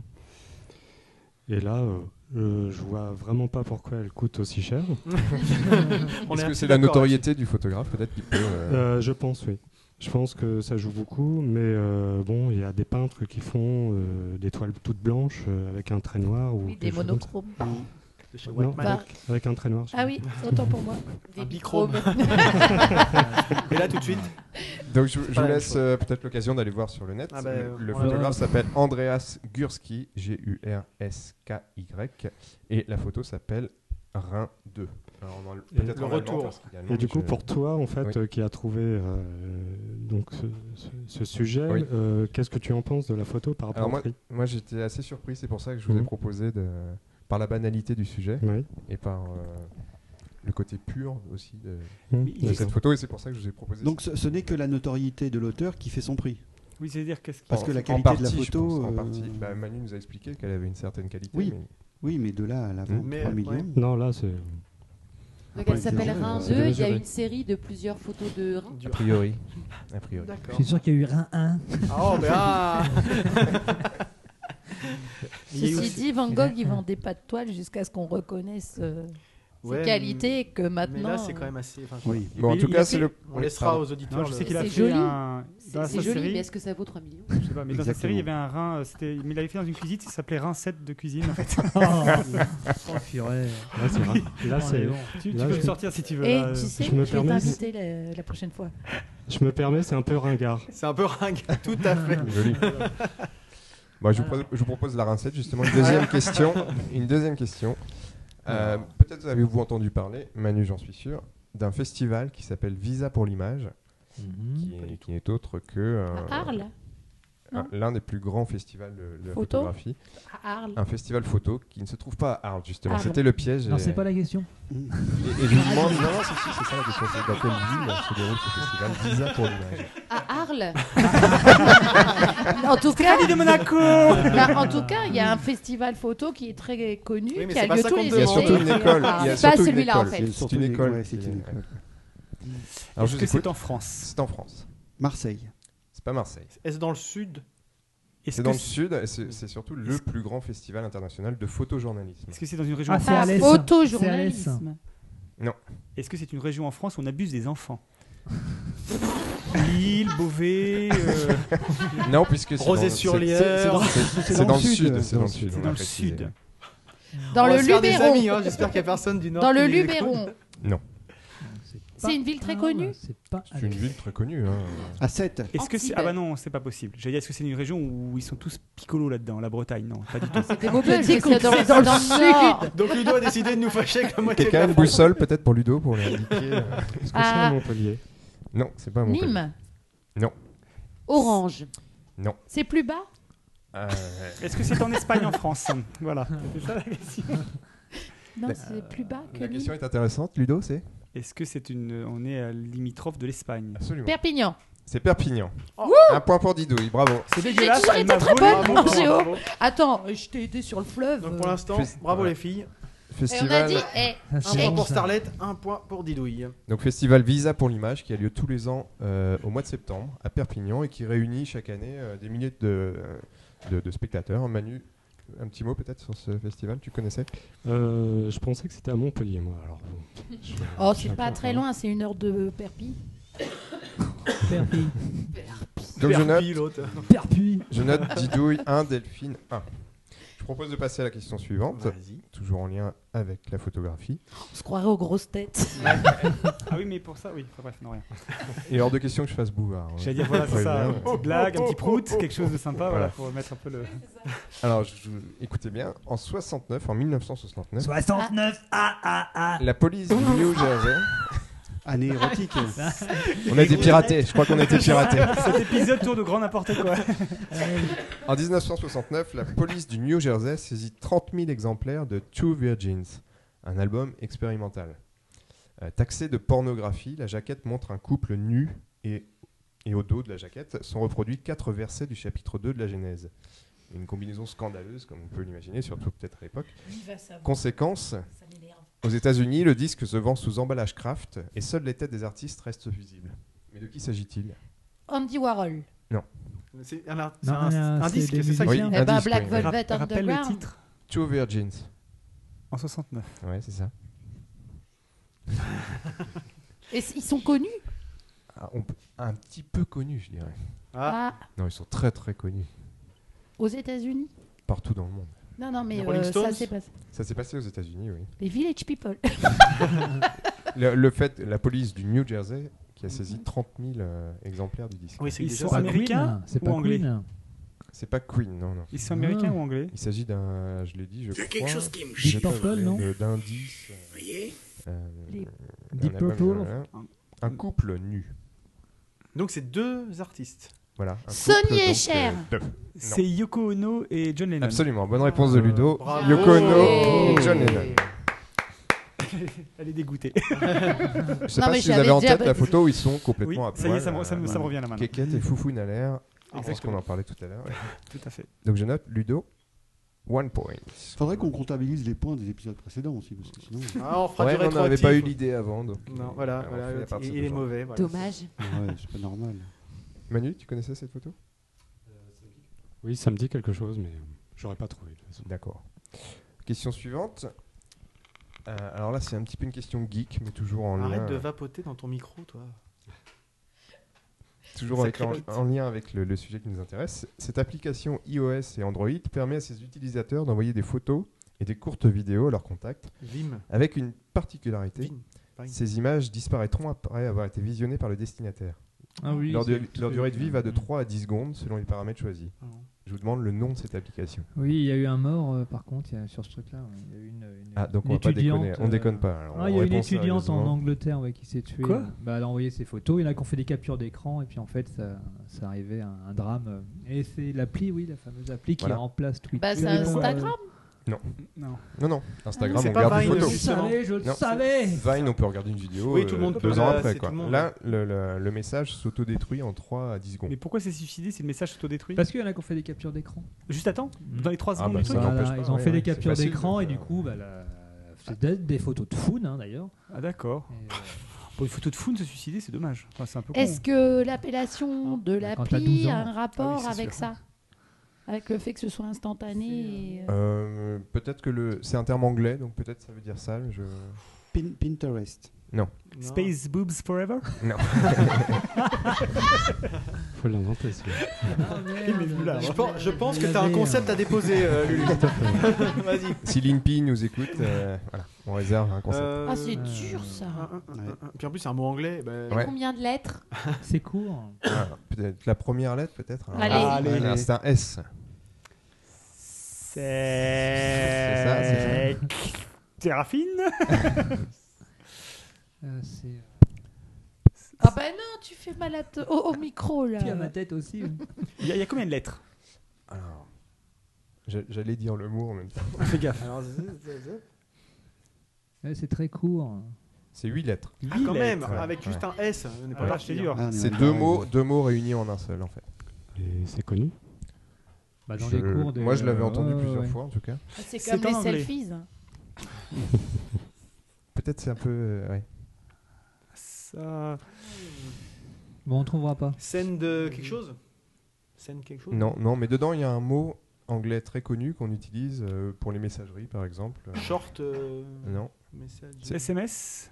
Speaker 9: Et là, euh, euh, je vois vraiment pas pourquoi elle coûte aussi cher.
Speaker 4: On
Speaker 6: Est-ce
Speaker 4: est
Speaker 6: que
Speaker 4: assez
Speaker 6: c'est la
Speaker 4: d'accord
Speaker 6: notoriété du photographe peut-être qui peut, euh,
Speaker 9: Euh, je pense, oui. Je pense que ça joue beaucoup, mais euh, bon, il y a des peintres qui font euh, des toiles toutes blanches euh, avec un trait noir ou
Speaker 7: Oui, des
Speaker 9: quelque chose comme ça.
Speaker 7: monochromes.
Speaker 4: là-dessus. Chez
Speaker 9: Non,
Speaker 4: Whiteman.
Speaker 7: Bah,
Speaker 9: Avec un trait noir. je
Speaker 7: Ah oui, autant pour moi.
Speaker 4: Un bichrome. Et là, tout de suite.
Speaker 6: Donc je, je
Speaker 4: pas
Speaker 6: vous
Speaker 4: la même
Speaker 6: laisse
Speaker 4: chose.
Speaker 6: euh, peut-être l'occasion d'aller voir sur le net.
Speaker 4: Ah bah,
Speaker 6: le le
Speaker 4: on va-
Speaker 6: photographe s'appelle Andreas Gurski, G-U-R-S-K-Y, et la photo s'appelle Rhin 2. Alors, on en-
Speaker 9: Et
Speaker 6: peut-être
Speaker 9: le
Speaker 6: en allemand,
Speaker 4: retour.
Speaker 6: parce qu'il y a le
Speaker 9: Et
Speaker 6: nom,
Speaker 9: du coup,
Speaker 6: je-
Speaker 9: pour toi, en fait,
Speaker 6: Oui.
Speaker 9: euh, qui a trouvé euh, donc ce, ce- ce sujet,
Speaker 6: Oui.
Speaker 9: euh, qu'est-ce que tu en penses de la photo par rapport
Speaker 6: Alors
Speaker 9: au
Speaker 6: moi,
Speaker 9: prix
Speaker 6: moi j'étais assez surpris, c'est pour ça que je vous ai
Speaker 9: Mhm.
Speaker 6: proposé, de, par la banalité du sujet
Speaker 9: Oui.
Speaker 6: et par euh, le côté pur aussi de,
Speaker 9: Mmh,
Speaker 5: Mais il
Speaker 6: de
Speaker 5: est-
Speaker 6: cette photo, et c'est pour ça que je vous ai proposé
Speaker 2: Donc ce, ce n'est que la notoriété de l'auteur qui fait son prix.
Speaker 5: Oui, c'est-à-dire qu'est-ce qui.
Speaker 2: Parce
Speaker 6: En-
Speaker 2: que la
Speaker 6: en
Speaker 2: qualité de la
Speaker 6: partie, je
Speaker 2: photo,
Speaker 6: pense, en
Speaker 2: euh,
Speaker 6: partie. Bah, Manu nous a expliqué qu'elle avait une certaine qualité.
Speaker 2: Oui.
Speaker 6: mais-
Speaker 2: Oui, mais de là à la vente,
Speaker 4: Mais,
Speaker 2: 3
Speaker 4: ouais.
Speaker 2: millions.
Speaker 9: Non, là, c'est.
Speaker 3: Donc
Speaker 2: Ouais,
Speaker 3: elle s'appelle
Speaker 2: c'est-
Speaker 3: Rhin
Speaker 9: c'est
Speaker 3: 2. Il y a
Speaker 9: mesuré.
Speaker 3: une série de plusieurs photos de Rhin.
Speaker 6: A priori. A priori.
Speaker 1: Je
Speaker 4: D'accord.
Speaker 1: suis sûr qu'il y a eu Rhin 1.
Speaker 4: Ah, oh, mais ah
Speaker 5: Il y a eu
Speaker 7: Ceci
Speaker 5: aussi-
Speaker 7: dit, Van Gogh, il vendait pas de toile jusqu'à ce qu'on reconnaisse euh,
Speaker 4: Ouais,
Speaker 7: ses qualités et que maintenant.
Speaker 4: Mais là, c'est quand
Speaker 7: euh,
Speaker 4: même assez. enfin, je-
Speaker 2: Oui.
Speaker 6: Bon, en
Speaker 5: Il-
Speaker 6: tout
Speaker 5: il
Speaker 6: cas,
Speaker 5: a
Speaker 6: c'est
Speaker 5: fait-
Speaker 6: le.
Speaker 4: On
Speaker 6: Oui,
Speaker 4: laissera
Speaker 6: pardon.
Speaker 4: aux auditeurs.
Speaker 5: Non, je
Speaker 4: le-
Speaker 5: sais qu'il a
Speaker 3: C'est
Speaker 5: fait
Speaker 3: joli.
Speaker 5: un. Dans sa
Speaker 3: C'est joli,
Speaker 5: série,
Speaker 3: mais est-ce que ça vaut 3 millions
Speaker 5: je sais pas, mais dans sa
Speaker 2: Exactement.
Speaker 5: série, il y avait un Rhin. euh, c'était- Mais il avait fait dans une cuisine, ça s'appelait Rhin 7 de cuisine. en fait.
Speaker 1: Oh, oh,
Speaker 9: Là,
Speaker 1: purée.
Speaker 9: c'est.
Speaker 1: Oh,
Speaker 9: là, c'est-
Speaker 1: les bons.
Speaker 5: tu tu
Speaker 9: Là,
Speaker 5: peux
Speaker 9: je-
Speaker 5: me sortir si tu veux.
Speaker 7: Et
Speaker 5: là. euh,
Speaker 7: tu sais,
Speaker 9: je
Speaker 7: je
Speaker 9: me
Speaker 7: vais
Speaker 9: permets-
Speaker 7: t'inviter la, la prochaine fois.
Speaker 9: Je me permets, c'est un peu ringard.
Speaker 4: C'est un peu ringard, tout à fait.
Speaker 6: Joli. Bon, Bah, je, vous pro- je vous propose la rincette, justement. Une deuxième question. Une deuxième question. Euh, Peut-être avez-vous entendu parler, Manu, j'en suis sûr, d'un festival qui s'appelle Visa pour l'image,
Speaker 11: Mhm.
Speaker 6: qui, est- qui n'est autre que. euh,
Speaker 12: À Arles
Speaker 6: un-
Speaker 12: Non
Speaker 6: L'un des plus grands festivals de, de la
Speaker 12: Photo
Speaker 6: photographie.
Speaker 12: À Arles.
Speaker 6: Un festival photo qui ne se trouve pas à Arles, justement.
Speaker 12: Arles.
Speaker 6: C'était le piège.
Speaker 11: Non,
Speaker 6: et-
Speaker 11: c'est pas la question.
Speaker 6: Et, et je vous demande, non, non, si, si, c'est ça la question, c'est dans quelle ville se déroule ce festival Visa pour l'image
Speaker 3: À Arles
Speaker 7: Bah, en tout cas,
Speaker 3: Scali de Monaco
Speaker 7: Bah, en tout cas, il y a un festival photo qui est très connu,
Speaker 3: Oui, mais
Speaker 7: qui a
Speaker 3: c'est pas
Speaker 7: lieu
Speaker 3: ça
Speaker 7: tous
Speaker 3: qu'on
Speaker 7: les
Speaker 6: Il y a surtout
Speaker 7: étés.
Speaker 6: une école.
Speaker 7: Ah,
Speaker 6: il y a
Speaker 7: c'est pas
Speaker 6: surtout une
Speaker 7: celui-là en
Speaker 6: école.
Speaker 7: fait.
Speaker 6: C'est une école.
Speaker 2: ouais, c'est une école.
Speaker 6: Alors, euh, je
Speaker 5: Est-ce
Speaker 6: vous
Speaker 5: que
Speaker 6: écoute.
Speaker 5: c'est en France
Speaker 6: C'est en France.
Speaker 2: Marseille.
Speaker 6: C'est pas Marseille.
Speaker 4: Est-ce dans le sud
Speaker 6: C'est dans le sud et c'est c'est surtout le plus grand festival international de photojournalisme.
Speaker 5: Est-ce que c'est dans une région
Speaker 11: Ah,
Speaker 5: en
Speaker 11: c'est
Speaker 5: France
Speaker 11: à l'Est. Photojournalisme. C'est à l'Est.
Speaker 6: Non.
Speaker 5: Est-ce que c'est une région en France où on abuse des enfants Lille, Beauvais. euh,
Speaker 6: Non, puisque c'est dans-
Speaker 4: Rosé-sur-Lière.
Speaker 6: c'est- c'est dans-
Speaker 4: C'est-
Speaker 6: c'est-
Speaker 4: c'est
Speaker 6: C'est
Speaker 4: dans
Speaker 6: dans
Speaker 4: le
Speaker 6: le sud.
Speaker 4: sud.
Speaker 6: C'est dans le sud.
Speaker 4: C'est
Speaker 6: on
Speaker 4: dans
Speaker 6: l'a
Speaker 4: le
Speaker 6: précisé.
Speaker 4: sud.
Speaker 7: Dans
Speaker 4: On va
Speaker 7: le
Speaker 4: se faire des
Speaker 7: Luberon.
Speaker 4: amis, hein, J'espère qu'il n'y a personne du nord.
Speaker 7: Dans
Speaker 4: qui
Speaker 7: le
Speaker 4: nous écoute.
Speaker 7: Luberon.
Speaker 6: Non.
Speaker 7: Ah, C'est une ville très connue.
Speaker 6: C'est une ville très connue. hein.
Speaker 2: À 7.
Speaker 5: Est-ce que c'est ah bah non c'est pas possible. J'allais dire est-ce que c'est une région où ils sont tous picolos là-dedans la Bretagne non pas du tout.
Speaker 7: des mauvais, parce que dans- C'est dans le dans le sud. sud.
Speaker 4: Donc Ludo a décidé de nous fâcher avec la moitié de
Speaker 6: Quelqu'un a
Speaker 4: la
Speaker 6: une
Speaker 4: France.
Speaker 6: boussole peut-être pour Ludo pour l'indiquer. euh,
Speaker 9: Est-ce que c'est
Speaker 7: Ah.
Speaker 9: à Montpellier
Speaker 6: Non, c'est pas Montpellier.
Speaker 7: Nîmes,
Speaker 6: Non.
Speaker 7: Orange.
Speaker 6: Non.
Speaker 7: C'est plus bas
Speaker 6: Euh,
Speaker 5: Est-ce que c'est en Espagne en France Voilà. C'est ça la question.
Speaker 7: Non,
Speaker 6: La-
Speaker 7: c'est plus bas que
Speaker 6: La question
Speaker 7: Nîmes.
Speaker 6: est intéressante. Ludo, c'est
Speaker 5: Est-ce que c'est une on est à limitrophe de l'Espagne
Speaker 6: Absolument.
Speaker 7: Perpignan.
Speaker 6: C'est Perpignan.
Speaker 7: Wouh
Speaker 6: Un point pour Didouille, bravo.
Speaker 5: C'est
Speaker 7: J'ai toujours
Speaker 5: elle
Speaker 7: été
Speaker 5: m'a
Speaker 7: très
Speaker 5: volé
Speaker 7: bonne
Speaker 5: mon
Speaker 7: en
Speaker 5: point.
Speaker 7: géo. Attends, je t'ai aidé sur le fleuve.
Speaker 4: Donc pour l'instant,
Speaker 6: Fais-
Speaker 4: bravo
Speaker 6: voilà.
Speaker 4: les filles.
Speaker 7: Et on a
Speaker 6: Festival.
Speaker 7: dit, eh,
Speaker 4: Un
Speaker 7: check.
Speaker 4: point pour Starlet, un point pour Didouille.
Speaker 6: Donc festival Visa pour l'image qui a lieu tous les ans euh, au mois de septembre à Perpignan et qui réunit chaque année euh, des milliers de, de- de spectateurs. Manu, un petit mot peut-être sur ce festival, tu connaissais
Speaker 9: Euh, Je pensais que c'était à Montpellier, moi. Alors, bon, je-
Speaker 7: Oh,
Speaker 9: je suis
Speaker 7: c'est
Speaker 9: un
Speaker 7: pas
Speaker 9: peu-
Speaker 7: très loin, c'est une heure de Perpi.
Speaker 6: Donc je
Speaker 4: Perpille,
Speaker 6: note,
Speaker 4: l'autre.
Speaker 11: Perpuis.
Speaker 6: je note Didouille 1, Delphine 1. Je propose de passer à la question suivante,
Speaker 4: Vas-y.
Speaker 6: toujours en lien avec la photographie.
Speaker 7: On se croirait aux grosses têtes.
Speaker 5: Ah oui mais pour ça oui enfin, bref non rien.
Speaker 6: Et hors de question que je fasse bouvard. hein.
Speaker 5: J'allais dire voilà c'est
Speaker 6: Très
Speaker 5: ça Oh,
Speaker 6: bien.
Speaker 5: une petite blague un petit prout quelque chose de sympa voilà pour mettre un peu le.
Speaker 6: Alors je- je- écoutez bien, en 69, en 1969,
Speaker 1: 69 ah ah ah
Speaker 6: la police du New Jersey...
Speaker 2: Année érotique.
Speaker 6: On a été piratés, je crois qu'on a été piratés.
Speaker 5: Cet épisode tourne au grand n'importe quoi.
Speaker 6: En 1969, la police du New Jersey saisit 30 000 exemplaires de Two Virgins, un album expérimental. Euh, taxé de pornographie, la jaquette montre un couple nu et, et au dos de la jaquette sont reproduits quatre versets du chapitre 2 de la Genèse. Une combinaison scandaleuse, comme on peut l'imaginer, surtout peut-être à l'époque. Conséquence, aux États-Unis, le disque se vend sous emballage craft et seules les têtes des artistes restent visibles. Mais de qui s'agit-il
Speaker 7: Andy Warhol.
Speaker 4: C'est un, art- c'est
Speaker 11: Non,
Speaker 4: un-
Speaker 6: euh,
Speaker 11: non,
Speaker 4: un
Speaker 11: c'est
Speaker 4: disque,
Speaker 11: des
Speaker 4: c'est ça
Speaker 6: Oui,
Speaker 4: qui
Speaker 7: Eh ben,
Speaker 6: indice,
Speaker 7: Black
Speaker 6: oui.
Speaker 7: Velvet
Speaker 5: Rap- rappelle le
Speaker 7: Underground.
Speaker 5: titre
Speaker 6: Two Virgins.
Speaker 5: en 69.
Speaker 6: Ouais, c'est ça.
Speaker 7: Et c- ils sont connus
Speaker 6: Ah, on peut- un petit peu connus, je dirais.
Speaker 4: Ah,
Speaker 7: Ah,
Speaker 6: Non, ils sont très très connus
Speaker 7: aux États-Unis
Speaker 6: partout dans le monde.
Speaker 7: Non, non, mais
Speaker 4: Les Rolling
Speaker 7: euh, ça
Speaker 4: Stones
Speaker 7: s'est passé.
Speaker 6: Ça s'est passé aux États-Unis, oui.
Speaker 7: Les Village People.
Speaker 6: Le, le fait, la police du New Jersey qui a saisi 30 000 euh, exemplaires du disque.
Speaker 4: oui, c'est
Speaker 5: Ils
Speaker 4: déjà
Speaker 5: sont
Speaker 11: Pas
Speaker 4: ça.
Speaker 11: Queen,
Speaker 5: américains
Speaker 11: C'est
Speaker 5: ou
Speaker 11: pas
Speaker 5: anglais
Speaker 11: Queen.
Speaker 6: C'est pas Queen, non, non.
Speaker 5: Ils sont américains
Speaker 11: Ah.
Speaker 5: ou anglais
Speaker 6: Il s'agit d'un, je l'ai dit, je crois.
Speaker 10: qui me
Speaker 11: Deep Purple, non
Speaker 6: de- D'un disque.
Speaker 10: voyez
Speaker 6: euh,
Speaker 7: Les-
Speaker 6: un
Speaker 11: Deep
Speaker 6: album,
Speaker 11: Purple.
Speaker 6: voilà. Un couple nu.
Speaker 4: Donc c'est deux artistes.
Speaker 6: Voilà. un couple,
Speaker 7: Sonny et
Speaker 6: donc, euh,
Speaker 7: Cher.
Speaker 6: deux.
Speaker 5: C'est Yoko Ono et John Lennon.
Speaker 6: Absolument. Bonne réponse de Ludo.
Speaker 4: Bravo.
Speaker 6: Yoko Ono
Speaker 4: Oh.
Speaker 6: et John Lennon.
Speaker 5: Elle est dégoûtée.
Speaker 6: Je sais
Speaker 7: Non,
Speaker 6: pas
Speaker 7: mais
Speaker 6: si vous
Speaker 7: j'avais
Speaker 6: avez en
Speaker 7: déjà-
Speaker 6: tête la photo où ils sont
Speaker 5: Oui,
Speaker 6: complètement à
Speaker 5: ça y est, ça me,
Speaker 6: poil,
Speaker 5: ça me-
Speaker 6: euh,
Speaker 5: ça me revient là maintenant.
Speaker 6: Kékette et Foufoune à l'air. Je pense qu'on
Speaker 5: Exactement.
Speaker 6: en parlait tout à l'heure.
Speaker 5: Tout à fait.
Speaker 6: Donc je note Ludo, one point.
Speaker 2: Faudrait qu'on comptabilise les points des épisodes précédents aussi, parce que sinon.
Speaker 4: Ah, on fera
Speaker 6: Ouais,
Speaker 4: du
Speaker 6: mais on n'avait pas eu
Speaker 4: rétroactif.
Speaker 6: l'idée avant. Donc euh,
Speaker 4: Non, voilà,
Speaker 6: Alors, on
Speaker 4: voilà,
Speaker 6: fait à
Speaker 4: il,
Speaker 6: partir
Speaker 4: il est
Speaker 6: d'aujourd'hui.
Speaker 4: mauvais. voilà.
Speaker 12: Dommage.
Speaker 2: Ouais, c'est pas normal.
Speaker 6: Manu, tu connaissais cette photo
Speaker 9: Oui, ça me dit quelque chose, mais euh, j'aurais pas trouvé. de toute façon.
Speaker 6: D'accord. Question suivante. Euh, alors là, c'est un petit peu une question geek, mais toujours en lien,
Speaker 4: Arrête de vapoter dans ton micro, toi.
Speaker 6: toujours avec- en,
Speaker 4: Sacré bête.
Speaker 6: en lien avec le, le sujet qui nous intéresse. Cette application iOS et Android permet à ses utilisateurs d'envoyer des photos et des courtes vidéos à leurs contacts,
Speaker 4: Vim.
Speaker 6: avec une particularité.
Speaker 4: Vim. Vine.
Speaker 6: Ces images disparaîtront après avoir été visionnées par le destinataire.
Speaker 11: Ah oui,
Speaker 6: leur,
Speaker 11: c'est
Speaker 6: du-
Speaker 11: le truc.
Speaker 6: leur durée de vie va de 3 à 10 secondes selon les paramètres choisis. Je vous demande le nom de cette application.
Speaker 11: Oui, il y a eu un mort, euh, par contre, il y a- sur ce truc-là. ouais. Il y a eu une, une-
Speaker 6: Ah, donc
Speaker 11: une
Speaker 6: on va pas
Speaker 11: étudiante,
Speaker 6: déconner. On déconne pas, alors.
Speaker 11: Ah, il y
Speaker 6: On
Speaker 11: a une
Speaker 6: répond
Speaker 11: étudiante en
Speaker 6: sérieusement.
Speaker 11: Angleterre ouais, qui s'est tuée.
Speaker 6: Quoi
Speaker 11: euh, bah, Elle a envoyé ses photos, il y en a qui ont fait des captures d'écran, et puis en fait, ça, ça arrivait à un, drame. euh. Et c'est l'appli, oui, la fameuse appli qui
Speaker 6: Voilà.
Speaker 11: remplace Twitter.
Speaker 7: Bah, c'est
Speaker 11: et pour, euh,
Speaker 7: Instagram.
Speaker 6: Non.
Speaker 1: Mm,
Speaker 11: Non. Ah,
Speaker 6: Non, non.
Speaker 1: Ah
Speaker 6: Instagram,
Speaker 11: C'est
Speaker 6: on
Speaker 11: pas
Speaker 6: garde
Speaker 11: Vine,
Speaker 6: des
Speaker 11: je
Speaker 6: photos.
Speaker 11: le savais, je le
Speaker 6: Non.
Speaker 11: savais.
Speaker 6: Vine, on peut regarder une vidéo
Speaker 5: Oui, tout le
Speaker 6: euh,
Speaker 5: monde peut.
Speaker 6: deux ans
Speaker 5: Là,
Speaker 6: après.
Speaker 5: c'est
Speaker 6: Quoi.
Speaker 5: tout le monde.
Speaker 6: Là, le, le- le message s'autodétruit en 3 à 10 secondes.
Speaker 5: Mais pourquoi c'est suicidé si le message s'autodétruit
Speaker 11: Parce qu'il y en a qui ont fait des captures d'écran. Mm.
Speaker 5: Juste attends, dans les 3
Speaker 6: Ah
Speaker 5: secondes
Speaker 6: bah
Speaker 5: du
Speaker 6: ça
Speaker 5: truc.
Speaker 6: n'empêche
Speaker 11: Voilà,
Speaker 6: pas,
Speaker 11: ils ont
Speaker 6: ouais,
Speaker 11: fait
Speaker 6: ouais,
Speaker 11: des
Speaker 6: c'est
Speaker 11: captures
Speaker 6: facile hein. de
Speaker 11: d'écran et
Speaker 6: faire.
Speaker 11: du coup, bah, la- c'est des, des photos de foune hein, d'ailleurs. euh,
Speaker 5: Ah d'accord. Pour une photo de Foun se suicider, c'est dommage. Enfin, c'est un peu con.
Speaker 7: Est-ce que l'appellation de
Speaker 5: Ah, quand t'as 12
Speaker 7: l'appli
Speaker 5: ans.
Speaker 7: a un rapport
Speaker 5: Ah oui, c'est
Speaker 7: avec
Speaker 5: sûr.
Speaker 7: ça Avec le fait que ce soit instantané et, euh,
Speaker 6: Euh, peut-être que le... c'est un terme anglais, donc peut-être ça veut dire ça. mais je...
Speaker 2: Pinterest.
Speaker 6: Non.
Speaker 5: Space boobs forever
Speaker 6: Non.
Speaker 9: Faut l'inventer, celui
Speaker 5: Ah,
Speaker 4: Je pense, je pense que t'as un concept à déposer, euh, Lulu. Vas-y.
Speaker 6: Si Limpy nous écoute, euh, voilà, on réserve un concept.
Speaker 4: Euh,
Speaker 7: Ah, c'est dur ça.
Speaker 4: Puis en plus, c'est un mot anglais. bah-
Speaker 6: T'as Ouais.
Speaker 7: Combien de lettres
Speaker 11: C'est court.
Speaker 6: Ah, peut-être la première lettre, peut-être. alors.
Speaker 7: Allez.
Speaker 4: Allez.
Speaker 6: Voilà, C'est un S. C'est ça, c'est
Speaker 5: C'est. Terrafine
Speaker 11: Euh, c'est-
Speaker 7: Ah bah non, tu fais mal à te- au, au micro Oh là.
Speaker 11: Puis à ma tête aussi.
Speaker 5: Il y, a- il y a combien de lettres
Speaker 6: Alors, j'a- j'allais dire le mot en même temps.
Speaker 5: Fais gaffe.
Speaker 4: Alors, z- z- z-
Speaker 11: Ouais, c'est très court.
Speaker 6: C'est 8 lettres.
Speaker 4: Ah, quand
Speaker 5: Huit
Speaker 4: même,
Speaker 5: lettres.
Speaker 4: avec juste un S. on n'est pas
Speaker 5: Alors,
Speaker 4: parti,
Speaker 5: c'est
Speaker 4: hein.
Speaker 5: dur.
Speaker 2: Ah, on est
Speaker 6: C'est
Speaker 2: mal
Speaker 6: deux
Speaker 2: barré.
Speaker 6: mots, deux mots réunis en un seul, en fait.
Speaker 9: Et c'est connu
Speaker 11: Bah, dans
Speaker 6: Je-
Speaker 11: les cours de-
Speaker 6: Moi, je l'avais entendu
Speaker 11: Ouais,
Speaker 6: plusieurs
Speaker 11: ouais.
Speaker 6: fois, en tout cas.
Speaker 7: Ah, C'est
Speaker 5: C'est
Speaker 7: comme les
Speaker 5: en anglais.
Speaker 7: selfies. hein.
Speaker 6: Peut-être c'est un peu. euh, ouais.
Speaker 5: Ça.
Speaker 11: Bon, on trouvera pas.
Speaker 4: Scène de quelque chose Scène quelque chose
Speaker 6: Non, non, mais dedans, il y a un mot anglais très connu qu'on utilise euh, pour les messageries, par exemple. Euh,
Speaker 4: Short. euh,
Speaker 6: Non.
Speaker 4: message.
Speaker 5: SMS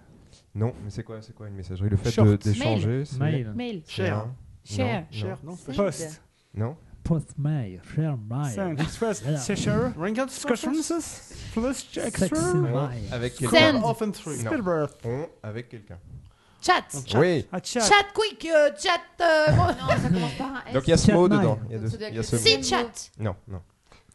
Speaker 6: Non, mais c'est quoi, c'est quoi une messagerie Le fait
Speaker 5: Short.
Speaker 6: de- d'échanger. c'est-
Speaker 11: Mail.
Speaker 7: Mail.
Speaker 6: c'est
Speaker 4: Cher.
Speaker 6: un-
Speaker 7: Cher.
Speaker 6: non,
Speaker 4: Cher, non, c'est pas cher.
Speaker 5: Post.
Speaker 6: Non. non.
Speaker 11: Post mail, share
Speaker 1: Ah,
Speaker 11: mail.
Speaker 5: 5, Express,
Speaker 11: Voilà.
Speaker 5: Cheshire,
Speaker 4: Ringo
Speaker 5: Scotch
Speaker 4: Scotland
Speaker 5: Princess, Plus
Speaker 11: Sex
Speaker 5: Extra,
Speaker 11: mail.
Speaker 6: Avec
Speaker 7: Send.
Speaker 6: quelqu'un.
Speaker 4: Off and through.
Speaker 6: Non.
Speaker 5: Spielberg.
Speaker 6: On avec quelqu'un.
Speaker 7: Chat.
Speaker 6: Oui.
Speaker 5: Ah, chat.
Speaker 7: Chat quick, euh, chat. euh, bon-
Speaker 3: Non, ça commence
Speaker 7: hein.
Speaker 3: par un S.
Speaker 6: Donc il y a ce
Speaker 11: Chat
Speaker 6: mot
Speaker 11: mail.
Speaker 6: dedans. Il y a,
Speaker 3: Donc,
Speaker 6: deux-
Speaker 3: ça doit
Speaker 6: il y a
Speaker 3: être
Speaker 6: ce
Speaker 3: le
Speaker 6: mot.
Speaker 7: Si
Speaker 3: mot.
Speaker 7: chat.
Speaker 6: Non, non.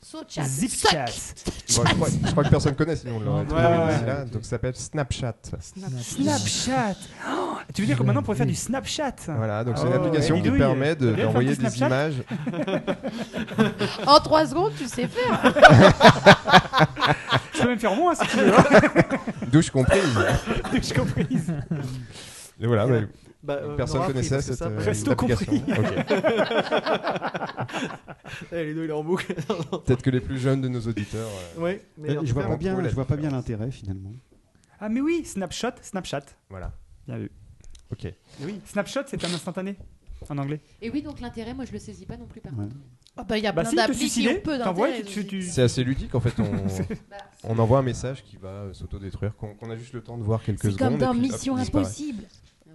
Speaker 7: So chat.
Speaker 5: Zipchat.
Speaker 6: Bon, je, crois, je crois que personne connaît sinon on l'aurait
Speaker 11: Ouais,
Speaker 6: trouvé
Speaker 5: ouais,
Speaker 6: d'ici
Speaker 5: ouais.
Speaker 6: là. Donc ça s'appelle Snapchat.
Speaker 5: Snapchat. Oh, tu veux dire que maintenant on pourrait faire du Snapchat
Speaker 6: Voilà, donc
Speaker 5: Ah
Speaker 6: c'est une
Speaker 5: ouais.
Speaker 6: application
Speaker 5: Et
Speaker 6: qui
Speaker 5: bidouille.
Speaker 6: permet de-
Speaker 5: T'as bien
Speaker 6: d'envoyer
Speaker 5: fait un
Speaker 6: des
Speaker 5: petit Snapchat
Speaker 6: images.
Speaker 7: En 3 secondes, tu sais faire.
Speaker 5: Je peux même faire moins si tu
Speaker 6: hein.
Speaker 5: veux. hein.
Speaker 6: Douche comprise.
Speaker 5: J'ai compris.
Speaker 6: Et voilà,
Speaker 4: Ouais.
Speaker 6: bah,
Speaker 4: Bah, euh,
Speaker 6: personne
Speaker 4: Nora
Speaker 6: connaissait
Speaker 4: Fritz, c'est
Speaker 6: cette,
Speaker 4: ça,
Speaker 6: euh,
Speaker 4: parce
Speaker 5: Resto
Speaker 6: cette application. Ok.
Speaker 4: que- Eh, les deux, il est en boucle.
Speaker 6: Peut-être que les plus jeunes de nos auditeurs. euh,
Speaker 4: ouais, mais en
Speaker 2: Euh, je
Speaker 4: tout
Speaker 2: vois
Speaker 4: cas,
Speaker 2: pas
Speaker 6: on trouve
Speaker 2: bien,
Speaker 6: la
Speaker 2: je vois pas bien
Speaker 6: différence.
Speaker 2: l'intérêt finalement.
Speaker 5: Ah, mais oui, Snapshot, Snapchat.
Speaker 6: voilà.
Speaker 5: Bien vu.
Speaker 6: Ok.
Speaker 4: Oui.
Speaker 5: Snapshot, c'est un instantané en anglais.
Speaker 3: Et oui, donc l'intérêt, moi je le saisis pas non plus par
Speaker 2: Ouais.
Speaker 3: contre.
Speaker 7: Ah bah il y a
Speaker 5: Bah,
Speaker 7: plein
Speaker 5: si, te
Speaker 7: d'applis qui ont
Speaker 5: suicider,
Speaker 7: peu
Speaker 5: t'envoies
Speaker 7: d'intérêt.
Speaker 5: et tu. tu-
Speaker 6: C'est assez ludique en fait. On,
Speaker 3: Bah,
Speaker 6: on envoie un message qui va euh, s'autodétruire, qu'on qu'on a juste le temps de voir quelques
Speaker 7: C'est
Speaker 6: secondes.
Speaker 7: comme
Speaker 6: et
Speaker 7: dans
Speaker 6: puis, hop,
Speaker 7: Mission
Speaker 6: il disparaît.
Speaker 7: Impossible.
Speaker 3: ouais.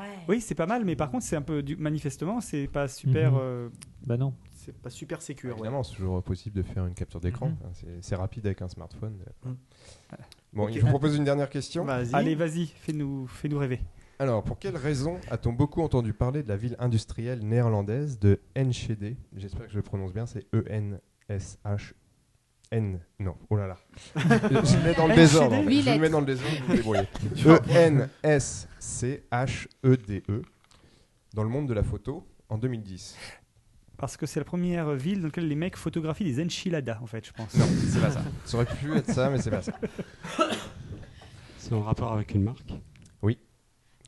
Speaker 7: Ouais.
Speaker 5: Oui, c'est pas mal, mais par contre, c'est un peu. du- Manifestement, c'est pas super.
Speaker 11: Mhm.
Speaker 5: euh,
Speaker 11: Bah non.
Speaker 4: c'est pas super sécure. ouais.
Speaker 6: Évidemment, c'est toujours possible de faire une capture d'écran.
Speaker 11: Mhm.
Speaker 6: Enfin, c'est- C'est rapide avec un smartphone.
Speaker 4: Mm.
Speaker 6: Bon,
Speaker 4: Ok.
Speaker 6: je vous propose une dernière question.
Speaker 4: Vas-y.
Speaker 5: Allez, vas-y, fais-nous fais -nous rêver.
Speaker 6: Alors, pour quelle raison a-t-on beaucoup entendu parler de la ville industrielle néerlandaise de Enschede J'espère que je le prononce bien, c'est E E-N-S-H. N, non, oh là là. je le mets dans le
Speaker 5: Enschede
Speaker 6: désordre. en fait. Je
Speaker 3: Huit
Speaker 6: le mets dans le désordre, vous vous débrouillez. E E-N-S-C-H-E-D-E. E Dans le monde de la photo, en 2010.
Speaker 5: Parce que c'est la première ville dans laquelle les mecs photographient des enchiladas, en fait, je pense.
Speaker 6: Non, c'est pas ça. Ça aurait pu être ça, mais c'est pas ça.
Speaker 9: C'est en rapport avec une marque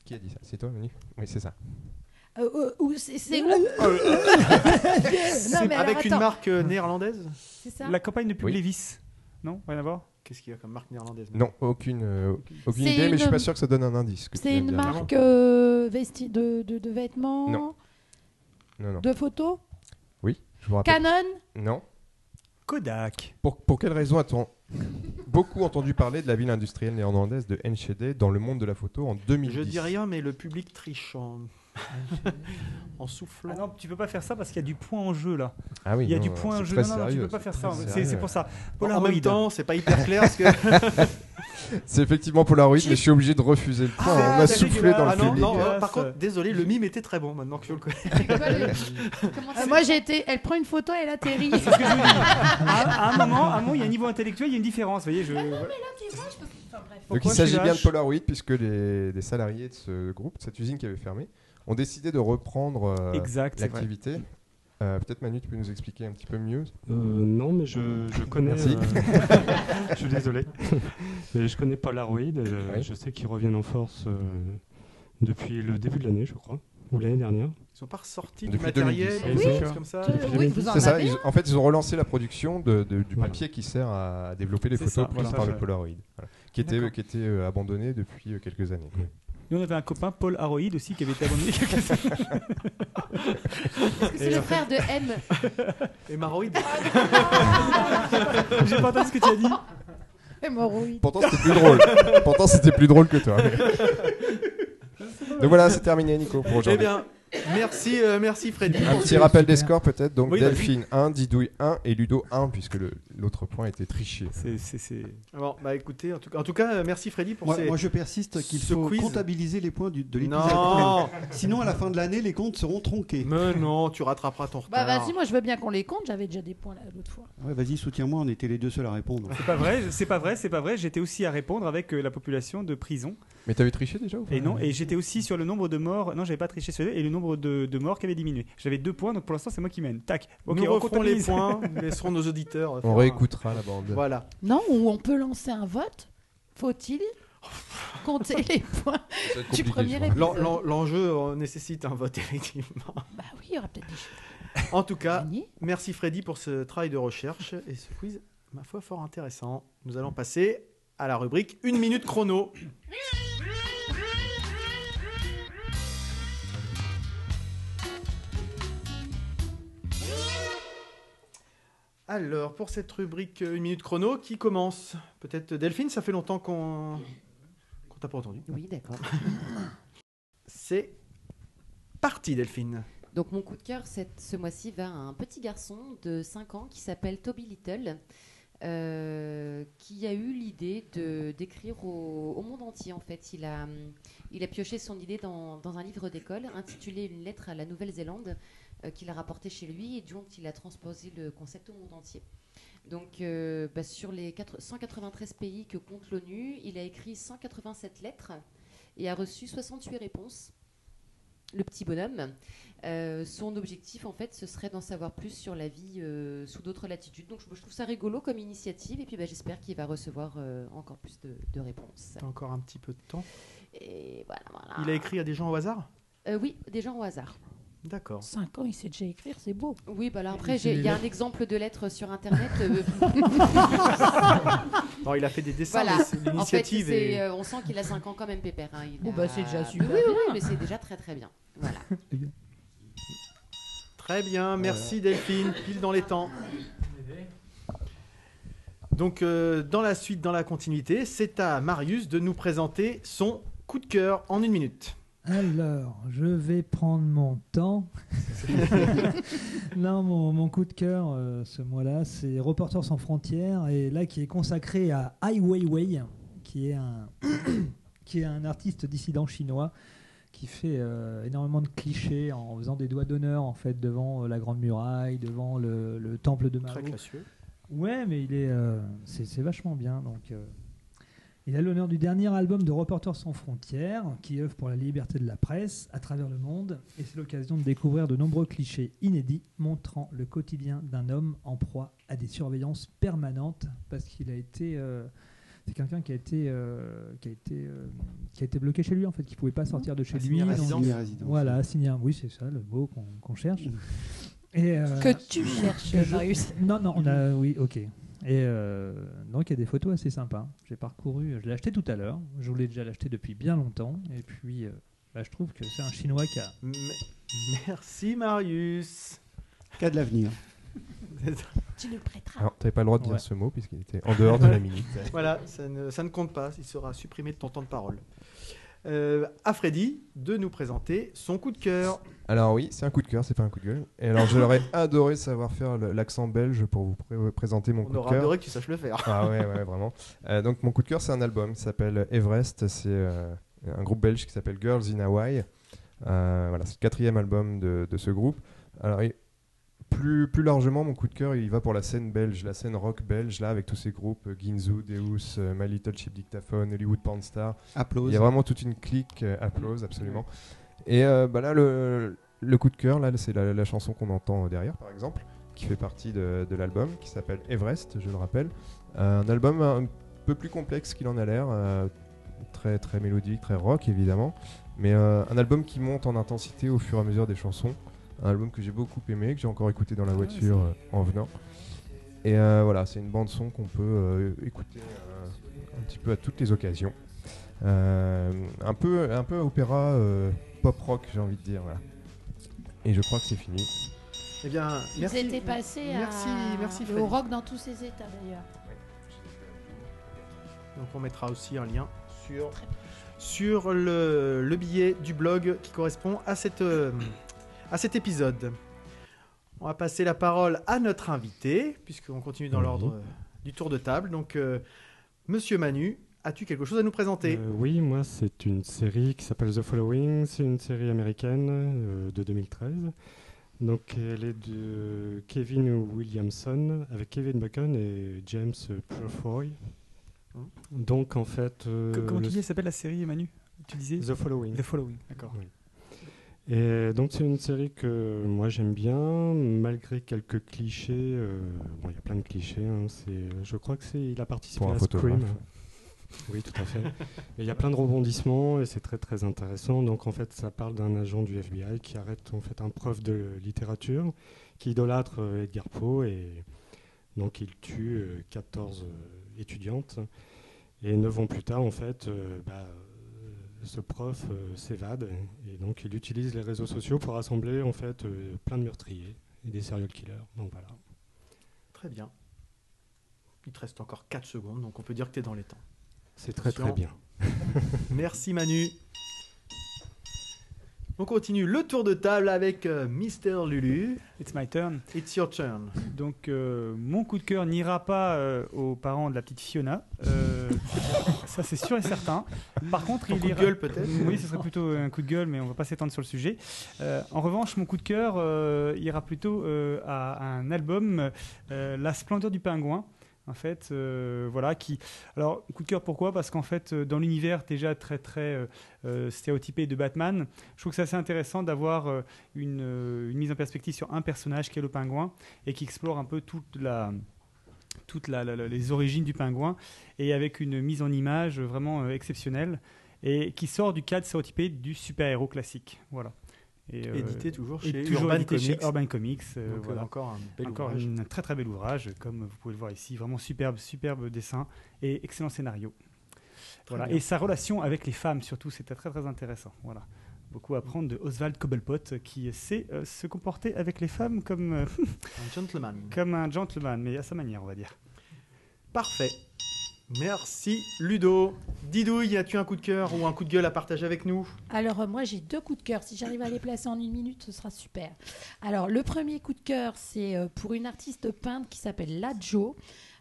Speaker 6: Qui a dit ça C'est toi, Manu Oui, c'est ça.
Speaker 7: Euh, euh, ou c'est c'est où euh, Non, mais alors,
Speaker 4: Avec une
Speaker 7: attends.
Speaker 4: marque euh, néerlandaise
Speaker 7: C'est ça.
Speaker 5: La campagne de pub
Speaker 6: Oui.
Speaker 5: Lévis. Non Rien à voir
Speaker 4: Qu'est-ce qu'il y a comme marque néerlandaise
Speaker 6: Non, aucune, euh, aucune
Speaker 7: C'est
Speaker 6: idée, mais je suis
Speaker 7: une-
Speaker 6: pas sûr que ça donne un indice. ce que tu
Speaker 7: C'est
Speaker 6: viens de
Speaker 7: une
Speaker 6: dire.
Speaker 7: marque euh, vesti de, de, de vêtements,
Speaker 6: Non. Non, non.
Speaker 7: de photos.
Speaker 6: Oui, je vous rappelle.
Speaker 7: Canon.
Speaker 6: Non.
Speaker 5: Kodak.
Speaker 6: Pour, pour quelle raison a-t-on beaucoup entendu parler de la ville industrielle néerlandaise de Enschede dans le monde de la photo en 2010
Speaker 4: Je dis rien, mais le public triche en, en soufflant.
Speaker 5: Ah non, tu peux pas faire ça parce qu'il y a du point en jeu là.
Speaker 6: Ah oui,
Speaker 5: Il y a
Speaker 6: non,
Speaker 5: du
Speaker 6: non,
Speaker 5: point en
Speaker 6: c'est
Speaker 5: jeu.
Speaker 6: très
Speaker 5: Non, non, non, tu
Speaker 6: sérieux,
Speaker 5: peux pas
Speaker 6: c'est
Speaker 5: faire
Speaker 6: très
Speaker 5: ça. en fait. C'est
Speaker 6: sérieux.
Speaker 5: c'est pour ça.
Speaker 4: en
Speaker 5: Polaroid.
Speaker 4: même temps, c'est pas hyper clair parce que.
Speaker 6: C'est effectivement Polaroid, mais je suis obligé de refuser le
Speaker 4: Ah,
Speaker 6: point. On a
Speaker 4: c'est
Speaker 6: soufflé dans le
Speaker 4: dégueulasse. Ah non,
Speaker 6: public.
Speaker 4: non, euh, par contre, désolé, le mime était très bon maintenant que je le connais.
Speaker 7: Euh, moi j'ai été. Elle prend une photo et elle atterrit.
Speaker 5: à, à un moment, à un moment, il y a un niveau intellectuel, il y a une différence. Vous voyez, je...
Speaker 6: Donc
Speaker 5: Pourquoi
Speaker 6: il
Speaker 5: je
Speaker 6: s'agit
Speaker 5: suis
Speaker 6: bien de
Speaker 5: lâche
Speaker 6: Polaroid puisque les, les salariés de ce groupe, de cette usine qui avait fermé, ont décidé de reprendre euh,
Speaker 5: Exact, c'est vrai.
Speaker 6: l'activité. Euh, Peut-être Manu, tu peux nous expliquer un petit peu mieux
Speaker 9: Euh, non, mais je, je connais.
Speaker 6: Merci.
Speaker 9: euh, je suis désolé. mais je connais Polaroid. et Je,
Speaker 6: Ouais.
Speaker 9: je sais qu'ils reviennent en force euh, depuis le début de l'année, je crois, ou l'année dernière.
Speaker 4: Ils sont pas ressortis du
Speaker 6: Depuis
Speaker 4: matériel,
Speaker 6: 2010.
Speaker 4: des choses comme
Speaker 5: euh,
Speaker 4: ça.
Speaker 6: C'est ça, ils- en fait, ils ont relancé la production de- de- du papier qui sert à développer les
Speaker 5: C'est
Speaker 6: photos
Speaker 5: ça,
Speaker 6: prises
Speaker 5: voilà.
Speaker 6: par le
Speaker 5: Ouais.
Speaker 6: Polaroid, voilà, qui était,
Speaker 5: D'accord.
Speaker 6: qui était euh, abandonné depuis euh, quelques années. quoi.
Speaker 5: Nous, on avait un copain, Paul Aroïd aussi, qui avait été abandonné. Est-ce
Speaker 3: que c'est le frère de M
Speaker 4: Et Maroïd
Speaker 5: J'ai pas entendu ce que tu as dit.
Speaker 7: Hémorroïde.
Speaker 6: Pourtant, c'était plus drôle. Pourtant, c'était plus drôle que toi. Donc voilà, c'est terminé, Nico, pour
Speaker 4: Eh
Speaker 6: aujourd'hui.
Speaker 4: bien, merci, euh, merci Freddy.
Speaker 6: Un
Speaker 5: Ah,
Speaker 6: petit rappel des scores peut-être. Donc
Speaker 4: Oui, vas-y.
Speaker 6: Delphine 1, Didouille 1 et Ludo 1 puisque le- l'autre point était triché.
Speaker 4: Bon, bah écoutez, en tout, en tout cas, euh, merci Freddy pour
Speaker 2: Moi,
Speaker 4: ces-
Speaker 2: moi, je persiste qu'il
Speaker 4: ce
Speaker 2: faut
Speaker 4: quiz.
Speaker 2: comptabiliser les points du- de l'épisode.
Speaker 4: Non.
Speaker 2: Sinon, à la fin de l'année, les comptes seront tronqués.
Speaker 4: Mais non, tu rattraperas ton
Speaker 7: Bah vas-y, moi je veux bien qu'on les compte. J'avais déjà des points là, l'autre fois.
Speaker 2: Ouais, vas-y, soutiens-moi, on était les deux seuls à répondre.
Speaker 5: C'est pas vrai, c'est pas vrai, c'est pas vrai. J'étais aussi à répondre avec euh, la population de prison.
Speaker 6: Mais t'avais triché déjà ou pas
Speaker 5: Et non, et j'étais aussi sur le nombre de morts. Non, j'avais pas triché sur les deux, et le nombre de, de morts qui avait diminué. J'avais deux points, donc pour l'instant, c'est moi qui mène. Tac. Ok,
Speaker 4: Nous
Speaker 5: on
Speaker 4: referons
Speaker 5: comptabilise.
Speaker 4: les points, nous laisserons nos auditeurs.
Speaker 9: Oh,
Speaker 6: On réécoutera la bande.
Speaker 4: Voilà.
Speaker 7: Non, ou on peut lancer un vote. Faut-il compter les points du premier épisode
Speaker 4: L'en- l'en- L'enjeu euh, nécessite un vote, effectivement.
Speaker 7: Bah Oui, il y aura peut-être des choses.
Speaker 4: En tout cas, merci Freddy pour ce travail de recherche et ce quiz, ma foi, fort intéressant. Nous allons passer à la rubrique Une minute chrono. Alors, pour cette rubrique euh, Une minute chrono qui commence, peut-être Delphine, ça fait longtemps qu'on qu'on t'a pas entendu.
Speaker 3: Oui, d'accord.
Speaker 4: C'est parti, Delphine.
Speaker 3: Donc mon coup de cœur cette- ce mois-ci va à un petit garçon de 5 ans qui s'appelle Toby Little, euh, qui a eu l'idée de d'écrire au, au monde entier en fait. Il a, hum, il a pioché son idée dans, dans un livre d'école intitulé Une lettre à la Nouvelle-Zélande euh, qu'il a rapporté chez lui et dont il a transposé le concept au monde entier. Donc euh, bah, sur les quatre- 193 pays que compte l'ONU, il a écrit 187 lettres et a reçu 68 réponses le petit bonhomme. Euh, son objectif, en fait, ce serait d'en savoir plus sur la vie euh, sous d'autres latitudes. Donc, je, je trouve ça rigolo comme initiative. Et puis, bah, j'espère qu'il va recevoir euh, encore plus de, de réponses.
Speaker 4: T'as encore un petit peu de temps.
Speaker 3: Et voilà, voilà.
Speaker 7: Ah.
Speaker 4: Il a écrit à des gens au hasard
Speaker 3: Euh, Oui, des gens au hasard.
Speaker 4: D'accord.
Speaker 7: 5 ans, il sait déjà écrire, c'est beau.
Speaker 3: Oui, bah là,
Speaker 7: Et
Speaker 3: après,
Speaker 7: c'est
Speaker 3: j'ai- il y a
Speaker 7: les-
Speaker 3: un exemple de lettres sur Internet. euh,
Speaker 4: Non, il a fait des dessins,
Speaker 3: voilà.
Speaker 4: mais c'est-
Speaker 3: En fait,
Speaker 4: l'initiative
Speaker 3: c'est,
Speaker 4: est-
Speaker 3: euh, on sent qu'il a 5 ans quand même, Pépère. hein. Il
Speaker 7: Oh,
Speaker 3: a-
Speaker 7: bah, c'est déjà
Speaker 3: Bah
Speaker 7: super
Speaker 3: Oui, oui, oui,
Speaker 7: bien.
Speaker 3: mais c'est déjà très, très bien. Voilà.
Speaker 4: Très
Speaker 7: Euh.
Speaker 4: bien, merci Delphine, pile dans les temps. Donc, euh, dans la suite, dans la continuité, c'est à Marius de nous présenter son coup de cœur en une minute.
Speaker 1: Alors, je vais prendre mon temps. non, mon, mon coup de cœur euh, ce mois-là, c'est Reporters sans frontières, et là qui est consacré à Ai Weiwei, qui est un, qui est un artiste dissident chinois qui fait euh, énormément de clichés en faisant des doigts d'honneur en fait devant euh, la Grande Muraille, devant le, le temple de Mao.
Speaker 4: Très classieux.
Speaker 1: Ouais, mais il est, euh, c'est c'est vachement bien. Donc, euh, il a l'honneur du dernier album de Reporters sans frontières, qui œuvre pour la liberté de la presse à travers le monde, et c'est l'occasion de découvrir de nombreux clichés inédits montrant le quotidien d'un homme en proie à des surveillances permanentes, parce qu'il a été, euh, c'est quelqu'un qui a été, euh, qui a été, euh, qui a été bloqué chez lui en fait, qui pouvait pas sortir de chez
Speaker 4: Assigné
Speaker 1: lui.
Speaker 4: à
Speaker 1: donc-
Speaker 4: résidence. Assigné à
Speaker 2: résidence.
Speaker 1: Voilà, assigné. à- Oui, c'est ça, le mot qu'on qu'on cherche. Et, euh,
Speaker 7: Que tu cherches,
Speaker 1: que je-
Speaker 7: Marius.
Speaker 1: Non, non, on a, oui, ok. Et euh, donc il y a des photos assez sympas. J'ai parcouru, je l'ai acheté tout à l'heure. Je voulais déjà l'acheter depuis bien longtemps. Et puis, euh, bah, je trouve que c'est un chinois qui a.
Speaker 4: Me- Merci Marius.
Speaker 2: Cas de l'avenir.
Speaker 7: Tu le
Speaker 4: Ah.
Speaker 7: prêteras.
Speaker 6: Alors, t'avais pas le droit de dire
Speaker 1: Ouais.
Speaker 6: ce mot puisqu'il était en dehors de la minute.
Speaker 4: Voilà, ça ne, ça ne compte pas, il sera supprimé de ton temps de parole. euh, à Freddy de nous présenter son coup de cœur.
Speaker 6: Alors oui, c'est un coup de cœur, c'est pas un coup de gueule. Et alors j'aurais adoré savoir faire le- l'accent belge pour vous pré- présenter mon
Speaker 4: On
Speaker 6: coup de cœur.
Speaker 4: aurait adoré que tu saches le faire.
Speaker 6: Ah ouais, ouais, vraiment. Euh, donc mon coup de cœur, c'est un album qui s'appelle Everest. C'est euh, un groupe belge qui s'appelle Girls in Hawaii. Euh, voilà, c'est le quatrième album de, de ce groupe. Alors il- plus, plus largement, mon coup de cœur, il va pour la scène belge, la scène rock belge, là, avec tous ces groupes, euh, Ginzu, Deus, euh, My Little Chip Dictaphone, Hollywood Pornstar.
Speaker 2: Applause.
Speaker 6: Il y a vraiment toute une clique, euh, applause, absolument. Et euh, bah là, le, le coup de cœur, là, c'est la, la chanson qu'on entend euh, derrière, par exemple, qui fait partie de, de l'album, qui s'appelle Everest, je le rappelle. Euh, un album un peu plus complexe qu'il en a l'air, euh, très, très mélodique, très rock, évidemment. Mais euh, un album qui monte en intensité au fur et à mesure des chansons. Un album que j'ai beaucoup aimé, que j'ai encore écouté dans la voiture euh, en venant. Et euh, voilà, c'est une bande son qu'on peut euh, écouter euh, un petit peu à toutes les occasions. Euh, un peu, un peu opéra euh, pop rock, j'ai envie de dire. voilà. Et je crois que c'est fini.
Speaker 4: Eh bien,
Speaker 7: Ils
Speaker 4: merci.
Speaker 7: étaient passés à-
Speaker 4: merci, merci Freddy.
Speaker 7: au rock dans tous ses états d'ailleurs.
Speaker 4: Donc on mettra aussi un lien sur, sur le, le billet du blog qui correspond à, cette, euh, à cet épisode. On va passer la parole à notre invité, puisqu'on continue dans
Speaker 9: Oui.
Speaker 4: l'ordre euh, du tour de table. Donc, euh, monsieur Manu, as-tu quelque chose à nous présenter
Speaker 9: Euh, oui, moi, c'est une série qui s'appelle The Following. C'est une série américaine euh, de 2013. Donc, elle est de Kevin Williamson avec Kevin Bacon et James Purfoy. Donc, en fait. euh,
Speaker 5: Oh. Que- Comment
Speaker 9: le-
Speaker 5: tu dis, elle s'appelle la série, Emmanuel Tu disais
Speaker 9: The Following.
Speaker 5: The Following, d'accord.
Speaker 9: Et donc c'est une série que moi j'aime bien, malgré quelques clichés. euh, bon, il y a plein de clichés. hein, c'est- je crois que c'est il a participé
Speaker 6: Pour un
Speaker 9: à Scream.
Speaker 6: photographe.
Speaker 9: Oui, tout à fait. Mais il y a plein de rebondissements et c'est très très intéressant. Donc en fait, ça parle d'un agent du FBI qui arrête en fait un prof de littérature qui idolâtre euh, Edgar Poe et donc il tue euh, 14 euh, étudiantes. Et 9 ans plus tard, en fait, euh, bah, euh, ce prof euh, s'évade et donc il utilise les réseaux sociaux pour rassembler en fait euh, plein de meurtriers et des serial killers. Donc voilà.
Speaker 4: Très bien. Il te reste encore 4 secondes, donc on peut dire que tu es dans les temps.
Speaker 9: C'est très, très
Speaker 4: Attention.
Speaker 9: bien.
Speaker 4: Merci Manu. On continue le tour de table avec euh, Mister Lulu.
Speaker 5: It's my turn.
Speaker 4: It's your turn.
Speaker 5: Donc, euh, mon coup de cœur n'ira pas euh, aux parents de la petite Fiona. Euh, ça, c'est sûr et certain. Par contre,
Speaker 4: Ton
Speaker 5: il
Speaker 4: coup de
Speaker 5: ira-
Speaker 4: gueule, peut-être
Speaker 5: Oui, ce serait plutôt un coup de gueule, mais on va pas s'étendre sur le sujet. Euh, en revanche, mon coup de cœur euh, ira plutôt euh, à un album, euh, La splendeur du pingouin. En fait, euh, voilà, qui. Alors, coup de cœur pourquoi Parce qu'en fait, euh, dans l'univers déjà très très euh, euh, stéréotypé de Batman, je trouve que c'est assez intéressant d'avoir euh, une, euh, une mise en perspective sur un personnage qui est le pingouin et qui explore un peu toute la toutes la- la- la- les origines du pingouin et avec une mise en image vraiment euh, exceptionnelle et qui sort du cadre stéréotypé du super-héros classique. Voilà. Et, euh,
Speaker 4: Édité toujours
Speaker 5: et
Speaker 4: chez
Speaker 5: toujours
Speaker 4: Urban
Speaker 5: édité chez
Speaker 4: Comics.
Speaker 5: Urban Comics. euh,
Speaker 4: Donc, euh,
Speaker 5: voilà.
Speaker 4: encore un bel
Speaker 5: Encore
Speaker 4: ouvrage.
Speaker 5: un très très bel ouvrage, comme vous pouvez le voir ici. Vraiment superbe, superbe dessin et excellent scénario.
Speaker 4: Très
Speaker 5: Voilà.
Speaker 4: bien.
Speaker 5: Et sa relation avec les femmes, surtout, c'était très très intéressant. Voilà. Beaucoup à apprendre de Oswald Cobblepot, qui sait euh, se comporter avec les femmes comme, euh,
Speaker 4: Un gentleman.
Speaker 5: comme un gentleman, mais à sa manière, on va dire.
Speaker 4: Parfait. Merci Ludo. Didouille, as-tu un coup de cœur ou un coup de gueule à partager avec nous
Speaker 7: Alors euh, moi j'ai deux coups de cœur. Si j'arrive à les placer en une minute, ce sera super. Alors le premier coup de cœur, c'est euh, pour une artiste peinte qui s'appelle Lajo.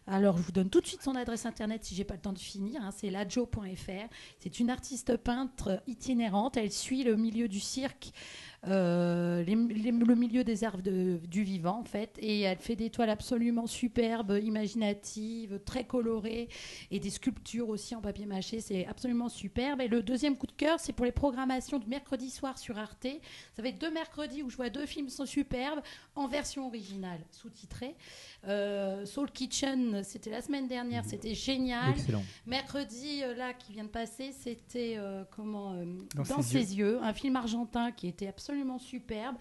Speaker 7: Alors je vous donne tout de suite son adresse internet si j'ai pas le temps de finir. hein, c'est lajo.fr. C'est une artiste peintre itinérante. Elle suit le milieu du cirque, euh, les- les- le milieu des arts de- du vivant en fait, et elle fait des toiles absolument superbes, imaginatives, très colorées et des sculptures aussi en papier mâché. C'est absolument superbe. Et le deuxième coup de cœur, c'est pour les programmations du mercredi soir sur Arte. Ça va être deux mercredis où je vois deux films sont superbes en version originale, sous-titrée. Euh, Soul Kitchen, c'était la semaine dernière, c'était génial.
Speaker 11: Excellent.
Speaker 7: Mercredi, euh, là, qui vient de passer, c'était euh, comment euh,
Speaker 11: Dans
Speaker 7: Dans,
Speaker 11: ses
Speaker 7: ses, yeux. un film argentin qui était absolument superbe.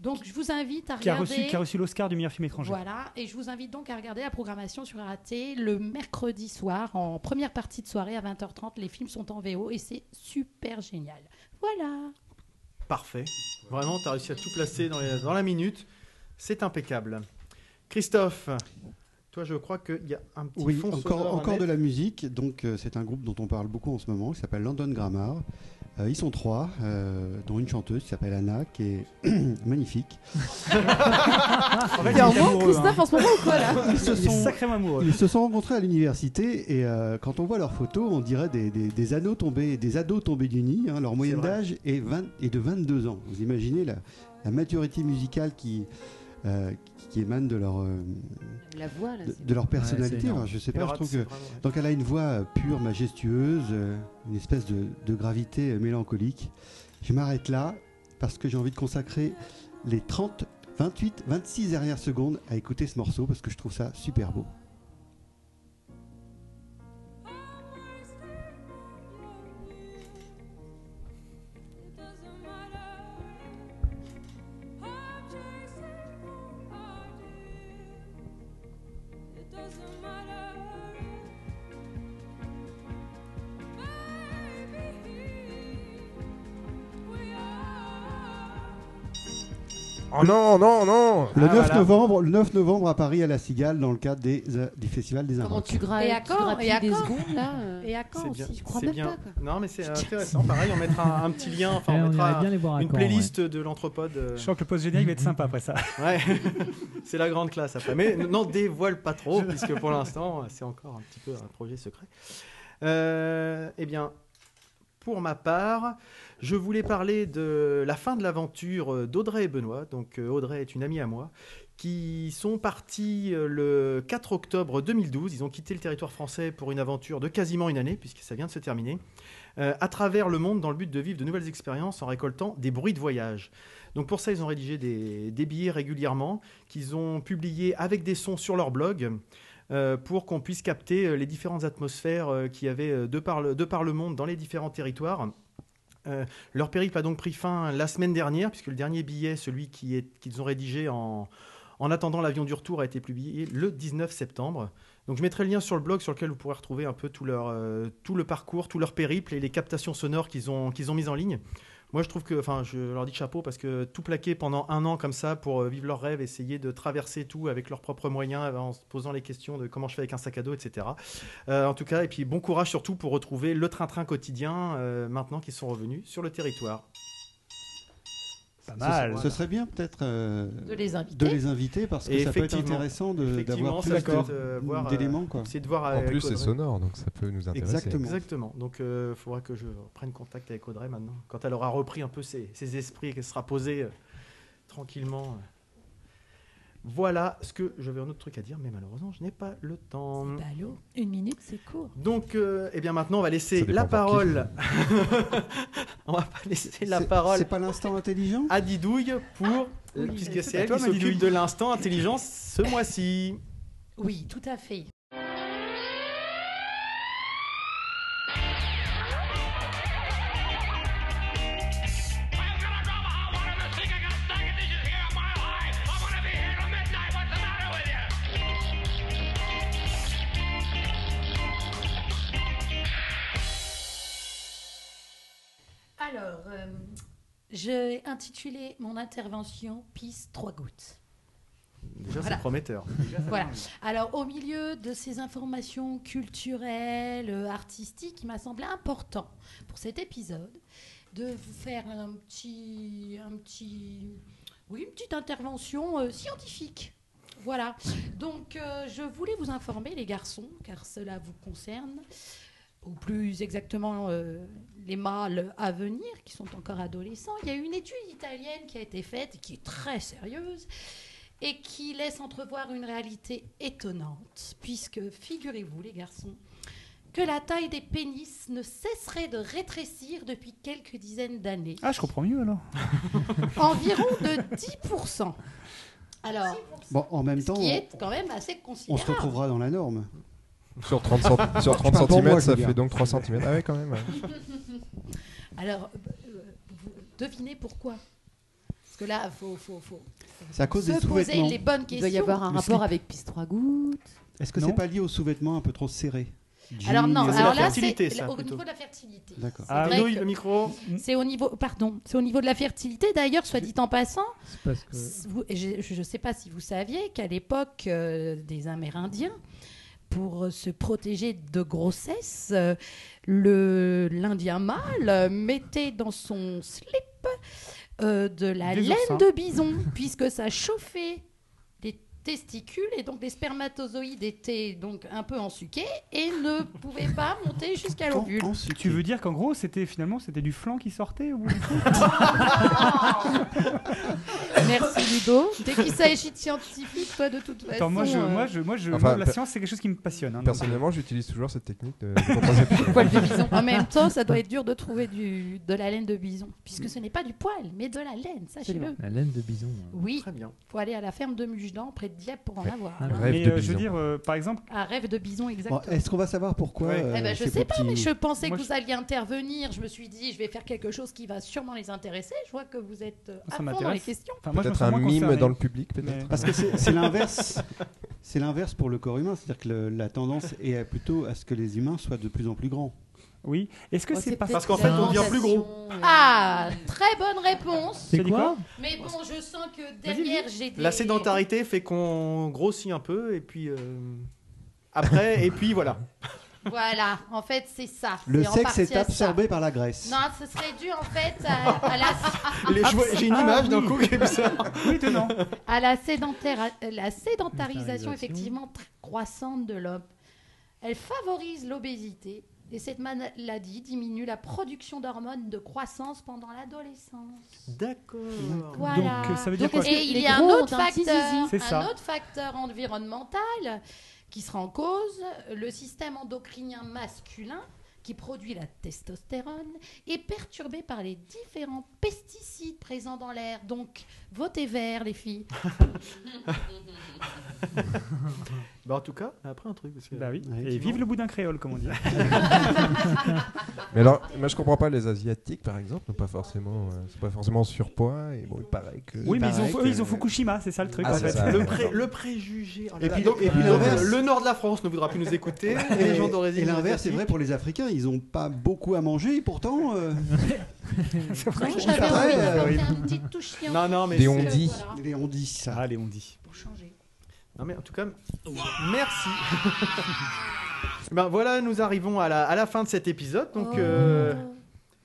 Speaker 7: Donc, je vous invite à
Speaker 5: Qui a,
Speaker 7: regarder.
Speaker 5: reçu, qui a reçu l'Oscar du meilleur film étranger.
Speaker 7: Voilà, et je vous invite donc à regarder la programmation sur Arte le mercredi soir, en première partie de soirée à 20h30. Les films sont en VO et c'est super génial. Voilà.
Speaker 4: Parfait. Vraiment, tu as réussi à tout placer dans, les- dans la minute. C'est impeccable. Christophe, toi je crois qu'il y a un petit
Speaker 2: Oui,
Speaker 4: fond sonore
Speaker 2: encore,
Speaker 4: à
Speaker 2: encore de
Speaker 4: mettre.
Speaker 2: la musique. Donc, euh, c'est un groupe dont on parle beaucoup en ce moment, qui s'appelle London Grammar. Euh, ils sont trois, euh, dont une chanteuse qui s'appelle Anna, qui est magnifique.
Speaker 12: T'es en manque, Christophe, en ce moment ou quoi là
Speaker 2: Ils se
Speaker 12: Il est
Speaker 2: sont,
Speaker 12: sacrément amoureux.
Speaker 2: ils se sont rencontrés à l'université et euh, quand on voit leurs photos, on dirait des, des- des anneaux tombés, des ados tombés du nid. hein. leur moyenne
Speaker 4: vrai.
Speaker 2: d'âge est, 20 est de 22 ans. Vous imaginez la, la maturité musicale qui, euh, qui- qui émane de leur, euh,
Speaker 3: La voix,
Speaker 7: Ah,
Speaker 3: là,
Speaker 2: de,
Speaker 3: c'est-
Speaker 2: de leur
Speaker 3: Ouais, c'est
Speaker 2: personnalité.
Speaker 3: énorme.
Speaker 2: Enfin, je sais
Speaker 4: Et
Speaker 2: pas, je
Speaker 4: leur-
Speaker 2: trouve que
Speaker 4: c'est vraiment-
Speaker 2: donc elle a une voix euh, pure, majestueuse, euh, une espèce de, de gravité euh, mélancolique. Je m'arrête là parce que j'ai envie de consacrer les 30, 28, 26 dernières secondes à écouter ce morceau parce que je trouve ça super beau.
Speaker 6: Oh non, non, non
Speaker 2: Le,
Speaker 4: Ah,
Speaker 2: 9
Speaker 6: novembre
Speaker 2: novembre, le 9 novembre à Paris à la Cigale dans le cadre des, euh, du Festival des Indes.
Speaker 3: gra-
Speaker 7: Et à
Speaker 3: tu
Speaker 7: quand
Speaker 3: grappilles
Speaker 7: Et à
Speaker 3: des
Speaker 7: quand
Speaker 3: secondes, là, euh.
Speaker 7: Et à quand
Speaker 3: C'est
Speaker 7: aussi
Speaker 3: bien,
Speaker 7: Je crois
Speaker 3: c'est
Speaker 7: même
Speaker 3: bien.
Speaker 7: pas. quoi.
Speaker 4: Non, mais c'est intéressant. Pareil, on mettra un petit lien, enfin,
Speaker 5: Eh,
Speaker 4: on
Speaker 5: on
Speaker 4: mettra
Speaker 5: irait bien les voir à
Speaker 4: une
Speaker 5: Caen,
Speaker 4: playlist de l'anthropode. euh.
Speaker 5: Je sens que le post générique va être sympa après ça.
Speaker 4: Ouais, c'est la grande classe après. Mais n'en dévoile pas trop, puisque pour l'instant, c'est encore un petit peu un projet secret. Euh, eh bien, pour ma part, je voulais parler de la fin de l'aventure euh, d'Audrey et Benoît. Donc, euh, Audrey est une amie à moi, qui sont partis euh, le 4 octobre 2012. Ils ont quitté le territoire français pour une aventure de quasiment une année, puisque ça vient de se terminer, euh, à travers le monde dans le but de vivre de nouvelles expériences en récoltant des bruits de voyage. Donc, pour ça, ils ont rédigé des, des billets régulièrement qu'ils ont publiés avec des sons sur leur blog euh, pour qu'on puisse capter euh, les différentes atmosphères euh, qu'il y avait euh, de par, le, de par le monde dans les différents territoires. Euh, leur périple a donc pris fin la semaine dernière, puisque le dernier billet, celui qui est- qu'ils ont rédigé en, en attendant l'avion du retour, a été publié le 19 septembre. Donc je mettrai le lien sur le blog sur lequel vous pourrez retrouver un peu tout, leur, euh, tout le parcours, tout leur périple et les captations sonores qu'ils ont, qu'ils ont mises en ligne. Moi, je trouve que, enfin, je leur dis chapeau parce que tout plaquer pendant un an comme ça pour euh, vivre leur rêve, essayer de traverser tout avec leurs propres moyens, euh, en se posant les questions de comment je fais avec un sac à dos, etc. Euh, en tout cas, et puis bon courage surtout pour retrouver le train-train quotidien euh, maintenant qu'ils sont revenus sur le territoire.
Speaker 5: Pas
Speaker 2: Ce- Ce, serait bien peut-être euh,
Speaker 7: De les inviter.
Speaker 2: de les inviter parce que
Speaker 4: Et
Speaker 2: ça peut être
Speaker 4: effectivement.
Speaker 2: intéressant de-
Speaker 4: Effectivement,
Speaker 2: d'avoir
Speaker 4: ça
Speaker 2: plus
Speaker 4: peut être, euh,
Speaker 2: de-
Speaker 4: voir, euh,
Speaker 2: d'éléments. quoi.
Speaker 4: essayer de voir
Speaker 6: En
Speaker 4: avec
Speaker 6: plus, c'est
Speaker 4: Audrey.
Speaker 6: sonore, donc ça peut nous intéresser.
Speaker 2: Exactement.
Speaker 4: Exactement. Donc, il faudra que je prenne contact avec Audrey maintenant, quand elle aura repris un peu ses, ses esprits et qu'elle sera posée euh, tranquillement. euh. Voilà ce que j'avais un autre truc à dire, mais malheureusement, je n'ai pas le temps.
Speaker 12: Allô Une minute, c'est court.
Speaker 4: Donc, euh, eh bien, maintenant, on va laisser
Speaker 6: Ça dépend
Speaker 4: la
Speaker 6: par qui.
Speaker 4: parole. on va pas laisser la
Speaker 2: C'est-
Speaker 4: parole.
Speaker 2: C'est pas l'instant intelligent Ah.
Speaker 4: à Didouille pour, euh, puisque
Speaker 7: c'est
Speaker 4: c'est
Speaker 7: à
Speaker 4: elle
Speaker 7: toi,
Speaker 4: qui
Speaker 7: ma Didouille.
Speaker 4: s'occupe de l'instant intelligence ce mois-ci.
Speaker 7: Oui, tout à fait. Alors, euh, j'ai intitulé mon intervention Pisse trois gouttes.
Speaker 4: Déjà,
Speaker 7: Voilà.
Speaker 4: c'est prometteur.
Speaker 7: Voilà. Alors, au milieu de ces informations culturelles, euh, artistiques, il m'a semblé important pour cet épisode de vous faire un petit, un petit, oui, une petite intervention euh, scientifique. Voilà. Donc, euh, je voulais vous informer, les garçons, car cela vous concerne, ou plus exactement euh, les mâles à venir qui sont encore adolescents. Il y a une étude italienne qui a été faite, qui est très sérieuse, et qui laisse entrevoir une réalité étonnante, puisque figurez-vous les garçons, que la taille des pénis ne cesserait de rétrécir depuis quelques dizaines d'années,
Speaker 5: Ah, je comprends mieux alors.
Speaker 7: environ de 10%. Alors,
Speaker 2: Bon, en même
Speaker 7: ce
Speaker 2: temps,
Speaker 7: qui est quand même assez
Speaker 2: on se
Speaker 7: considérable.
Speaker 2: retrouvera dans la norme.
Speaker 6: Sur 30, cent- sur
Speaker 2: Je
Speaker 6: 30
Speaker 2: parle pour
Speaker 6: cm,
Speaker 2: moi, je
Speaker 6: ça
Speaker 2: veux dire.
Speaker 6: fait donc 3 cm. Ah ouais, quand même. ouais.
Speaker 7: Alors, euh, vous devinez pourquoi Parce que là, faut, faut, faut
Speaker 2: C'est à cause
Speaker 7: se
Speaker 2: des
Speaker 7: poser
Speaker 2: sous-vêtements.
Speaker 7: les bonnes questions.
Speaker 3: Il doit y avoir un
Speaker 2: Le
Speaker 3: rapport
Speaker 2: slip.
Speaker 3: avec Pisse trois gouttes.
Speaker 2: Est-ce que
Speaker 5: Non.
Speaker 2: c'est pas lié aux sous-vêtements un peu trop serrés
Speaker 7: Alors non,
Speaker 4: C'est
Speaker 7: alors
Speaker 4: la
Speaker 7: là,
Speaker 4: fertilité,
Speaker 7: c'est
Speaker 4: ça,
Speaker 7: au
Speaker 4: plutôt.
Speaker 7: niveau de la fertilité.
Speaker 2: D'accord.
Speaker 7: C'est vrai
Speaker 4: Didouille,
Speaker 7: que-
Speaker 4: le micro.
Speaker 7: C'est au niveau, pardon, c'est au niveau de la fertilité. D'ailleurs, soit dit en passant,
Speaker 11: C'est parce que.
Speaker 7: s- vous- je ne sais pas si vous saviez qu'à l'époque euh, des Amérindiens, pour se protéger de grossesse, euh, le l'Indien mâle euh, mettait dans son slip euh, de la
Speaker 12: Des
Speaker 7: laine
Speaker 12: oursins.
Speaker 7: de bison, puisque ça chauffait les testicules et donc les spermatozoïdes étaient donc un peu ensuqués et ne pouvaient pas monter jusqu'à l'ovule.
Speaker 5: Tu veux dire qu'en gros, c'était finalement c'était du flanc qui sortait au bout du coup
Speaker 7: Merci Ludo. Dès qu'il s'agit de scientifique, toi de toute façon. euh,
Speaker 5: Attends, moi, je, moi, je, moi, je,
Speaker 6: Enfin,
Speaker 5: moi, la
Speaker 6: per-
Speaker 5: science, c'est quelque chose qui me passionne. hein, donc-
Speaker 6: Personnellement, j'utilise toujours cette technique de de contraception.
Speaker 7: Poil de bison. En même temps, ça doit être dur de trouver du, de la laine de bison, puisque ce n'est pas du poil, mais de la laine, sachez-le.
Speaker 1: La laine de bison. hein.
Speaker 7: Oui, faut aller à la ferme de Mugedan, près de Dieppe, pour en avoir.
Speaker 5: mais euh, je veux dire, euh, par exemple,
Speaker 7: Un rêve de bison,
Speaker 2: Bon,
Speaker 7: exactement.
Speaker 2: Est-ce qu'on va savoir pourquoi euh,
Speaker 7: Eh ben, je
Speaker 2: ces
Speaker 7: sais pas,
Speaker 2: petits-
Speaker 7: mais je pensais
Speaker 2: Moi,
Speaker 7: que
Speaker 2: je-
Speaker 7: vous alliez intervenir. Je me suis dit, je vais faire quelque chose qui va sûrement les intéresser. Je vois que vous êtes euh, à
Speaker 6: Ça
Speaker 7: fond dans les
Speaker 6: m'intéresse.
Speaker 7: questions.
Speaker 6: Enfin, moi, je me Peut-être sens un moins mime concerné. dans le public, peut-être. Mais-
Speaker 2: Parce que c'est c'est l'inverse. C'est l'inverse pour le corps humain, c'est-à-dire que le- la tendance est à- plutôt à ce que les humains soient de plus en plus grands.
Speaker 5: Oui. Est-ce que
Speaker 7: Oh, c'est c'est
Speaker 5: parce-
Speaker 2: parce
Speaker 5: peut-être
Speaker 2: qu'en fait on devient plus gros
Speaker 7: Ah, très bonne réponse.
Speaker 2: C'est
Speaker 5: Tu as dit quoi quoi
Speaker 7: Mais bon, je sens que derrière, j'ai des...
Speaker 4: La sédentarité fait qu'on grossit un peu et puis euh, après et puis voilà.
Speaker 7: Voilà, en fait, c'est ça.
Speaker 4: Le
Speaker 7: C'est en
Speaker 4: sexe
Speaker 7: partie
Speaker 4: est
Speaker 7: à
Speaker 4: absorbé
Speaker 7: ça.
Speaker 4: par la graisse.
Speaker 7: Non, ce serait dû, en fait, à, à la...
Speaker 4: Les cheveux- J'ai une image d'un coup qui est bizarre.
Speaker 7: à la, sédentaire, la sédentarisation
Speaker 4: Sédentarisation.
Speaker 7: effectivement très croissante de l'homme. Elle favorise l'obésité et cette maladie diminue la production d'hormones de croissance pendant l'adolescence.
Speaker 4: D'accord.
Speaker 7: Voilà.
Speaker 5: Donc, euh, ça veut dire quoi
Speaker 7: Et il y a un autre facteur,
Speaker 5: C'est ça.
Speaker 7: un autre facteur environnemental qui sera en cause, le système endocrinien masculin qui produit la testostérone est perturbé par les différents pesticides présents dans l'air. Donc, votez vert, les filles.
Speaker 4: Bah en tout cas, après un truc. parce que-
Speaker 5: Bah oui. Et vive le boudin créole, comme on dit.
Speaker 6: Mais alors, moi je comprends pas les asiatiques par exemple, n'ont pas forcément, euh, sont pas forcément en surpoids et bon, il paraît que.
Speaker 5: Oui, mais ils ont, eux, ils ont Fukushima, c'est ça le truc.
Speaker 6: Ah,
Speaker 5: en
Speaker 6: c'est
Speaker 5: fait.
Speaker 6: ça,
Speaker 4: Le,
Speaker 6: d'accord.
Speaker 4: pré- le préjugé. oh là
Speaker 2: Et
Speaker 4: là.
Speaker 2: puis-
Speaker 4: Donc-
Speaker 2: et puis
Speaker 4: donc,
Speaker 2: l'inverse.
Speaker 4: le nord de la France ne voudra plus nous écouter. et les gens d'origine
Speaker 2: Et l'inverse est vrai
Speaker 4: asiatique.
Speaker 2: pour les Africains, ils n'ont pas beaucoup à manger et pourtant. euh,
Speaker 5: C'est
Speaker 7: vrai.
Speaker 2: ils sont
Speaker 7: j'avais
Speaker 2: pas
Speaker 7: envie
Speaker 2: très,
Speaker 7: de
Speaker 2: euh,
Speaker 7: rajouter une petite touche scientifique.
Speaker 4: Non, non, mais
Speaker 2: Des
Speaker 4: c'est-
Speaker 2: ondis.
Speaker 7: Voilà.
Speaker 2: Des ondis, ça.
Speaker 5: Ah, les ondis.
Speaker 7: Pour changer.
Speaker 4: Non mais en tout cas, merci. ben voilà, nous arrivons à la, à la fin de cet épisode. Donc,
Speaker 10: Oh.
Speaker 4: euh,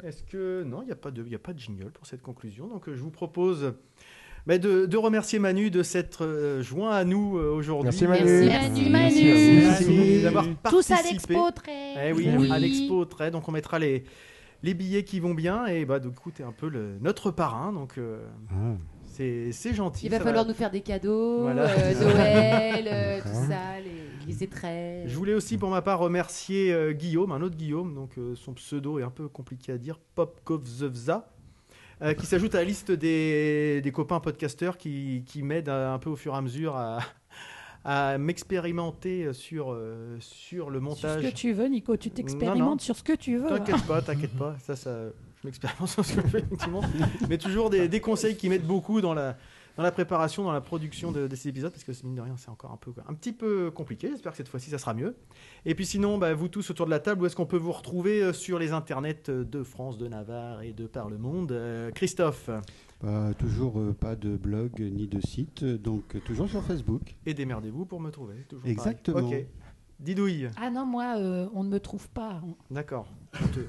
Speaker 4: est-ce que non, il n'y a pas de, il y a pas de jingle pour cette conclusion. Donc, euh, je vous propose. mais de, de remercier Manu de s'être euh, joint à nous euh, aujourd'hui.
Speaker 6: Merci, Manu. Merci, Manu. Merci à vous. Merci.
Speaker 4: d'avoir
Speaker 7: Tous à
Speaker 4: participé.
Speaker 7: l'Expo Trail.
Speaker 4: Eh oui,
Speaker 6: Oui.
Speaker 4: à l'Expo Trail. Donc on mettra les, les billets qui vont bien et bah du coup t'es un peu le, notre parrain donc euh,
Speaker 6: Ah.
Speaker 4: c'est c'est gentil.
Speaker 3: Il va
Speaker 4: ça
Speaker 3: falloir nous faire des cadeaux,
Speaker 4: Voilà. Hein
Speaker 3: euh, Noël, euh, tout ça, les, les étrelles.
Speaker 4: Je voulais aussi pour ma part remercier euh, Guillaume, un autre Guillaume, donc euh, son pseudo est un peu compliqué à dire, Popkovzevza, euh, qui s'ajoute à la liste des, des copains podcasteurs qui, qui m'aident euh, un peu au fur et à mesure à, à m'expérimenter sur, euh, sur le montage.
Speaker 7: Ce que tu veux, Nico, tu
Speaker 4: Non, non.
Speaker 7: t'expérimentes sur ce que tu veux. hein.
Speaker 4: T'inquiète pas, t'inquiète pas. Ça, ça, je m'expérimente sur ce que je fais, effectivement. Mais toujours des, des conseils qui m'aident beaucoup dans la, dans la préparation, dans la production de, de ces épisodes, parce que mine de rien, c'est encore un, peu, un petit peu compliqué. J'espère que cette fois-ci, ça sera mieux. Et puis sinon, bah, vous tous autour de la table, où est-ce qu'on peut vous retrouver euh, sur les internets de France, de Navarre et de par le monde Euh, Christophe
Speaker 2: Bah, toujours euh, pas de blog euh, ni de site, euh, donc euh, toujours sur Facebook.
Speaker 4: Et démerdez-vous pour me trouver. Toujours pareil.
Speaker 2: Exactement.
Speaker 4: Ok. Didouille.
Speaker 7: Ah non, moi, euh, on ne me trouve pas.
Speaker 4: D'accord. On te-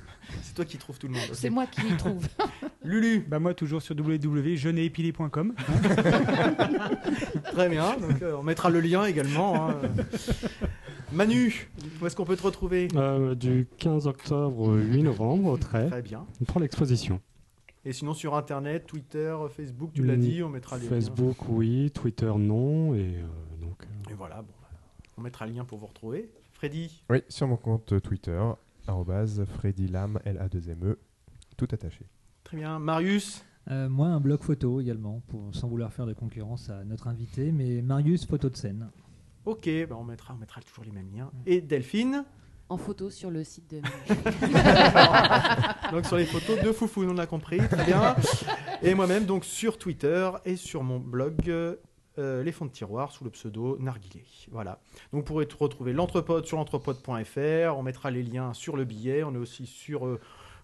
Speaker 4: C'est toi qui trouves tout le monde. ok.
Speaker 7: C'est moi qui m'y trouve.
Speaker 4: Lulu
Speaker 5: Bah moi toujours sur E, www.jeuneépilé.com
Speaker 4: Très bien, donc, euh, on mettra le lien également. hein. Manu, où est-ce qu'on peut te retrouver
Speaker 9: Euh, du 15 octobre au 8 novembre au trait.
Speaker 4: Très bien.
Speaker 9: Pour l'exposition. Mmh.
Speaker 4: Et sinon sur Internet, Twitter, Facebook, tu l'as dit, on mettra les liens.
Speaker 9: Mm. Facebook, oui. Twitter, non. Et euh, donc.
Speaker 4: Et voilà, bon, bah, on mettra le lien pour vous retrouver. Freddy,
Speaker 6: Oui, sur mon compte Twitter, arrobase freddylam, L-A-2-M-E, E, tout attaché.
Speaker 4: très bien. Marius,
Speaker 1: Euh, moi, un blog photo également, pour, sans vouloir faire de concurrence à notre invité, mais Marius Photo de scène.
Speaker 4: ok, bah, on, mettra, on mettra toujours les mêmes liens. Et Delphine
Speaker 3: En photo sur le site de.
Speaker 4: donc sur les photos de Foufou, on a compris, très bien. Et moi-même, donc sur Twitter et sur mon blog euh, euh, Les Fonds de Tiroir sous le pseudo Narguilé. Voilà. Donc vous pourrez tout retrouver l'entrepode sur l'entrepode.fr. On mettra les liens sur le billet. On est aussi sur euh,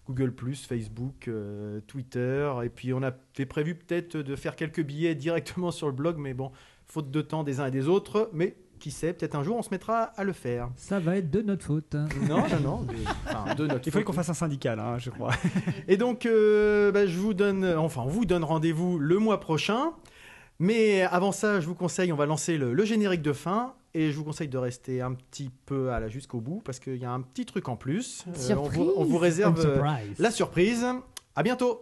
Speaker 4: Google, Facebook, euh, Twitter. Et puis on avait prévu peut-être de faire quelques billets directement sur le blog, mais bon, faute de temps des uns et des autres. Mais Qui sait, peut-être un jour on se mettra à le faire.
Speaker 11: Ça va être de notre faute.
Speaker 4: Non, non, non. mais- enfin, de notre
Speaker 5: Il faut
Speaker 4: faute.
Speaker 5: qu'on fasse un syndical, hein, je crois.
Speaker 4: Et donc, euh, bah, je vous donne, enfin, on vous donne rendez-vous le mois prochain. Mais avant ça, je vous conseille, on va lancer le, le générique de fin. Et je vous conseille de rester un petit peu à la jusqu'au bout parce qu'il y a un petit truc en plus. Euh, on, vous, on vous réserve
Speaker 1: Une
Speaker 4: euh,
Speaker 1: surprise.
Speaker 4: la surprise. À bientôt.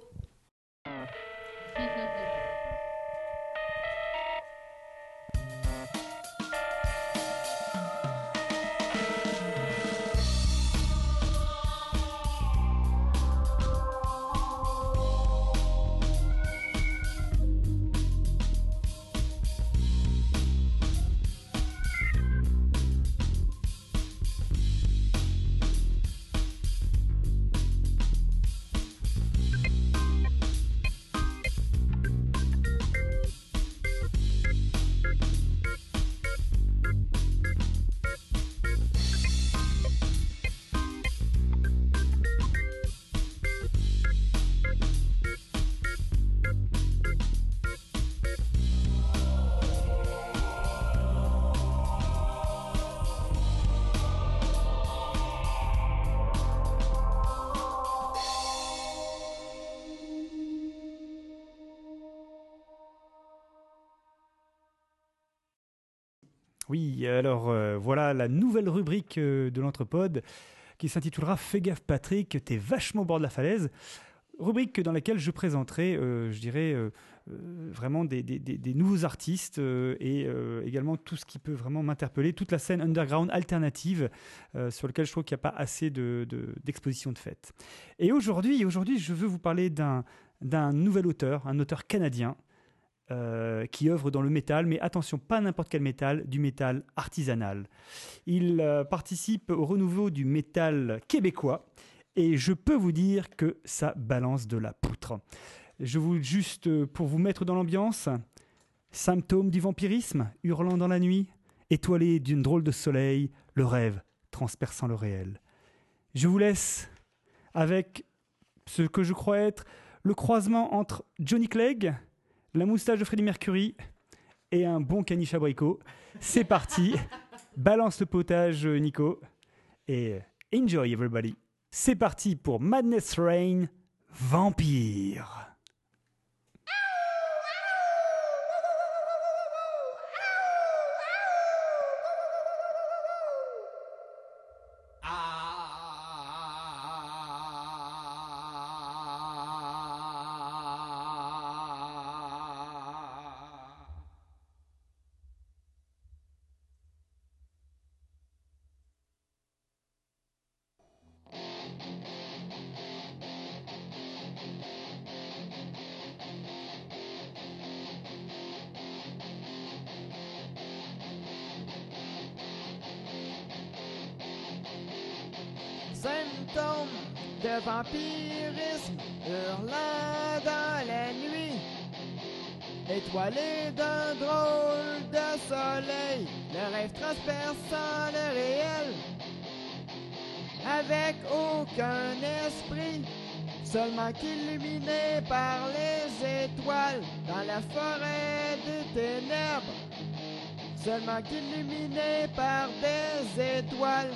Speaker 5: Oui, alors euh, voilà la nouvelle rubrique euh, de l'Entrepode qui s'intitulera Fais gaffe Patrick, t'es vachement au bord de la falaise. Rubrique dans laquelle je présenterai, euh, je dirais, euh, euh, vraiment des, des- des- des nouveaux artistes euh, et euh, également tout ce qui peut vraiment m'interpeller, toute la scène underground alternative euh, sur laquelle je trouve qu'il n'y a pas assez d'exposition de, d'exposition de fête. Et aujourd'hui, aujourd'hui, je veux vous parler d'un d'un nouvel auteur, un auteur canadien, euh, qui œuvre dans le métal, mais attention, pas n'importe quel métal, du métal artisanal. Il euh, participe au renouveau du métal québécois et je peux vous dire que ça balance de la poutre. Je vous juste euh, pour vous mettre dans l'ambiance, symptômes du vampirisme, hurlant dans la nuit, étoilé d'une drôle de soleil, le rêve transperçant le réel. Je vous laisse avec ce que je crois être le croisement entre Johnny Clegg, la moustache de Freddie Mercury et un bon caniche abricot. C'est parti. Balance le potage, euh, Nico. Et euh, enjoy, everybody. C'est parti pour Madness Rain, Vampire.
Speaker 13: Symptômes de vampirisme hurlant dans la nuit, étoilé d'un drôle de soleil, le rêve transperçant le réel, avec aucun esprit, seulement qu'illuminé par les étoiles dans la forêt des ténèbres, seulement qu'illuminé par des étoiles.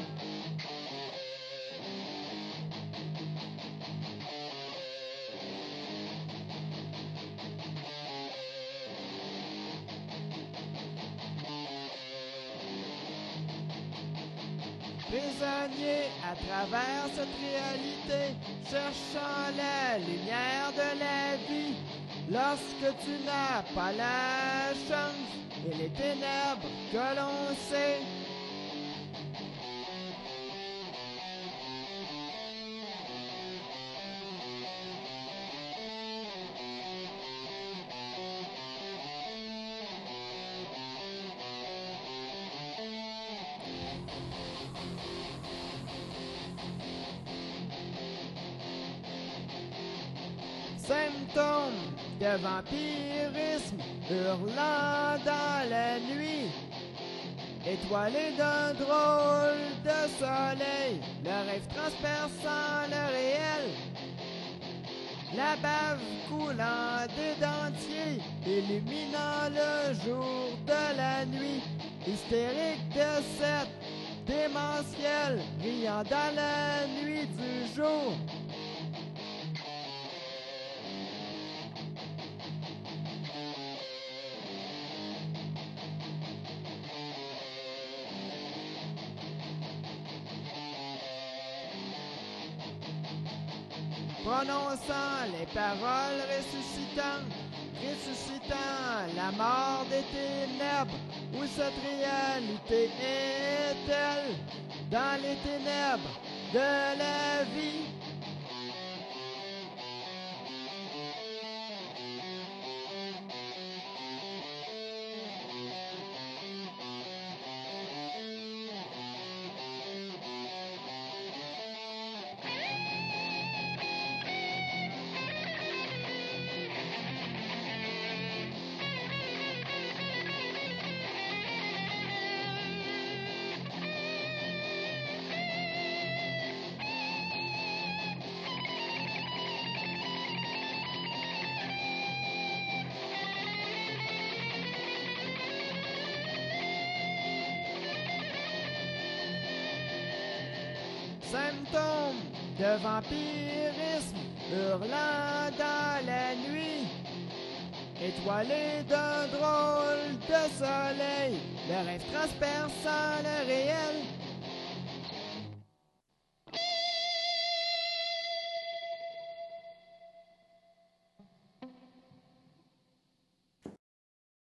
Speaker 13: prisonnier à travers cette réalité, cherchant la lumière de la vie. Lorsque tu n'as pas la chance et les ténèbres que l'on sait. Symptômes de vampirisme hurlant dans la nuit. Étoilé d'un drôle de soleil, le rêve transperçant le réel. La bave coulant des dentiers, illuminant le jour de la nuit. hystérique de cette démentielle, riant dans la nuit du jour. Prononçant les paroles ressuscitantes, ressuscitant la mort des ténèbres, où cette réalité est-elle dans les ténèbres de la vie? Symptôme de vampirisme hurlant dans la nuit, étoilé d'un drôle de soleil, le rêve transperçant le réel.